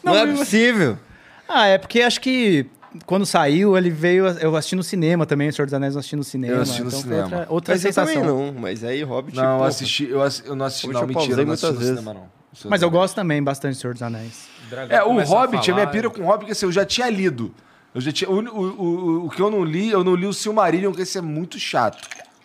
Speaker 2: não, é possível.
Speaker 4: Ah, é porque acho que quando saiu, ele veio. Eu assisti no cinema também, o Senhor dos Anéis eu assisti no cinema.
Speaker 1: Eu assisti no
Speaker 4: então foi
Speaker 1: cinema.
Speaker 4: Outra, outra
Speaker 2: Mas eu também
Speaker 4: sensação.
Speaker 2: não. Mas aí, Hobbit.
Speaker 1: Não, eu
Speaker 2: porra.
Speaker 1: assisti. Eu, assi- eu não assisti,
Speaker 2: Hobbit
Speaker 1: não,
Speaker 2: eu
Speaker 1: mentira.
Speaker 2: pausei
Speaker 1: Eu não assisti no
Speaker 2: muitas
Speaker 1: cinema, não. Isso
Speaker 4: Mas eu gosto também bastante do Senhor dos Anéis.
Speaker 3: dragão
Speaker 1: É, o
Speaker 3: começa
Speaker 1: Hobbit, a,
Speaker 3: falar.
Speaker 1: minha pira com o Hobbit, que assim, eu já tinha lido. Eu já tinha, o, o- o- o que eu não li, eu não li o Silmarillion, que esse é muito chato.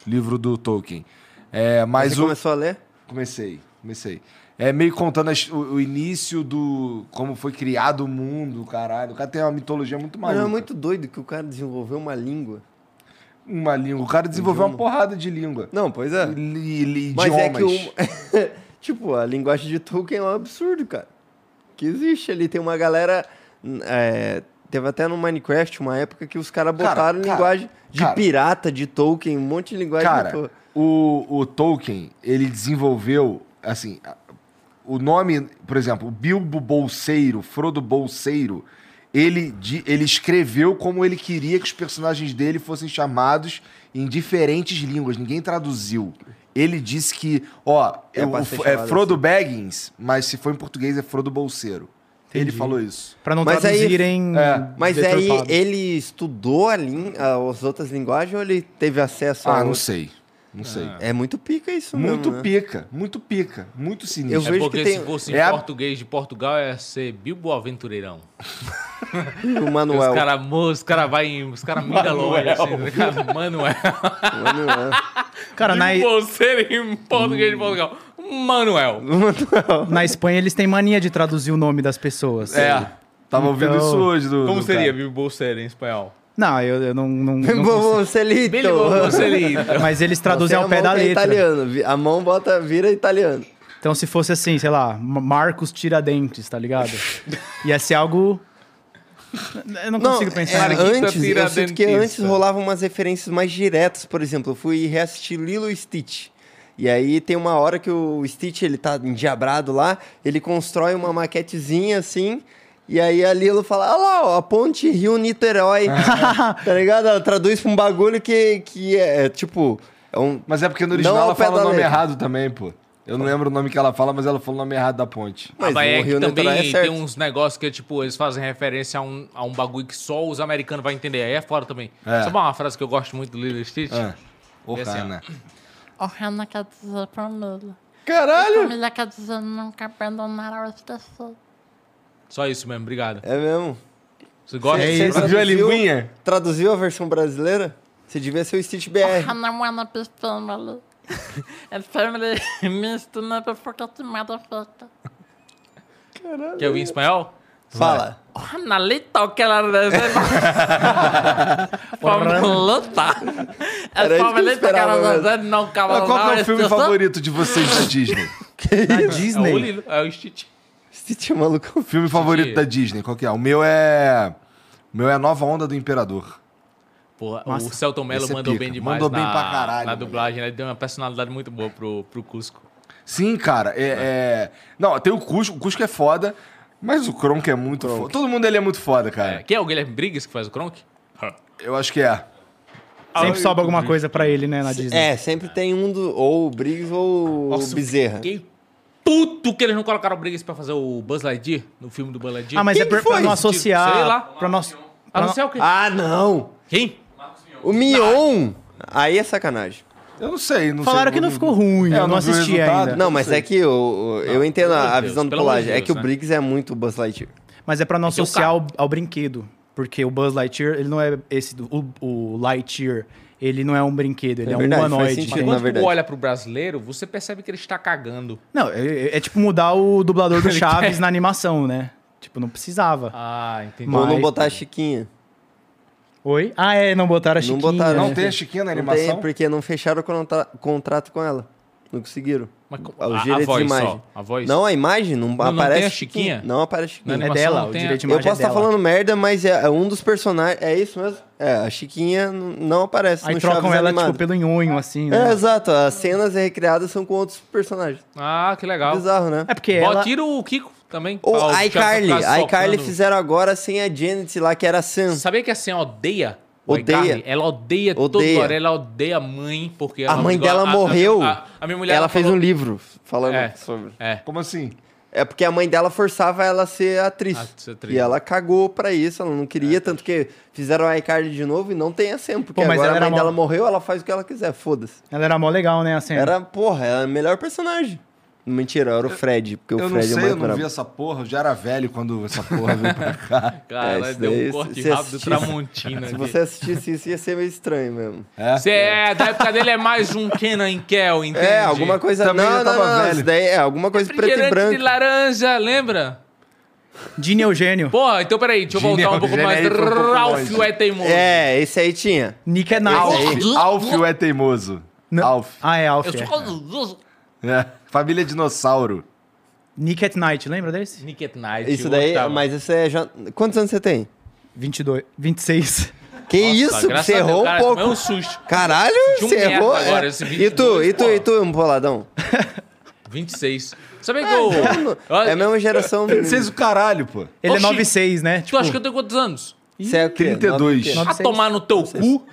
Speaker 1: Livro do Tolkien. É, mas
Speaker 2: Você
Speaker 1: o.
Speaker 2: começou a ler?
Speaker 1: Comecei, comecei. É meio contando as- o, o início do. como foi criado o mundo, caralho. O cara tem uma mitologia muito
Speaker 2: Mas
Speaker 1: maluca.
Speaker 2: é muito doido que o cara desenvolveu uma língua.
Speaker 1: Uma língua. O cara desenvolveu uma porrada de língua.
Speaker 2: Não, pois é.
Speaker 1: Li, li,
Speaker 2: Mas
Speaker 1: idiomas.
Speaker 2: é que o. tipo, a linguagem de Tolkien é um absurdo, cara. Que existe ali. Tem uma galera. é, teve até no Minecraft uma época que os caras
Speaker 1: Cara,
Speaker 2: botaram
Speaker 1: cara,
Speaker 2: linguagem de
Speaker 1: cara.
Speaker 2: pirata, de Tolkien, um monte de linguagem de
Speaker 1: Cara,
Speaker 2: Tolkien.
Speaker 1: o, o Tolkien, ele desenvolveu, assim, a- o nome, por exemplo, o Bilbo Bolseiro, Frodo Bolseiro, ele, di- ele escreveu como ele queria que os personagens dele fossem chamados em diferentes línguas, ninguém traduziu. Ele disse que, ó,
Speaker 2: É
Speaker 1: eu-
Speaker 2: pra
Speaker 1: o
Speaker 2: ser
Speaker 1: F- é
Speaker 2: chamado assim.
Speaker 1: Frodo Baggins, mas se for em português é Frodo Bolseiro. Ele
Speaker 4: Entendi.
Speaker 1: falou isso.
Speaker 4: Pra não
Speaker 2: Mas aí-
Speaker 4: traduzirem.
Speaker 1: é,
Speaker 2: Mas aí
Speaker 4: deturpado.
Speaker 2: ele estudou a lin... as outras linguagens ou ele teve acesso
Speaker 1: Ah,
Speaker 2: a.
Speaker 1: não sei. Não sei.
Speaker 2: É muito pica isso
Speaker 1: Muito
Speaker 2: mesmo, né?
Speaker 1: pica, muito pica, muito sinistro.
Speaker 2: Eu
Speaker 3: É
Speaker 2: vejo
Speaker 3: porque
Speaker 2: que tem-
Speaker 3: se fosse
Speaker 1: É
Speaker 3: em
Speaker 1: a-
Speaker 3: português de Portugal, ia ser Bilbo Aventureirão.
Speaker 2: O
Speaker 1: é
Speaker 3: Os
Speaker 2: Manuel.
Speaker 3: caras os cara vai em. Os caras mira longe. Assim, os cara, Manuel.
Speaker 2: o Manuel.
Speaker 4: Cara, na,
Speaker 3: De você em português de Portugal. Manuel.
Speaker 4: na Espanha eles têm mania de traduzir o nome das pessoas.
Speaker 1: É. Tava ouvindo
Speaker 4: Então,
Speaker 1: isso hoje do.
Speaker 3: Como
Speaker 1: do
Speaker 3: seria
Speaker 1: cara.
Speaker 3: Bilbo Bolseiro em espanhol?
Speaker 4: Não, eu, eu não. não, não consigo.
Speaker 2: Bom, Celito.
Speaker 3: Bilbo Bolseiro.
Speaker 4: Mas eles traduzem
Speaker 2: Você,
Speaker 4: ao
Speaker 2: a
Speaker 4: pé
Speaker 2: mão
Speaker 4: da
Speaker 2: que é
Speaker 4: letra.
Speaker 2: italiano. vi- A mão bota, vira italiano.
Speaker 4: Então, se fosse assim, sei lá, Ma- Marcos Tiradentes, tá ligado? Ia ser algo. Eu não consigo pensar.
Speaker 2: é,
Speaker 4: nisso.
Speaker 3: Marquita
Speaker 2: antes, eu sinto que
Speaker 3: Tiradentista.
Speaker 2: antes rolavam umas referências mais diretas. Por exemplo, eu fui reassistir Lilo e Stitch. E aí tem uma hora que o Stitch, ele tá endiabrado lá, ele constrói uma maquetezinha assim... E aí a Lilo fala, ah lá, ó, a ponte Rio-Niterói, tá ligado? Ela traduz pra um bagulho que, que é, é, tipo... É um,
Speaker 1: Mas é porque no
Speaker 2: Não
Speaker 1: original
Speaker 2: ao
Speaker 1: ela
Speaker 2: pé
Speaker 1: fala
Speaker 2: da
Speaker 1: o nome
Speaker 2: letra.
Speaker 1: errado também, pô. Eu não lembro o nome que ela fala, mas ela falou o nome errado da ponte.
Speaker 2: mas
Speaker 3: Mas é
Speaker 2: o
Speaker 3: que também
Speaker 2: Rio-Niterói é certo.
Speaker 3: tem uns negócios que, tipo, eles fazem referência a um, a um bagulho que só os americanos vão entender. Aí é fora também.
Speaker 1: É.
Speaker 3: Sabe uma frase que eu gosto muito do Lilo e Stitch?
Speaker 1: Ah, o
Speaker 3: É assim,
Speaker 1: cara,
Speaker 3: ó.
Speaker 1: né?
Speaker 5: Correndo que dizer para nada.
Speaker 2: Caralho!
Speaker 5: Família quer dizer nunca abandonar as pessoas.
Speaker 3: Só isso mesmo, obrigado.
Speaker 2: É mesmo.
Speaker 3: Você gosta?
Speaker 4: É
Speaker 3: dessa
Speaker 2: isso.
Speaker 3: frase?
Speaker 1: Viu a
Speaker 2: traduziu?
Speaker 1: linguinha?
Speaker 2: Traduziu a versão brasileira? Você devia ser o Stitch BR.
Speaker 5: Correndo uma na pessoa. É família misto na fofoca de motherfucker.
Speaker 3: Quer ouvir em espanhol?
Speaker 2: Fala.
Speaker 5: Correndo ali, toque ela deve. Família luta.
Speaker 2: Era isso
Speaker 5: É
Speaker 2: que eu
Speaker 5: família né? que
Speaker 2: esperava,
Speaker 5: ela
Speaker 2: velho.
Speaker 5: deve não
Speaker 1: Ah,
Speaker 5: cavalar.
Speaker 1: qual que é o filme favorito de vocês da Disney?
Speaker 4: Na
Speaker 3: É o
Speaker 4: Disney.
Speaker 3: Lilo, é o Stitch.
Speaker 2: Stitch é maluco.
Speaker 1: Filme favorito da Disney, qual que é? O meu é. O meu é a Nova Onda do Imperador.
Speaker 3: Porra, o
Speaker 4: Nossa,
Speaker 3: Celton Mello
Speaker 1: esse é
Speaker 3: mandou
Speaker 1: pica.
Speaker 3: bem demais
Speaker 1: Mandou bem
Speaker 3: na,
Speaker 1: pra caralho,
Speaker 3: na
Speaker 1: mano.
Speaker 3: dublagem. né? Ele deu uma personalidade muito boa pro, pro Cusco.
Speaker 1: Sim, cara. É, é- Não, tem o Cusco. O Cusco é foda, mas o Kronk é muito foda. Todo mundo ele é muito foda,
Speaker 3: É.
Speaker 1: cara.
Speaker 3: Quem é o Guilherme Briggs que faz o Kronk?
Speaker 1: Eu acho que é.
Speaker 4: Sempre sobra
Speaker 3: é,
Speaker 4: alguma coisa pra ele, né, na Disney.
Speaker 2: É, sempre tem um do. Ou o Briggs ou o
Speaker 3: Nossa, eu
Speaker 2: Bezerra.
Speaker 3: Fiquei puto que eles não colocaram o Briggs pra fazer o Buzz Lightyear no filme do Buzz Lightyear.
Speaker 4: Ah, mas
Speaker 2: Quem
Speaker 4: é pra,
Speaker 2: que foi? tipo?
Speaker 4: pra não associar.
Speaker 3: Sei lá.
Speaker 4: Pra nós.
Speaker 3: Ah,
Speaker 4: pra
Speaker 3: não
Speaker 4: não-
Speaker 3: sei o quê.
Speaker 2: Ah, não!
Speaker 3: Quem?
Speaker 2: O Mion! Aí é sacanagem.
Speaker 1: Eu não sei, não
Speaker 4: Falaram
Speaker 1: sei.
Speaker 4: que não ficou ruim,
Speaker 1: É,
Speaker 4: eu não
Speaker 1: vi o
Speaker 4: assisti
Speaker 1: resultado.
Speaker 4: ainda.
Speaker 2: Não, mas é que eu, eu entendo
Speaker 3: pelo amor
Speaker 2: a, a
Speaker 3: de
Speaker 2: visão
Speaker 3: Deus,
Speaker 2: do
Speaker 3: pelo amor de
Speaker 2: Polage. É
Speaker 3: Deus,
Speaker 2: que
Speaker 3: né?
Speaker 2: o Briggs é muito Buzz Lightyear.
Speaker 4: Mas é pra não
Speaker 3: que ter o
Speaker 4: associar ao, ao brinquedo. Porque o Buzz Lightyear, ele não é esse. do- O, o Lightyear, ele não é um brinquedo, ele é,
Speaker 2: verdade,
Speaker 4: um
Speaker 2: faz
Speaker 4: humanoide.
Speaker 2: sentido.
Speaker 3: Mas
Speaker 2: Sim,
Speaker 4: entendeu?
Speaker 2: na
Speaker 3: quando tu
Speaker 2: verdade.
Speaker 3: olha pro brasileiro, você percebe que ele está cagando.
Speaker 4: Não, é, é- é tipo mudar o dublador do Chaves
Speaker 3: É.
Speaker 4: na animação, né? Tipo, não precisava.
Speaker 3: Ah, entendi.
Speaker 2: Ou não
Speaker 4: Mas-
Speaker 2: botar a Chiquinha.
Speaker 4: Oi? Ah, é, não botaram a
Speaker 2: Não
Speaker 4: Chiquinha.
Speaker 2: botaram,
Speaker 4: né?
Speaker 1: Não tem a Chiquinha na
Speaker 2: Não tem,
Speaker 1: animação?
Speaker 2: porque não fecharam o contra- contrato com ela. Não conseguiram.
Speaker 3: Mas como-
Speaker 2: Ah,
Speaker 3: a- a
Speaker 2: direito de
Speaker 3: voz só,
Speaker 2: imagem.
Speaker 3: a voz?
Speaker 2: Não, a imagem não,
Speaker 3: não
Speaker 2: aparece.
Speaker 3: tem a Chiquinha?
Speaker 2: Não aparece Chiquinha.
Speaker 3: Não é
Speaker 4: É
Speaker 3: Animação
Speaker 4: dela,
Speaker 3: não
Speaker 4: o
Speaker 3: tem a-
Speaker 4: direito de
Speaker 3: Eu
Speaker 2: Eu
Speaker 4: imagem
Speaker 2: posso
Speaker 4: é
Speaker 2: estar
Speaker 4: dela.
Speaker 2: falando merda, mas é, é um dos personagens. É isso mesmo? É, a Chiquinha n- não aparece.
Speaker 4: Aí
Speaker 2: no
Speaker 4: trocam
Speaker 2: Chaves
Speaker 4: ela,
Speaker 2: animado.
Speaker 4: tipo, pelo nhonho, assim,
Speaker 2: É,
Speaker 4: né?
Speaker 2: exato. As cenas recriadas são com outros personagens.
Speaker 3: Ah, que legal.
Speaker 2: Bizarro, né?
Speaker 4: É porque
Speaker 3: Ó,
Speaker 4: ela...
Speaker 3: Tira o Kiko também.
Speaker 2: Ou
Speaker 3: pra o
Speaker 2: a
Speaker 3: Thiago
Speaker 2: iCarly.
Speaker 3: ficar
Speaker 2: A iCarly
Speaker 3: socando.
Speaker 2: fizeram agora sem a Janet lá, que era a Sam.
Speaker 3: Sabia que a senha odeia? o
Speaker 2: um. Odeia.
Speaker 3: iCarly? Ela odeia,
Speaker 2: Odeia.
Speaker 3: toda hora. Ela odeia a mãe, porque
Speaker 2: A
Speaker 3: ela
Speaker 2: mãe
Speaker 3: brigou-
Speaker 2: dela
Speaker 3: a- a-
Speaker 2: morreu.
Speaker 3: A, a minha mulher
Speaker 2: ela fez
Speaker 3: falou-
Speaker 2: um livro falando
Speaker 3: É.
Speaker 2: sobre.
Speaker 3: É.
Speaker 1: Como assim?
Speaker 2: É porque a mãe dela forçava ela a ser atriz.
Speaker 3: A Ah, ser atriz. É,
Speaker 2: E
Speaker 3: tá.
Speaker 2: ela cagou pra isso, ela não queria, tanto que fizeram a iCarly de novo e não tem a Sam, porque
Speaker 4: Pô, mas
Speaker 2: agora
Speaker 4: ela
Speaker 2: a
Speaker 4: era
Speaker 2: mãe
Speaker 4: mó-
Speaker 2: dela morreu, ela faz o que ela quiser, foda-se.
Speaker 4: Ela era mó legal, né, a cena?
Speaker 2: Era, porra, ela era o melhor personagem. Mentira, era o Fred, porque o
Speaker 1: eu não
Speaker 2: Fred é
Speaker 1: sei, eu
Speaker 2: muito
Speaker 1: não vi
Speaker 2: brabo.
Speaker 1: essa porra. Eu já era velho quando essa porra veio pra cá.
Speaker 3: Cara,
Speaker 2: É, isso
Speaker 3: deu
Speaker 2: daí,
Speaker 3: um
Speaker 2: se-
Speaker 3: corte
Speaker 2: se
Speaker 3: rápido
Speaker 2: assistisse-
Speaker 3: Tramontina.
Speaker 2: Se
Speaker 3: aqui.
Speaker 2: você assistisse isso, ia ser meio estranho mesmo.
Speaker 1: É?
Speaker 3: Cê é, da época dele é mais um Kenan Kel, entende?
Speaker 2: É, alguma coisa...
Speaker 1: Também
Speaker 2: não,
Speaker 1: já
Speaker 2: não,
Speaker 1: tava
Speaker 2: não,
Speaker 1: velho.
Speaker 2: isso daí é alguma coisa preto e
Speaker 3: Refrigerante
Speaker 2: branco.
Speaker 3: de laranja, lembra?
Speaker 4: Dini Eugênio.
Speaker 3: Porra, então peraí, deixa eu voltar um
Speaker 1: Genial,
Speaker 3: pouco mais.
Speaker 1: genial, foi um pouco
Speaker 3: Ralph
Speaker 1: longe.
Speaker 3: é teimoso.
Speaker 2: É, esse aí tinha.
Speaker 4: Nick é Nalf.
Speaker 1: Alf, Alf é teimoso.
Speaker 4: Não.
Speaker 1: Alf.
Speaker 4: Ah, é Alf.
Speaker 3: Eu
Speaker 4: é.
Speaker 3: sou...
Speaker 1: É. Família dinossauro.
Speaker 4: Nick at Night, lembra desse?
Speaker 3: Nick at Night.
Speaker 2: Isso
Speaker 3: eu
Speaker 2: daí,
Speaker 3: gostava.
Speaker 2: mas esse é... Já... Quantos anos você tem?
Speaker 4: 22, 26
Speaker 2: Que
Speaker 3: Nossa,
Speaker 2: isso,
Speaker 3: Tá, graças
Speaker 2: você
Speaker 3: a Deus,
Speaker 2: errou um
Speaker 3: cara,
Speaker 2: pouco.
Speaker 3: tomei um susto.
Speaker 2: Caralho,
Speaker 3: Senti um
Speaker 2: você
Speaker 3: merda
Speaker 2: errou.
Speaker 3: agora,
Speaker 2: é.
Speaker 3: esse
Speaker 2: e tu,
Speaker 3: 22,
Speaker 2: e tu,
Speaker 3: porra.
Speaker 2: e tu, um boladão?
Speaker 3: 26. Sabe que eu...
Speaker 2: É a mesma geração. menino.
Speaker 1: Vocês o caralho, pô.
Speaker 4: Ele
Speaker 3: Oxi.
Speaker 4: é 96, né?
Speaker 3: Tu acha que tipo, eu tenho quantos anos?
Speaker 2: Você é o quê?
Speaker 1: 32.
Speaker 2: Nove-
Speaker 3: A
Speaker 4: Seis.
Speaker 3: tomar no teu cu?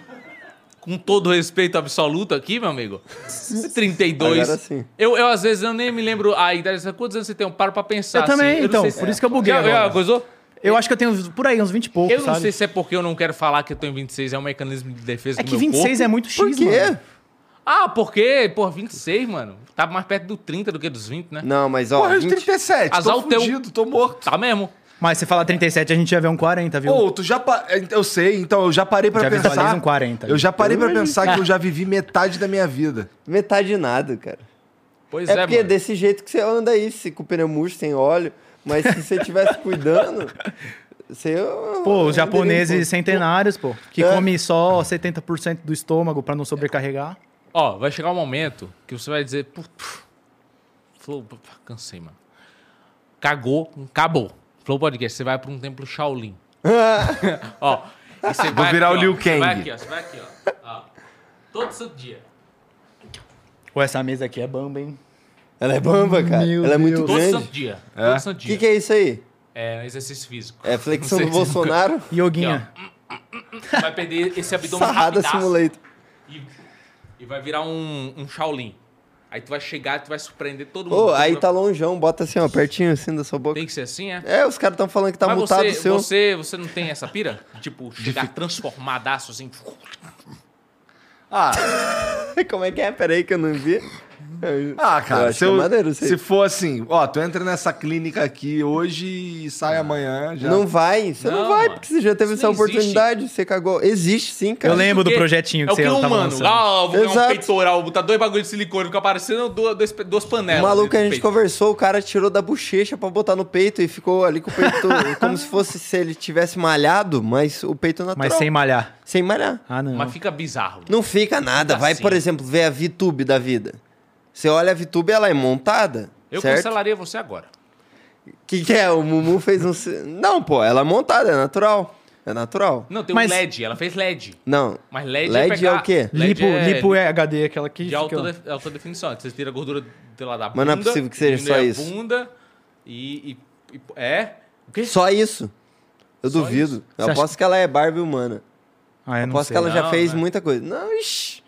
Speaker 3: Com todo respeito absoluto aqui, meu amigo. é 32.
Speaker 2: Agora sim.
Speaker 3: Eu, eu, às vezes, eu nem me lembro a idade. sabe Quantos anos você tem? Eu paro pra pensar.
Speaker 4: Eu também,
Speaker 3: assim. não
Speaker 4: então,
Speaker 3: sei se-
Speaker 4: por isso que eu buguei
Speaker 3: Já- já
Speaker 4: agora.
Speaker 3: coisou?
Speaker 4: Eu acho que eu tenho por aí, uns 20 e poucos,
Speaker 3: Eu não
Speaker 4: sabe?
Speaker 3: sei se é porque eu não quero falar que eu tô em 26, é um mecanismo de defesa
Speaker 4: É
Speaker 3: do
Speaker 4: que
Speaker 3: meu
Speaker 4: 26
Speaker 3: corpo.
Speaker 4: é muito X,
Speaker 2: Por quê?
Speaker 4: mano. é-
Speaker 3: Ah, porque, pô, 26, mano. Tá mais perto do 30 do que dos 20, né?
Speaker 2: Não, mas ó,
Speaker 1: Porra, eu
Speaker 2: 20
Speaker 1: 37.
Speaker 3: Azar
Speaker 1: tô
Speaker 3: o teu.
Speaker 1: fudido, tô morto.
Speaker 3: Tá mesmo.
Speaker 4: Mas se falar 37, a gente já vê um 40, viu?
Speaker 1: Pô, tu já. Pa... Eu sei, então eu já parei pra
Speaker 4: Já
Speaker 1: pensar.
Speaker 4: visualiza um 40.
Speaker 1: Eu já parei pra pensar que eu já vivi metade da minha vida.
Speaker 2: metade de nada, cara.
Speaker 3: Pois
Speaker 2: É,
Speaker 3: é,
Speaker 2: porque
Speaker 3: mano.
Speaker 2: desse jeito que você anda aí, se com o pneu murcho, sem óleo, mas se você tivesse cuidando, você...
Speaker 4: Pô, os japoneses
Speaker 2: sem...
Speaker 4: centenários, pô, que
Speaker 2: É.
Speaker 4: come só 70% do estômago pra não sobrecarregar.
Speaker 3: Ó, vai chegar um momento que você vai dizer... "Pu- pu- Flow, pu- pu- cansei, mano. Cagou, acabou. Flow Podcast, você vai pra um templo Shaolin. ó, e você
Speaker 1: Vou
Speaker 3: vai
Speaker 1: virar
Speaker 3: aqui,
Speaker 1: o Liu
Speaker 3: ó,
Speaker 1: Kang.
Speaker 3: Você vai aqui, ó. Você vai aqui, ó. ó. Todo santo dia.
Speaker 4: Pô, essa mesa aqui é bamba, hein?
Speaker 2: Ela é bamba, cara.
Speaker 4: Meu
Speaker 2: Ela é muito
Speaker 3: Todo santo
Speaker 2: grande.
Speaker 3: dia. Todo santo
Speaker 2: O que,
Speaker 3: dia.
Speaker 2: que é isso aí?
Speaker 3: É exercício físico.
Speaker 2: É flexão
Speaker 3: Não sei
Speaker 2: do
Speaker 3: se-
Speaker 2: Bolsonaro?
Speaker 4: Yoguinha.
Speaker 3: Vai perder esse abdômen
Speaker 2: Sarrada
Speaker 3: rapidaço.
Speaker 2: simulator.
Speaker 3: E, e vai virar um, um Shaolin. Aí tu vai chegar, tu vai surpreender todo mundo.
Speaker 2: Ô, aí
Speaker 3: Tu
Speaker 2: tá longeão, bota assim, ó, pertinho assim da sua boca.
Speaker 3: Tem que ser assim, é?
Speaker 2: É, os caras estão falando que tá
Speaker 3: Mas
Speaker 2: mutado
Speaker 3: você,
Speaker 2: o seu.
Speaker 3: você, você não tem essa pira? Tipo, chegar transformadaço assim.
Speaker 1: Ah,
Speaker 2: Como é que é? Peraí que eu não vi.
Speaker 1: ah
Speaker 2: Eu
Speaker 1: cara,
Speaker 2: acho
Speaker 1: se,
Speaker 2: que é
Speaker 1: eu-
Speaker 2: maneiro isso aí.
Speaker 1: se for assim, ó, tu entra nessa clínica aqui hoje e sai amanhã já.
Speaker 2: Ah. Não vai, você não,
Speaker 3: Não,
Speaker 2: vai,
Speaker 3: mano.
Speaker 2: porque você já teve
Speaker 3: Isso
Speaker 2: essa
Speaker 3: não existe.
Speaker 2: oportunidade, você cagou. Existe sim, cara.
Speaker 4: Eu lembro do
Speaker 3: Porque
Speaker 4: projetinho que
Speaker 3: é o
Speaker 4: você
Speaker 3: que
Speaker 4: tava
Speaker 3: humano.
Speaker 4: lançando.
Speaker 3: Ah, vou ganhar um
Speaker 2: Exato.
Speaker 3: peitoral, botar dois bagulhos de silicone, fica aparecendo duas, dois- duas panelas.
Speaker 2: O maluco que a
Speaker 3: dentro né, do
Speaker 2: gente
Speaker 3: peito.
Speaker 2: conversou, o cara tirou da bochecha pra botar no peito e ficou ali com o peito como se fosse se ele tivesse malhado, mas o peito natural.
Speaker 4: Mas sem malhar.
Speaker 2: sem malhar.
Speaker 4: Ah, não.
Speaker 3: Mas fica bizarro.
Speaker 2: Não fica nada.
Speaker 3: Fica
Speaker 2: Vai,
Speaker 3: assim.
Speaker 2: por exemplo, ver a VTube da vida. Você olha a VTube, ela é montada.
Speaker 3: Eu
Speaker 2: certo?
Speaker 3: cancelaria você agora.
Speaker 2: Que que é? O Mumu fez um. se- Não, pô, ela é montada, é natural. É natural.
Speaker 3: Não, tem
Speaker 4: Mas-
Speaker 3: um LED, ela fez LED.
Speaker 2: Não.
Speaker 3: Mas LED,
Speaker 2: LED é
Speaker 3: é, pegar...
Speaker 2: o quê?
Speaker 3: LED
Speaker 4: Lipo, é... lipo é HD, aquela que...
Speaker 3: De
Speaker 4: que
Speaker 3: alta,
Speaker 4: eu-
Speaker 3: de- alta definição. Você tira a gordura de lá da bunda.
Speaker 2: Mas não é possível que seja só
Speaker 3: diminui a
Speaker 2: isso.
Speaker 3: bunda e... e- e- é? O quê?
Speaker 2: Só isso. Eu
Speaker 3: Só
Speaker 2: duvido.
Speaker 3: isso?
Speaker 2: Eu
Speaker 4: Você
Speaker 2: aposto que ela é Barbie humana.
Speaker 4: Ah, eu não
Speaker 2: Aposto
Speaker 4: sei.
Speaker 2: que ela já
Speaker 3: Não,
Speaker 2: fez
Speaker 3: né?
Speaker 2: muita coisa. Não, ixi.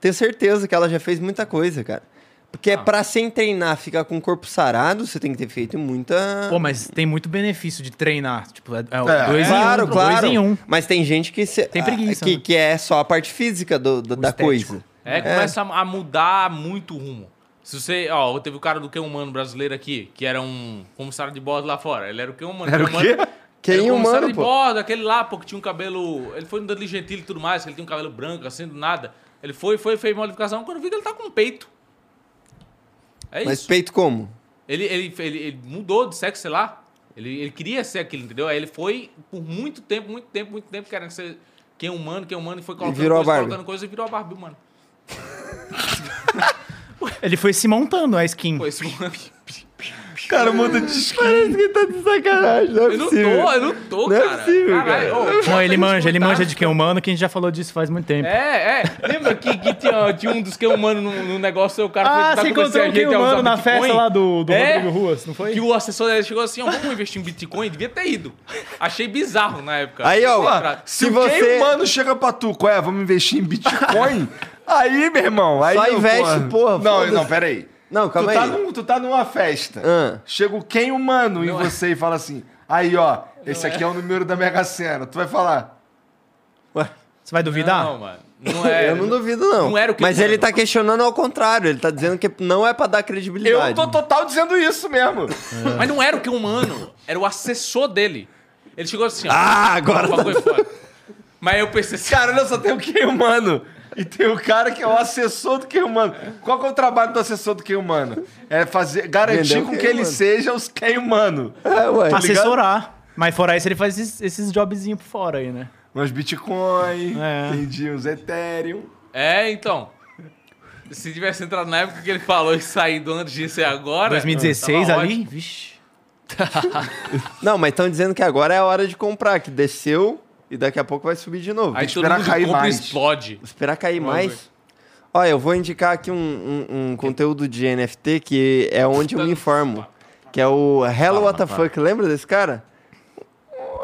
Speaker 2: Tenho certeza que ela já fez muita coisa, cara. Porque é pra sem treinar ficar com o corpo sarado, você tem que ter feito muita.
Speaker 4: Pô, mas tem muito benefício de treinar. Tipo, é, é
Speaker 1: É,
Speaker 4: dois
Speaker 2: claro,
Speaker 4: em um.
Speaker 2: claro.
Speaker 4: Dois em um.
Speaker 2: Mas tem gente que se- ah,
Speaker 4: Tem preguiça,
Speaker 2: que,
Speaker 4: né?
Speaker 2: que é só a parte física do- do- da
Speaker 4: estético.
Speaker 2: coisa.
Speaker 3: É, começa a a mudar muito o rumo. Se você, ó, teve o cara do que humano brasileiro aqui, que era um comissário de bordo lá fora. Ele era o que humano?
Speaker 1: Era o quê?
Speaker 2: Quem
Speaker 3: era o comissário
Speaker 2: humano,
Speaker 3: de
Speaker 2: pô?
Speaker 3: bordo, aquele lá, pô, que tinha um cabelo. Ele foi no Dudley Gentil e tudo mais, que ele tinha um cabelo branco, assim, do nada. Ele foi, foi, fez modificação. Quando eu vi, ele tá com peito. É
Speaker 2: Mas
Speaker 3: isso.
Speaker 2: peito como?
Speaker 3: Ele, ele, ele, ele mudou de sexo, sei lá. Ele, ele queria ser aquilo, entendeu? Aí ele foi por muito tempo, muito tempo, muito tempo, querendo ser quem é humano, quem é humano, e foi colocando
Speaker 2: virou a
Speaker 3: coisa,
Speaker 2: Barbie.
Speaker 3: colocando coisa e virou a Barbie, mano.
Speaker 4: Ele foi se montando a skin.
Speaker 3: Pô, esse...
Speaker 1: Cara, muda de skin.
Speaker 2: Parece que tá de sacanagem, não é
Speaker 3: Eu não tô,
Speaker 2: possível.
Speaker 3: eu não tô,
Speaker 2: Não é
Speaker 3: cara.
Speaker 2: possível,
Speaker 3: Caralho,
Speaker 2: cara.
Speaker 3: ô,
Speaker 4: Bom, ele manja, ele manja
Speaker 3: fantástico.
Speaker 4: de quem humano, que a gente já falou disso faz muito tempo.
Speaker 3: É, é. Lembra que, que tinha, tinha um dos que humano no, no negócio, o cara
Speaker 4: Ah,
Speaker 3: foi tentar
Speaker 4: você
Speaker 3: convencer
Speaker 4: encontrou
Speaker 3: a
Speaker 4: um quem
Speaker 3: gente a usar
Speaker 4: humano na
Speaker 3: Bitcoin?
Speaker 4: festa lá do, do
Speaker 3: É?
Speaker 4: Rodrigo Ruas, não foi?
Speaker 3: Que o assessor dele chegou assim, ó, vamos investir em Bitcoin? Devia ter ido. Achei bizarro na época.
Speaker 2: Aí, ó,
Speaker 3: Contrato.
Speaker 1: Se,
Speaker 2: Se
Speaker 1: o quem
Speaker 2: você-
Speaker 1: humano chega pra tu, qual é? Vamos investir em Bitcoin? aí, meu irmão, aí.
Speaker 2: Só
Speaker 1: eu,
Speaker 2: investe, porra,
Speaker 1: Não,
Speaker 2: foda-se.
Speaker 1: não, peraí.
Speaker 2: Não,
Speaker 1: Tu
Speaker 2: calma
Speaker 1: tá,
Speaker 2: aí.
Speaker 1: num- tu tá numa festa.
Speaker 2: Ah.
Speaker 1: Chega o quem humano em você e fala assim: aí, ó, esse aqui é. o número da Mega Sena. Tu vai falar.
Speaker 4: Você vai duvidar?
Speaker 3: Não, mano. Não é.
Speaker 2: eu não duvido, não.
Speaker 3: Não era o que
Speaker 2: Mas
Speaker 3: eu
Speaker 2: ele
Speaker 3: quero.
Speaker 2: tá questionando ao contrário. Ele tá dizendo que não é pra dar credibilidade.
Speaker 1: Eu tô total dizendo isso mesmo.
Speaker 3: Mas não era o que humano, era o assessor dele. Ele chegou assim, ó.
Speaker 2: Ah, agora
Speaker 3: o
Speaker 2: tá...
Speaker 3: bagulho é foda. Mas eu pensei assim,
Speaker 1: Cara, olha só, tem o quem humano. E tem o cara que é o assessor do quem humano. Qual que é o trabalho do assessor do quem humano? É fazer, garantir
Speaker 2: Vender o
Speaker 1: com
Speaker 2: quem
Speaker 1: que ele
Speaker 2: humano.
Speaker 1: seja os quem humano.
Speaker 2: É, ué.
Speaker 4: Tá Assessorar. Mas fora isso, ele faz esses, esses jobzinhos por fora aí, né?
Speaker 1: Uns Bitcoin,
Speaker 4: É.
Speaker 1: entendi, uns Ethereum.
Speaker 3: é, então. Se tivesse entrado na época que ele falou e saído antes disso e é agora.
Speaker 4: 2016
Speaker 3: tava
Speaker 4: ali?
Speaker 3: tá ótimo.
Speaker 4: Vixe.
Speaker 2: Não, mas estão dizendo que agora é a hora de comprar, que desceu e daqui a pouco vai subir de novo.
Speaker 3: Aí
Speaker 1: que
Speaker 3: todo
Speaker 1: esperar
Speaker 3: mundo
Speaker 1: cair
Speaker 3: compra
Speaker 1: mais.
Speaker 3: e explode.
Speaker 2: Esperar cair
Speaker 3: Vamos
Speaker 2: mais. Olha, eu vou indicar aqui um, um- um conteúdo de NFT que é onde eu me informo. Que é o Hello What the Fuck. Lembra desse cara?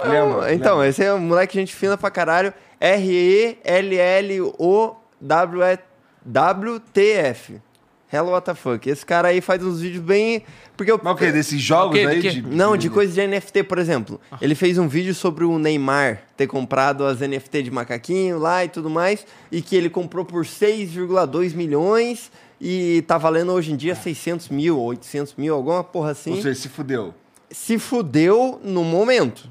Speaker 1: Lembra?
Speaker 2: Então,
Speaker 1: lembra.
Speaker 2: esse é um moleque gente fina pra caralho. R-E-L-L-O-W-T-F. Hello What the Fuck. Esse cara aí faz uns vídeos bem... Porque eu...
Speaker 1: Mas o quê? Desses jogos
Speaker 3: O quê? Do
Speaker 1: aí
Speaker 3: quê?
Speaker 1: de.
Speaker 2: Não, de coisa de NFT, por exemplo.
Speaker 1: Ah.
Speaker 2: Ele fez um vídeo sobre o Neymar ter comprado as NFT de macaquinho lá e tudo mais, e que ele comprou por 6,2 milhões e tá valendo hoje em dia 600 mil, 800 mil, alguma porra assim.
Speaker 1: É. Ou seja, se fudeu.
Speaker 2: Se fudeu no momento,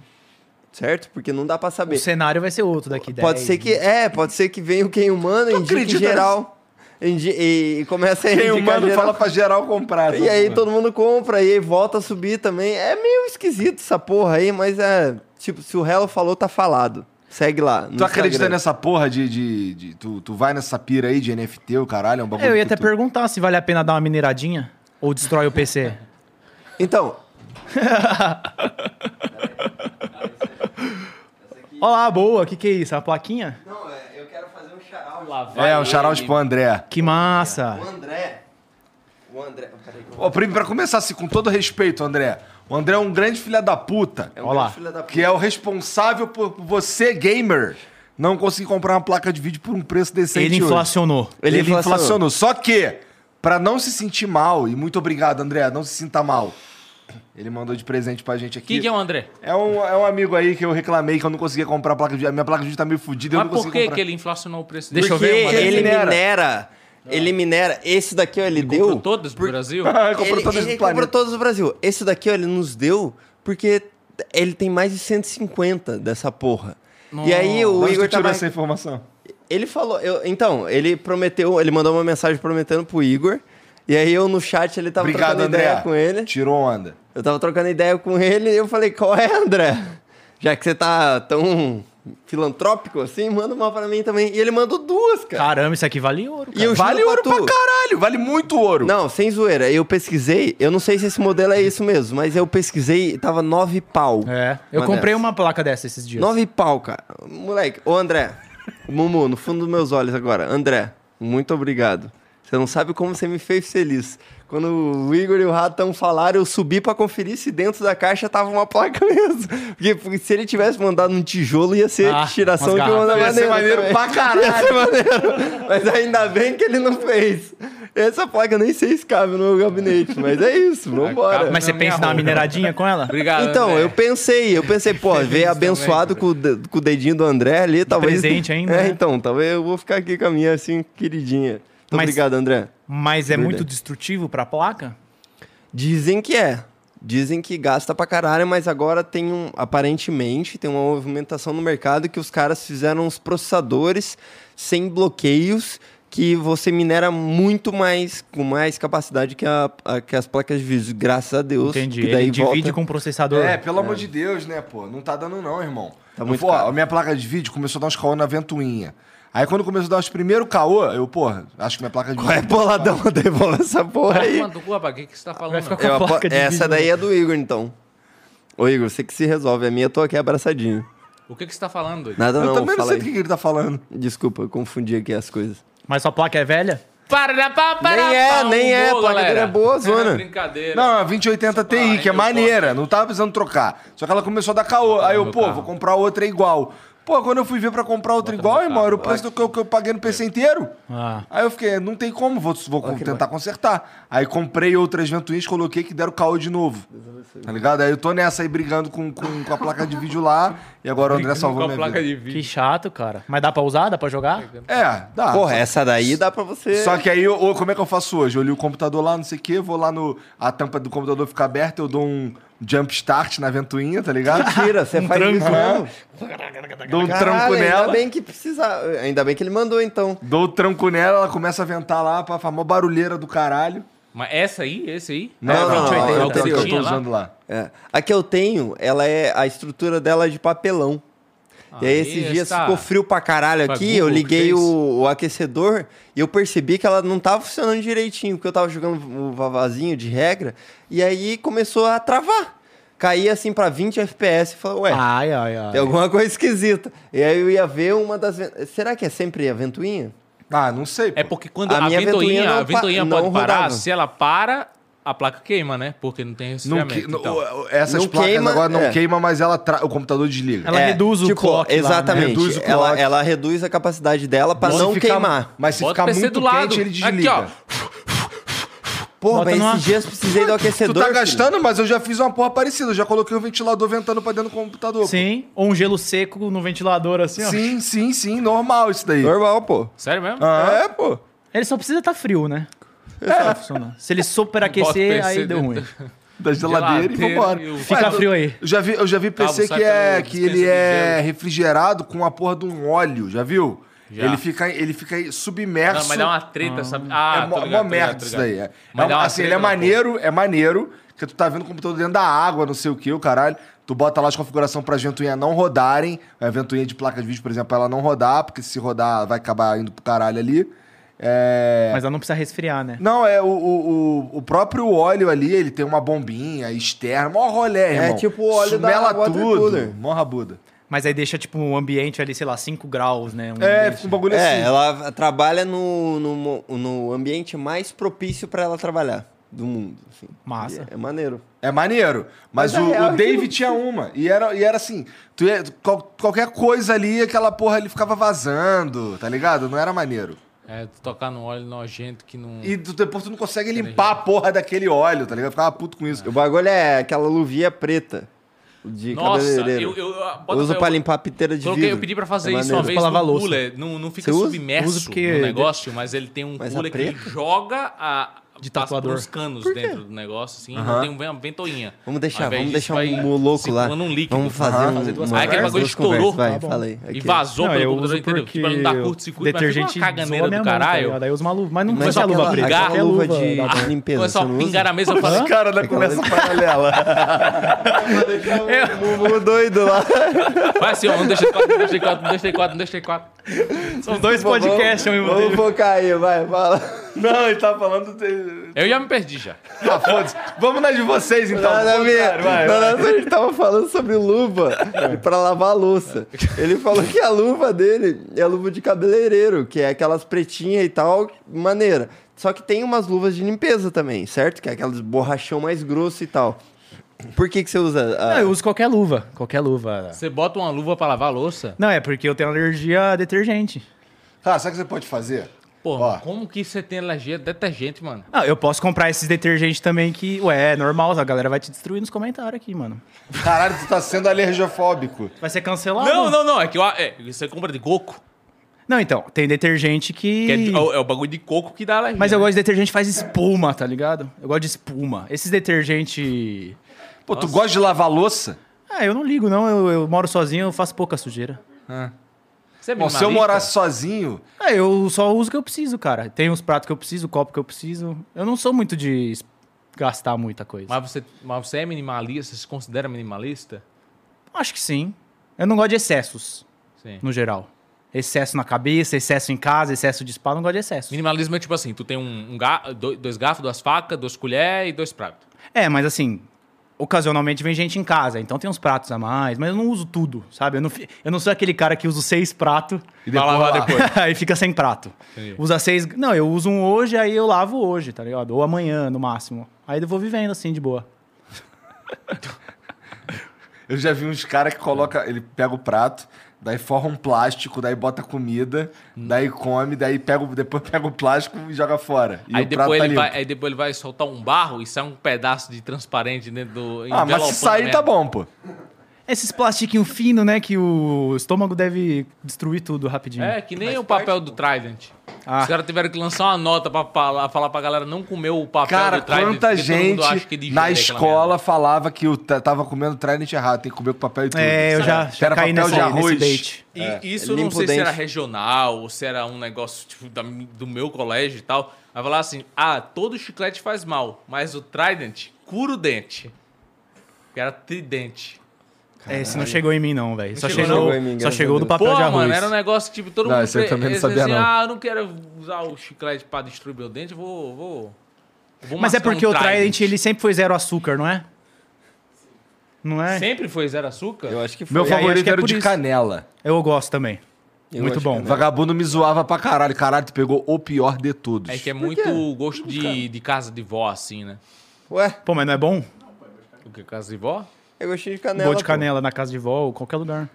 Speaker 2: certo? Porque não dá pra
Speaker 4: O
Speaker 2: saber.
Speaker 4: cenário vai ser outro daqui 10.
Speaker 2: Pode ser que é, pode ser que venha o quem humano indique
Speaker 1: acredita
Speaker 2: geral indi- e, e começa a
Speaker 1: Quem
Speaker 2: indicar
Speaker 1: humano
Speaker 2: geral.
Speaker 1: fala pra geral comprar. tá
Speaker 2: E aí todo mundo compra, e aí volta a subir também. É meio esquisito essa porra aí, mas é. Tipo, se o Hello falou, tá falado. Segue lá.
Speaker 1: Tu acredita nessa porra de. de, de- tu, tu vai nessa pira aí de NFT, o caralho? É um bagulho.
Speaker 4: Eu ia
Speaker 1: que
Speaker 4: até
Speaker 1: tu-
Speaker 4: perguntar se vale a pena dar uma mineradinha ou destrói o PC.
Speaker 2: Então,
Speaker 4: Olá, boa, que que é isso? A plaquinha?
Speaker 2: eu quero fazer um charal.
Speaker 1: É, um xarote pro André.
Speaker 4: Que massa.
Speaker 2: André. O André. oh,
Speaker 1: Ó, pra, pra começar assim, com todo respeito, André. O André é um grande filha da puta.
Speaker 2: É
Speaker 4: um Olha lá.
Speaker 2: filho da
Speaker 1: Que é o responsável por você, gamer, não conseguir comprar uma placa de vídeo por um preço decente.
Speaker 4: Ele
Speaker 1: hoje.
Speaker 4: inflacionou.
Speaker 1: Ele,
Speaker 2: Ele assim,
Speaker 1: inflacionou.
Speaker 2: inflacionou.
Speaker 1: Só que, pra não se sentir mal, e muito obrigado, André, não se sinta mal. Ele mandou de presente pra gente aqui.
Speaker 3: Quem que é o André?
Speaker 1: é, um, é um amigo aí que eu reclamei que eu não conseguia comprar a placa de vídeo. A minha placa de vídeo tá meio fodida, eu
Speaker 3: Mas
Speaker 1: não
Speaker 3: por
Speaker 1: consegui
Speaker 3: que,
Speaker 1: comprar.
Speaker 3: que ele inflacionou o preço
Speaker 4: Deixa eu
Speaker 2: Porque
Speaker 4: ver uma dessa.
Speaker 2: ele é
Speaker 1: Ele minera.
Speaker 2: minera. Ele minera. Esse daqui, ó, ele,
Speaker 3: Comprou
Speaker 2: deu.
Speaker 3: todas pro Brasil?
Speaker 1: Ah, comprou
Speaker 2: ele,
Speaker 1: todas
Speaker 2: ele
Speaker 1: do planeta.
Speaker 2: comprou todos do Brasil. Esse daqui, ó, ele nos deu porque ele tem mais de 150 dessa porra. E aí
Speaker 1: De
Speaker 2: o
Speaker 1: onde
Speaker 2: Igor tá
Speaker 1: tu tirou
Speaker 2: tava...
Speaker 1: essa informação?
Speaker 2: Ele falou, eu- então, ele prometeu, ele mandou uma mensagem prometendo pro Igor. E aí eu no chat ele tava
Speaker 1: obrigado,
Speaker 2: trocando
Speaker 1: André.
Speaker 2: ideia com ele.
Speaker 1: Tirou onda.
Speaker 2: Eu tava trocando ideia com ele e eu falei, qual é, André? Já que você tá tão filantrópico assim, manda uma pra mim também. E ele mandou duas, cara.
Speaker 4: Caramba, isso aqui vale ouro.
Speaker 2: E eu
Speaker 1: Vale
Speaker 2: juro
Speaker 1: ouro pra
Speaker 2: tu-
Speaker 1: caralho, vale muito ouro.
Speaker 2: Não, sem zoeira. Eu pesquisei, eu não sei se esse modelo é isso mesmo, mas eu pesquisei e tava nove pau.
Speaker 4: É. Eu
Speaker 2: Uma
Speaker 4: comprei
Speaker 2: dessa.
Speaker 4: uma placa dessa esses dias.
Speaker 2: Nove pau, cara. Moleque, ô André, Mumu, no fundo dos meus olhos agora. André, muito obrigado. Você não sabe como você me fez feliz. Quando o Igor e o Ratão falaram, eu subi pra conferir se dentro da caixa tava uma placa mesmo. Porque porque se ele tivesse mandado um tijolo, ia ser
Speaker 4: Ah,
Speaker 2: tiração
Speaker 4: umas
Speaker 2: que eu mandava
Speaker 1: Ia ser
Speaker 2: nele
Speaker 1: maneiro
Speaker 2: também.
Speaker 1: pra caralho.
Speaker 2: Ia ser maneiro. Mas ainda bem que ele não fez. Essa placa eu nem sei se cabe no meu gabinete, mas é isso, vambora.
Speaker 4: Mas você
Speaker 3: Na
Speaker 4: pensa
Speaker 3: minha
Speaker 4: em dar uma
Speaker 3: roupa.
Speaker 4: mineradinha com ela?
Speaker 3: Obrigado.
Speaker 2: Então,
Speaker 3: André.
Speaker 2: eu pensei, eu pensei, pô, veio abençoado com, o de- com o dedinho do André ali, talvez.
Speaker 4: presente ainda,
Speaker 2: É,
Speaker 4: né?
Speaker 2: então, talvez eu vou ficar aqui com a minha assim, queridinha. Muito
Speaker 4: Mas-
Speaker 2: obrigado, André.
Speaker 4: Mas é
Speaker 2: Verdade.
Speaker 4: muito destrutivo pra placa?
Speaker 2: Dizem que é. Dizem que gasta pra caralho, mas agora tem um. Aparentemente, tem uma movimentação no mercado que os caras fizeram uns processadores sem bloqueios que você minera muito mais, com mais capacidade que, a- a- que as placas de vídeo, graças a Deus.
Speaker 4: Entendi.
Speaker 2: Que daí
Speaker 4: Ele divide
Speaker 2: volta...
Speaker 4: com o processador.
Speaker 1: É, pelo amor de Deus, né, pô? Não tá dando não, irmão.
Speaker 2: Tá
Speaker 1: Eu
Speaker 2: muito
Speaker 1: vou- ó,
Speaker 2: caro.
Speaker 1: a minha placa de vídeo começou a dar uns caô na ventoinha. Aí quando começou a dar os primeiros caô, eu, porra, acho que minha placa de
Speaker 2: Qual é boladão? Devolve essa porra aí.
Speaker 3: Mano, o que, que você tá falando?
Speaker 4: Vai ficar com
Speaker 2: Eu
Speaker 4: a
Speaker 2: apo-
Speaker 4: placa de
Speaker 2: Essa
Speaker 4: vídeo. né?
Speaker 2: daí é do Igor, então. Ô, Igor, você que se resolve. A minha eu tô aqui abraçadinho.
Speaker 3: O que, que você tá falando? doido?
Speaker 2: Nada
Speaker 1: Eu
Speaker 2: não,
Speaker 1: também não
Speaker 2: fala
Speaker 1: sei
Speaker 2: aí.
Speaker 1: do que que ele tá falando.
Speaker 2: Desculpa, eu confundi aqui as coisas.
Speaker 4: Mas sua placa é velha?
Speaker 3: Para, para, um
Speaker 2: Nem é, nem é, a placa dele é boa, zona.
Speaker 3: brincadeira.
Speaker 1: Não, é uma 2080 Ti, que é
Speaker 3: Ah, eu Tá
Speaker 1: maneira. Não tava precisando trocar. Só que ela começou a dar caô. Aí eu,
Speaker 3: meu
Speaker 1: pô,
Speaker 3: carro.
Speaker 1: vou comprar outra igual. Pô, quando eu fui ver pra comprar outra igual,
Speaker 3: meu
Speaker 1: irmão,
Speaker 3: carro,
Speaker 1: era o preço do que eu, que eu paguei no
Speaker 3: É.
Speaker 1: PC inteiro.
Speaker 4: Ah.
Speaker 1: Aí eu fiquei, não tem como, vou, vou tentar consertar. Aí comprei outras ventoinhas, coloquei que deram caô de novo. Tá ligado? Aí eu tô nessa aí brigando com, com, com a placa de vídeo lá. E agora o André
Speaker 3: com
Speaker 1: salvou
Speaker 3: a
Speaker 1: minha
Speaker 3: placa
Speaker 1: vida.
Speaker 3: de
Speaker 4: Que
Speaker 3: vídeo.
Speaker 4: chato, cara. Mas dá pra usar? Dá pra jogar?
Speaker 1: É, dá.
Speaker 2: Porra, essa daí dá pra você...
Speaker 1: Só que aí, eu, eu- como é que eu faço hoje? Eu li o computador lá, não sei o quê, vou lá no. A tampa do computador fica aberta, eu dou um jump start na ventoinha, tá ligado?
Speaker 2: Mentira, você faz isso mesmo?
Speaker 1: dou né? um
Speaker 2: Caralho,
Speaker 1: tranco
Speaker 2: Ainda
Speaker 1: nela.
Speaker 2: bem que precisava. Ainda bem que ele mandou, então.
Speaker 1: Dou o tranco nela, ela começa a ventar lá, pra famosa barulheira do caralho.
Speaker 3: Mas essa aí, esse aí?
Speaker 1: Não,
Speaker 2: não, não, não,
Speaker 1: é
Speaker 2: não,
Speaker 1: o que eu tô
Speaker 3: não.
Speaker 1: usando lá.
Speaker 2: É. A que eu tenho, ela é. A estrutura dela é de papelão. e aí,
Speaker 3: Aí
Speaker 2: esses dias
Speaker 3: está.
Speaker 2: ficou frio pra caralho
Speaker 3: Foi a
Speaker 2: aqui.
Speaker 3: Google
Speaker 2: Eu
Speaker 3: que
Speaker 2: liguei
Speaker 3: fez.
Speaker 2: o, o aquecedor e eu percebi que ela não tava funcionando direitinho, porque eu tava jogando o vavazinho de regra. E aí começou a travar. Caía assim pra 20 FPS e falou, ué.
Speaker 4: Ai, ai,
Speaker 2: É. Tem
Speaker 4: ai.
Speaker 2: alguma coisa esquisita. E aí eu ia ver uma das. ven- Será que é sempre a ventoinha?
Speaker 1: Ah, não sei.
Speaker 3: É
Speaker 1: pô.
Speaker 3: porque quando
Speaker 2: A
Speaker 3: a,
Speaker 2: minha ventoinha
Speaker 3: ventoinha,
Speaker 2: não
Speaker 3: a ventoinha
Speaker 2: pa-
Speaker 3: pode
Speaker 2: não
Speaker 3: parar,
Speaker 2: rodava.
Speaker 3: se ela para, a placa queima, né? Porque não tem
Speaker 1: Não
Speaker 3: resfriamento.
Speaker 1: que, não-
Speaker 3: então.
Speaker 1: o- essas
Speaker 2: Não
Speaker 1: placas
Speaker 2: queima,
Speaker 1: agora não
Speaker 2: é.
Speaker 1: queima, mas ela tra- o computador desliga.
Speaker 4: Ela reduz o clock lá, né?
Speaker 2: tipo, Exatamente.
Speaker 1: Reduz o
Speaker 2: Ela,
Speaker 1: clock.
Speaker 2: ela reduz a capacidade dela pra
Speaker 1: Se
Speaker 2: não
Speaker 1: ficar-
Speaker 2: queimar.
Speaker 1: Mas se
Speaker 3: Bota
Speaker 1: ficar
Speaker 3: o PC
Speaker 1: muito
Speaker 3: do lado.
Speaker 1: quente, ele
Speaker 3: Aqui,
Speaker 1: desliga.
Speaker 3: ó.
Speaker 2: Porra,
Speaker 4: Bota
Speaker 2: mas
Speaker 4: numa-
Speaker 2: esses dias eu precisei do
Speaker 1: Tu
Speaker 2: aquecedor.
Speaker 1: tá
Speaker 2: filho.
Speaker 1: gastando, mas eu já fiz uma porra parecida. Eu já coloquei o ventilador ventando pra dentro do computador. pô.
Speaker 4: Sim, ou um gelo seco no ventilador assim, ó.
Speaker 1: Sim, sim, sim, normal isso daí.
Speaker 2: Normal, pô.
Speaker 3: Sério mesmo?
Speaker 1: Ah, é, pô.
Speaker 4: Ele só precisa estar frio, né? Pra funcionar. Se ele superaquecer,
Speaker 3: Bota o PC
Speaker 4: aí deu ruim.
Speaker 1: Da geladeira, e
Speaker 3: Geladeira
Speaker 1: vambora.
Speaker 3: e o-
Speaker 1: Ué,
Speaker 4: Fica
Speaker 1: eu-
Speaker 4: frio aí.
Speaker 1: Eu já vi, eu já vi PC
Speaker 3: Cabo, sai
Speaker 1: que, é,
Speaker 3: pelo
Speaker 1: que
Speaker 3: dispensa
Speaker 1: ele
Speaker 3: de
Speaker 1: é
Speaker 3: gelo.
Speaker 1: refrigerado com a porra de um óleo, já viu?
Speaker 3: Já.
Speaker 1: Ele fica, ele fica submerso.
Speaker 3: Não, mas dá uma treta, sabe?
Speaker 1: É
Speaker 3: Ah,
Speaker 1: mó, mó
Speaker 3: tô ligado, tô ligado,
Speaker 1: merda
Speaker 3: tô
Speaker 1: isso
Speaker 3: ligado.
Speaker 1: daí. É,
Speaker 3: Mas
Speaker 1: É
Speaker 3: dá
Speaker 1: um-
Speaker 3: uma
Speaker 1: assim, ele
Speaker 3: treta
Speaker 1: é
Speaker 3: na porra.
Speaker 1: maneiro, é maneiro, que tu tá vendo o computador dentro da água, não sei o que, o caralho. Tu bota lá as configurações pra ventoinha não rodarem, a ventoinha de placa de vídeo, por exemplo, pra ela não rodar, porque se rodar vai acabar indo pro caralho ali. É...
Speaker 4: Mas ela não precisa resfriar, né?
Speaker 1: Não, é o, o, o, o próprio óleo ali, ele tem uma bombinha externa, mó rolé, irmão.
Speaker 2: tipo o óleo da
Speaker 1: Sumela
Speaker 2: water cooler.
Speaker 1: tudo, mó rabuda.
Speaker 4: Mas aí deixa, tipo, um ambiente ali, sei lá, 5 graus, né? Um
Speaker 1: É,
Speaker 4: ambiente.
Speaker 1: fica um bagulho
Speaker 2: É,
Speaker 1: assim.
Speaker 2: ela trabalha no, no, mo- no ambiente mais propício pra ela trabalhar do mundo. assim.
Speaker 4: Massa.
Speaker 2: E É, é maneiro.
Speaker 1: É maneiro. Mas,
Speaker 2: Mas a
Speaker 1: o,
Speaker 2: real é
Speaker 1: o
Speaker 2: que
Speaker 1: David
Speaker 2: não-
Speaker 1: tinha uma. E era, e era assim, tu ia- qual- qualquer coisa ali, aquela porra ali ficava vazando, tá ligado? Não era maneiro.
Speaker 3: É, tu tocar no óleo nojento que não.
Speaker 1: E tu, depois tu não consegue limpar a porra daquele óleo, tá ligado? Eu Ficava puto com isso.
Speaker 2: O bagulho é aquela luvinha preta de
Speaker 3: Nossa, eu,
Speaker 2: cabeleireiro.
Speaker 3: eu, eu bota
Speaker 2: Uso
Speaker 3: fé,
Speaker 2: pra
Speaker 3: eu-
Speaker 2: limpar a piteira de
Speaker 3: Coloquei-
Speaker 2: vidro.
Speaker 3: eu pedi pra fazer
Speaker 2: É
Speaker 3: isso uma
Speaker 2: maneiro.
Speaker 3: vez
Speaker 4: Pra lavar a
Speaker 3: no
Speaker 4: louça.
Speaker 3: cooler. Não, não fica
Speaker 2: Você usa?
Speaker 3: submerso
Speaker 4: Usa porque-
Speaker 3: no negócio, mas ele tem um
Speaker 2: Mas a
Speaker 3: cooler que
Speaker 2: preta?
Speaker 3: joga a...
Speaker 4: De
Speaker 3: passa por
Speaker 4: tatuador.
Speaker 3: uns canos
Speaker 2: Por quê?
Speaker 3: dentro do negócio, assim,
Speaker 1: Aham.
Speaker 3: tem uma ventoinha.
Speaker 2: Vamos
Speaker 3: Ao
Speaker 2: deixar,
Speaker 3: invés
Speaker 2: vamos
Speaker 3: disso,
Speaker 2: deixar
Speaker 3: vai
Speaker 2: um louco lá.
Speaker 3: circulando um líquido.
Speaker 2: Vamos fazer
Speaker 1: Aham.
Speaker 2: um.
Speaker 1: Fazer duas
Speaker 2: uma-
Speaker 3: Aí aquele bagulho
Speaker 2: duas conversas,
Speaker 3: estourou.
Speaker 2: Vai,
Speaker 4: Tá bom.
Speaker 2: fala aí.
Speaker 3: E
Speaker 2: Aqui.
Speaker 3: vazou
Speaker 4: Não,
Speaker 3: pelo
Speaker 4: eu
Speaker 3: computador,
Speaker 4: uso
Speaker 3: entendeu?
Speaker 4: porque
Speaker 3: Tipo, pra não dar
Speaker 4: o
Speaker 3: curto-circuito, mas fica uma
Speaker 4: detergente zoa
Speaker 3: caganeira
Speaker 4: minha
Speaker 3: do
Speaker 4: mão, tá
Speaker 3: caralho.
Speaker 4: ligado? Aí eu uso uma luva, mas não
Speaker 2: Mas
Speaker 4: foi a
Speaker 2: aquela-
Speaker 4: luva preta.
Speaker 3: aquela
Speaker 4: é a
Speaker 2: luva de-
Speaker 4: da mão.
Speaker 2: de limpeza.
Speaker 3: Começa
Speaker 2: você
Speaker 3: a
Speaker 2: não usa?
Speaker 3: pingar na mesa pra
Speaker 1: Os caras da conversa paralela.
Speaker 2: O doido lá.
Speaker 3: Vai assim, ó, 1, 2, 3, 4, 1, 2, 3, 4, 1, 2, 3, 4, 1, 2, 3, 4.
Speaker 4: São dois podcasts, eu
Speaker 2: Vamos vamos
Speaker 4: me
Speaker 2: focar aí, vai, fala.
Speaker 1: Não, ele tá falando. de-
Speaker 3: Eu já me perdi já.
Speaker 1: Ah, foda-se. Vamos na de vocês então.
Speaker 2: Nada a ver.
Speaker 1: vai, É.
Speaker 2: Na nossa, a gente tava falando sobre luva pra lavar a louça. Ele falou que a luva dele é a luva de cabeleireiro, que é aquelas pretinhas e tal, maneira. Só que tem umas luvas de limpeza também, certo? Que é aquelas borrachão mais grosso e tal. Por que que você usa? a-
Speaker 1: É,
Speaker 4: Não, eu uso qualquer luva. Qualquer luva.
Speaker 3: Você bota uma luva pra lavar a louça.
Speaker 4: Não, é porque eu tenho alergia a detergente.
Speaker 1: Cara, sabe o que você pode fazer?
Speaker 3: Pô,
Speaker 1: Ó.
Speaker 3: como que você tem alergia a detergente, mano?
Speaker 4: Ah, eu posso comprar esses detergentes também que, ué, é normal, a galera vai te destruir nos comentários aqui, mano.
Speaker 1: Caralho, tu tá sendo alergiofóbico.
Speaker 4: Vai ser cancelado.
Speaker 3: Não, não, não. É que eu- é, você compra de coco.
Speaker 4: Não, então, tem detergente que... oh,
Speaker 3: que é, de- é o- é o bagulho de coco que dá alergia.
Speaker 4: Mas eu gosto de detergente que faz espuma, tá ligado? Eu gosto de espuma. Esses detergente...
Speaker 1: Pô, tu gosta de lavar louça?
Speaker 4: Ah, eu não ligo, não. Eu, eu moro sozinho, eu faço pouca sujeira.
Speaker 3: Você é
Speaker 1: Bom, se eu
Speaker 3: minimalista?
Speaker 1: morasse sozinho,
Speaker 4: Ah, eu só uso o que eu preciso, cara. Tem os pratos que eu preciso, o copo que eu preciso. Eu não sou muito de es- gastar muita coisa.
Speaker 3: Mas você, mas você é minimalista? Você se considera minimalista?
Speaker 4: Acho que sim. Eu não gosto de excessos,
Speaker 3: Sim.
Speaker 4: no geral. excesso na cabeça, excesso em casa, excesso de spa, eu não gosto de excesso.
Speaker 3: Minimalismo é tipo assim, tu tem um, um ga- do- dois garfos, duas facas, duas colheres e dois pratos.
Speaker 4: É, mas assim, ocasionalmente vem gente em casa, então tem uns pratos a mais, mas eu não uso tudo, sabe? Eu não, fi- eu não sou aquele cara que usa seis pratos
Speaker 3: E depois lava depois.
Speaker 4: aí fica sem prato. Usa seis. Não, eu uso um hoje, aí eu lavo hoje, tá ligado? Ou amanhã, no máximo. Aí eu vou vivendo assim, de boa.
Speaker 1: Eu já vi uns caras que coloca, ele pega o prato, daí forra um plástico, daí bota comida, daí come, daí pega, o- depois pega o plástico e joga fora. E
Speaker 3: Aí
Speaker 1: o prato
Speaker 3: depois,
Speaker 1: tá
Speaker 3: ele
Speaker 1: limpo.
Speaker 3: vai, aí depois ele vai soltar um barro e sai um pedaço de transparente dentro do.
Speaker 1: Ah, mas se
Speaker 3: envelopando
Speaker 1: sair
Speaker 3: mesmo.
Speaker 1: tá bom, pô.
Speaker 4: Esses plastiquinhos finos, né? Que o estômago deve destruir tudo rapidinho.
Speaker 3: É, que nem o papel do Trident.
Speaker 4: Ah.
Speaker 3: Os caras tiveram que lançar uma nota pra falar, falar pra galera não comer o papel
Speaker 1: Cara,
Speaker 3: do Trident.
Speaker 1: quanta
Speaker 3: porque todo mundo acha que
Speaker 1: gente
Speaker 3: digere
Speaker 1: na
Speaker 3: aquela
Speaker 1: escola falava que eu t- tava comendo trident errado, tem que comer com papel e tudo.
Speaker 4: É, eu já, já
Speaker 1: Era
Speaker 4: caí
Speaker 1: papel
Speaker 4: nessa,
Speaker 1: de arroz.
Speaker 4: nesse bait.
Speaker 3: E isso eu
Speaker 2: limpa
Speaker 3: não
Speaker 2: o
Speaker 3: sei se
Speaker 2: dente.
Speaker 3: era regional ou se era um negócio tipo, da- do meu colégio e tal. Aí falar assim: ah, todo chiclete faz mal, mas o Trident cura o dente. Que era tridente.
Speaker 4: É, esse não chegou em mim, não, velho. Só
Speaker 3: chegou,
Speaker 4: chegou,
Speaker 3: não?
Speaker 2: Chegou em mim,
Speaker 4: só
Speaker 2: graças
Speaker 4: chegou
Speaker 2: a
Speaker 4: do
Speaker 2: Deus.
Speaker 4: papel
Speaker 3: Pô,
Speaker 4: de arroz.
Speaker 3: mano, era um negócio tipo, todo
Speaker 1: Não,
Speaker 3: mundo.
Speaker 1: esse eu
Speaker 3: pe-
Speaker 1: também não
Speaker 3: esse
Speaker 1: sabia,
Speaker 3: assim,
Speaker 1: não.
Speaker 3: Ah, eu não quero usar o chiclete pra destruir meu dente, eu vou. vou, vou
Speaker 4: Mas é
Speaker 3: mascar um
Speaker 4: porque o Trident, ele sempre foi zero açúcar, não é? Não é?
Speaker 3: Sempre foi zero açúcar?
Speaker 2: Eu acho que foi.
Speaker 1: Meu
Speaker 4: aí, acho
Speaker 1: favorito
Speaker 4: que é
Speaker 1: era o
Speaker 4: por
Speaker 1: de
Speaker 4: isso.
Speaker 1: canela.
Speaker 4: Eu gosto também.
Speaker 2: Eu
Speaker 4: Muito
Speaker 2: acho
Speaker 4: bom.
Speaker 2: que é.
Speaker 1: Vagabundo me zoava pra caralho. Caralho, tu pegou o pior de todos.
Speaker 3: É que é muito gosto de, de casa de vó, assim, né?
Speaker 2: Ué,
Speaker 4: Pô, mas não é bom?
Speaker 3: O que? Casa de vó?
Speaker 2: eu gostei de canela.
Speaker 4: Boa de
Speaker 2: pô.
Speaker 4: canela na casa de vó ou qualquer lugar.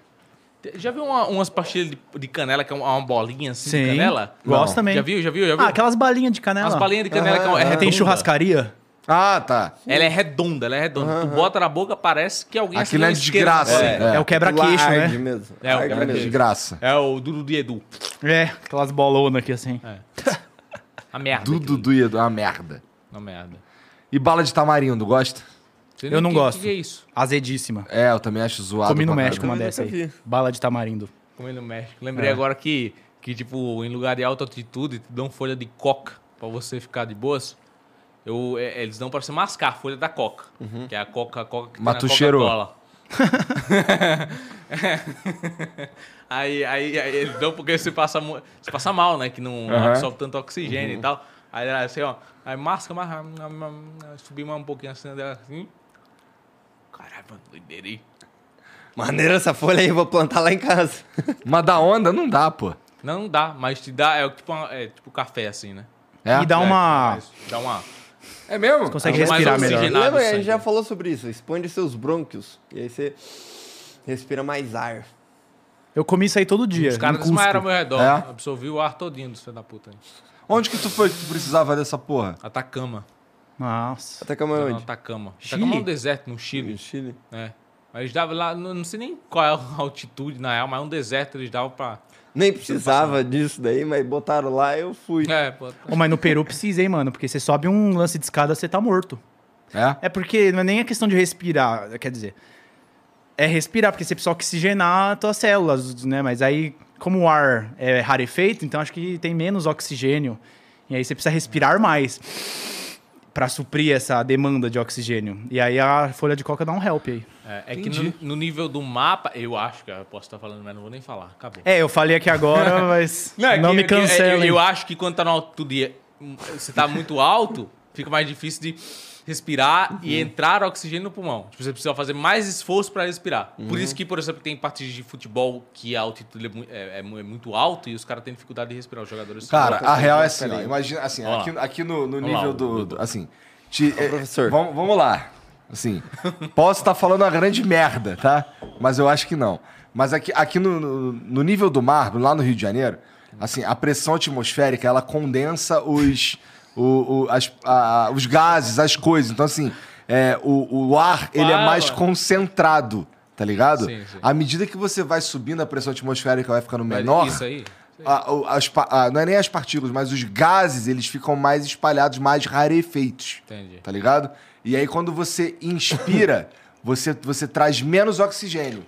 Speaker 3: Te- Já viu uma- umas pastilhas de, de canela, que é uma, uma bolinha assim de
Speaker 4: Sim.
Speaker 3: canela?
Speaker 4: Gosto também.
Speaker 3: Já viu, já viu, já viu?
Speaker 4: Ah, aquelas balinhas de canela.
Speaker 3: As balinhas de canela que é, redonda.
Speaker 4: Tem churrascaria?
Speaker 1: Ah, tá.
Speaker 3: Ela é redonda, ela é redonda. Tu bota na boca, parece que alguém
Speaker 1: Aquilo
Speaker 3: assinou
Speaker 1: é tipo
Speaker 3: um
Speaker 1: de
Speaker 3: isqueiro.
Speaker 1: graça.
Speaker 3: É.
Speaker 4: É, o quebra-queixo,
Speaker 2: Aquilo arde
Speaker 4: né?
Speaker 2: mesmo.
Speaker 3: É, o
Speaker 2: Arde
Speaker 3: quebra-queixo.
Speaker 1: De
Speaker 2: mesmo.
Speaker 1: graça.
Speaker 3: É o Duro de Edu.
Speaker 4: É, aquelas bolonas aqui assim.
Speaker 3: É. A merda.
Speaker 1: Du,
Speaker 3: aquilo.
Speaker 1: du, du, é uma merda.
Speaker 3: Não, merda.
Speaker 1: E bala de tamarindo, gosta?
Speaker 3: Sei
Speaker 4: Eu
Speaker 3: nem
Speaker 4: não
Speaker 3: que-
Speaker 4: gosto.
Speaker 3: que é isso?
Speaker 4: Azedíssima.
Speaker 1: É, eu também acho zoado.
Speaker 4: Comi no
Speaker 1: pra caralho.
Speaker 4: México uma
Speaker 2: Também
Speaker 4: dessa
Speaker 2: nunca
Speaker 4: aí.
Speaker 2: vi.
Speaker 4: Bala de tamarindo.
Speaker 3: Comer no México. Lembrei agora que, que, tipo, em lugar de alta altitude, te dão folha de coca pra você ficar de boas. Eu, é- eles dão pra você mascar a folha da coca. Que é a coca, a coca que tem
Speaker 1: Mas
Speaker 3: na
Speaker 1: tu cheirou.
Speaker 3: Coca-Cola. aí, aí, aí eles dão porque você passa, mu- você passa mal, né? Que não
Speaker 1: Aham.
Speaker 3: absorve tanto oxigênio e tal. Aí era assim, ó. Aí masca, mas subir mais um pouquinho assim, dela assim. Caralho, mano, doideira, hein?
Speaker 2: Maneira essa folha aí, vou plantar lá em casa.
Speaker 1: Mas da onda não dá, pô.
Speaker 3: Não, não dá, mas te dá, é tipo, uma- é tipo café assim, né?
Speaker 1: É?
Speaker 4: E dá uma.
Speaker 3: Dá uma.
Speaker 1: É mesmo?
Speaker 4: Consegue
Speaker 3: Mais assim.
Speaker 4: respirar melhor.
Speaker 3: oxigenado
Speaker 2: Lembra,
Speaker 3: o
Speaker 2: a
Speaker 3: sangue.
Speaker 2: gente já falou sobre isso. Expande seus brônquios. E aí você respira mais ar.
Speaker 4: Eu comi isso aí todo dia.
Speaker 3: Os caras
Speaker 4: em Cusco.
Speaker 3: desmaiaram ao meu redor.
Speaker 1: É?
Speaker 3: Absorvi o ar todinho do filho da puta. Hein?
Speaker 1: Onde que tu foi que tu precisava dessa porra?
Speaker 3: Atacama.
Speaker 4: Nossa.
Speaker 2: Até é cama
Speaker 3: Tá no
Speaker 2: onde?
Speaker 3: Atacama.
Speaker 4: Chile?
Speaker 3: Atacama é um deserto no
Speaker 2: No
Speaker 3: Chile.
Speaker 2: Chile.
Speaker 3: É. Mas eles davam lá, não, não sei nem qual é a altitude na real, mas é um deserto eles davam pra.
Speaker 2: Nem precisava disso daí, mas botaram lá e eu fui.
Speaker 3: É, pô. tá-
Speaker 4: Ô, mas no Peru precisa, hein, mano? Porque você sobe um lance de escada, você tá morto.
Speaker 1: É?
Speaker 4: É porque não é nem a questão de respirar, quer dizer. É respirar, porque você precisa oxigenar as tuas células, né? Mas aí, como o ar é rarefeito, então acho que tem menos oxigênio. E aí você precisa respirar mais pra suprir essa demanda de oxigênio. E aí a folha de coca dá um help aí.
Speaker 3: É, é que no, no nível do mapa, eu acho que eu posso estar falando, mas não vou nem falar. Acabou.
Speaker 4: É, eu falei aqui agora, mas não,
Speaker 3: é que-
Speaker 4: me
Speaker 3: é que- é-
Speaker 4: cancela.
Speaker 3: eu, eu acho que quando tá na altitude, hum, você tá muito alto, fica mais difícil de respirar e entrar oxigênio no pulmão. Tipo, você precisa fazer mais esforço para respirar. Por isso que, por exemplo, tem partidas de futebol que a altitude é mu- é, é mu- é muito alta e os caras têm dificuldade de respirar. Os jogadores...
Speaker 1: Cara, a real é assim, ó,
Speaker 2: Peraí.
Speaker 1: imagina, assim,
Speaker 3: Vamos
Speaker 1: aqui,
Speaker 3: lá.
Speaker 1: aqui no, no
Speaker 3: lá,
Speaker 1: nível
Speaker 3: o
Speaker 1: do,
Speaker 3: Dudu.
Speaker 1: do- assim, te- é,
Speaker 2: professor.
Speaker 1: Vamos, vamos lá, assim, posso estar falando uma grande merda, tá? Mas eu acho que não. Mas aqui, aqui no, no, no nível do mar, lá no Rio de Janeiro, assim, a pressão atmosférica, ela condensa os, o, o- as- a- os gases, as coisas, então assim, é, o, o ar, ele é
Speaker 3: Fala.
Speaker 1: mais concentrado, tá ligado?
Speaker 3: Sim, sim.
Speaker 1: À medida que você vai subindo, a pressão atmosférica vai ficando
Speaker 3: Mas
Speaker 1: menor.
Speaker 3: Isso aí...
Speaker 1: A- o- as pa- a- não é nem as partículas, mas os gases, eles ficam mais espalhados, mais rarefeitos.
Speaker 3: Entendi.
Speaker 1: Tá ligado? E aí, quando você inspira, você, você traz menos oxigênio,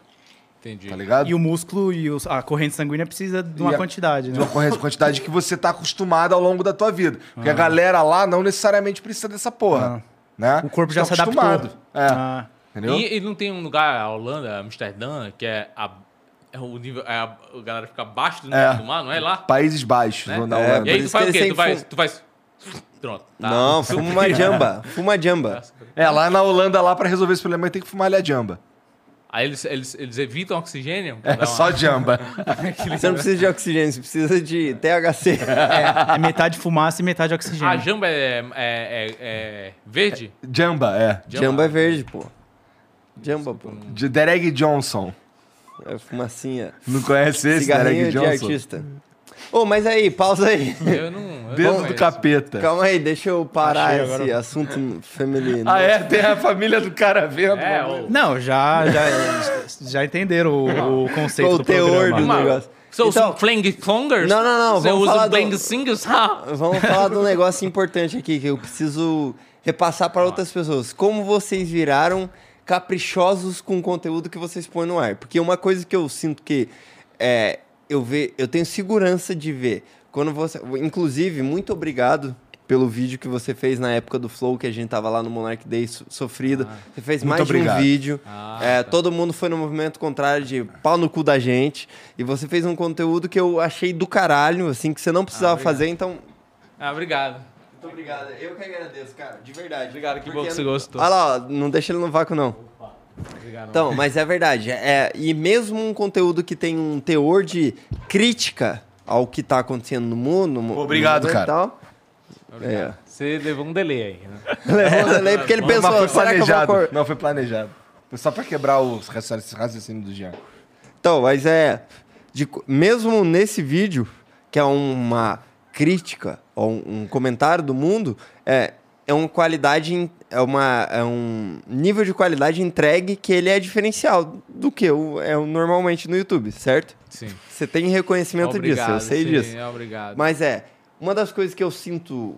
Speaker 3: Entendi.
Speaker 1: tá ligado?
Speaker 4: E o músculo e os- a corrente sanguínea precisa de uma
Speaker 1: E a-
Speaker 4: quantidade,
Speaker 1: De
Speaker 4: né?
Speaker 1: uma corrente- quantidade que você tá acostumado ao longo da tua vida. Porque a
Speaker 3: Ah.
Speaker 1: galera lá não necessariamente precisa dessa porra. Né?
Speaker 4: Ah. O corpo já
Speaker 1: Tá
Speaker 4: se adaptou.
Speaker 1: acostumado. É,
Speaker 4: Ah.
Speaker 1: entendeu?
Speaker 3: E, e não tem um lugar, a Holanda, Amsterdã, que é a, é o nível. É a, a galera fica abaixo do nível
Speaker 1: É.
Speaker 3: do mar, não é lá?
Speaker 1: Países Baixos, um
Speaker 3: Né?
Speaker 1: Ronaldo.
Speaker 2: É,
Speaker 3: E
Speaker 2: por
Speaker 3: aí tu
Speaker 2: isso
Speaker 3: faz
Speaker 2: que
Speaker 3: o quê?
Speaker 2: ele
Speaker 3: Tu faz,
Speaker 2: sempre
Speaker 3: tu faz. Pronto. Tá.
Speaker 2: Não, fuma uma jamba. Fuma jamba.
Speaker 1: É, lá na Holanda, lá pra resolver esse problema, tem que fumar ali a jamba.
Speaker 3: Aí eles, eles, eles evitam oxigênio?
Speaker 1: É
Speaker 3: Dá uma-
Speaker 1: só jamba.
Speaker 2: Você não precisa de oxigênio, você precisa de THC.
Speaker 4: É metade fumaça e metade oxigênio.
Speaker 3: Ah, jamba é, é, é- é verde?
Speaker 1: Jamba, é.
Speaker 2: Jamba é verde, pô. Jamba, pô.
Speaker 1: De Derek Johnson.
Speaker 2: É fumacinha.
Speaker 1: Não conhece esse,
Speaker 2: Cigarrinho
Speaker 1: Derek
Speaker 2: de
Speaker 1: Johnson?
Speaker 2: artista. Ô, mas aí, pausa aí.
Speaker 3: Eu não. Eu
Speaker 1: Dedo
Speaker 3: não
Speaker 1: do
Speaker 3: conheço.
Speaker 1: capeta.
Speaker 2: Calma aí, deixa eu parar
Speaker 4: Achei
Speaker 2: esse
Speaker 4: agora.
Speaker 2: assunto feminino.
Speaker 1: Ah, é? Tem a família do cara vendo.
Speaker 3: É,
Speaker 1: mano.
Speaker 3: o.
Speaker 4: Não, já,
Speaker 2: é.
Speaker 4: já, já entenderam o, o conceito
Speaker 2: Qual o
Speaker 4: do
Speaker 2: teor
Speaker 4: programa.
Speaker 2: do
Speaker 3: Mas-
Speaker 2: negócio?
Speaker 3: São
Speaker 2: Então-
Speaker 3: então, flang flongers?
Speaker 2: Não, não, não,
Speaker 3: Você
Speaker 2: vamos
Speaker 3: usa
Speaker 2: falar do-
Speaker 3: flang singers? Ah,
Speaker 2: Vamos falar de um negócio importante aqui que eu preciso repassar para outras pessoas. Como vocês viraram caprichosos com o conteúdo que vocês põem no ar? Porque uma coisa que eu sinto que é, eu, ve, eu tenho segurança de ver. Quando você, inclusive, muito obrigado pelo vídeo que você fez na época do Flow, que a gente tava lá no Monarch Day so- sofrido. você fez
Speaker 1: Ah, Muito
Speaker 2: mais
Speaker 1: obrigado. tá.
Speaker 2: de um vídeo.
Speaker 3: Ah,
Speaker 2: É, Todo mundo foi no movimento contrário de pau no cu da gente. E você fez um conteúdo que eu achei do caralho, assim, que você não precisava fazer, então
Speaker 3: ah, obrigado.
Speaker 2: muito obrigado. Eu que agradeço, cara. De verdade.
Speaker 3: Obrigado, que bom
Speaker 2: Porque-
Speaker 3: que você gostou.
Speaker 2: Olha lá, ó, não deixa ele no vácuo, não.
Speaker 3: Obrigado.
Speaker 2: Então, mas é verdade. É, e mesmo um conteúdo que tem um teor de crítica ao que tá acontecendo no mundo... no
Speaker 1: Obrigado,
Speaker 2: mundo e
Speaker 1: cara.
Speaker 2: tal, é,
Speaker 3: Obrigado. Você levou um delay aí, né?
Speaker 2: Levou o delay porque ele
Speaker 1: Mas
Speaker 2: pensou,
Speaker 1: foi
Speaker 2: será que eu vou...
Speaker 1: planejado.
Speaker 2: acor-
Speaker 1: Não, foi planejado. Foi só pra quebrar o raci- esse raciocínio do Jean.
Speaker 2: Então, mas é. de co- mesmo nesse vídeo, que é uma crítica ou um, um comentário do mundo, é, é uma qualidade. em- É, uma, é um nível de qualidade entregue que ele é diferencial do que o, é o normalmente no YouTube, certo?
Speaker 3: Sim.
Speaker 2: Você tem reconhecimento disso, eu sei
Speaker 3: sim,
Speaker 2: disso.
Speaker 3: Obrigado.
Speaker 2: Mas é, uma das coisas que eu sinto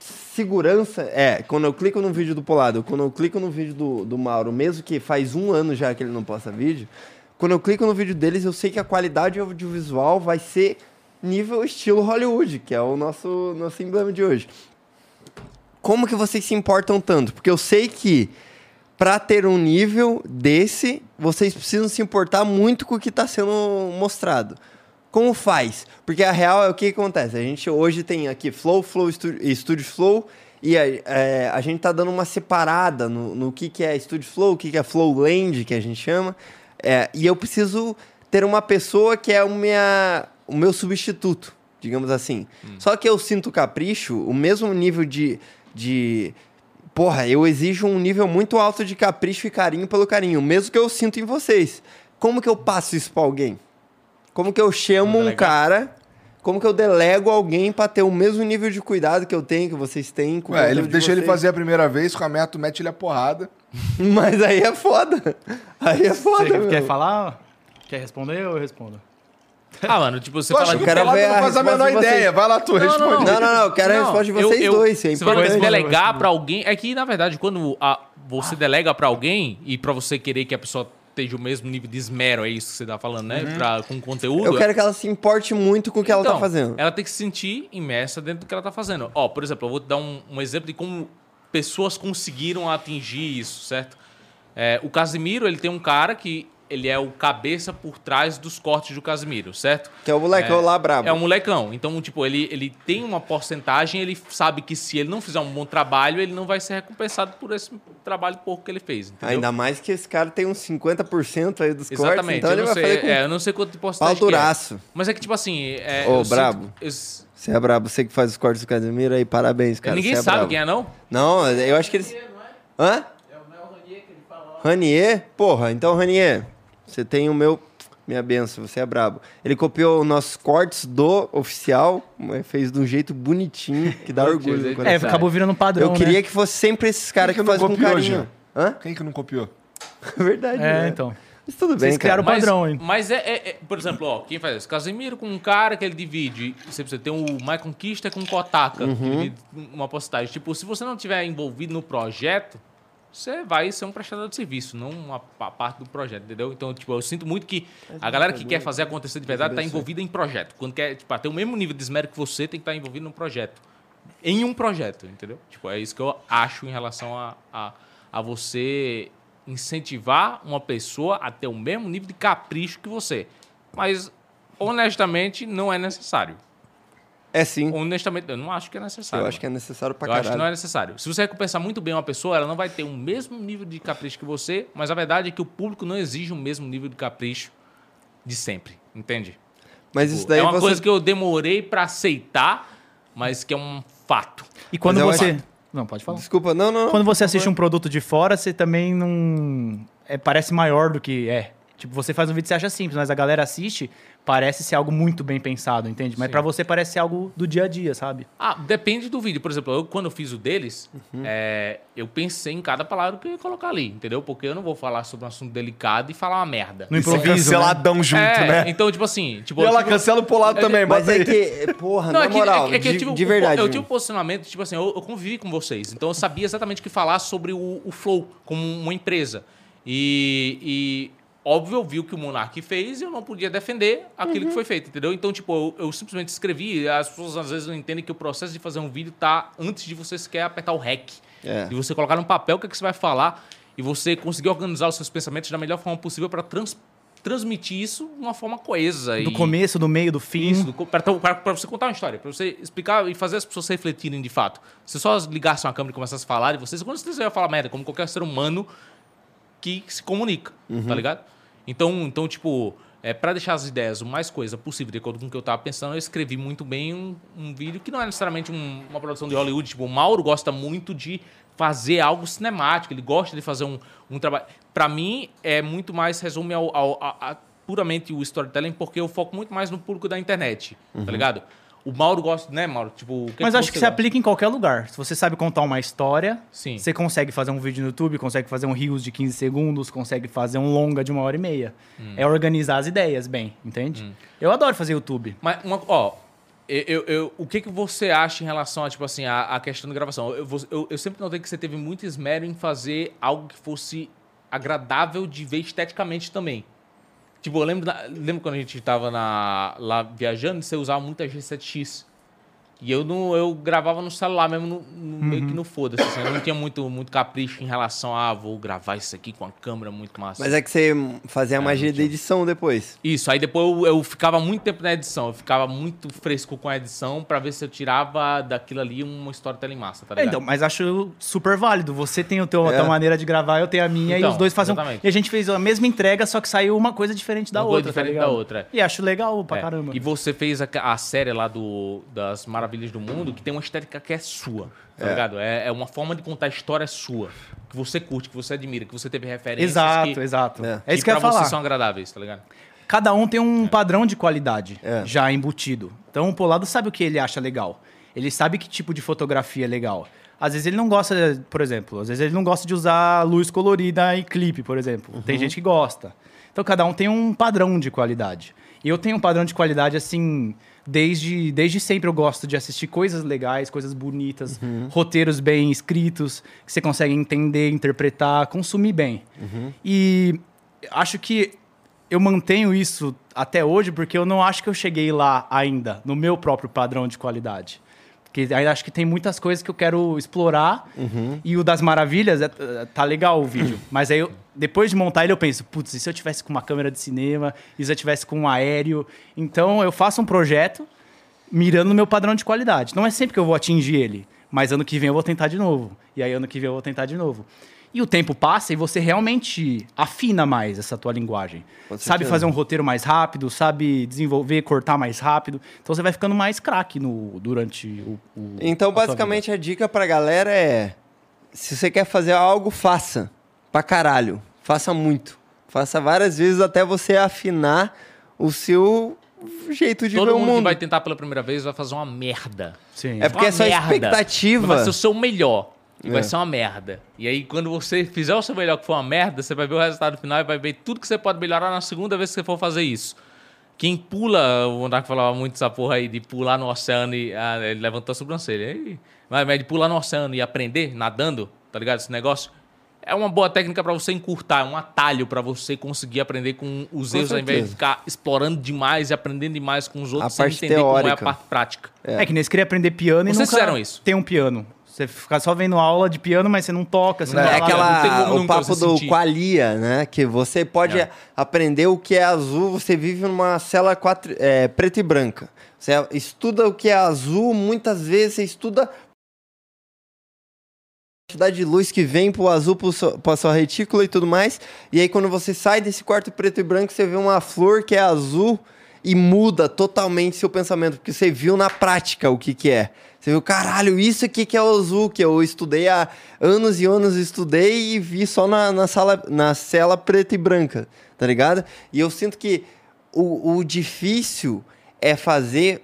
Speaker 2: segurança é quando eu clico num vídeo do Polado, quando eu clico no vídeo do, do Mauro, mesmo que faz um ano já que ele não posta vídeo, quando eu clico no vídeo deles, eu sei que a qualidade audiovisual vai ser nível estilo Hollywood, que é o nosso, nosso emblema de hoje. Como que vocês se importam tanto? Porque eu sei que para ter um nível desse, vocês precisam se importar muito com o que está sendo mostrado. Como faz? Porque a real é o que acontece. A gente hoje tem aqui Flow, Flow, Studio, e Studio Flow, e a, é, a gente tá dando uma separada no, no que, que é Studio Flow, o que, que é Flow Land, que a gente chama. É, e eu preciso ter uma pessoa que é o, minha, o meu substituto, digamos assim. Só que eu sinto capricho, o mesmo nível de- de Porra, eu exijo um nível muito alto de capricho e carinho pelo carinho, mesmo que eu sinto em vocês. Como que eu passo isso pra alguém? Como que eu chamo um
Speaker 3: delegar?
Speaker 2: cara? Como que eu delego alguém pra ter o mesmo nível de cuidado que eu tenho, que vocês têm? Com o
Speaker 1: Ué, É, ele
Speaker 2: conteúdo de
Speaker 1: deixou ele
Speaker 2: vocês?
Speaker 1: fazer a primeira vez, com a meta, tu mete ele a porrada.
Speaker 2: Mas aí é foda. Aí é foda,
Speaker 4: Você
Speaker 2: meu.
Speaker 4: quer falar? Quer responder ou eu respondo?
Speaker 3: Ah, mano, tipo, você
Speaker 1: Tu
Speaker 3: fala
Speaker 1: acha que
Speaker 3: de...
Speaker 1: o
Speaker 2: quero
Speaker 1: Pelado
Speaker 2: ver a
Speaker 1: não faz a
Speaker 2: resposta
Speaker 1: menor
Speaker 2: de vocês.
Speaker 1: ideia? Vai lá, tu responde.
Speaker 2: Não, não, não. Eu quero a resposta de vocês dois. Isso é
Speaker 3: Você fala que
Speaker 4: importante. Eu vou
Speaker 3: delegar
Speaker 4: responder.
Speaker 3: pra alguém... É que, na verdade, quando a- você delega pra alguém e pra você querer que a pessoa esteja o mesmo nível de esmero, é isso que você tá falando, né? Pra, com conteúdo.
Speaker 2: Uhum. Eu quero que ela se importe muito com o que ela tá
Speaker 3: Então,
Speaker 2: fazendo.
Speaker 3: Ela tem que se sentir imersa dentro do que ela tá fazendo. Ó, por exemplo, eu vou te dar um, um exemplo de como pessoas conseguiram atingir isso, certo? É, o Casimiro, ele tem um cara que ele é o cabeça por trás dos cortes do Casimiro, certo?
Speaker 2: Que é o molecão lá brabo.
Speaker 3: É um molecão. Então, tipo, ele, ele tem uma porcentagem, ele sabe que se ele não fizer um bom trabalho, ele não vai ser recompensado por esse trabalho pouco que ele fez. Entendeu?
Speaker 2: Ainda mais que esse cara tem uns 50% aí dos cortes,
Speaker 3: Exatamente.
Speaker 2: então
Speaker 3: eu,
Speaker 2: ele
Speaker 3: não
Speaker 2: vai
Speaker 3: sei,
Speaker 2: fazer com
Speaker 3: é, eu não sei quanto de porcentagem. que é.
Speaker 2: pau-duraço.
Speaker 3: Mas é que, tipo assim. É,
Speaker 2: Ô,
Speaker 3: eu sinto-
Speaker 2: brabo.
Speaker 3: eu-
Speaker 2: Você é brabo, você que faz os cortes do Casemiro aí, parabéns, cara.
Speaker 3: Ninguém
Speaker 2: você é
Speaker 3: sabe
Speaker 2: brabo.
Speaker 3: quem é, não?
Speaker 2: Não, eu acho que eles. Hã? Ranier? Porra, então Ranier, você tem o meu. Minha benção, você é brabo. Ele copiou nossos cortes do oficial, mas fez de um jeito bonitinho, que dá orgulho no
Speaker 4: É,
Speaker 2: coração.
Speaker 4: acabou virando padrão,
Speaker 2: eu
Speaker 4: né?
Speaker 2: queria que fosse sempre esses caras que,
Speaker 1: Por que não
Speaker 2: fazem com
Speaker 1: copiou,
Speaker 2: carinho.
Speaker 1: Jean?
Speaker 2: Hã?
Speaker 1: Quem que não copiou?
Speaker 2: É verdade.
Speaker 4: É,
Speaker 2: né?
Speaker 4: então.
Speaker 2: Mas tudo bem.
Speaker 4: Vocês
Speaker 2: cara.
Speaker 4: criaram o padrão, hein?
Speaker 3: Mas é, é- é- por exemplo, ó, quem faz isso? Casemiro com um cara que ele divide. Você precisa ter o My Conquista com o Kotaka, que divide uma postagem. Tipo, se você não tiver envolvido no projeto, você vai ser um prestador de serviço, não uma pa- parte do projeto, entendeu? Então, tipo, eu sinto muito que a galera que quer fazer acontecer de verdade tá envolvida em projeto. Quando quer, tipo, ter o mesmo nível de esmero que você, tem que estar envolvido no projeto. Em um projeto, entendeu? Tipo, é isso que eu acho em relação a, a, a você incentivar uma pessoa a ter o mesmo nível de capricho que você. Mas, honestamente, não é necessário.
Speaker 2: É sim.
Speaker 3: Honestamente, eu não acho que é necessário.
Speaker 2: Eu acho que é necessário pra
Speaker 3: Eu acho que não é
Speaker 2: caralho.
Speaker 3: necessário. Se você recompensar muito bem uma pessoa, ela não vai ter o mesmo nível de capricho que você, mas a verdade é que o público não exige o mesmo nível de capricho de sempre, entende?
Speaker 2: Mas isso daí
Speaker 3: é uma
Speaker 2: você.
Speaker 3: coisa que eu demorei pra aceitar, mas que é um fato.
Speaker 4: E quando
Speaker 2: Mas eu
Speaker 4: você. Não, pode falar.
Speaker 2: Desculpa, não, não. não.
Speaker 4: Quando você assiste um produto de fora, você também não. é, parece maior do que é. Tipo, você faz um vídeo e você acha simples, mas a galera assiste, parece ser algo muito bem pensado, entende? Mas pra você parece ser algo do dia a dia, sabe?
Speaker 3: Ah, depende do vídeo. Por exemplo, eu, quando eu fiz o deles, é, eu pensei em cada palavra que eu ia colocar ali, entendeu? Porque eu não vou falar sobre um assunto delicado e falar uma merda.
Speaker 4: No
Speaker 6: E ser
Speaker 4: improviso. né?
Speaker 6: canceladão junto,
Speaker 3: é,
Speaker 6: né?
Speaker 3: então, tipo assim... Tipo,
Speaker 6: E ela
Speaker 3: tipo,
Speaker 6: cancela o polado também,
Speaker 2: Mas
Speaker 6: bota
Speaker 2: é
Speaker 6: aí.
Speaker 2: que, porra, na
Speaker 3: é que-
Speaker 2: moral,
Speaker 3: é que- é que eu
Speaker 2: de,
Speaker 3: tive
Speaker 2: de
Speaker 3: um-
Speaker 2: verdade.
Speaker 3: Eu tive um posicionamento, tipo assim, eu, eu convivi com vocês, então eu sabia exatamente o que falar sobre o, o Flow como um, uma empresa. E, e, óbvio, eu vi o que o Monark fez e eu não podia defender aquilo
Speaker 2: Uhum.
Speaker 3: que foi feito, entendeu? Então, tipo, eu, eu simplesmente escrevi, as pessoas às vezes não entendem que o processo de fazer um vídeo tá antes de você sequer apertar o REC.
Speaker 2: É.
Speaker 3: E você colocar no papel o que, é que você vai falar e você conseguir organizar os seus pensamentos da melhor forma possível para trans- transmitir isso de uma forma coesa.
Speaker 4: Do
Speaker 3: e-
Speaker 4: começo, do meio, do fim.
Speaker 3: isso, para então, você contar uma história, para você explicar e fazer as pessoas refletirem de fato. Se só ligassem a câmera e começassem a falar, e vocês, quando vocês iam falar merda, como qualquer ser humano que se comunica, tá ligado? Então, então tipo, é, para deixar as ideias o mais coisa possível, de acordo com o que eu tava pensando, eu escrevi muito bem um, um vídeo que não é necessariamente um- uma produção de Hollywood. Tipo, o Mauro gosta muito de fazer algo cinemático, ele gosta de fazer um, um trabalho. Para mim, é muito mais, resume ao, ao- a- a- puramente o storytelling, porque eu foco muito mais no público da internet, tá ligado? O Mauro gosta, né, Mauro? Tipo, o que
Speaker 4: Mas
Speaker 3: é
Speaker 4: acho que
Speaker 3: você
Speaker 4: se
Speaker 3: gosta?
Speaker 4: aplica em qualquer lugar. Se você sabe contar uma história,
Speaker 3: Sim.
Speaker 4: você consegue fazer um vídeo no YouTube, consegue fazer um Reels de 15 segundos, consegue fazer um longa de uma hora e meia.
Speaker 3: Hum.
Speaker 4: É organizar as ideias bem, entende? Eu adoro fazer YouTube.
Speaker 3: Mas, uma, ó, eu, eu- eu- o que, que você acha em relação a, tipo assim, a, a questão da gravação? Eu, vou- eu- eu sempre notei que você teve muito esmero em fazer algo que fosse agradável de ver esteticamente também. Tipo, eu lembro, da- lembro quando a gente tava na- lá viajando, você usava muito a G7X. E eu não, eu gravava no celular mesmo, no, no- meio que no foda-se. assim, eu não tinha muito, muito capricho em relação a, ah, vou gravar isso aqui com a câmera muito massa.
Speaker 2: Mas é que você
Speaker 6: Ah,
Speaker 2: fazia a magia da edição depois.
Speaker 3: Isso, aí depois eu, eu ficava muito tempo na edição, eu ficava muito fresco com a edição pra ver se eu tirava daquilo ali uma storytelling massa, tá
Speaker 4: É,
Speaker 3: ligado?
Speaker 4: então, mas acho super válido. Você tem o teu, a
Speaker 2: É.
Speaker 4: tua maneira de gravar, eu tenho a minha,
Speaker 3: Então,
Speaker 4: e os dois fazem. um-
Speaker 3: exatamente.
Speaker 4: E a gente fez a mesma entrega, só que saiu uma coisa diferente da
Speaker 3: Uma coisa
Speaker 4: outra. tá
Speaker 3: diferente
Speaker 4: ligado?
Speaker 3: da outra, é.
Speaker 4: E acho legal pra
Speaker 3: É,
Speaker 4: caramba.
Speaker 3: E você fez a, a série lá do, das Maravilhas do Mundo, que tem uma estética que é sua, tá ligado? É, é uma forma de contar a história sua, que você curte, que você admira, que você teve referências
Speaker 4: Exato,
Speaker 3: que,
Speaker 4: exato.
Speaker 2: É.
Speaker 4: É, isso que eu
Speaker 3: pra
Speaker 4: ia falar.
Speaker 3: você são agradáveis, tá ligado?
Speaker 4: Cada um tem um padrão de qualidade
Speaker 2: É.
Speaker 4: já embutido. Então o Polado sabe o que ele acha legal. Ele sabe que tipo de fotografia é legal. Às vezes ele não gosta, por exemplo, às vezes ele não gosta de usar luz colorida e clipe, por exemplo. Tem gente que gosta. Então cada um tem um padrão de qualidade. E eu tenho um padrão de qualidade assim, desde, desde sempre eu gosto de assistir coisas legais, coisas bonitas, roteiros bem escritos, que você consegue entender, interpretar, consumir bem. E acho que eu mantenho isso até hoje porque eu não acho que eu cheguei lá ainda, no meu próprio padrão de qualidade. Porque ainda acho que tem muitas coisas que eu quero explorar. E o das maravilhas, é- tá legal o vídeo. Mas aí, eu, depois de montar ele, eu penso, putz, e se eu tivesse com uma câmera de cinema? E se eu tivesse com um aéreo? Então, eu faço um projeto mirando no meu padrão de qualidade. Não é sempre que eu vou atingir ele, mas ano que vem eu vou tentar de novo. E aí ano que vem eu vou tentar de novo. E o tempo passa e você realmente afina mais essa tua linguagem.
Speaker 2: Com certeza.
Speaker 4: Sabe fazer um roteiro mais rápido, sabe desenvolver, cortar mais rápido. Então você vai ficando mais craque no, durante o, o-
Speaker 2: Então,
Speaker 4: a tua
Speaker 2: basicamente, a dica pra galera é: se você quer fazer algo, faça. Pra caralho. Faça muito. Faça várias vezes até você afinar o seu jeito de ver
Speaker 3: Todo
Speaker 2: o
Speaker 3: mundo que
Speaker 2: mundo.
Speaker 3: vai tentar pela primeira vez vai fazer uma merda.
Speaker 4: vida. Sim.
Speaker 2: É porque
Speaker 3: Uma
Speaker 2: é só
Speaker 3: merda. Vai
Speaker 2: expectativa.
Speaker 3: ser o seu melhor. E
Speaker 2: É.
Speaker 3: vai ser uma merda. E aí, quando você fizer o seu melhor que for uma merda, você vai ver o resultado final e vai ver tudo que você pode melhorar na segunda vez que você for fazer isso. Quem pula, o Monarco falava muito essa porra aí de pular no oceano e. ah, ele levantou a sobrancelha. Aí, mas, mas de pular no oceano e aprender nadando, tá ligado? Esse negócio. É uma boa técnica pra você encurtar, é um atalho pra você conseguir aprender com os
Speaker 2: Com
Speaker 3: erros ao invés de
Speaker 2: certeza.
Speaker 3: ficar explorando demais e aprendendo demais com os outros
Speaker 2: A
Speaker 3: sem
Speaker 2: parte
Speaker 3: entender como é a
Speaker 2: teórica.
Speaker 3: parte prática.
Speaker 4: É. que nem você queria aprender piano
Speaker 3: Vocês
Speaker 4: e nunca
Speaker 3: fizeram isso?
Speaker 4: tem um piano. Você fica só vendo aula de piano, mas você não toca. Você não
Speaker 2: É
Speaker 3: Não, né? não tem
Speaker 2: aquela,
Speaker 3: como
Speaker 2: o
Speaker 3: nunca
Speaker 2: papo
Speaker 3: você
Speaker 2: do
Speaker 3: sentir.
Speaker 2: qualia, né? Que você pode
Speaker 3: É.
Speaker 2: aprender o que é azul, você vive numa cela quatro, é, preta e branca. Você estuda o que é azul, muitas vezes você estuda a quantidade de luz que vem pro azul, pro so- pra sua retícula e tudo mais. E aí quando você sai desse quarto preto e branco, você vê uma flor que é azul e muda totalmente seu pensamento, porque você viu na prática o que que é. Você viu, caralho, isso aqui que é o azul, que eu estudei há anos e anos, estudei e vi só na, na sala, na cela preta e branca, tá ligado? E eu sinto que o, o difícil é fazer,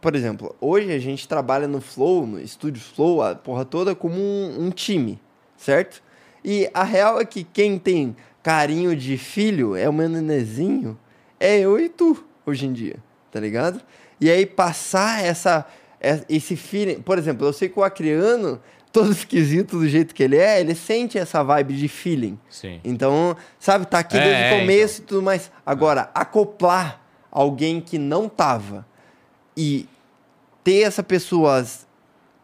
Speaker 2: por exemplo, hoje a gente trabalha no Flow, no estúdio Flow, a porra toda, como um, um time, certo? E a real é que quem tem carinho de filho é o meu nenezinho, é eu e tu, hoje em dia, tá ligado? E aí passar essa, é- esse feeling. Por exemplo, eu sei que o Acriano, todo esquisito do jeito que ele é, ele sente essa vibe de feeling.
Speaker 3: Sim.
Speaker 2: Então, sabe, tá aqui
Speaker 3: É,
Speaker 2: desde
Speaker 3: é,
Speaker 2: o começo e tudo mais. Agora, acoplar alguém que não tava e ter essa pessoa.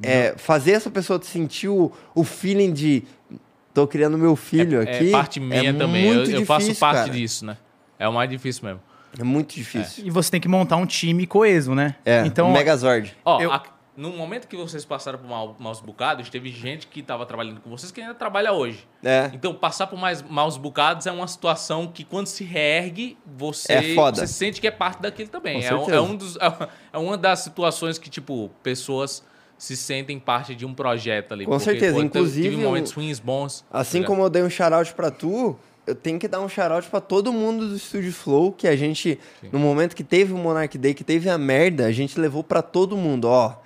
Speaker 2: é, fazer essa pessoa sentir o, o feeling de. Tô criando meu filho
Speaker 3: é
Speaker 2: aqui.
Speaker 3: parte minha
Speaker 2: é
Speaker 3: também. Eu,
Speaker 2: muito
Speaker 3: eu faço
Speaker 2: difícil,
Speaker 3: parte
Speaker 2: cara.
Speaker 3: disso, né? É o mais difícil mesmo.
Speaker 2: É muito difícil.
Speaker 4: E você tem que montar um time coeso, né?
Speaker 2: É,
Speaker 4: então,
Speaker 2: Megazord.
Speaker 3: Ó,
Speaker 4: Eu-
Speaker 3: a- no momento que vocês passaram por mal, maus bocados, teve gente que estava trabalhando com vocês que ainda trabalha hoje.
Speaker 2: É.
Speaker 3: Então, passar por mais maus bocados é uma situação que, quando se reergue, você,
Speaker 2: É foda.
Speaker 3: você sente que é parte daquilo também.
Speaker 2: Com
Speaker 3: É, um-
Speaker 2: certeza.
Speaker 3: é um dos, é uma das situações que, tipo, pessoas se sentem parte de um projeto ali.
Speaker 2: Com
Speaker 3: Porque,
Speaker 2: certeza,
Speaker 3: pô, eu
Speaker 2: inclusive,
Speaker 3: Tive momentos ruins, bons.
Speaker 2: Assim
Speaker 3: tá ligado?
Speaker 2: como eu dei um shout-out pra tu, eu tenho que dar um shout-out pra todo mundo do Estúdio Flow, que a gente, no momento que teve o Monarch Day, que teve a merda, a gente levou pra todo mundo, ó,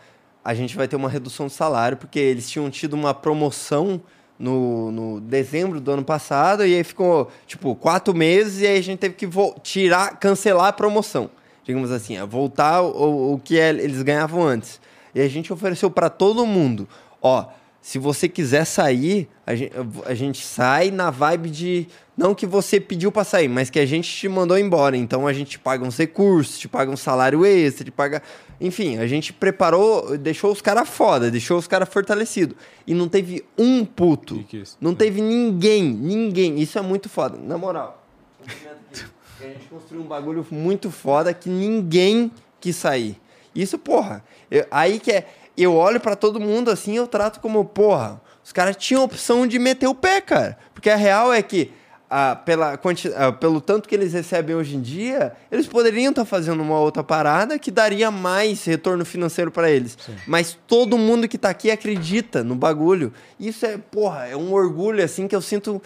Speaker 2: a gente vai ter uma redução de salário, porque eles tinham tido uma promoção no, no dezembro do ano passado, e aí ficou, tipo, quatro meses, e aí a gente teve que vo- tirar, cancelar a promoção, digamos assim, é, voltar o, o que é- eles ganhavam antes. E a gente ofereceu pra todo mundo, ó, se você quiser sair, a gen- a gente, sai na vibe de. Não que você pediu pra sair, mas que a gente te mandou embora. Então a gente te paga uns recursos, te paga um salário extra, te paga. Enfim, a gente preparou, deixou os caras foda, deixou os caras fortalecidos. E não teve um puto.
Speaker 3: Que é isso.
Speaker 2: Não teve ninguém, ninguém. Isso é muito foda. Na moral, cumprimento aqui. a gente construiu um bagulho muito foda que ninguém quis sair. Isso, porra. eu- aí que é. Eu olho pra todo mundo assim, eu trato como, porra, os caras tinham a opção de meter o pé, cara. Porque a real é que, ah, pela quanti- ah, pelo tanto que eles recebem hoje em dia, eles poderiam estar fazendo uma outra parada que daria mais retorno financeiro pra eles. Mas todo mundo que tá aqui acredita no bagulho. Isso é, porra, é um orgulho assim que eu sinto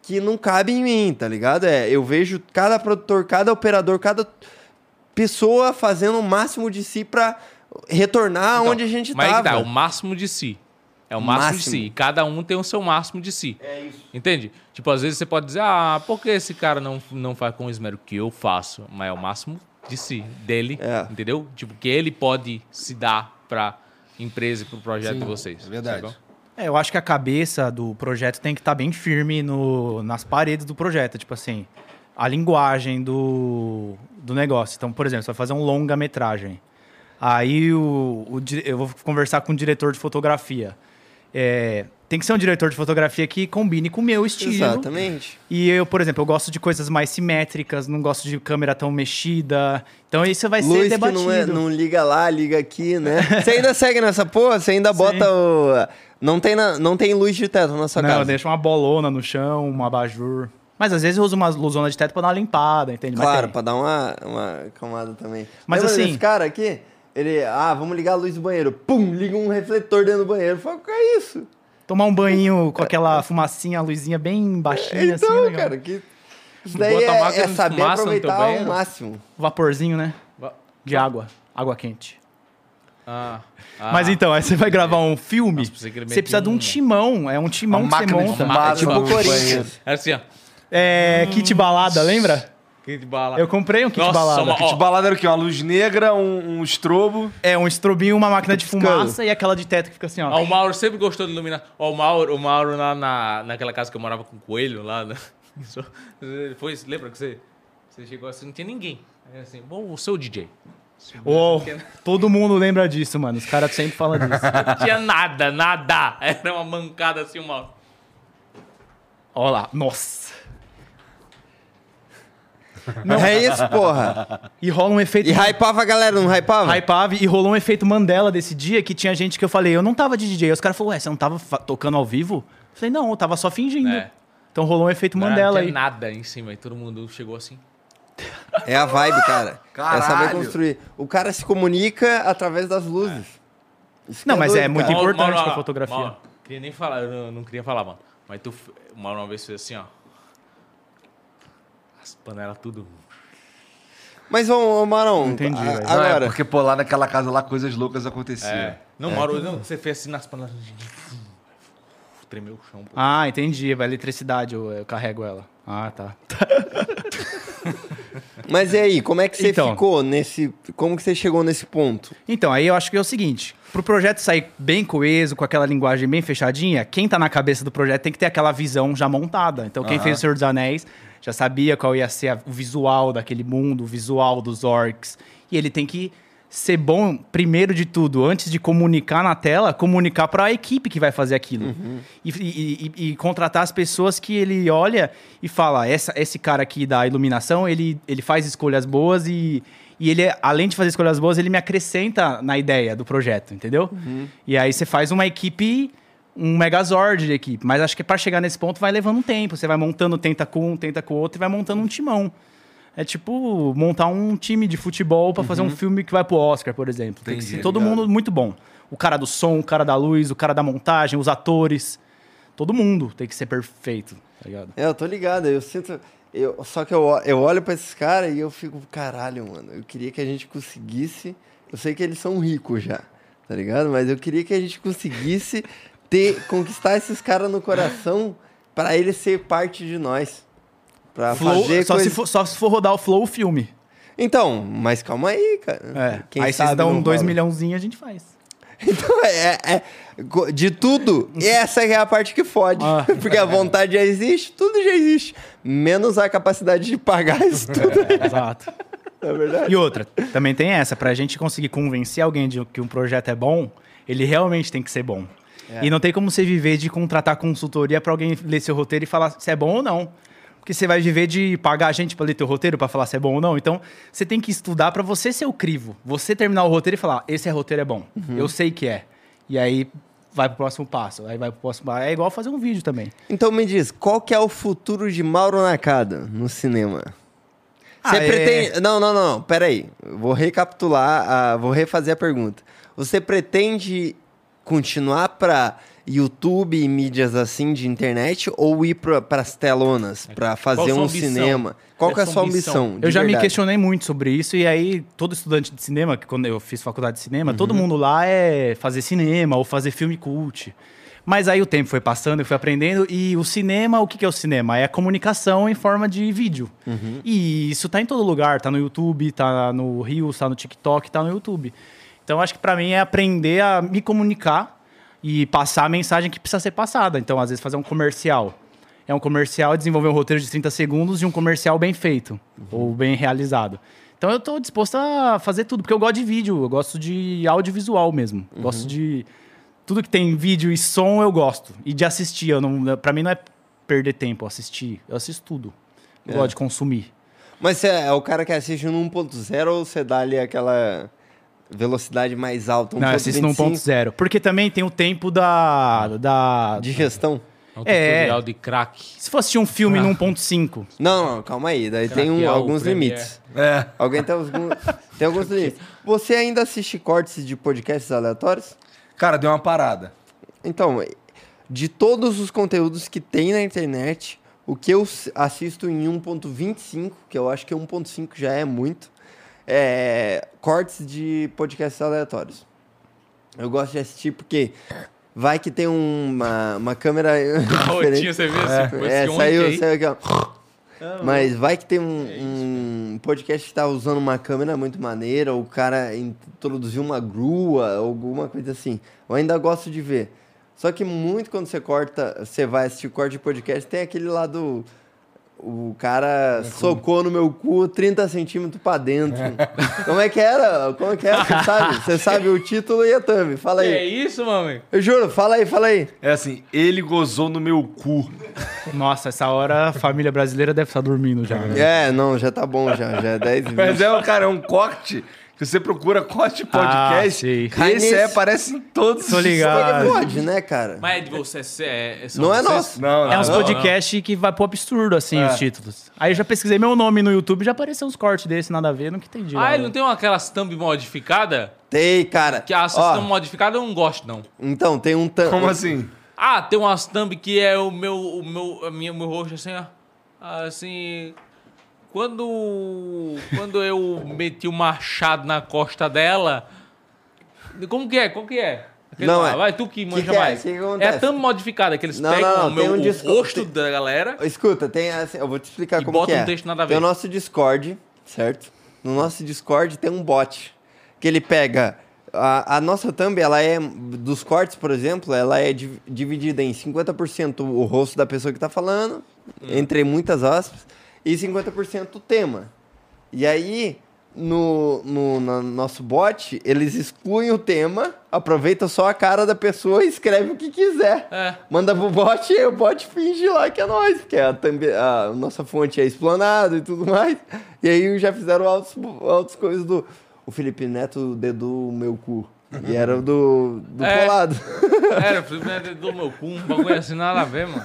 Speaker 2: que não cabe em mim, tá ligado? É, eu vejo cada produtor, cada operador, cada pessoa fazendo o máximo de si pra retornar
Speaker 3: Então,
Speaker 2: onde a gente
Speaker 3: Mas aí
Speaker 2: tava.
Speaker 3: que
Speaker 4: é um
Speaker 3: tá, o máximo de si. É o máximo, de
Speaker 2: Máximo.
Speaker 3: si. Cada um tem o seu máximo de si.
Speaker 2: É isso.
Speaker 3: Entende? Tipo, às vezes você pode dizer, ah, por que esse cara não, não faz com o esmero que eu faço? Mas é o máximo de si, dele,
Speaker 2: É.
Speaker 3: entendeu? Tipo, que ele pode se dar pra empresa e pro projeto de vocês.
Speaker 1: é verdade.
Speaker 3: sacou?
Speaker 4: É, eu acho que a cabeça do projeto tem que estar bem firme no, nas paredes do projeto. Tipo assim, a linguagem do, do negócio. Então, por exemplo, você vai fazer um longa-metragem. Aí o, o di- eu vou conversar com o diretor de fotografia. É, tem que ser um diretor de fotografia que combine com o meu estilo.
Speaker 2: Exatamente.
Speaker 4: E eu, por exemplo, eu gosto de coisas mais simétricas, não gosto de câmera tão mexida. Então isso vai ser
Speaker 2: Luz que
Speaker 4: debatido.
Speaker 2: não, é- não liga lá, liga aqui, né? Você ainda segue nessa porra? Você ainda bota o... Não tem, na- não tem luz de teto na sua
Speaker 4: Não,
Speaker 2: casa?
Speaker 4: eu deixo uma bolona no chão, uma abajur. Mas às vezes eu uso uma luzona de teto pra dar uma limpada, entende? Mas
Speaker 2: Claro,
Speaker 4: tem.
Speaker 2: pra dar uma, uma camada também.
Speaker 4: Mas
Speaker 2: Lembra
Speaker 4: assim-
Speaker 2: desse cara aqui? Ele, ah, vamos ligar a luz do banheiro. Pum, liga um refletor dentro do banheiro. Fala, o que é isso?
Speaker 4: Tomar um banho com aquela fumacinha, a luzinha bem baixinha, assim.
Speaker 2: É. então,
Speaker 4: legal.
Speaker 2: cara, que... Isso daí
Speaker 3: Bota a
Speaker 2: é,
Speaker 3: máquina
Speaker 2: é
Speaker 3: de
Speaker 2: saber
Speaker 3: fumaça no teu
Speaker 2: aproveitar ao
Speaker 3: banheiro.
Speaker 2: máximo.
Speaker 4: Vaporzinho, né?
Speaker 3: Va-
Speaker 4: De
Speaker 2: Tá.
Speaker 4: água. Água quente.
Speaker 3: Ah, ah.
Speaker 4: Mas então, aí você vai gravar um filme,
Speaker 3: Nossa, pensei que ele
Speaker 4: você
Speaker 3: metia
Speaker 4: precisa de um
Speaker 3: um-
Speaker 4: timão. É um timão
Speaker 3: Uma
Speaker 4: que você
Speaker 3: máquina de
Speaker 4: monta.
Speaker 3: fumaça.
Speaker 2: É tipo o
Speaker 3: Vamos,
Speaker 2: Corinthians.
Speaker 3: É assim, ó.
Speaker 2: né?
Speaker 4: É, kit balada, lembra?
Speaker 3: Que de bala.
Speaker 4: Eu comprei um kit
Speaker 3: Nossa,
Speaker 4: balada.
Speaker 3: uma- ó,
Speaker 1: De Tipo, balada era o quê? Uma luz negra, um, um estrobo.
Speaker 4: É, um estrobinho, uma máquina de
Speaker 2: piscando.
Speaker 4: fumaça e aquela de teto que fica assim, ó.
Speaker 3: Ó, Ah, o Mauro sempre gostou de iluminar. Ó, o Mauro, o Mauro lá na, naquela casa que eu morava com o coelho lá. Né? Isso- Foi, lembra que você, você chegou assim, não tinha ninguém. Aí assim, bom, o seu DJ.
Speaker 4: Uou, todo mundo lembra disso, mano. Os caras sempre falam disso.
Speaker 3: Não tinha nada, nada. Era uma mancada assim, uma.
Speaker 4: Olha lá. Nossa.
Speaker 2: É isso, porra.
Speaker 4: E rola um efeito.
Speaker 2: E hypava a galera, não hypava?
Speaker 4: hypava e rolou um efeito Mandela desse dia que tinha gente que eu falei, eu não tava de DJ. Aí Os caras falaram, ué, você não tava fa- tocando ao vivo? Eu falei, não, eu tava só fingindo.
Speaker 3: É.
Speaker 4: Então rolou um efeito
Speaker 3: não
Speaker 4: Mandela
Speaker 3: tinha
Speaker 4: aí.
Speaker 3: nada em cima. E todo mundo chegou assim.
Speaker 2: É a vibe, cara. É saber
Speaker 1: Caralho.
Speaker 2: construir. O cara se comunica através das luzes. Isso que
Speaker 4: Não, mas
Speaker 2: doido,
Speaker 4: é muito
Speaker 2: cara.
Speaker 4: importante
Speaker 3: Mauro,
Speaker 4: pra fotografia.
Speaker 3: Mauro, queria nem falar, eu não, não queria falar, mano. Mas tu, f- o Mauro uma vez fez assim, ó. As panelas tudo.
Speaker 2: Mas, ô, ô Marão,
Speaker 4: Entendi,
Speaker 2: a-
Speaker 4: velho.
Speaker 1: Não,
Speaker 2: agora...
Speaker 1: é porque, pô, lá naquela casa lá coisas loucas aconteciam.
Speaker 3: É. Não, Mauro, não, você fez assim nas panelas. Tremeu o chão, pô.
Speaker 4: Ah, entendi. Vai eletricidade, eu, eu carrego ela. Ah, tá.
Speaker 2: Mas e aí, como é que você
Speaker 4: Então.
Speaker 2: ficou nesse... Como que você chegou nesse ponto?
Speaker 4: Então, aí eu acho que é o seguinte: pro projeto sair bem coeso, com aquela linguagem bem fechadinha, quem tá na cabeça do projeto tem que ter aquela visão já montada. Então, quem fez o Senhor dos Anéis já sabia qual ia ser a- o visual daquele mundo, o visual dos orcs. E ele tem que ser bom, primeiro de tudo, antes de comunicar na tela, comunicar pra equipe que vai fazer aquilo. E, e- e- e contratar as pessoas que ele olha e fala: Essa, esse cara aqui da iluminação, ele, ele faz escolhas boas e. E ele, é, além de fazer escolhas boas, ele me acrescenta na ideia do projeto, entendeu?
Speaker 2: Uhum.
Speaker 4: E aí você faz uma equipe, um megazord de equipe. Mas acho que para chegar nesse ponto vai levando um tempo. Você vai montando, tenta com um, tenta com o outro e vai montando um timão. É tipo montar um time de futebol para
Speaker 2: Uhum.
Speaker 4: fazer um filme que vai pro Oscar, por exemplo. Tem que
Speaker 1: Entendi,
Speaker 4: ser todo
Speaker 1: ligado.
Speaker 4: mundo muito bom. O cara do som, o cara da luz, o cara da montagem, os atores. Todo mundo tem que ser perfeito, tá ligado?
Speaker 2: É, eu tô ligado, eu sinto... Eu, só que eu, o- eu olho pra esses caras e eu fico, caralho, mano, eu queria que a gente conseguisse... Eu sei que eles são ricos já, tá ligado? Mas eu queria que a gente conseguisse ter, conquistar esses caras no coração pra eles ser parte de nós. Pra
Speaker 4: Flow-
Speaker 2: fazer
Speaker 4: só,
Speaker 2: coisa...
Speaker 4: se for, só se for rodar o flow o filme.
Speaker 2: Então, mas calma aí, cara.
Speaker 4: É.
Speaker 2: Quem
Speaker 4: aí
Speaker 2: sabe
Speaker 4: vocês dão
Speaker 2: não
Speaker 4: dois
Speaker 2: rola.
Speaker 4: milhãozinhos a gente faz.
Speaker 2: Então, é, é- go- de tudo, essa é a parte que fode.
Speaker 4: Ah.
Speaker 2: Porque a vontade já existe, tudo já existe. Menos a capacidade de pagar isso tudo.
Speaker 4: É. Exato.
Speaker 2: Na verdade.
Speaker 4: E outra, também tem essa, pra gente conseguir convencer alguém de que um projeto é bom, ele realmente tem que ser bom. E não tem como você viver de contratar consultoria pra alguém ler seu roteiro e falar se é bom ou não. Porque você vai viver de pagar a gente pra ler teu roteiro pra falar se é bom ou não. Então, você tem que estudar pra você ser o crivo. Você terminar o roteiro e falar, esse é roteiro é bom. Eu sei que é. E aí vai pro próximo passo. Aí vai pro próximo É igual fazer um vídeo também.
Speaker 2: Então me diz, qual que é o futuro de Mauro Nakada no cinema?
Speaker 4: Ah,
Speaker 2: Você
Speaker 4: é-
Speaker 2: pretende. Não, não, não, não. Peraí. Vou recapitular, a- vou refazer a pergunta. Você pretende continuar pra YouTube e mídias assim de internet ou ir pra, pras telonas pra fazer
Speaker 3: sua
Speaker 2: um
Speaker 3: ambição?
Speaker 2: cinema? Qual que é a sua ambição? de
Speaker 4: Eu já me
Speaker 2: verdade?
Speaker 4: questionei muito sobre isso, e aí todo estudante de cinema, que quando eu fiz faculdade de cinema, todo
Speaker 2: Uhum.
Speaker 4: mundo lá é fazer cinema ou fazer filme cult. Mas aí o tempo foi passando, eu fui aprendendo, e o cinema, o que que é o cinema? É a comunicação em forma de vídeo.
Speaker 2: Uhum.
Speaker 4: E isso tá em todo lugar, tá no YouTube, tá no Reels, tá no TikTok, tá no YouTube. Então acho que pra mim é aprender a me comunicar e passar a mensagem que precisa ser passada. Então, às vezes, fazer um comercial. É um comercial, desenvolver um roteiro de 30 segundos de um comercial bem feito ou bem realizado. Então eu tô disposto a fazer tudo, porque eu gosto de vídeo, eu gosto de audiovisual mesmo. Eu Gosto de tudo que tem vídeo e som eu gosto. E de assistir, eu não, para mim não é perder tempo assistir, eu assisto tudo. Eu gosto de consumir.
Speaker 2: Mas você é o cara que assiste no 1.0 ou você dá ali aquela velocidade mais alta?
Speaker 4: não, eu assisto no
Speaker 2: 1.25?
Speaker 4: 1.0, porque também tem o tempo da da
Speaker 2: De gestão?
Speaker 3: É um
Speaker 4: É.
Speaker 3: tutorial de crack.
Speaker 4: se fosse um filme no 1.5,
Speaker 2: Não, não, calma aí. Daí tem um-
Speaker 3: que é o
Speaker 2: alguns
Speaker 3: Premiere?
Speaker 2: limites.
Speaker 1: É.
Speaker 2: Alguém tem alguns, tem alguns limites. Você ainda assiste cortes de podcasts aleatórios?
Speaker 1: Cara, deu uma parada.
Speaker 2: Então, de todos os conteúdos que tem na internet, o que eu s- assisto em 1.25, que eu acho que 1.5 já é muito, é cortes de podcasts aleatórios. Eu gosto de assistir porque vai que tem uma, uma câmera
Speaker 3: Rotinha,
Speaker 2: diferente.
Speaker 3: Ah, você vê assim, foi
Speaker 2: É,
Speaker 3: assim,
Speaker 2: saiu,
Speaker 3: ontem,
Speaker 2: saiu aqui, ó. Mas vai que tem um, um podcast que tá usando uma câmera muito maneira, ou o cara introduziu uma grua, alguma coisa assim. Eu ainda gosto de ver. Só que muito quando você corta, você vai assistir corte de podcast, tem aquele lado O cara socou no meu cu 30 centímetros pra dentro. Como é que era? Como é que era? Você sabe? Você sabe o título e a thumb. Fala
Speaker 3: É
Speaker 2: aí.
Speaker 3: isso, mami?
Speaker 2: Eu juro, fala aí, fala aí.
Speaker 1: É assim, ele gozou no meu cu.
Speaker 4: Nossa, essa hora a família brasileira deve estar dormindo já. né?
Speaker 2: É, não, já tá bom já. Já é 10 e 20.
Speaker 1: Mas é, cara, é um corte que você procura corte
Speaker 4: Ah,
Speaker 1: podcast.
Speaker 4: sei.
Speaker 1: e esse é, aparece em todos
Speaker 4: Tô
Speaker 1: os-
Speaker 4: ligado.
Speaker 2: Ele pode, né, cara?
Speaker 3: Mas é de vocês, é, é- são
Speaker 2: Não é
Speaker 3: vocês?
Speaker 2: nosso.
Speaker 1: Não, não.
Speaker 4: É uns
Speaker 3: não,
Speaker 4: podcasts que vai pro absurdo, assim,
Speaker 2: É.
Speaker 4: os títulos. Aí eu já pesquisei meu nome no YouTube, já apareceu uns cortes desse, nada a ver, não que entendi.
Speaker 3: Ah,
Speaker 4: lá,
Speaker 3: ele não tem uma- aquelas thumb modificada?
Speaker 2: Tem, cara.
Speaker 3: Que as
Speaker 2: Ó,
Speaker 3: thumb modificada eu não gosto, não.
Speaker 2: Então, tem um tam...
Speaker 1: Como assim?
Speaker 3: Ah, tem umas thumb que é o meu, o meu, a minha, o meu rosto assim, ó. Assim. Quando. Quando eu meti o machado na costa dela. Como que é? Qual que é? Aquele
Speaker 2: Não,
Speaker 3: lá.
Speaker 2: é.
Speaker 3: Vai, tu que
Speaker 2: Que
Speaker 3: manja
Speaker 2: que é?
Speaker 3: mais.
Speaker 2: Que que
Speaker 3: é
Speaker 2: acontece?
Speaker 3: a thumb modificada, que eles
Speaker 2: Não,
Speaker 3: pegam
Speaker 2: não, não,
Speaker 3: o, meu,
Speaker 2: tem um
Speaker 3: o
Speaker 2: disco-
Speaker 3: rosto
Speaker 2: tem-
Speaker 3: da galera.
Speaker 2: Escuta, tem assim, eu vou te explicar
Speaker 3: E
Speaker 2: como
Speaker 3: bota
Speaker 2: que
Speaker 3: um
Speaker 2: é.
Speaker 3: texto nada a ver.
Speaker 2: Tem o nosso Discord, certo? No nosso Discord tem um bot que ele pega a, a nossa thumb, ela é dos cortes, por exemplo, ela é div- dividida em 50% o rosto da pessoa que tá falando,
Speaker 3: Hum.
Speaker 2: entre muitas aspas, e 50% o tema. E aí no, no, na- nosso bot, eles excluem o tema, aproveitam só a cara da pessoa e escreve o que quiser.
Speaker 3: É.
Speaker 2: Manda pro bot e aí o bot finge lá que é nós, porque a, thumb- a nossa fonte é explanado e tudo mais. E aí já fizeram altos, altos coisas do. O Felipe Neto dedou o meu cu. E era o do, do
Speaker 3: É.
Speaker 2: colado.
Speaker 3: Era, primeiro do meu cu, um bagulho assim, nada a ver, mano.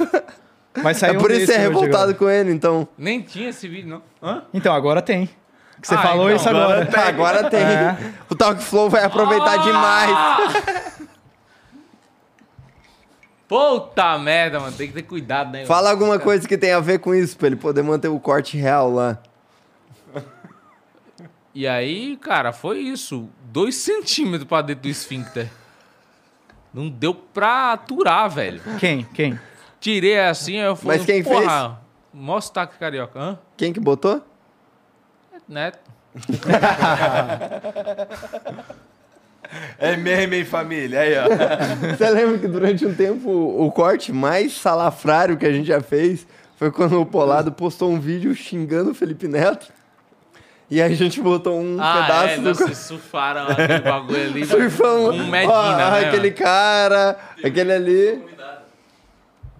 Speaker 4: Vai
Speaker 2: É
Speaker 4: sair um
Speaker 2: por isso que
Speaker 4: desse
Speaker 2: é
Speaker 4: hoje
Speaker 2: revoltado
Speaker 4: agora.
Speaker 2: com ele, então.
Speaker 3: Nem tinha esse vídeo, não.
Speaker 4: Então, agora tem. Que você
Speaker 3: Ah,
Speaker 4: falou
Speaker 3: então,
Speaker 4: isso
Speaker 3: agora
Speaker 4: agora.
Speaker 2: Agora tem.
Speaker 4: É. Ah!
Speaker 2: O Talk Flow vai aproveitar demais.
Speaker 3: Puta merda, mano. Tem que ter cuidado, né?
Speaker 2: Fala alguma coisa que tem a ver com isso, pra ele poder manter o corte real lá.
Speaker 3: E aí, cara, foi isso. Dois centímetros pra dentro do esfíncter. Não deu pra aturar, velho.
Speaker 4: Quem? Quem?
Speaker 3: Tirei assim, aí eu falei,
Speaker 2: Mas quem
Speaker 3: porra, mó sotaque carioca. Hã?
Speaker 2: Quem que botou?
Speaker 3: Neto.
Speaker 1: É meme, hein, família? Aí, ó.
Speaker 2: Você lembra que durante um tempo o o corte mais salafrário que a gente já fez foi quando o Polado postou um vídeo xingando o Felipe Neto. E a gente botou um
Speaker 3: Ah,
Speaker 2: pedaço
Speaker 3: é,
Speaker 2: do
Speaker 3: nossa,
Speaker 2: corte.
Speaker 3: surfaram aquele bagulho ali.
Speaker 2: Surfamos.
Speaker 3: Um Medina,
Speaker 2: Ó,
Speaker 3: né,
Speaker 2: Ah,
Speaker 3: é
Speaker 2: aquele
Speaker 3: mano?
Speaker 2: cara, aquele ali.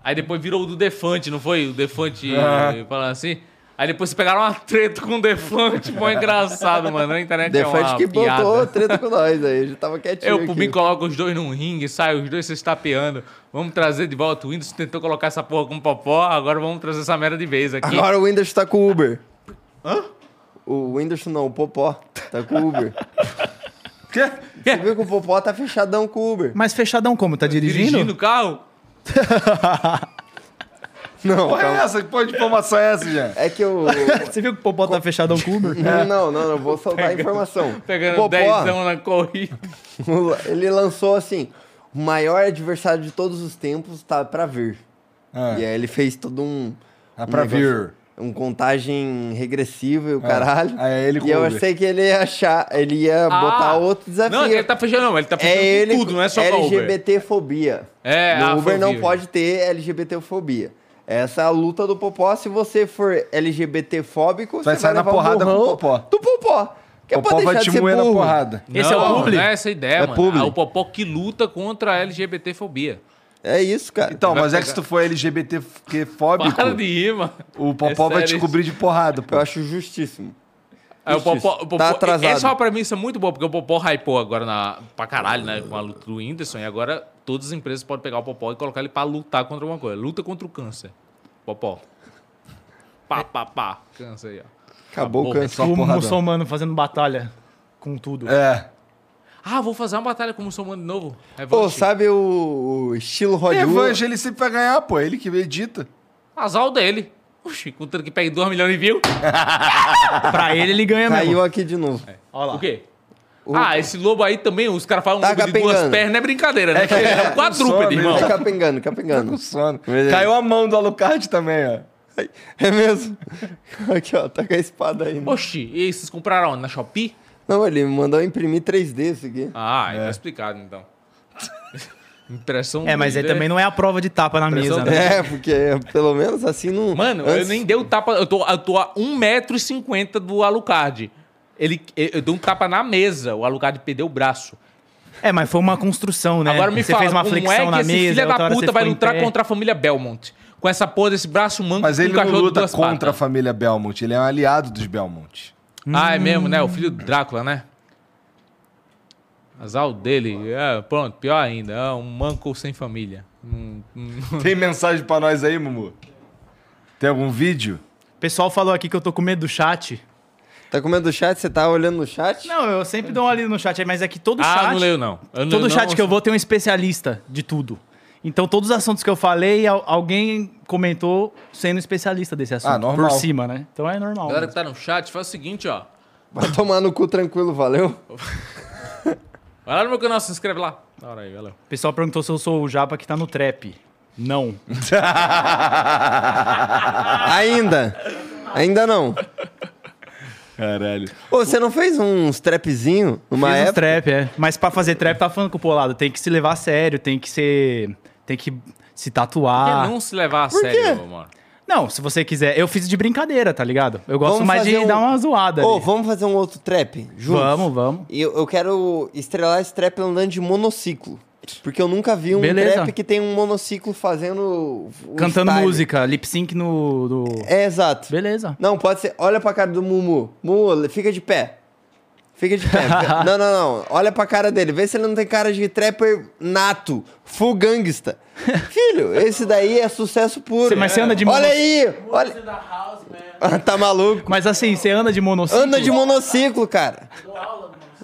Speaker 3: Aí depois virou o do Defante, não foi? O Defante
Speaker 2: Ah.
Speaker 3: eh, falando assim. Aí depois se pegaram uma treta com o Defante. Foi engraçado, mano. A internet é
Speaker 2: Defante
Speaker 3: uma
Speaker 2: que
Speaker 3: piada.
Speaker 2: botou treta com nós aí. A gente tava quietinho.
Speaker 3: Eu,
Speaker 2: aqui.
Speaker 3: por mim, coloco os dois num ringue, sai os dois se estapeando. Vamos trazer de volta o Windows. Tentou colocar essa porra com popó, agora vamos trazer essa merda de vez aqui.
Speaker 2: Agora o Windows tá com o Uber. Hã? O Windows não, o Popó. Tá com o Uber.
Speaker 1: Quê?
Speaker 2: Você viu que o Popó tá fechadão com o Uber.
Speaker 4: Mas fechadão como? Tá dirigindo?
Speaker 3: Dirigindo o carro?
Speaker 2: Não,
Speaker 1: Porra é
Speaker 2: calma.
Speaker 1: essa? Que porra de informação é essa, gente?
Speaker 2: É que o.
Speaker 4: Você viu que o Popó tá fechadão com o Uber?
Speaker 2: Não, não, não, vou soltar a informação.
Speaker 3: Pegando
Speaker 2: Popó,
Speaker 3: dezão na corrida.
Speaker 2: ele lançou assim: o maior adversário de todos os tempos tá pra vir.
Speaker 1: Ah.
Speaker 2: E aí ele fez todo um.
Speaker 1: Ah,
Speaker 2: um
Speaker 1: pra vir. É.
Speaker 2: Um contagem regressiva e o caralho.
Speaker 1: Aí ele com
Speaker 2: e eu
Speaker 1: Uber.
Speaker 2: achei que ele ia achar. Ele ia botar
Speaker 3: Ah!
Speaker 2: outro desafio.
Speaker 3: Não, ele tá fechando, não. Ele tá fechando
Speaker 2: é
Speaker 3: com
Speaker 2: ele
Speaker 3: tudo, não é só com a Uber.
Speaker 2: LGBTfobia.
Speaker 3: É,
Speaker 2: no
Speaker 3: a
Speaker 2: Uber não
Speaker 3: fobia.
Speaker 2: pode ter LGBTfobia. Essa é a luta do Popó. Se você for LGBTfóbico,
Speaker 1: Vai
Speaker 2: você
Speaker 1: sair
Speaker 2: vai
Speaker 1: na
Speaker 2: levar
Speaker 1: porrada
Speaker 2: um borrão
Speaker 1: com o Popó.
Speaker 2: Do Popó. Que é pra
Speaker 1: Popó vai
Speaker 2: deixar de
Speaker 1: te
Speaker 2: ser
Speaker 1: moer na
Speaker 2: burro.
Speaker 1: porrada.
Speaker 4: Esse é o
Speaker 3: Não,
Speaker 4: publi?
Speaker 3: Não é essa a ideia,
Speaker 2: É
Speaker 3: mano.
Speaker 2: publi.
Speaker 3: Ah, o Popó que luta contra a LGBTfobia.
Speaker 2: É isso, cara.
Speaker 1: Então,
Speaker 3: Vai
Speaker 1: mas é que
Speaker 3: pegar.
Speaker 1: se tu for LGBT que fóbico,
Speaker 3: Para de ir, mano.
Speaker 1: É
Speaker 3: É
Speaker 1: o
Speaker 4: É
Speaker 1: Popó vai te
Speaker 3: sério
Speaker 1: cobrir de porrada, pô.
Speaker 2: Eu acho justíssimo.
Speaker 3: Aí É, o Popó, o Popó,
Speaker 2: Tá atrasado.
Speaker 3: Essa é uma premissa muito boa, porque o Popó hypou agora na, pra caralho, né? Com a luta do Whindersson. E agora todas as empresas podem pegar o Popó e colocar ele pra lutar contra alguma coisa. Luta contra o câncer. Popó. Pá, pá, pá. Câncer aí, ó.
Speaker 2: Acabou o
Speaker 3: Acabou.
Speaker 2: câncer.
Speaker 1: é Só
Speaker 4: o
Speaker 1: porradão.
Speaker 4: muçulmano fazendo batalha com tudo.
Speaker 1: É.
Speaker 3: Ah, vou fazer uma batalha com o muçulmano de novo. É,
Speaker 2: Pô,
Speaker 3: Revanche.
Speaker 2: sabe o, o estilo Hollywood?
Speaker 1: Evangelho, ele sempre vai ganhar, pô. Ele que edita.
Speaker 3: Azar o dele. Oxi, contando que pegue 2 milhões de views.
Speaker 4: Pra ele, ele ganha mesmo.
Speaker 2: É. Caiu aqui de novo.
Speaker 3: É.
Speaker 4: Olha lá.
Speaker 3: O quê? Ah, esse lobo aí também, os caras falam um
Speaker 2: Tá
Speaker 3: lobo de duas
Speaker 2: capengando.
Speaker 3: pernas, é brincadeira, né? É, um quadrúpede,
Speaker 1: some,
Speaker 3: irmão.
Speaker 2: Tá capengando, capengando.
Speaker 1: Com sono.
Speaker 2: Beleza.
Speaker 1: Caiu a mão do Alucard também, ó.
Speaker 2: Ai, É mesmo? Aqui, ó, tá com a espada ainda.
Speaker 3: Oxi, e vocês compraram onde? Na Shopee?
Speaker 2: Não, ele me mandou imprimir 3D isso aqui.
Speaker 3: Ah, é. tá explicado então. Impressão
Speaker 4: É, mas aí também não é a prova de tapa na
Speaker 3: Pressão
Speaker 4: mesa, né?
Speaker 2: É, porque pelo menos assim não.
Speaker 3: Mano, eu
Speaker 2: antes-
Speaker 3: nem dei o tapa. Eu tô, eu tô a 1,50m do Alucard. Ele, eu, eu dei um tapa na mesa, o Alucard perdeu o braço.
Speaker 4: É, mas foi uma construção, né?
Speaker 3: Agora me
Speaker 4: você
Speaker 3: fala,
Speaker 4: fez uma
Speaker 3: como
Speaker 4: flexão
Speaker 3: é que
Speaker 4: na
Speaker 3: esse
Speaker 4: mesa,
Speaker 3: filho
Speaker 4: outra
Speaker 3: da
Speaker 4: hora você
Speaker 3: puta vai
Speaker 4: ficou em
Speaker 3: lutar
Speaker 4: pé.
Speaker 3: contra a família Belmont? Com essa porra desse braço manco
Speaker 1: Mas
Speaker 3: com
Speaker 1: ele
Speaker 3: um
Speaker 1: não
Speaker 3: cachorro de
Speaker 1: luta
Speaker 3: duas
Speaker 1: contra a
Speaker 3: patas.
Speaker 1: família Belmont, ele é um aliado dos Belmont.
Speaker 3: Ah, é mesmo,
Speaker 4: Hum.
Speaker 3: né? O filho do Drácula, né? Azar o dele. É, pronto, pior ainda. É um manco sem família. Hum, hum.
Speaker 1: Tem mensagem pra nós aí, Mumu? Tem algum vídeo?
Speaker 4: O pessoal falou aqui que eu tô com medo do chat.
Speaker 2: Tá com medo do chat? Você tá olhando no chat?
Speaker 4: Não, eu sempre dou uma lida no chat, aí, mas é que todo
Speaker 3: Ah,
Speaker 4: chat...
Speaker 3: não leio não. Eu não
Speaker 4: Todo
Speaker 3: leio,
Speaker 4: chat
Speaker 3: não.
Speaker 4: que eu vou tem um especialista de tudo. Então, todos os assuntos que eu falei, al- alguém comentou sendo especialista desse assunto.
Speaker 1: Ah, normal.
Speaker 4: Por cima, né? Então é normal.
Speaker 3: Galera que tá
Speaker 4: mesmo.
Speaker 3: no chat, faz o seguinte, ó.
Speaker 2: Vai tomar no cu tranquilo, valeu?
Speaker 3: Vai lá no meu canal, se inscreve lá. Da hora aí, valeu.
Speaker 4: O pessoal perguntou se eu sou o japa que tá no trap. Não.
Speaker 2: Ainda. Ainda não.
Speaker 1: Caralho.
Speaker 2: Ô, você não fez uns trapzinho numa
Speaker 4: Fiz uns
Speaker 2: época?
Speaker 4: trap, é. Mas pra fazer trap, tá falando com o Polado. Tem que se levar a sério, tem que ser... Tem que se tatuar.
Speaker 3: Porque não se levar a
Speaker 2: Ah. quê?
Speaker 3: sério, meu mano.
Speaker 4: Não, se você quiser. Eu fiz de brincadeira, tá ligado? Eu gosto mais de
Speaker 2: fazer um-
Speaker 4: dar uma zoada.
Speaker 2: Ô,
Speaker 4: ali.
Speaker 2: vamos fazer um outro trap juntos?
Speaker 4: Vamos, vamos.
Speaker 2: E eu, eu quero estrelar esse trap andando de monociclo. Porque eu nunca vi um
Speaker 4: Beleza.
Speaker 2: trap que tem um monociclo fazendo. o
Speaker 4: Cantando
Speaker 2: style.
Speaker 4: música, lip sync no. do-
Speaker 2: É, exato.
Speaker 4: Beleza.
Speaker 2: Não, pode ser. Olha pra cara do Mumu. Mumu, fica de pé. Fica de pé. Fica- não, não, não. Olha pra cara dele. Vê se ele não tem cara de trapper nato, full gangsta. Filho, esse daí é sucesso puro.
Speaker 4: Cê- mas você anda de
Speaker 2: Olha
Speaker 4: mono-
Speaker 2: aí! Olha. Ah, tá maluco?
Speaker 4: Mas assim, você anda de monociclo?
Speaker 2: Anda de monociclo, cara.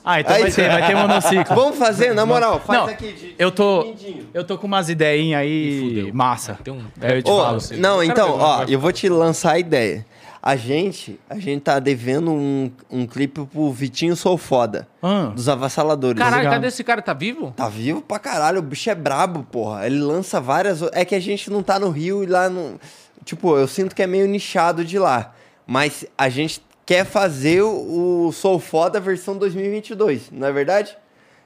Speaker 4: Ah, então
Speaker 2: Aí
Speaker 4: vai
Speaker 2: cê-
Speaker 4: ter, vai ter monociclo.
Speaker 2: Vamos fazer, na moral. Faz
Speaker 4: Não,
Speaker 2: aqui de.
Speaker 4: eu tô,
Speaker 2: Lindinho.
Speaker 4: eu tô com umas ideinhas aí
Speaker 3: fudeu.
Speaker 4: massa.
Speaker 3: Tem um-
Speaker 4: Aí eu te
Speaker 2: Ô,
Speaker 4: falo.
Speaker 2: não, então,
Speaker 3: Cara,
Speaker 2: ó,
Speaker 3: vai-
Speaker 2: eu vou te lançar a ideia. A gente, a gente tá devendo um, um clipe pro Vitinho Sou Foda,
Speaker 3: um
Speaker 4: Ah,
Speaker 2: dos Avassaladores.
Speaker 3: Caralho,
Speaker 4: Obrigado.
Speaker 3: cadê esse cara? Tá vivo?
Speaker 2: Tá vivo pra caralho, o bicho é brabo, porra. Ele lança várias. o- É que a gente não tá no Rio e lá no. Tipo, eu sinto que é meio nichado de lá. Mas a gente quer fazer o o Sou Foda versão 2022, não é verdade?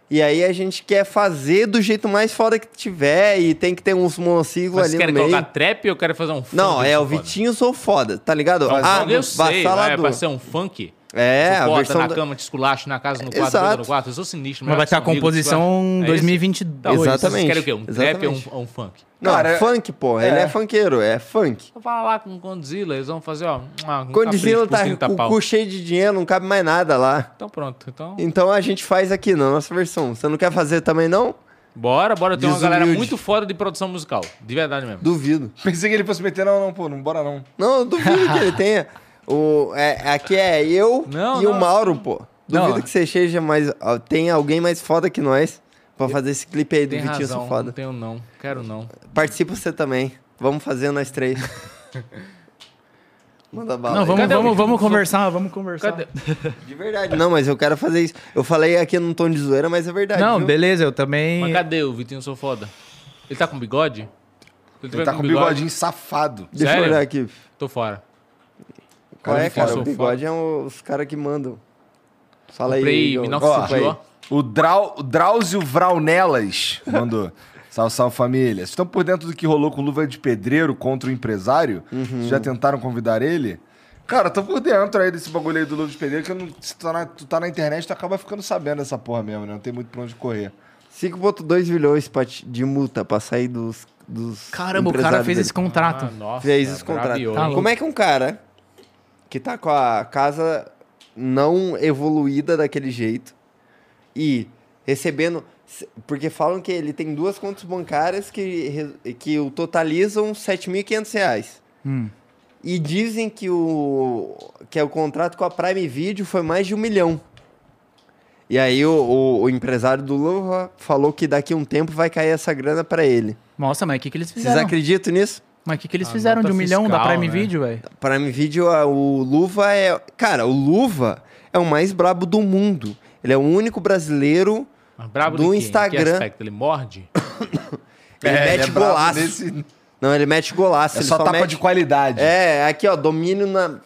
Speaker 2: E aí a gente quer fazer do jeito mais foda que tiver e tem que ter uns monociclos
Speaker 3: Mas
Speaker 2: ali
Speaker 3: vocês
Speaker 2: no
Speaker 3: querem
Speaker 2: meio.
Speaker 3: colocar trap ou querem fazer um funk?
Speaker 2: Não, é o
Speaker 3: foda?
Speaker 2: Vitinho Sou Foda, tá ligado?
Speaker 3: Mas
Speaker 2: ah,
Speaker 3: foda eu sei,
Speaker 2: vassalador.
Speaker 3: é pra ser um funk.
Speaker 2: É, a
Speaker 3: Suporta
Speaker 2: versão
Speaker 3: na
Speaker 2: da-
Speaker 3: cama, te esculacho, na casa, no quarto,
Speaker 2: Exato.
Speaker 3: bota no quarto. Eu sou sinistro.
Speaker 4: mas vai ter a
Speaker 3: melhor que sou amigo,
Speaker 4: composição
Speaker 3: esculacho. É isso? Tá,
Speaker 4: 2022.
Speaker 3: vocês
Speaker 2: Exatamente.
Speaker 3: querem o quê? Um trap
Speaker 2: Exatamente.
Speaker 3: ou um, ou um funk?
Speaker 2: Não,
Speaker 1: Cara, é-
Speaker 2: funk, porra. Ele
Speaker 1: é.
Speaker 2: é funkeiro, é funk.
Speaker 3: Vou falar lá com o Godzilla, eles vão fazer, ó... Um
Speaker 2: Condizila
Speaker 3: capricho por
Speaker 2: tá
Speaker 3: 30
Speaker 2: com o
Speaker 3: pau.
Speaker 2: cu cheio de dinheiro, não cabe mais nada lá.
Speaker 3: Então pronto, então...
Speaker 2: Então a gente faz aqui na nossa versão. Você não quer fazer também, não?
Speaker 3: Bora, bora. Tem uma galera
Speaker 2: Desumilde.
Speaker 3: muito foda de produção musical. De verdade mesmo.
Speaker 2: Duvido.
Speaker 1: Pensei que ele fosse meter, não, não, pô, não bora não.
Speaker 2: Não, eu duvido que ele tenha. O, é, aqui é eu
Speaker 3: Não,
Speaker 2: e o
Speaker 3: não.
Speaker 2: Mauro, pô. Duvido
Speaker 3: Não.
Speaker 2: que você seja mais. ó, Tem alguém mais foda que nós pra fazer esse clipe aí do
Speaker 3: Tem
Speaker 2: Vitinho
Speaker 3: razão,
Speaker 2: Sou
Speaker 3: não
Speaker 2: Foda.
Speaker 3: tenho não. Quero não.
Speaker 2: Participa você também. Vamos fazer nós três. Manda bala.
Speaker 4: Não,
Speaker 2: aí.
Speaker 4: vamos,
Speaker 3: Cadê o-
Speaker 4: vamos, vamos conversar, vamos conversar.
Speaker 3: Cadê?
Speaker 2: De verdade. Não, mas eu quero fazer isso. Eu falei aqui num tom de zoeira, mas é verdade.
Speaker 4: Não,
Speaker 2: viu?
Speaker 4: beleza, eu também.
Speaker 3: Mas cadê o Vitinho Sou Foda? Ele tá com bigode? Ele,
Speaker 1: Ele
Speaker 3: tiver
Speaker 1: tá com um bigodinho safado.
Speaker 2: Deixa eu
Speaker 3: Sério?
Speaker 2: olhar aqui.
Speaker 3: Tô fora.
Speaker 2: Qual é,
Speaker 3: Cara,
Speaker 2: cara?
Speaker 3: eu
Speaker 2: O
Speaker 3: sou
Speaker 2: bigode é os caras que mandam. Fala
Speaker 3: Comprei
Speaker 2: aí. Igor.
Speaker 3: 1900
Speaker 2: Fala aí.
Speaker 3: ó.
Speaker 1: O, Drau, o Drauzio Vraunelas mandou. Salve, salve família. Vocês estão por dentro do que rolou com o Luva de Pedreiro contra o empresário?
Speaker 2: Uhum.
Speaker 1: Vocês já tentaram convidar ele? Cara, eu tô por dentro aí desse bagulho aí do Luva de Pedreiro, que eu não, se tu tá, na, tu tá na internet, tu acaba ficando sabendo dessa porra mesmo, né? Não tem muito pra onde correr.
Speaker 2: 5,2 bilhões pra ti- de multa pra sair dos. dos
Speaker 4: Caramba, o cara
Speaker 2: empresários
Speaker 4: fez
Speaker 2: dele.
Speaker 4: esse contrato.
Speaker 3: Ah, nossa,
Speaker 2: Fez esse
Speaker 3: braviou,
Speaker 2: contrato.
Speaker 3: hein?
Speaker 4: Tá louco.
Speaker 2: Como é que um cara que tá com a casa não evoluída daquele jeito e recebendo. Porque falam que ele tem duas contas bancárias que, re- que o totalizam R$ 7.500. reais.
Speaker 4: Hum.
Speaker 2: E dizem que o, que é o contrato com a Prime Video foi mais de um milhão. E aí o, o- o empresário do Luva falou que daqui a um tempo vai cair essa grana pra ele.
Speaker 4: Nossa, mas o que, que eles
Speaker 2: Vocês
Speaker 4: fizeram?
Speaker 2: acreditam nisso?
Speaker 4: Mas o que, que eles
Speaker 3: A
Speaker 4: fizeram de
Speaker 3: Ah, nota
Speaker 4: um milhão da
Speaker 3: fiscal,
Speaker 4: Prime
Speaker 3: né?
Speaker 4: Video, velho?
Speaker 2: Prime Video, a- ah, o Luva é. Cara, o Luva é o mais brabo do mundo. Ele é o único brasileiro.
Speaker 3: Mas brabo
Speaker 2: Do
Speaker 3: de quê? Em que
Speaker 2: Instagram.
Speaker 3: aspecto? Ele morde?
Speaker 2: Ele
Speaker 1: É, ele
Speaker 2: mete
Speaker 1: é brabo
Speaker 2: golaço.
Speaker 1: nesse-
Speaker 2: Não, ele mete golaço.
Speaker 1: É
Speaker 2: ele
Speaker 1: só tapa
Speaker 2: mete-
Speaker 1: de qualidade.
Speaker 2: É, aqui, ó, domínio na.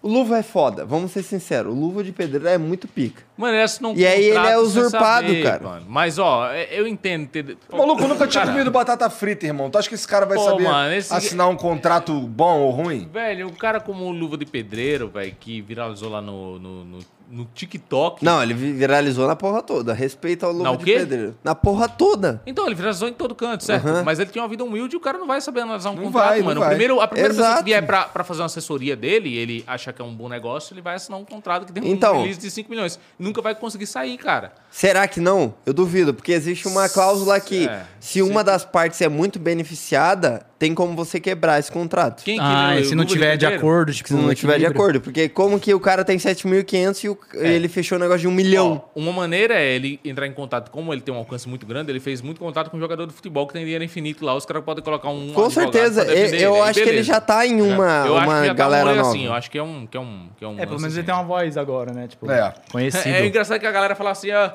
Speaker 2: O Luva é foda, vamos ser sinceros. O Luva de Pedreiro é muito pica.
Speaker 3: Mano, essa não
Speaker 2: E aí ele
Speaker 3: contrata
Speaker 2: é
Speaker 3: sem
Speaker 2: usurpado,
Speaker 3: saber,
Speaker 2: cara.
Speaker 3: mano. Mas, ó, é- eu entendo. Ter...
Speaker 1: O maluco nunca tinha
Speaker 3: Cara,
Speaker 1: comido batata frita, irmão. Tu acha que esse cara vai
Speaker 3: Pô,
Speaker 1: saber
Speaker 3: mano, esse-
Speaker 1: assinar um contrato bom ou ruim?
Speaker 3: Velho, um cara como o Luva de Pedreiro, velho, que viralizou lá no, no, no, no TikTok.
Speaker 2: Não, ele vi- viralizou na porra toda. Respeita ao Luva
Speaker 3: Na o
Speaker 2: de
Speaker 3: quê?
Speaker 2: Pedreiro. Na porra toda.
Speaker 3: Então, ele viralizou em todo canto, certo? Mas ele tinha uma vida humilde e o cara não vai saber analisar um
Speaker 1: Não
Speaker 3: contrato,
Speaker 1: vai, não
Speaker 3: mano. O
Speaker 1: vai.
Speaker 3: primeiro, a primeira pessoa
Speaker 2: Exato.
Speaker 3: que vier pra, pra fazer uma assessoria dele, e ele acha que é um bom negócio, ele vai assinar um contrato que tem
Speaker 2: Então.
Speaker 3: um release de 5 milhões. Nunca vai conseguir sair, cara.
Speaker 2: Será que não? Eu duvido, porque existe uma cláusula que
Speaker 3: É,
Speaker 2: se uma das partes é muito beneficiada, tem como você quebrar esse contrato.
Speaker 3: Quem
Speaker 4: Ah,
Speaker 3: ele-
Speaker 4: e
Speaker 3: o
Speaker 4: se não
Speaker 3: Luva
Speaker 4: tiver de
Speaker 3: Pedreiro?
Speaker 4: acordo, tipo,
Speaker 2: Se não tiver de
Speaker 4: equilíbrio?
Speaker 2: acordo, porque como que o cara tem 7.500 e o- ele fechou o negócio de um milhão?
Speaker 3: É. Ó, uma maneira é ele entrar em contato, como ele tem um alcance muito grande, ele fez muito contato com um jogador de futebol que tem dinheiro infinito lá, os caras podem colocar um.
Speaker 2: Com
Speaker 3: advogado
Speaker 2: certeza,
Speaker 3: pra defender
Speaker 2: eu, eu
Speaker 3: aí
Speaker 2: acho que ele
Speaker 3: beleza.
Speaker 2: já tá em uma,
Speaker 3: eu acho
Speaker 2: uma
Speaker 3: que já tá um
Speaker 2: galera
Speaker 3: rolê
Speaker 2: nova.
Speaker 3: assim, eu acho que é um. Que é, um, que é, um
Speaker 4: É, pelo
Speaker 3: lance
Speaker 4: menos ele
Speaker 3: assim.
Speaker 4: tem uma voz agora, né? Tipo,
Speaker 1: É.
Speaker 4: conhecido.
Speaker 3: É, é engraçado que a galera fala assim, ó.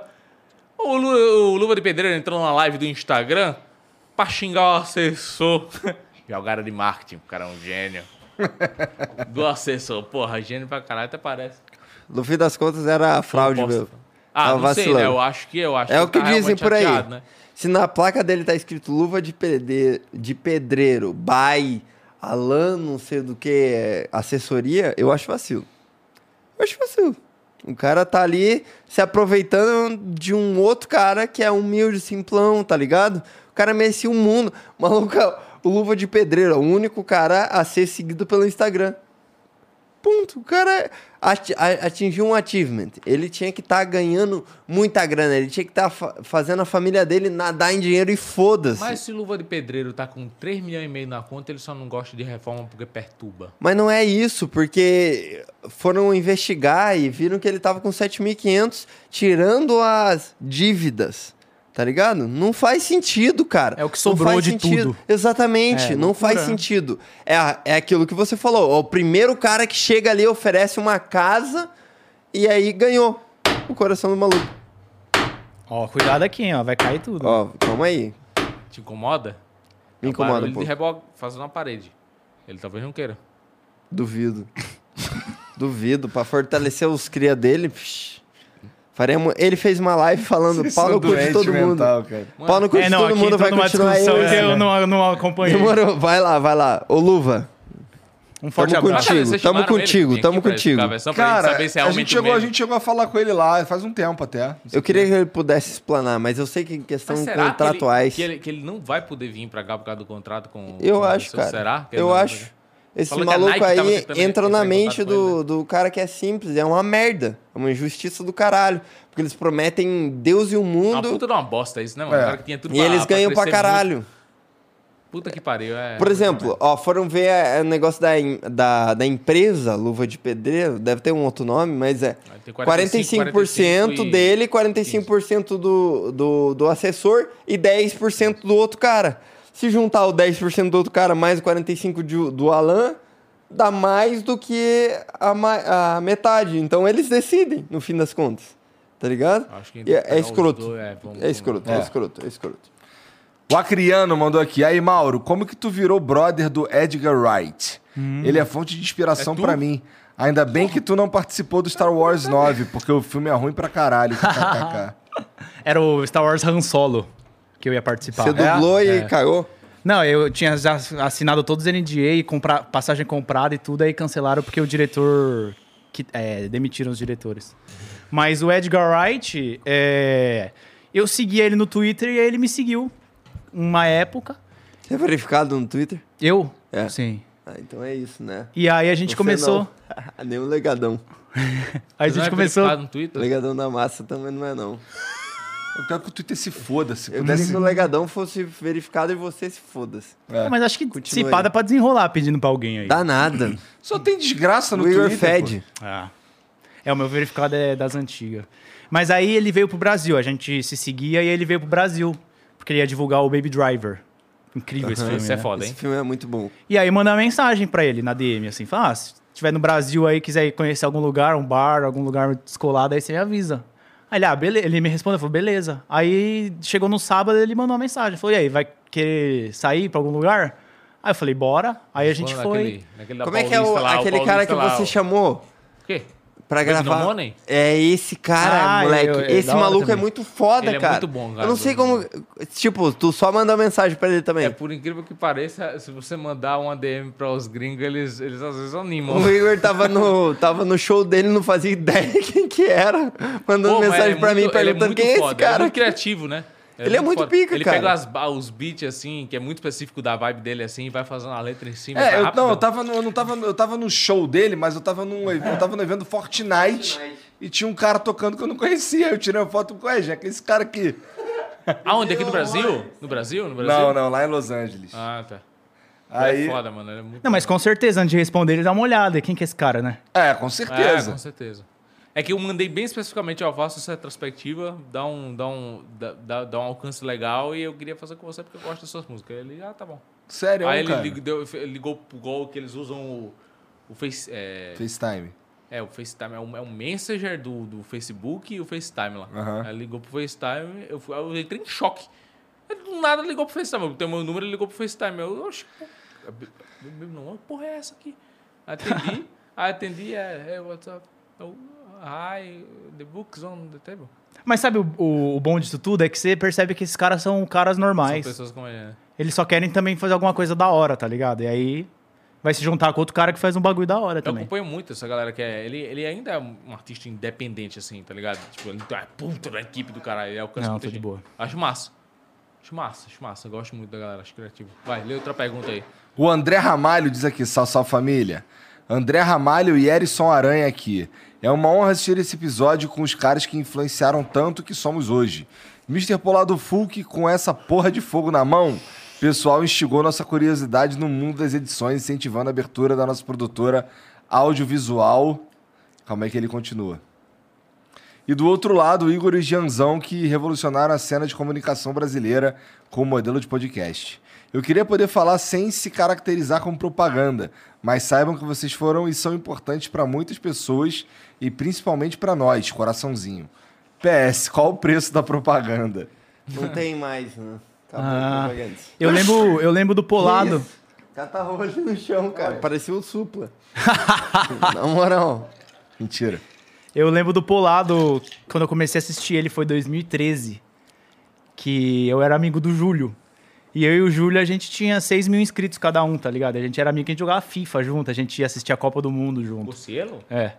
Speaker 3: O, Lu- o Luva de Pedreiro entrou na live do Instagram pra xingar o assessor. Já o cara de marketing, o cara é um gênio. do assessor, porra, gênio pra caralho, até parece.
Speaker 2: No fim das contas, era a fraude,
Speaker 3: Bosta.
Speaker 2: meu.
Speaker 3: Ah,
Speaker 2: Tava
Speaker 3: não sei, né?
Speaker 2: vacilando.
Speaker 3: Eu acho que eu acho
Speaker 2: É o que
Speaker 3: tá realmente
Speaker 2: dizem por aí.
Speaker 3: chateado, né?
Speaker 2: Se na placa dele tá escrito luva de, pede- de pedreiro, by Alan, não sei do que, é, assessoria, eu acho vacilo. Eu acho vacilo. O cara tá ali se aproveitando de um outro cara que é humilde, simplão, tá ligado? O cara merecia o mundo. Maluca, o Luva de Pedreiro é o único cara a ser seguido pelo Instagram. Ponto. O cara ati- a- atingiu um achievement. Ele tinha que estar ganhando muita grana. Ele tinha que estar fazendo a família dele nadar em dinheiro e foda-se.
Speaker 3: Mas
Speaker 2: Mas...
Speaker 3: se Luva de Pedreiro tá com 3 milhões e meio na conta, ele só não gosta de reforma porque perturba.
Speaker 2: não é isso, porque foram investigar e viram que ele tava com 7.500 tirando as dívidas. Tá ligado? Não faz sentido, cara.
Speaker 4: É o que
Speaker 2: Não
Speaker 4: sobrou
Speaker 2: faz
Speaker 4: de
Speaker 2: sentido.
Speaker 4: tudo.
Speaker 2: Exatamente,
Speaker 4: É,
Speaker 2: não
Speaker 4: loucura,
Speaker 2: faz
Speaker 4: né?
Speaker 2: sentido. É, a- é aquilo que você falou. ó, O primeiro cara que chega ali oferece uma casa e aí ganhou o coração do maluco.
Speaker 4: Ó, cuidado aqui, hein, ó. Vai cair tudo.
Speaker 2: Ó, calma aí.
Speaker 3: Te incomoda?
Speaker 2: Me incomoda um
Speaker 3: Ele de
Speaker 2: pouco.
Speaker 3: reboque, fazendo uma parede. Ele talvez não queira.
Speaker 2: Duvido. Duvido. Pra fortalecer os cria dele, psh, faremos. Ele fez uma live falando
Speaker 1: Vocês
Speaker 2: pau
Speaker 1: são
Speaker 2: no cu de
Speaker 1: é um doente
Speaker 2: todo mundo.
Speaker 1: mental, cara.
Speaker 2: Pau no cu de
Speaker 4: é, não,
Speaker 2: todo
Speaker 4: aqui
Speaker 2: mundo
Speaker 4: mundo
Speaker 2: vai
Speaker 4: uma
Speaker 2: continuar aí.
Speaker 4: discussão que
Speaker 2: né?
Speaker 4: eu não, não acompanhei.
Speaker 2: Demorou. Vai lá, vai lá. Ô, Luva.
Speaker 4: Um forte
Speaker 2: Tamo
Speaker 4: abraço.
Speaker 2: contigo,
Speaker 3: vocês
Speaker 2: tamo
Speaker 3: chamaram ele?
Speaker 2: contigo,
Speaker 3: Vem aqui
Speaker 2: tamo
Speaker 3: pra
Speaker 2: contigo.
Speaker 3: esse Cabeção, pra
Speaker 1: Cara,
Speaker 3: gente saber se é
Speaker 1: a,
Speaker 3: realmente
Speaker 1: gente chegou,
Speaker 3: o
Speaker 1: a
Speaker 3: mesmo.
Speaker 1: gente chegou a falar com ele lá faz um tempo até.
Speaker 2: Eu queria que ele pudesse explanar, mas eu sei que em questão
Speaker 3: Mas será que ele-
Speaker 2: contratuais.
Speaker 3: Que ele, que ele não vai poder vir pra cá por causa do contrato com
Speaker 2: Eu
Speaker 3: com o
Speaker 2: acho,
Speaker 3: Anderson?
Speaker 2: cara.
Speaker 3: Será? que ele
Speaker 2: eu
Speaker 3: não vai
Speaker 2: acho.
Speaker 3: poder?
Speaker 2: Esse
Speaker 3: Falou que a
Speaker 2: maluco
Speaker 3: Nike
Speaker 2: aí
Speaker 3: tava tentando
Speaker 2: entra
Speaker 3: entrar
Speaker 2: na
Speaker 3: em
Speaker 2: mente
Speaker 3: contato com ele,
Speaker 2: do, do cara que é simples, é uma merda. É uma injustiça do caralho. Porque eles prometem Deus e o
Speaker 3: É Uma
Speaker 2: mundo
Speaker 3: puta de uma bosta isso, né, mano?
Speaker 1: É.
Speaker 3: O cara que tinha tudo
Speaker 2: e eles ganham pra
Speaker 3: crescer muito.
Speaker 2: caralho.
Speaker 3: Puta que pariu, é.
Speaker 2: Por exemplo, ó, foram ver é, o negócio da, em- da, da empresa Luva de Pedreiro, deve ter um outro nome, mas é
Speaker 3: Vai ter
Speaker 2: 45%,
Speaker 3: 45%, e-
Speaker 2: dele, 45% do, do, do assessor e 10% do outro cara. Se juntar o 10% do outro cara mais o 45% de- do Alan, dá mais do que a, ma- a metade. Então eles decidem, no fim das contas. Tá ligado?
Speaker 3: Acho que
Speaker 2: E é,
Speaker 3: pegar
Speaker 2: é
Speaker 3: os
Speaker 2: escroto.
Speaker 3: dois, é, vamos-
Speaker 2: É escroto, é
Speaker 1: É.
Speaker 2: escroto, é escroto.
Speaker 1: O Acriano mandou aqui. Aí, Mauro, como que tu virou brother do Edgar Wright? Ele é fonte de inspiração
Speaker 3: É tu?
Speaker 1: pra mim. Ainda bem que tu não participou do Star Wars 9, porque o filme é ruim pra caralho. KKK.
Speaker 4: Era o Star Wars Han Solo que eu ia participar.
Speaker 2: Você dublou e
Speaker 4: É.
Speaker 2: cagou?
Speaker 4: Não, eu tinha já assinado todos os NDA e compra- passagem comprada e tudo, aí cancelaram porque o diretor. Que, é, demitiram os diretores. Mas o Edgar Wright, é, eu segui ele no Twitter e ele me seguiu uma época.
Speaker 2: Você é verificado no Twitter?
Speaker 4: Eu?
Speaker 2: É.
Speaker 4: Sim.
Speaker 2: Ah, então é isso, né?
Speaker 4: E aí a gente
Speaker 2: Você
Speaker 4: começou.
Speaker 2: não. Nem o legadão.
Speaker 4: aí A
Speaker 3: Não
Speaker 4: gente
Speaker 3: é
Speaker 4: começou.
Speaker 3: verificado No Twitter?
Speaker 2: Legadão da massa também não é, não.
Speaker 1: Eu quero que o Twitter se foda, se
Speaker 2: Eu disse
Speaker 1: pudesse.
Speaker 2: que o legadão fosse verificado e você se foda-se.
Speaker 4: É, Mas acho que
Speaker 2: Continua
Speaker 4: se pá,
Speaker 2: aí.
Speaker 4: dá pra desenrolar pedindo pra alguém aí.
Speaker 2: Dá nada.
Speaker 1: Só tem
Speaker 3: Tá
Speaker 1: desgraça no
Speaker 2: o Igor
Speaker 1: Twitter.
Speaker 2: Fed.
Speaker 4: Ah. É, o meu verificado é das antigas. Mas aí ele veio pro Brasil, a gente se seguia e ele veio pro Brasil, porque ele ia divulgar o Baby Driver. Incrível esse filme,
Speaker 3: Isso é
Speaker 4: né?
Speaker 3: foda,
Speaker 2: Esse
Speaker 3: hein?
Speaker 2: filme é muito bom.
Speaker 4: E aí mandar uma mensagem pra ele na DM, assim, falar, ah, se tiver no Brasil aí, quiser ir conhecer algum lugar, um bar, algum lugar descolado, aí você me avisa. Aí ele, ah, beleza. Ele me respondeu, falou, beleza. Aí chegou no sábado, ele mandou uma mensagem, falou, e aí, vai querer sair pra algum lugar? Aí eu falei, bora. Aí a gente
Speaker 3: Quando
Speaker 4: foi.
Speaker 3: naquele- naquele da
Speaker 2: Como é que é o-
Speaker 3: Paulista lá, o
Speaker 2: aquele cara que
Speaker 3: Paulista lá,
Speaker 2: você
Speaker 3: o-
Speaker 2: chamou
Speaker 3: O quê?
Speaker 2: pra
Speaker 3: Wagner
Speaker 2: gravar?
Speaker 3: Money?
Speaker 2: É esse cara,
Speaker 4: Ah,
Speaker 2: moleque.
Speaker 4: eu- eu-
Speaker 2: esse
Speaker 4: da hora
Speaker 2: maluco é
Speaker 4: também.
Speaker 2: muito foda,
Speaker 3: Ele é
Speaker 2: cara.
Speaker 3: muito bom, cara.
Speaker 2: Eu não sei como. Tipo, tu só mandou mensagem pra ele também.
Speaker 3: É por incrível que pareça, se você mandar uma DM pra os gringos, eles, eles às vezes animam.
Speaker 2: O Igor tava no, tava no show dele, não fazia ideia quem que era. Mandando
Speaker 3: Pô, mas
Speaker 2: mensagem
Speaker 3: é
Speaker 2: pra mim,
Speaker 3: muito- ele
Speaker 2: perguntando
Speaker 3: muito
Speaker 2: quem é esse
Speaker 3: foda, Ele é
Speaker 2: cara.
Speaker 3: muito criativo, né?
Speaker 2: Ele é muito
Speaker 3: foda.
Speaker 2: pica,
Speaker 3: ele
Speaker 2: cara.
Speaker 3: Ele pega as ba- os beats, assim, que é muito específico da vibe dele, assim, e vai fazendo a letra em cima.
Speaker 1: É,
Speaker 3: tá
Speaker 1: eu,
Speaker 3: rápido.
Speaker 1: não, eu tava no, eu não tava, no- eu tava no show dele, mas eu tava num, eu tava no evento Fortnite, e tinha um cara tocando que eu não conhecia. Eu tirei uma foto com o Ejé, que esse cara aqui.
Speaker 3: Aonde? Aqui no Brasil? No Brasil? No Brasil?
Speaker 1: Não, não, lá em Los Angeles.
Speaker 3: Ah, tá. Ele
Speaker 1: Aí,
Speaker 3: é foda, mano. Ele é muito
Speaker 4: Não, mas
Speaker 3: foda.
Speaker 4: com certeza, antes de responder, ele dá uma olhada. Quem que é esse cara, né?
Speaker 1: é, com
Speaker 3: É,
Speaker 1: certeza.
Speaker 3: com certeza. É que eu mandei bem especificamente, ó, faço essa retrospectiva, dá um, dá, um, dá- dá, dá um alcance legal e eu queria fazer com você porque eu gosto das suas músicas. Ele, ah, tá bom.
Speaker 1: Sério,
Speaker 3: Aí ele
Speaker 1: cara.
Speaker 3: lig- deu- fe- ligou pro gol que eles usam o, o Face. É,
Speaker 1: FaceTime.
Speaker 3: é, o FaceTime é um, é um Messenger do, do Facebook e o FaceTime lá.
Speaker 1: Aham.
Speaker 3: Aí ligou pro FaceTime, eu, fui, aí eu entrei em choque. Ele do nada ligou pro FaceTime, eu tenho meu número, ele ligou pro FaceTime. Eu, oxe, pô, é be- meu meu nome, que porra é essa aqui? Atendi, aí atendi, é, hey, what's up? Eu, hi, the book's on the table.
Speaker 4: Mas sabe o, o- o bom disso tudo? É que você percebe que esses caras são caras
Speaker 3: São
Speaker 4: normais.
Speaker 3: pessoas como ele, né?
Speaker 4: Eles só querem também fazer alguma coisa da hora, tá ligado? E aí vai se juntar com outro cara que faz um bagulho da hora
Speaker 3: Eu
Speaker 4: também.
Speaker 3: acompanho muito essa galera que é. Ele, ele ainda é um artista independente, assim, tá ligado? Tipo, ele tem uma puta da equipe do caralho. Ele alcança
Speaker 4: Não,
Speaker 3: muita
Speaker 4: tô de
Speaker 3: gente.
Speaker 4: boa.
Speaker 3: Acho massa. Acho massa, acho massa. Eu gosto muito da galera, acho criativo. Vai, lê outra pergunta aí.
Speaker 1: O André Ramalho diz aqui, sal, sal família. André Ramalho e Erison Aranha aqui. É uma honra assistir esse episódio com os caras que influenciaram tanto que somos hoje. Mr. Polado Fulk com essa porra de fogo na mão. Pessoal instigou nossa curiosidade no mundo das edições, incentivando a abertura da nossa produtora audiovisual. Calma aí que ele continua. E do outro lado, o Igor e Gianzão, que revolucionaram a cena de comunicação brasileira com o modelo de podcast. Eu queria poder falar sem se caracterizar como propaganda, mas saibam que vocês foram e são importantes para muitas pessoas e principalmente para nós, coraçãozinho. PS, qual o preço da propaganda?
Speaker 2: Não tem mais, né? Acabou
Speaker 4: Ah.
Speaker 2: a propaganda.
Speaker 4: Eu lembro, eu lembro do Polado.
Speaker 2: Isso. O cara tava olho tá no chão, cara. Parecia o Supla. Na moral.
Speaker 1: Mentira.
Speaker 4: Eu lembro do Polado, quando eu comecei a assistir ele foi 2013, que eu era amigo do Júlio. E eu e o Júlio, a gente tinha 6 mil inscritos cada um, tá ligado? A gente era amigo, a gente jogava FIFA junto, a gente ia assistir a Copa do Mundo junto.
Speaker 3: O Cielo?
Speaker 4: É.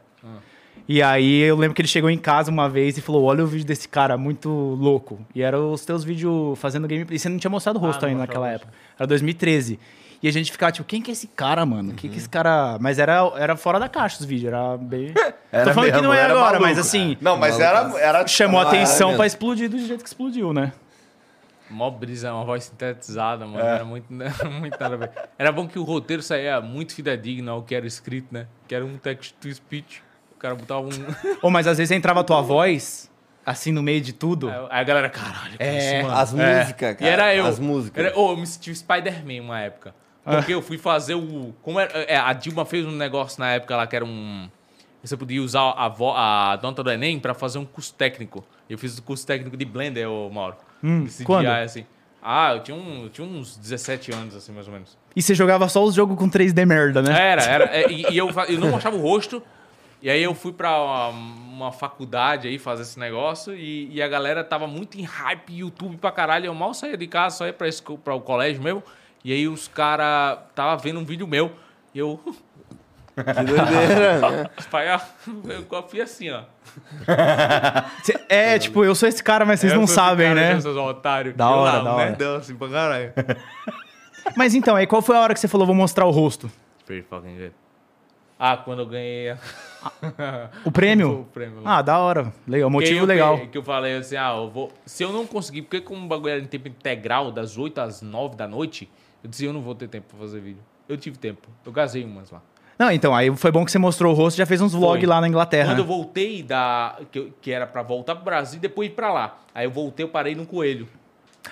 Speaker 4: E aí eu lembro que ele chegou em casa uma vez e falou: Olha o vídeo desse cara, muito louco. E eram os teus vídeos fazendo gameplay. E você não tinha mostrado o rosto
Speaker 3: não
Speaker 4: ainda
Speaker 3: mostrava
Speaker 4: naquela
Speaker 3: o
Speaker 4: época. Era 2013. E a gente ficava tipo: Quem que é esse cara, mano? Quem que é esse cara. Mas era, era fora da caixa os vídeos, era bem. Tô falando que
Speaker 1: mesmo,
Speaker 4: não é
Speaker 1: era
Speaker 4: agora,
Speaker 1: maluco.
Speaker 4: mas assim.
Speaker 1: Não, mas era, é, era
Speaker 4: Chamou a
Speaker 2: Caralho,
Speaker 4: atenção
Speaker 2: mesmo.
Speaker 4: pra explodir do jeito que explodiu, né?
Speaker 3: Mó brisa, uma voz sintetizada, mano. Era muito, era muito nada a ver. Era bom que o roteiro saía muito fidedigno ao que era escrito, né? Que era um text to speech. O cara botava um.
Speaker 4: Ou mas às vezes entrava a tua voz, assim no meio de tudo.
Speaker 3: Aí a galera, caralho,
Speaker 4: É,
Speaker 3: que isso, É, mano?
Speaker 2: As músicas, cara.
Speaker 3: E era eu.
Speaker 2: As músicas. Ah.
Speaker 3: Era- oh, eu me senti o Spider-Man uma época. Porque eu fui fazer o. Como era, é, a Dilma fez um negócio na época lá que era um. Você podia usar a, vo, a nota do Enem pra fazer um curso técnico. Eu fiz o curso técnico de Blender, ô Mauro.
Speaker 4: Hum,
Speaker 3: De CGI,
Speaker 4: quando?
Speaker 3: assim. Ah, eu tinha, um, eu tinha uns 17 anos, assim, mais ou menos.
Speaker 4: E você jogava só os jogos com 3D merda, né?
Speaker 3: Era, era. É, E, e eu, fa- eu não mostrava o rosto. E aí eu fui pra uma, uma faculdade aí fazer esse negócio e, e a galera tava muito em hype, YouTube pra caralho. Eu mal saía de casa, só ia pra, esco- pra o colégio mesmo. E aí os caras tava vendo um vídeo meu. E eu,
Speaker 2: Que doideira, né?
Speaker 3: pai, ó, eu copio assim, ó.
Speaker 4: Cê- É, tipo, eu sou esse cara, mas vocês
Speaker 3: Aí eu
Speaker 4: não
Speaker 3: fui
Speaker 4: sabem,
Speaker 3: ficar,
Speaker 4: né?
Speaker 3: Seus otários.
Speaker 4: Da
Speaker 3: Eu
Speaker 4: hora,
Speaker 3: um
Speaker 4: da hora.
Speaker 3: nerdão assim pra caralho.
Speaker 4: Mas então, aí qual foi a hora que você falou, vou mostrar o rosto?
Speaker 3: Pretty fucking good. Ah, quando eu ganhei
Speaker 4: O prêmio?
Speaker 3: o prêmio. lá.
Speaker 4: Ah, da hora. Legal,
Speaker 3: Porque
Speaker 4: motivo
Speaker 3: eu-
Speaker 4: legal.
Speaker 3: Que, que eu falei assim, ah, eu vou. Se eu não conseguir, porque como o bagulho era em tempo integral, das 8 às 9 da noite, eu disse, eu não vou ter tempo pra fazer vídeo. Eu tive tempo. Eu casei umas lá.
Speaker 4: Não, então, aí foi bom que você mostrou o rosto, já fez uns vlogs
Speaker 3: Foi.
Speaker 4: lá na Inglaterra.
Speaker 3: Quando eu
Speaker 4: né?
Speaker 3: voltei da. Que, eu- que era pra voltar pro Brasil e depois ir pra lá. Aí eu voltei, eu parei no coelho.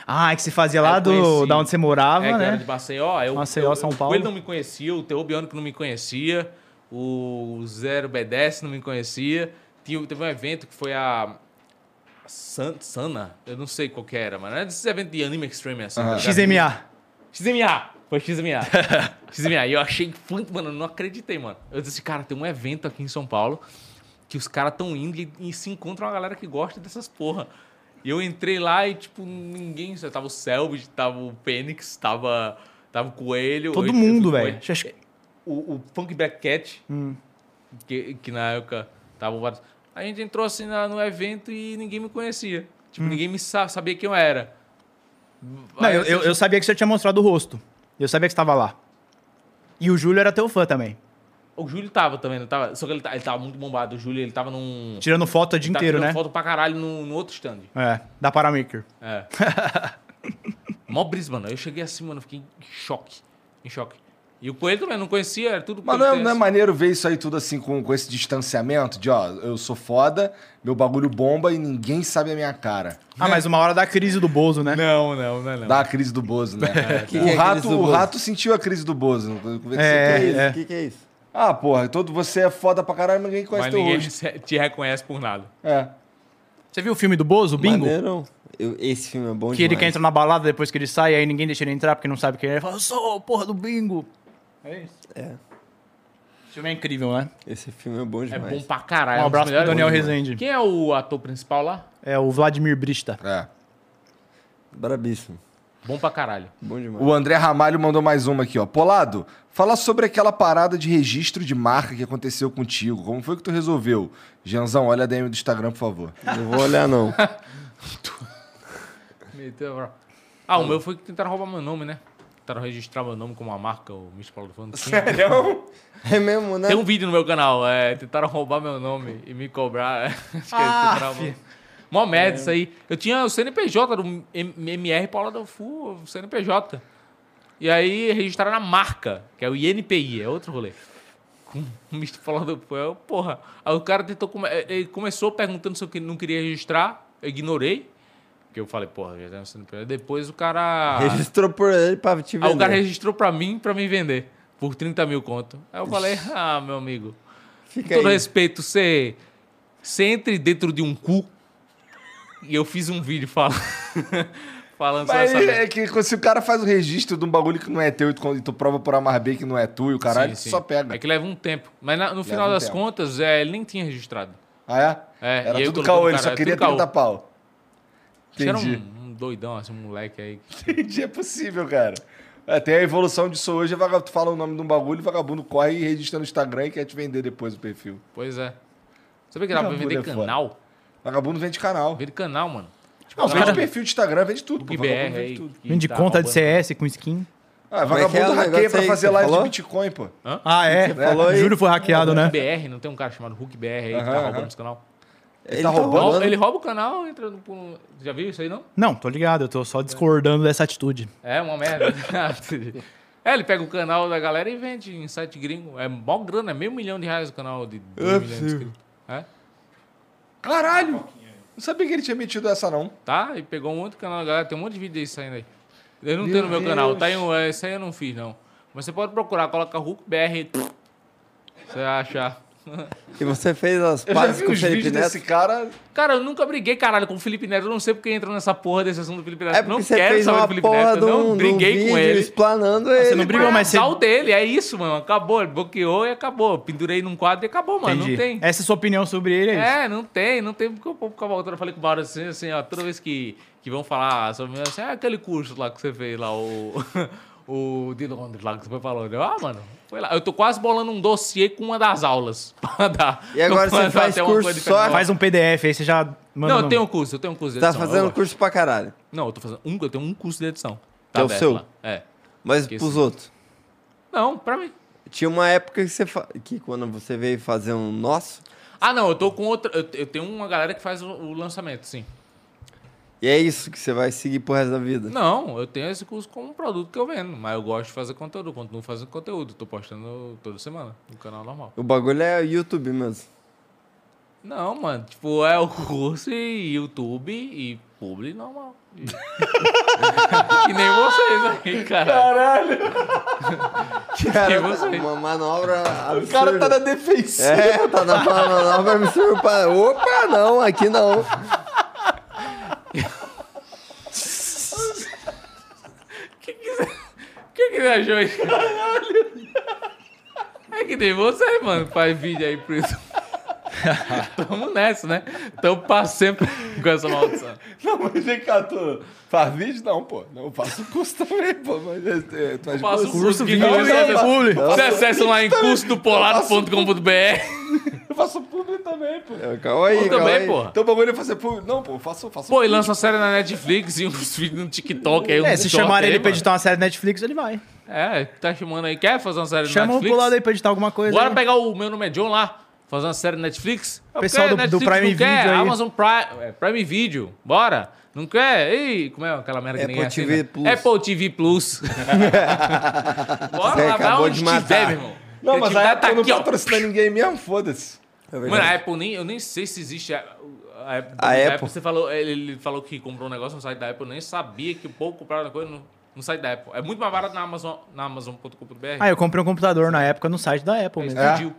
Speaker 4: Ah, é que você fazia lá
Speaker 3: Eu
Speaker 4: do,
Speaker 3: conheci.
Speaker 4: da onde você morava,
Speaker 3: é, que era
Speaker 4: né?
Speaker 3: de Maceió. Eu,
Speaker 4: Maceió,
Speaker 3: eu-
Speaker 4: São
Speaker 3: o
Speaker 4: Paulo.
Speaker 3: Coelho não me conhecia, o Teobiano que não me conhecia, o Zero BDS não me conhecia. Tinha, teve um evento que foi a. San- é Sana, eu não sei qual que era, mas era desses eventos de anime extreme assim. tá ligado?
Speaker 4: XMA.
Speaker 3: XMA. Foi XMA. XMA. E eu achei, fun- mano, eu não acreditei, mano. Eu disse, cara, tem um evento aqui em São Paulo que os caras estão indo e, e se encontram uma galera que gosta dessas porra. E eu entrei lá e, tipo, ninguém. Só tava o Selvage, tava o Fênix, tava, tava o Coelho.
Speaker 4: Todo
Speaker 3: eu- eu
Speaker 4: mundo,
Speaker 3: fui com
Speaker 4: velho. Hum.
Speaker 3: ele. O, o Funk Black Cat, que, que na época tava vários. A gente entrou assim na- no evento e ninguém me conhecia. Tipo, ninguém me sa- sabia quem eu era.
Speaker 4: Hum. Não,
Speaker 3: Aí,
Speaker 4: eu,
Speaker 3: assim,
Speaker 4: eu, eu sabia que você tinha mostrado o rosto. Eu sabia que você tava lá. E o Júlio era teu fã também.
Speaker 3: O Júlio tava também, não tava? Só que ele, tá- ele tava muito bombado. O Júlio, ele tava num.
Speaker 4: Tirando foto o dia
Speaker 3: tava
Speaker 4: inteiro,
Speaker 3: tá tirando
Speaker 4: né?
Speaker 3: foto pra caralho no, no outro stand.
Speaker 4: É, da Paramaker.
Speaker 3: É. Mó brisa, mano. Eu cheguei assim, mano, fiquei em choque. Em choque. E o Coelho também, eu não conhecia, era tudo
Speaker 1: Mas não é,
Speaker 3: pelo
Speaker 1: não é
Speaker 3: texto.
Speaker 1: maneiro ver isso aí tudo assim com, com esse distanciamento de, ó, eu sou foda, meu bagulho bomba e ninguém sabe a minha cara.
Speaker 3: É.
Speaker 4: Ah, mas uma hora da crise do Bozo, né?
Speaker 3: Não, não, é não, não.
Speaker 1: Dá a crise do Bozo, né?
Speaker 2: Que
Speaker 1: o,
Speaker 2: que é a
Speaker 1: rato,
Speaker 2: crise do
Speaker 1: o
Speaker 2: Bozo?
Speaker 1: rato sentiu a crise do Bozo. né? Eu conversei
Speaker 4: É,
Speaker 1: com ele.
Speaker 4: é.
Speaker 2: O que, que é isso?
Speaker 1: Ah, porra, todo, você é foda pra caralho, mas ninguém conhece
Speaker 3: Mas
Speaker 1: teu
Speaker 3: ninguém
Speaker 1: rosto.
Speaker 3: se- te reconhece por nada.
Speaker 1: É.
Speaker 4: Você viu o filme do Bozo, Bingo?
Speaker 2: Maneirão. Eu- esse filme é bom
Speaker 4: Que ele
Speaker 2: demais.
Speaker 4: quer entrar na balada depois que ele sai, aí ninguém deixa ele entrar porque não sabe quem é. Ele fala, eu sou a porra do Bingo. É isso.
Speaker 2: É.
Speaker 4: Esse filme é incrível, né?
Speaker 2: Esse filme é bom
Speaker 3: É
Speaker 2: demais.
Speaker 3: bom pra caralho. é
Speaker 4: Um
Speaker 3: dos
Speaker 4: abraço pro
Speaker 3: melhores.
Speaker 4: Daniel Rezende.
Speaker 3: Quem é o ator principal lá?
Speaker 4: É o Vladimir Brista.
Speaker 1: É.
Speaker 2: Brabíssimo.
Speaker 3: Bom pra caralho.
Speaker 2: Bom demais.
Speaker 1: O André Ramalho mandou mais uma aqui, ó. Polado, fala sobre aquela parada de registro de marca que aconteceu contigo. Como foi que tu resolveu? Janzão, olha a DM do Instagram, por favor.
Speaker 2: Não vou olhar, não.
Speaker 3: Meteu, bro. Ah, o meu foi que tentaram roubar meu nome, né? Tentaram registrar meu nome como uma marca, o Mr. Paulo do Fundo.
Speaker 2: É mesmo, né?
Speaker 3: Tem um vídeo no meu canal, é, tentaram roubar meu nome e me cobrar. é, Acho que eles tentaram roubar. Mó merda isso aí. Eu tinha o CNPJ do M- MR Paula do Fu, o CNPJ. E aí registraram a marca, que é o INPI, é outro rolê. Com o misto Paula do Fu, eu, porra. Aí o cara tentou, come- é, ele começou perguntando se eu que- não queria registrar, eu ignorei. Porque eu falei, porra, já tem um o CNPJ. Depois o cara...
Speaker 2: Registrou por ele pra te
Speaker 3: Aí Ah, o cara
Speaker 2: vender.
Speaker 3: registrou pra mim, pra me vender, por 30 mil conto. Aí eu falei, ah, meu amigo, com
Speaker 2: Fica
Speaker 3: todo
Speaker 1: é
Speaker 2: aí.
Speaker 3: respeito, você você entre dentro de um cu. E eu fiz um vídeo fal- falando sobre
Speaker 1: Mas
Speaker 3: essa merda.
Speaker 1: é que se o cara faz o registro de um bagulho que não é teu e tu, e tu prova por A mais B que não é tu e o caralho,
Speaker 3: Sim, sim.
Speaker 1: tu só pega.
Speaker 3: É que leva um tempo. Mas na- no final
Speaker 1: um
Speaker 3: das
Speaker 1: tempo.
Speaker 3: contas, é, ele nem tinha registrado.
Speaker 1: Ah, é?
Speaker 3: É,
Speaker 1: Era
Speaker 3: e eu
Speaker 1: tudo
Speaker 3: colocando
Speaker 1: caô, ele
Speaker 3: cara,
Speaker 1: só
Speaker 3: é
Speaker 1: queria
Speaker 3: tudo caô.
Speaker 1: 30 pau.
Speaker 3: Acho que Era
Speaker 1: Entendi.
Speaker 3: um, um doidão, assim, um moleque aí.
Speaker 1: Entendi, é possível, cara. Até a evolução disso hoje, é vaga- tu fala o nome de um bagulho, vagabundo corre e registra no Instagram e quer te vender depois o perfil.
Speaker 3: Pois é. Sabia que dá pra
Speaker 1: Não,
Speaker 3: vender
Speaker 1: mulher é foda.
Speaker 3: canal?
Speaker 1: Vagabundo vende canal.
Speaker 3: Vende canal, mano. Tipo,
Speaker 1: Não, vende
Speaker 3: canal
Speaker 1: perfil de Instagram, vende tudo.
Speaker 3: do
Speaker 1: pô, vagabundo
Speaker 3: BR
Speaker 1: vende
Speaker 3: aí.
Speaker 1: tudo.
Speaker 3: que
Speaker 4: Vende
Speaker 3: tá
Speaker 4: conta de
Speaker 3: roubando.
Speaker 4: CS com skin.
Speaker 1: Ah,
Speaker 2: Como é que
Speaker 1: vagabundo
Speaker 2: é o negócio
Speaker 1: hackeia pra
Speaker 2: aí que
Speaker 1: fazer
Speaker 2: você
Speaker 1: live
Speaker 2: falou?
Speaker 1: de Bitcoin, pô.
Speaker 4: Ah, é?
Speaker 2: falou
Speaker 4: O
Speaker 2: aí?
Speaker 4: Júlio foi hackeado, né?
Speaker 3: BR, não tem um cara chamado Hulk BR aí que
Speaker 1: Aham,
Speaker 3: tá roubando
Speaker 1: aham.
Speaker 3: os canal?
Speaker 2: Ele
Speaker 1: tá
Speaker 2: tá
Speaker 1: roubando?
Speaker 2: roubando.
Speaker 3: Ele rouba o canal, entra no. no- Já viu isso aí, não?
Speaker 4: Não, tô ligado, eu tô só discordando dessa atitude.
Speaker 3: É uma merda. é, ele pega o canal da galera e vende em site gringo. É mó grana, é meio milhão de reais o canal de dois
Speaker 2: É
Speaker 3: milhões de inscritos. É?
Speaker 1: Caralho! Não sabia que ele tinha metido essa, não.
Speaker 3: Tá? E pegou um outro canal da galera, tem um monte de vídeo aí saindo aí. Eu não tenho no meu canal, tá em um, é, esse aí eu não fiz, não. Mas você pode procurar, coloca Hulk BR. Você vai achar.
Speaker 2: E você fez as
Speaker 1: Eu já
Speaker 2: pazes
Speaker 1: vi
Speaker 2: com o
Speaker 1: uns
Speaker 2: Felipe
Speaker 1: vídeos
Speaker 2: Neto?
Speaker 1: desse cara.
Speaker 3: Cara, eu nunca briguei, caralho, com o Felipe Neto. Eu não sei porque entra nessa porra desse assunto do Felipe Neto.
Speaker 2: É porque
Speaker 3: não
Speaker 2: você
Speaker 3: quero
Speaker 2: fez
Speaker 3: saber do
Speaker 2: uma
Speaker 3: Felipe
Speaker 2: porra
Speaker 3: Neto.
Speaker 2: de
Speaker 3: Eu não
Speaker 2: um, de um
Speaker 3: briguei
Speaker 2: vídeo
Speaker 3: com ele.
Speaker 2: explanando ele.
Speaker 4: não brigou, mas você-
Speaker 3: Sal dele, é isso, mano. Acabou, ele bloqueou e acabou. Pendurei num quadro e acabou, mano.
Speaker 4: Entendi.
Speaker 3: Não tem.
Speaker 4: Essa é a sua opinião sobre ele, é isso?
Speaker 3: É, não tem, não tem porque o povo ficava voltando. Eu falei com o Mauro assim, assim, ó, toda vez que, que vão falar sobre mim, assim, ah, aquele curso lá que você fez lá, o, o de Londres lá que você foi falando. Eu, ah, mano, foi lá. Eu tô quase bolando um dossiê com uma das aulas pra dar.
Speaker 2: E agora
Speaker 3: pra
Speaker 2: você
Speaker 3: dar
Speaker 2: faz
Speaker 3: até uma
Speaker 2: curso
Speaker 3: coisa
Speaker 2: só?
Speaker 3: diferente.
Speaker 4: Faz um PDF, aí você já manda.
Speaker 3: Não,
Speaker 4: no-
Speaker 3: eu tenho um curso, eu tenho um curso de
Speaker 2: Tá
Speaker 3: edição. eu
Speaker 2: fazendo
Speaker 3: gosto.
Speaker 2: curso pra caralho.
Speaker 3: Não, eu tô fazendo um, eu tenho um curso de edição.
Speaker 2: Que é o
Speaker 3: aberto
Speaker 2: seu?
Speaker 3: lá. É.
Speaker 2: Mas
Speaker 3: Que
Speaker 2: pros
Speaker 3: sim.
Speaker 2: outros.
Speaker 3: Não, pra mim.
Speaker 2: Tinha uma época que você fa- que quando você veio fazer um nosso,
Speaker 3: Ah, não, eu tô com outra. Eu, eu tenho uma galera que faz o, o lançamento, sim.
Speaker 2: e é isso que você vai seguir pro resto da vida.
Speaker 3: Não, eu tenho esse curso como um produto que eu vendo, mas eu gosto de fazer conteúdo, eu continuo fazendo conteúdo, tô postando toda semana no canal normal.
Speaker 2: O bagulho é o YouTube mesmo.
Speaker 3: Não, mano, tipo, é o curso e YouTube e publi normal. E... que nem vocês aí, cara.
Speaker 2: Cara,
Speaker 3: você?
Speaker 2: uma manobra absurda.
Speaker 1: O cara tá na defensiva.
Speaker 2: É, tá na manobra absurda. pra- Opa, não, aqui não.
Speaker 3: Que que, cê- que que você achou aí? É que tem você, mano, que faz vídeo aí por isso. Tamo nessa, né? Tamo pra sempre com essa maldição.
Speaker 1: Não, mas vem cá, tu faz vídeo? Não, pô. Não, eu faço curso também, pô. Mas é, é, tu faz
Speaker 3: Faça o
Speaker 1: curso?
Speaker 3: curso que
Speaker 4: vídeo,
Speaker 3: você
Speaker 4: né?
Speaker 3: acessa-
Speaker 4: Publi.
Speaker 3: Você acessa lá em cursodopolado.com.br.
Speaker 1: Eu faço público também,
Speaker 2: É.
Speaker 1: pô.
Speaker 2: Calma aí,
Speaker 3: Eu
Speaker 2: calma
Speaker 3: também,
Speaker 2: aí.
Speaker 3: porra.
Speaker 1: Então o bagulho é fazer público. Não, pô, eu faço, eu faço
Speaker 3: Pô, e lança uma série na Netflix e uns vídeos no TikTok aí.
Speaker 4: É,
Speaker 3: uns
Speaker 4: se
Speaker 3: short
Speaker 4: chamarem
Speaker 3: aí,
Speaker 4: ele pra
Speaker 3: mano.
Speaker 4: editar uma série Netflix, ele vai.
Speaker 3: É, tá chamando aí. Quer fazer uma série na
Speaker 4: Chama o
Speaker 3: Netflix?
Speaker 4: pulado aí pra editar alguma coisa.
Speaker 3: Bora
Speaker 4: aí.
Speaker 3: pegar o Meu Nome é John lá, fazer uma série Netflix. Eu
Speaker 4: Pessoal
Speaker 3: quero,
Speaker 4: do- do
Speaker 3: Netflix
Speaker 4: Prime
Speaker 3: não quer,
Speaker 4: Video aí.
Speaker 3: Amazon Prime, é, Prime Video, bora. Não quer? Ei, como é aquela merda que
Speaker 2: Apple
Speaker 3: ninguém assina?
Speaker 2: TV Plus.
Speaker 3: Apple TV Plus. bora
Speaker 2: Você
Speaker 3: lá, vai
Speaker 2: acabou
Speaker 3: onde
Speaker 2: de matar.
Speaker 3: tiver, meu irmão.
Speaker 1: Não, mas
Speaker 3: Criatividade
Speaker 1: a Apple
Speaker 3: tá
Speaker 1: não
Speaker 3: aqui, ó.
Speaker 1: patrocina ninguém mesmo, foda-se.
Speaker 2: É
Speaker 3: Mano, a
Speaker 2: verdade.
Speaker 3: Apple nem... Eu nem sei se existe... A, a Apple,
Speaker 2: A
Speaker 3: a
Speaker 2: Apple.
Speaker 3: Você falou, ele, ele falou que comprou um negócio no site da Apple. Eu nem sabia que o povo comprava coisa no, no site da Apple. É muito mais barato na Amazon, na Amazon.com.br.
Speaker 4: Ah, eu comprei um computador na época no site da Apple mesmo.
Speaker 3: Explodiu. É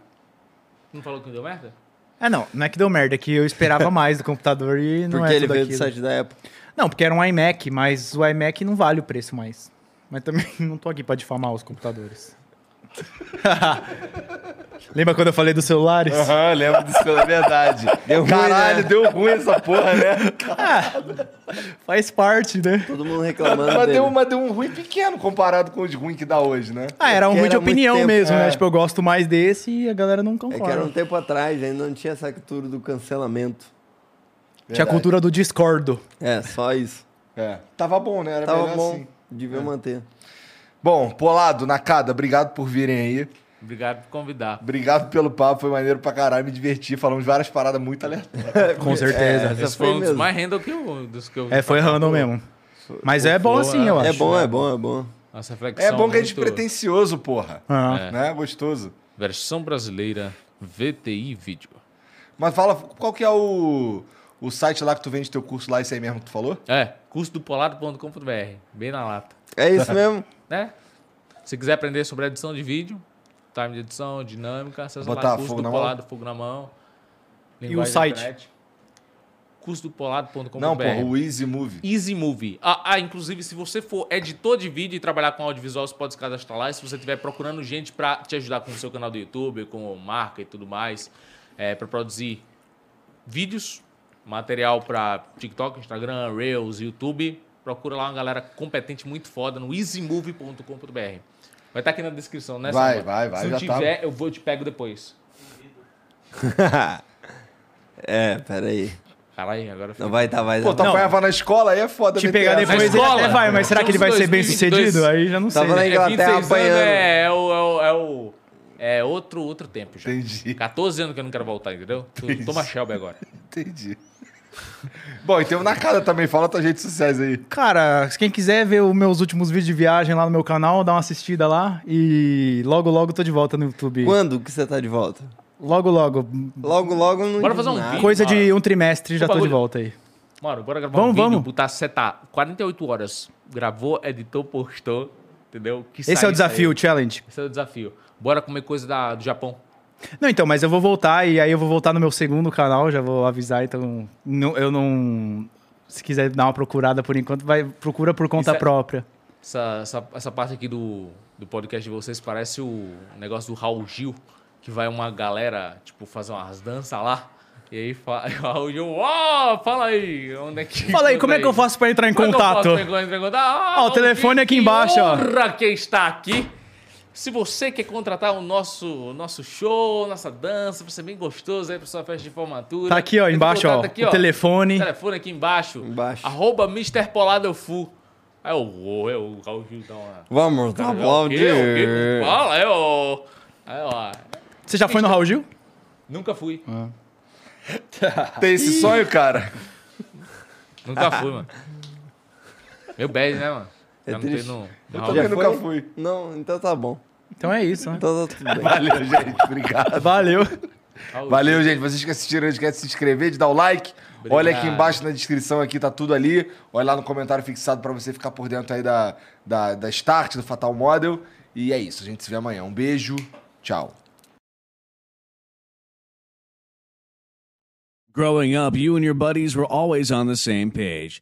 Speaker 3: Não falou que deu merda?
Speaker 4: É, não, não é que deu merda, é que eu esperava mais do computador e não
Speaker 2: Porque
Speaker 4: é
Speaker 2: ele
Speaker 4: tudo
Speaker 2: veio do
Speaker 4: aquilo.
Speaker 2: site da Apple.
Speaker 4: Não, porque era um iMac, mas o iMac não vale o preço mais. Mas também não tô aqui pra difamar os computadores. Lembra quando eu falei dos celulares?
Speaker 1: Aham, lembro disso, é verdade.
Speaker 2: Deu ruim,
Speaker 1: Caralho,
Speaker 2: né?
Speaker 1: deu ruim essa porra, né?
Speaker 4: Ah, Faz parte, né?
Speaker 2: Todo mundo reclamando
Speaker 1: Mas
Speaker 2: dele.
Speaker 1: deu, mas deu um ruim pequeno comparado com os ruins que dá hoje, né?
Speaker 4: Ah, era um
Speaker 2: Porque
Speaker 4: ruim de
Speaker 2: era muito
Speaker 4: opinião
Speaker 2: tempo,
Speaker 4: mesmo,
Speaker 1: é.
Speaker 4: né? Tipo, eu gosto mais desse e a galera não
Speaker 2: É que era um
Speaker 4: concorda.
Speaker 2: tempo atrás, ainda não tinha essa cultura do cancelamento.
Speaker 4: Tinha a cultura do discordo.
Speaker 2: É, só isso.
Speaker 1: É. Tava bom, né? Era
Speaker 2: Tava
Speaker 1: melhor
Speaker 2: bom,
Speaker 1: assim.
Speaker 2: devia manter.
Speaker 1: Bom, Polado, Nakada, obrigado por virem aí.
Speaker 3: Obrigado por convidar.
Speaker 1: Obrigado pelo papo, foi maneiro pra caralho, me diverti. Falamos várias paradas muito aleatórias.
Speaker 2: É,
Speaker 4: Com certeza.
Speaker 3: Esse
Speaker 2: foi
Speaker 3: foi um dos
Speaker 2: mesmo.
Speaker 3: mais random que eu, dos que eu.
Speaker 4: É, foi random mesmo. Mas é bom assim, eu acho.
Speaker 2: É bom, é
Speaker 3: né?
Speaker 2: bom, é bom.
Speaker 3: Nossa reflexão.
Speaker 1: É bom que a gente
Speaker 3: muito-
Speaker 1: pretencioso, porra.
Speaker 2: É.
Speaker 4: Ah.
Speaker 1: Né? Gostoso.
Speaker 3: Versão brasileira VTI vídeo.
Speaker 1: Mas fala, qual que é o, o site lá que tu vende teu curso lá, isso aí mesmo que tu falou?
Speaker 3: É, cursodopolado.com.br. Bem na lata.
Speaker 2: É isso mesmo.
Speaker 3: Né? Se quiser aprender sobre edição de vídeo, time de edição, dinâmica, acessa
Speaker 1: Botar
Speaker 3: lá curso
Speaker 1: fogo
Speaker 3: do
Speaker 1: na
Speaker 3: polado, fogo na mão.
Speaker 4: o
Speaker 3: linguagem da
Speaker 4: site?
Speaker 3: internet. cursodopolado.com.br.
Speaker 1: Não, porra, o Easy Movie.
Speaker 3: Easy Movie. Ah, ah, inclusive, se você for editor de vídeo e trabalhar com audiovisual, você pode se cadastrar lá. E se você estiver procurando gente para te ajudar com o seu canal do YouTube, com marca e tudo mais, para produzir vídeos, material para TikTok, Instagram, Reels, YouTube, procura lá uma galera competente, muito foda, no easymovie.com.br. Vai estar aqui na descrição, né?
Speaker 1: Vai,
Speaker 3: Samuel?
Speaker 1: vai, vai,
Speaker 3: Se
Speaker 1: já
Speaker 3: não
Speaker 1: tá.
Speaker 3: tiver, eu vou eu te pego depois.
Speaker 2: É, peraí.
Speaker 3: Caralho, agora
Speaker 2: Não vai tá, vai
Speaker 1: Pô, um tu
Speaker 2: tá.
Speaker 1: apanhava na escola aí é foda,
Speaker 4: Te
Speaker 1: né,
Speaker 4: pegar
Speaker 1: Terra?
Speaker 4: depois ele
Speaker 3: escola.
Speaker 4: até vai, mas será que ele vai
Speaker 3: Estamos
Speaker 4: ser bem sucedido?
Speaker 3: 2022.
Speaker 4: Aí já não sei.
Speaker 2: Tava na
Speaker 3: É
Speaker 4: né?
Speaker 2: Inglaterra apanhando.
Speaker 3: anos é, é o, é, o, é, o- é outro, outro tempo já.
Speaker 1: Entendi.
Speaker 3: 14 anos que eu não quero voltar, entendeu? Tu- Toma Shelby agora.
Speaker 1: Entendi. Bom, e tem o Nakada também, fala tua rede sociais aí.
Speaker 4: Cara, quem quiser ver os meus últimos vídeos de viagem lá no meu canal, dá uma assistida lá. E logo, logo tô de volta no YouTube.
Speaker 2: Quando que você tá de volta?
Speaker 4: Logo, logo.
Speaker 2: Logo, logo não
Speaker 3: Bora
Speaker 2: diz
Speaker 3: fazer um
Speaker 2: nada.
Speaker 3: vídeo.
Speaker 4: Coisa de
Speaker 3: Bora.
Speaker 4: um trimestre, já tô de
Speaker 3: bagulho.
Speaker 4: volta aí.
Speaker 3: Mano, bora gravar
Speaker 4: Vamos,
Speaker 3: um vídeo,
Speaker 4: vamos.
Speaker 3: botar, setar 48 horas. Gravou, editou, postou, entendeu? Que
Speaker 4: Esse é
Speaker 3: saísse
Speaker 4: o desafio, o
Speaker 3: aí.
Speaker 4: challenge.
Speaker 3: Esse é o desafio. Bora comer coisa da- do Japão.
Speaker 4: Não, então, mas eu vou voltar e aí eu vou voltar no meu segundo canal, já vou avisar, então não- eu não... Se quiser dar uma procurada por enquanto, vai procura por conta
Speaker 3: Isso é-
Speaker 4: própria.
Speaker 3: Essa, essa, essa parte aqui do, do podcast de vocês parece o negócio do Raul Gil, que vai uma galera, tipo, fazer umas danças lá. E aí fa- o Raul Gil, ó, fala aí, onde é que...
Speaker 4: Fala aí, como é que eu faço pra entrar em contato?
Speaker 3: Ah,
Speaker 4: Ó, o telefone aqui embaixo, ó.
Speaker 3: honra quem está aqui. Se você quer contratar o nosso, nosso show, nossa dança, pra ser bem gostoso aí pra sua festa de formatura.
Speaker 4: Tá aqui, ó,
Speaker 3: entra em
Speaker 4: embaixo,
Speaker 3: contato
Speaker 4: ó, o telefone.
Speaker 3: Telefone aqui embaixo.
Speaker 2: Embaixo.
Speaker 3: Arroba Mr. Polado Fu. Aí eu, ô, eu, o Raul Gil dá uma...
Speaker 2: Vamos tá
Speaker 3: É, o quê? O quê?
Speaker 2: aplaudir.
Speaker 3: Fala, é o... Aí, ó,
Speaker 4: Você já foi no Raul Gil?
Speaker 3: nunca fui.
Speaker 1: Tem esse sonho, cara?
Speaker 3: Nunca fui, mano. Meu bad, né, mano?
Speaker 2: É
Speaker 3: Já não
Speaker 2: triste.
Speaker 3: tem no, no
Speaker 1: Eu
Speaker 3: Raul
Speaker 1: também
Speaker 2: Já
Speaker 1: nunca
Speaker 2: foi?
Speaker 1: fui.
Speaker 2: Não, então tá bom.
Speaker 4: Então é isso, né?
Speaker 2: Então tá tudo bem.
Speaker 1: Valeu, gente. Obrigado.
Speaker 4: Valeu.
Speaker 3: Raul
Speaker 1: Valeu, gente. Vocês que assistiram, querem se inscrever, de dar o like. Olha aqui
Speaker 3: Obrigado.
Speaker 1: embaixo na descrição, aqui tá tudo ali. Olha lá no comentário fixado pra você ficar por dentro aí da, da, da Start, do Fatal Model. E é isso. A gente se vê amanhã. Um beijo. Tchau.
Speaker 7: Growing up, you and your buddies were always on the same page.